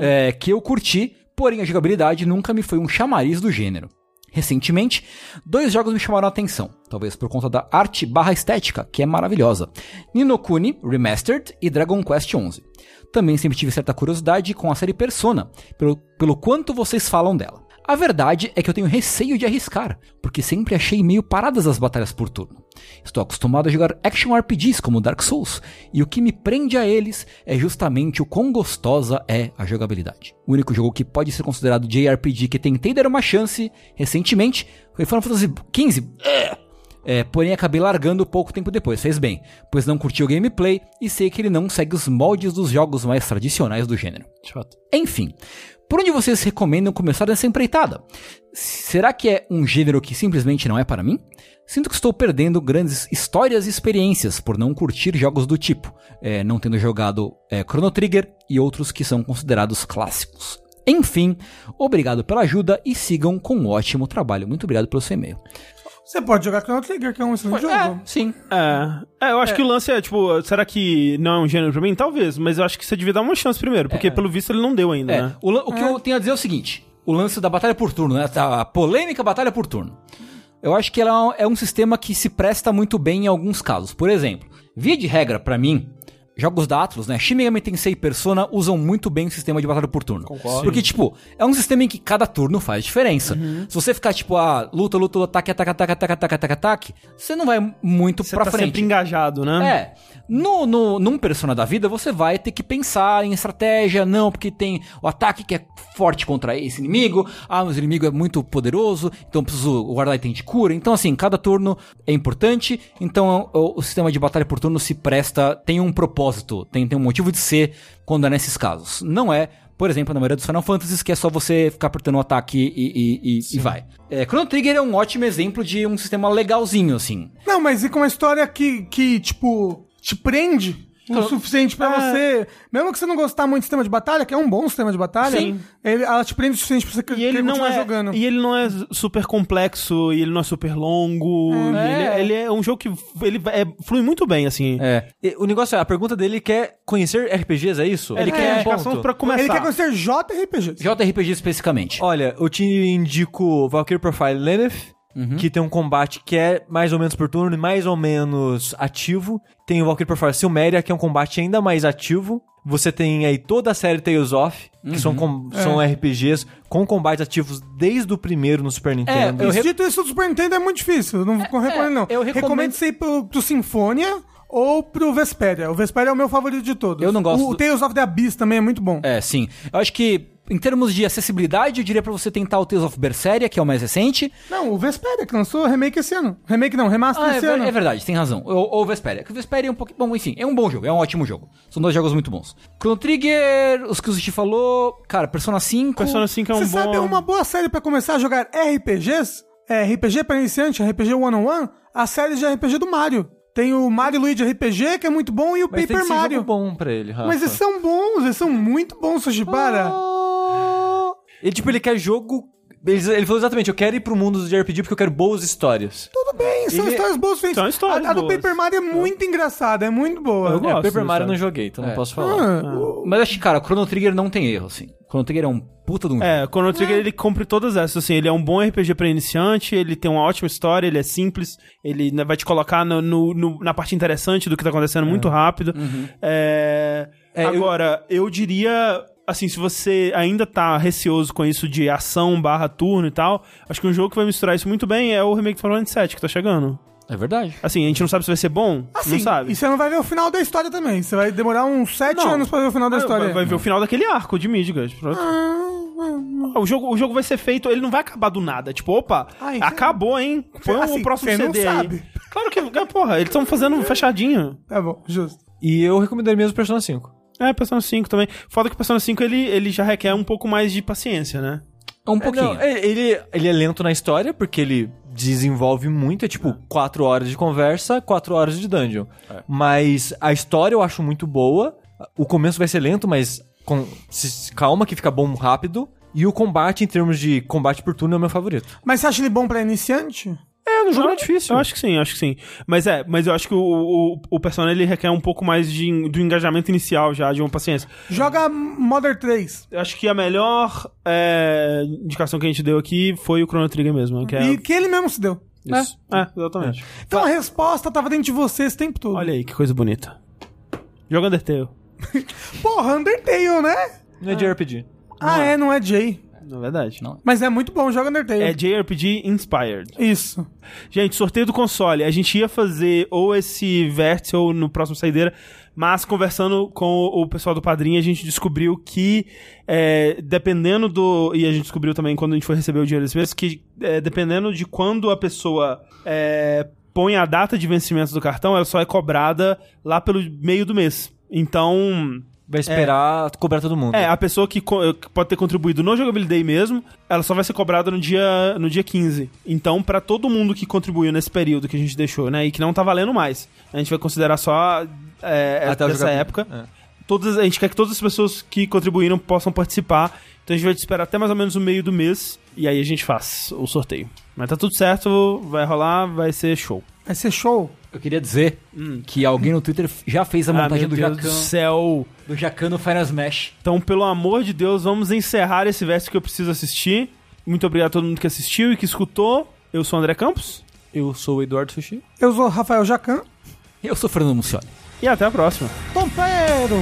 [SPEAKER 4] É, que eu curti, porém a jogabilidade nunca me foi um chamariz do gênero. Recentemente, dois jogos me chamaram a atenção, talvez por conta da arte barra estética, que é maravilhosa. Ninokuni Remastered e Dragon Quest XI. Também sempre tive certa curiosidade com a série Persona, pelo, pelo quanto vocês falam dela. A verdade é que eu tenho receio de arriscar, porque sempre achei meio paradas as batalhas por turno. Estou acostumado a jogar action RPGs como Dark Souls, e o que me prende a eles é justamente o quão gostosa é a jogabilidade. O único jogo que pode ser considerado JRPG que tentei dar uma chance recentemente foi Final Fantasy XV. É, porém, acabei largando pouco tempo depois, fez bem, pois não curti o gameplay e sei que ele não segue os moldes dos jogos mais tradicionais do gênero.
[SPEAKER 1] Chato.
[SPEAKER 4] Enfim, por onde vocês recomendam começar essa empreitada? Será que é um gênero que simplesmente não é para mim? Sinto que estou perdendo grandes histórias e experiências por não curtir jogos do tipo, eh, não tendo jogado eh, Chrono Trigger e outros que são considerados clássicos. Enfim, obrigado pela ajuda e sigam com um ótimo trabalho. Muito obrigado pelo seu e-mail.
[SPEAKER 2] Você pode jogar Chrono Trigger, que é um excelente jogo.
[SPEAKER 4] sim.
[SPEAKER 1] É, é, eu acho que o lance é, tipo, será que não é um gênero pra mim? Talvez, mas eu acho que você devia dar uma chance primeiro, porque pelo visto ele não deu ainda,
[SPEAKER 4] É,
[SPEAKER 1] né?
[SPEAKER 4] o, lan- o que eu tenho a dizer é o seguinte: o lance da batalha por turno, né? A polêmica batalha por turno. Eu acho que ela é um- é um sistema que se presta muito bem em alguns casos. Por exemplo, via de regra, pra mim, jogos da Atlus, né? Shin Megami Tensei e Persona usam muito bem o sistema de batalha por turno. Concordo. Porque, tipo, é um sistema em que cada turno faz diferença. Se você ficar, tipo, ah, luta, luta, luta, ataque, ataque, ataque, ataque, ataque, ataque, ataque, você não vai muito
[SPEAKER 1] Você
[SPEAKER 4] pra
[SPEAKER 1] tá
[SPEAKER 4] frente.
[SPEAKER 1] sempre engajado, né?
[SPEAKER 4] É. No, no, num Persona da vida, você vai ter que pensar em estratégia, não, porque tem o ataque que é forte contra esse inimigo, ah, mas o inimigo é muito poderoso, então eu preciso guardar item de cura. Então, assim, cada turno é importante, então o, o sistema de batalha por turno se presta, tem um propósito, tem, tem um motivo de ser quando é nesses casos. Não é Por exemplo, na maioria dos Final Fantasies, que é só você ficar apertando o ataque e, e, e- e vai. É, Chrono Trigger é um ótimo exemplo de um sistema legalzinho, assim.
[SPEAKER 2] Não, mas e com uma história que, que tipo, te prende o suficiente pra você. Mesmo que você não gostar muito do sistema de batalha, que é um bom sistema de batalha,
[SPEAKER 1] Sim.
[SPEAKER 2] Ele, ela te prende o suficiente pra você
[SPEAKER 1] E ele,
[SPEAKER 2] querer
[SPEAKER 1] não
[SPEAKER 2] continuar
[SPEAKER 1] é,
[SPEAKER 2] jogando.
[SPEAKER 1] e ele não é super complexo, e ele não é super longo. e Ele, ele é um jogo que ele é- flui muito bem, assim.
[SPEAKER 4] É.
[SPEAKER 3] E O negócio é, a pergunta dele quer conhecer RPGs, é isso?
[SPEAKER 1] Ele quer
[SPEAKER 3] um
[SPEAKER 1] indicação
[SPEAKER 3] ponto.
[SPEAKER 1] pra começar.
[SPEAKER 2] Ele quer conhecer JRPGs.
[SPEAKER 4] JRPG especificamente.
[SPEAKER 3] Olha, eu te indico Valkyrie Profile Leneth,
[SPEAKER 2] Uhum.
[SPEAKER 3] que tem um combate que é mais ou menos por turno e mais ou menos ativo. Tem o Valkyrie Profile Silmeria, que é um combate ainda mais ativo. Você tem aí toda a série Tales of, que são,
[SPEAKER 2] Uhum.
[SPEAKER 3] com-
[SPEAKER 2] É.
[SPEAKER 3] são RPGs com combates ativos desde o primeiro no
[SPEAKER 2] É,
[SPEAKER 3] Super Nintendo.
[SPEAKER 4] eu
[SPEAKER 2] Isso,
[SPEAKER 4] re- é,
[SPEAKER 2] Dito isso, o Super Nintendo é muito difícil. eu Não recomendo, não.
[SPEAKER 4] eu recomendo-
[SPEAKER 2] você ir pro, pro Sinfonia ou pro Vesperia. O Vesperia é o meu favorito de todos.
[SPEAKER 4] Eu não gosto
[SPEAKER 2] O
[SPEAKER 4] do-
[SPEAKER 2] Tales of the Abyss também é muito bom.
[SPEAKER 4] É, sim. Eu acho que, em termos de acessibilidade, eu diria pra você tentar o Tales of Berseria, que é o mais recente.
[SPEAKER 2] Não, o Vesperia, que lançou remake esse ano. Remake não, remaster
[SPEAKER 4] Ah, é,
[SPEAKER 2] esse
[SPEAKER 4] ver-
[SPEAKER 2] ano.
[SPEAKER 4] é verdade, tem razão. Ou, ou Vesperia. Que o Vesperia é um pouquinho. Bom, enfim, é um bom jogo, é um ótimo jogo. São dois jogos muito bons. Chrono Trigger, os que o Sushi falou. Cara, Persona 5.
[SPEAKER 1] Persona 5 é um
[SPEAKER 2] Você
[SPEAKER 1] bom...
[SPEAKER 2] sabe uma boa série pra começar a jogar RPGs? É, RPG pra iniciante, RPG One on One, a série de RPG do Mario. Tem o Mario e Luigi RPG, que é muito bom, e o
[SPEAKER 3] Mas tem que
[SPEAKER 2] Paper
[SPEAKER 3] ser
[SPEAKER 2] Mario.
[SPEAKER 3] jogo bom pra ele,
[SPEAKER 4] né?
[SPEAKER 3] Rafa.
[SPEAKER 2] Mas eles são bons, eles são muito bons, Sushibara.
[SPEAKER 4] Ah.
[SPEAKER 3] E tipo, ele quer jogo... Ele, ele falou exatamente, eu quero ir pro mundo de RPG porque eu quero boas histórias.
[SPEAKER 2] Tudo bem, são
[SPEAKER 3] Ele-
[SPEAKER 2] histórias boas. São
[SPEAKER 1] é- São histórias
[SPEAKER 2] a, a do
[SPEAKER 1] boas.
[SPEAKER 2] Paper Mario é muito engraçada, é muito boa.
[SPEAKER 1] Eu gosto
[SPEAKER 3] é, Paper
[SPEAKER 1] dessa
[SPEAKER 3] Mario eu não
[SPEAKER 1] história.
[SPEAKER 3] joguei, então não posso falar.
[SPEAKER 2] Ah,
[SPEAKER 4] Mas eu acho que, cara, Chrono Trigger não tem erro, assim. Chrono Trigger é um puta de um jogo.
[SPEAKER 1] É, Chrono Trigger ele cumpre todas essas, assim, ele é um bom RPG pra iniciante, ele tem uma ótima história, ele é simples, ele né, vai te colocar no- no- no- na parte interessante do que tá acontecendo muito rápido. É,
[SPEAKER 3] Uhum. É, eu-
[SPEAKER 1] agora, eu... diria, assim, se você ainda tá receoso com isso de ação barra turno e tal, acho que um jogo que vai misturar isso muito bem é o remake do Final Fantasy VII que tá chegando.
[SPEAKER 4] É verdade.
[SPEAKER 1] Assim, a gente não sabe se vai ser bom,
[SPEAKER 2] assim,
[SPEAKER 1] não sabe.
[SPEAKER 2] E você não vai ver o final da história também. Você vai demorar uns sete
[SPEAKER 1] Não.
[SPEAKER 2] anos pra ver o final da
[SPEAKER 1] Não,
[SPEAKER 2] história.
[SPEAKER 1] Vai, vai ver o final daquele arco de Midgard. Pronto. O jogo, o jogo vai ser feito, ele não vai acabar do nada. Tipo, opa,
[SPEAKER 2] Ai, cê-
[SPEAKER 1] acabou, hein? Põe
[SPEAKER 2] assim,
[SPEAKER 1] o próximo
[SPEAKER 2] cê
[SPEAKER 1] CD
[SPEAKER 2] não
[SPEAKER 1] aí.
[SPEAKER 2] sabe.
[SPEAKER 1] Claro que, é, porra, eles estão
[SPEAKER 2] <laughs>
[SPEAKER 1] fazendo um fechadinho.
[SPEAKER 2] Tá bom, justo.
[SPEAKER 3] E eu recomendaria mesmo Persona 5.
[SPEAKER 1] É, Persona 5 também. Foda que o Persona 5 ele, ele já requer um pouco mais de paciência, né?
[SPEAKER 4] É um
[SPEAKER 3] É,
[SPEAKER 4] pouquinho.
[SPEAKER 3] não, é- ele, ele é lento na história, porque ele desenvolve muito, é tipo 4 horas de conversa, 4 horas de dungeon. Mas a história eu acho muito boa. O começo vai ser lento, mas com- se- calma que fica bom rápido. E o combate, em termos de combate por turno, é o meu favorito.
[SPEAKER 2] Mas você acha ele bom pra iniciante?
[SPEAKER 3] É, no jogo
[SPEAKER 1] não
[SPEAKER 3] é difícil.
[SPEAKER 1] Eu acho que sim, eu acho que sim. Mas é, mas eu acho que o, o, o Persona ele requer um pouco mais de, do engajamento inicial já, de uma paciência.
[SPEAKER 2] Joga Mother 3.
[SPEAKER 1] Eu acho que a melhor é, indicação que a gente deu aqui foi o Chrono Trigger mesmo, que é
[SPEAKER 2] E que ele mesmo se deu.
[SPEAKER 1] isso. É, exatamente.
[SPEAKER 2] Então a resposta tava dentro de você esse tempo todo.
[SPEAKER 1] Olha aí, que coisa bonita. Joga Undertale.
[SPEAKER 2] Porra, Undertale, né?
[SPEAKER 3] Não é de RPG.
[SPEAKER 2] ah, é, não é Jay.
[SPEAKER 1] Na verdade.
[SPEAKER 4] Não.
[SPEAKER 2] Mas é muito bom, joga Undertale.
[SPEAKER 1] É JRPG Inspired.
[SPEAKER 2] Isso.
[SPEAKER 1] Gente, sorteio do console. A gente ia fazer ou esse vértice ou no próximo saideira, mas conversando com o pessoal do Padrinho, a gente descobriu que, é, dependendo do. E a gente descobriu também quando a gente foi receber o dinheiro desse mês, que é, dependendo de quando a pessoa é, põe a data de vencimento do cartão, ela só é cobrada lá pelo meio do mês. Então,
[SPEAKER 3] Vai esperar cobrar todo mundo.
[SPEAKER 1] É, a pessoa que, co- que pode ter contribuído no Jogabilidade Day mesmo, ela só vai ser cobrada no dia, no dia 15. Então, pra todo mundo que contribuiu nesse período que a gente deixou, né, e que não tá valendo mais, a gente vai considerar só é,
[SPEAKER 3] Até o
[SPEAKER 1] essa
[SPEAKER 3] Jogabilidade.
[SPEAKER 1] época.
[SPEAKER 3] É.
[SPEAKER 1] Todas, a gente quer que todas as pessoas que contribuíram possam participar. Então a gente vai te esperar até mais ou menos o meio do mês e aí a gente faz o sorteio. Mas tá tudo certo, vai rolar, vai ser show.
[SPEAKER 2] Vai ser show.
[SPEAKER 4] Eu queria dizer que alguém no Twitter já fez a montagem do
[SPEAKER 1] Ah, meu Deus
[SPEAKER 4] Jacan.
[SPEAKER 1] do céu!
[SPEAKER 4] Do Jacan no Final Smash.
[SPEAKER 1] Então, pelo amor de Deus, vamos encerrar esse verso que eu preciso assistir. Muito obrigado a todo mundo que assistiu e que escutou. Eu sou o André Campos
[SPEAKER 3] Eu sou o Eduardo Sushi.
[SPEAKER 2] Eu sou o Rafael Jacan.
[SPEAKER 4] Eu sou Fernando Mucioli.
[SPEAKER 1] e até a próxima.
[SPEAKER 2] Pompeiro!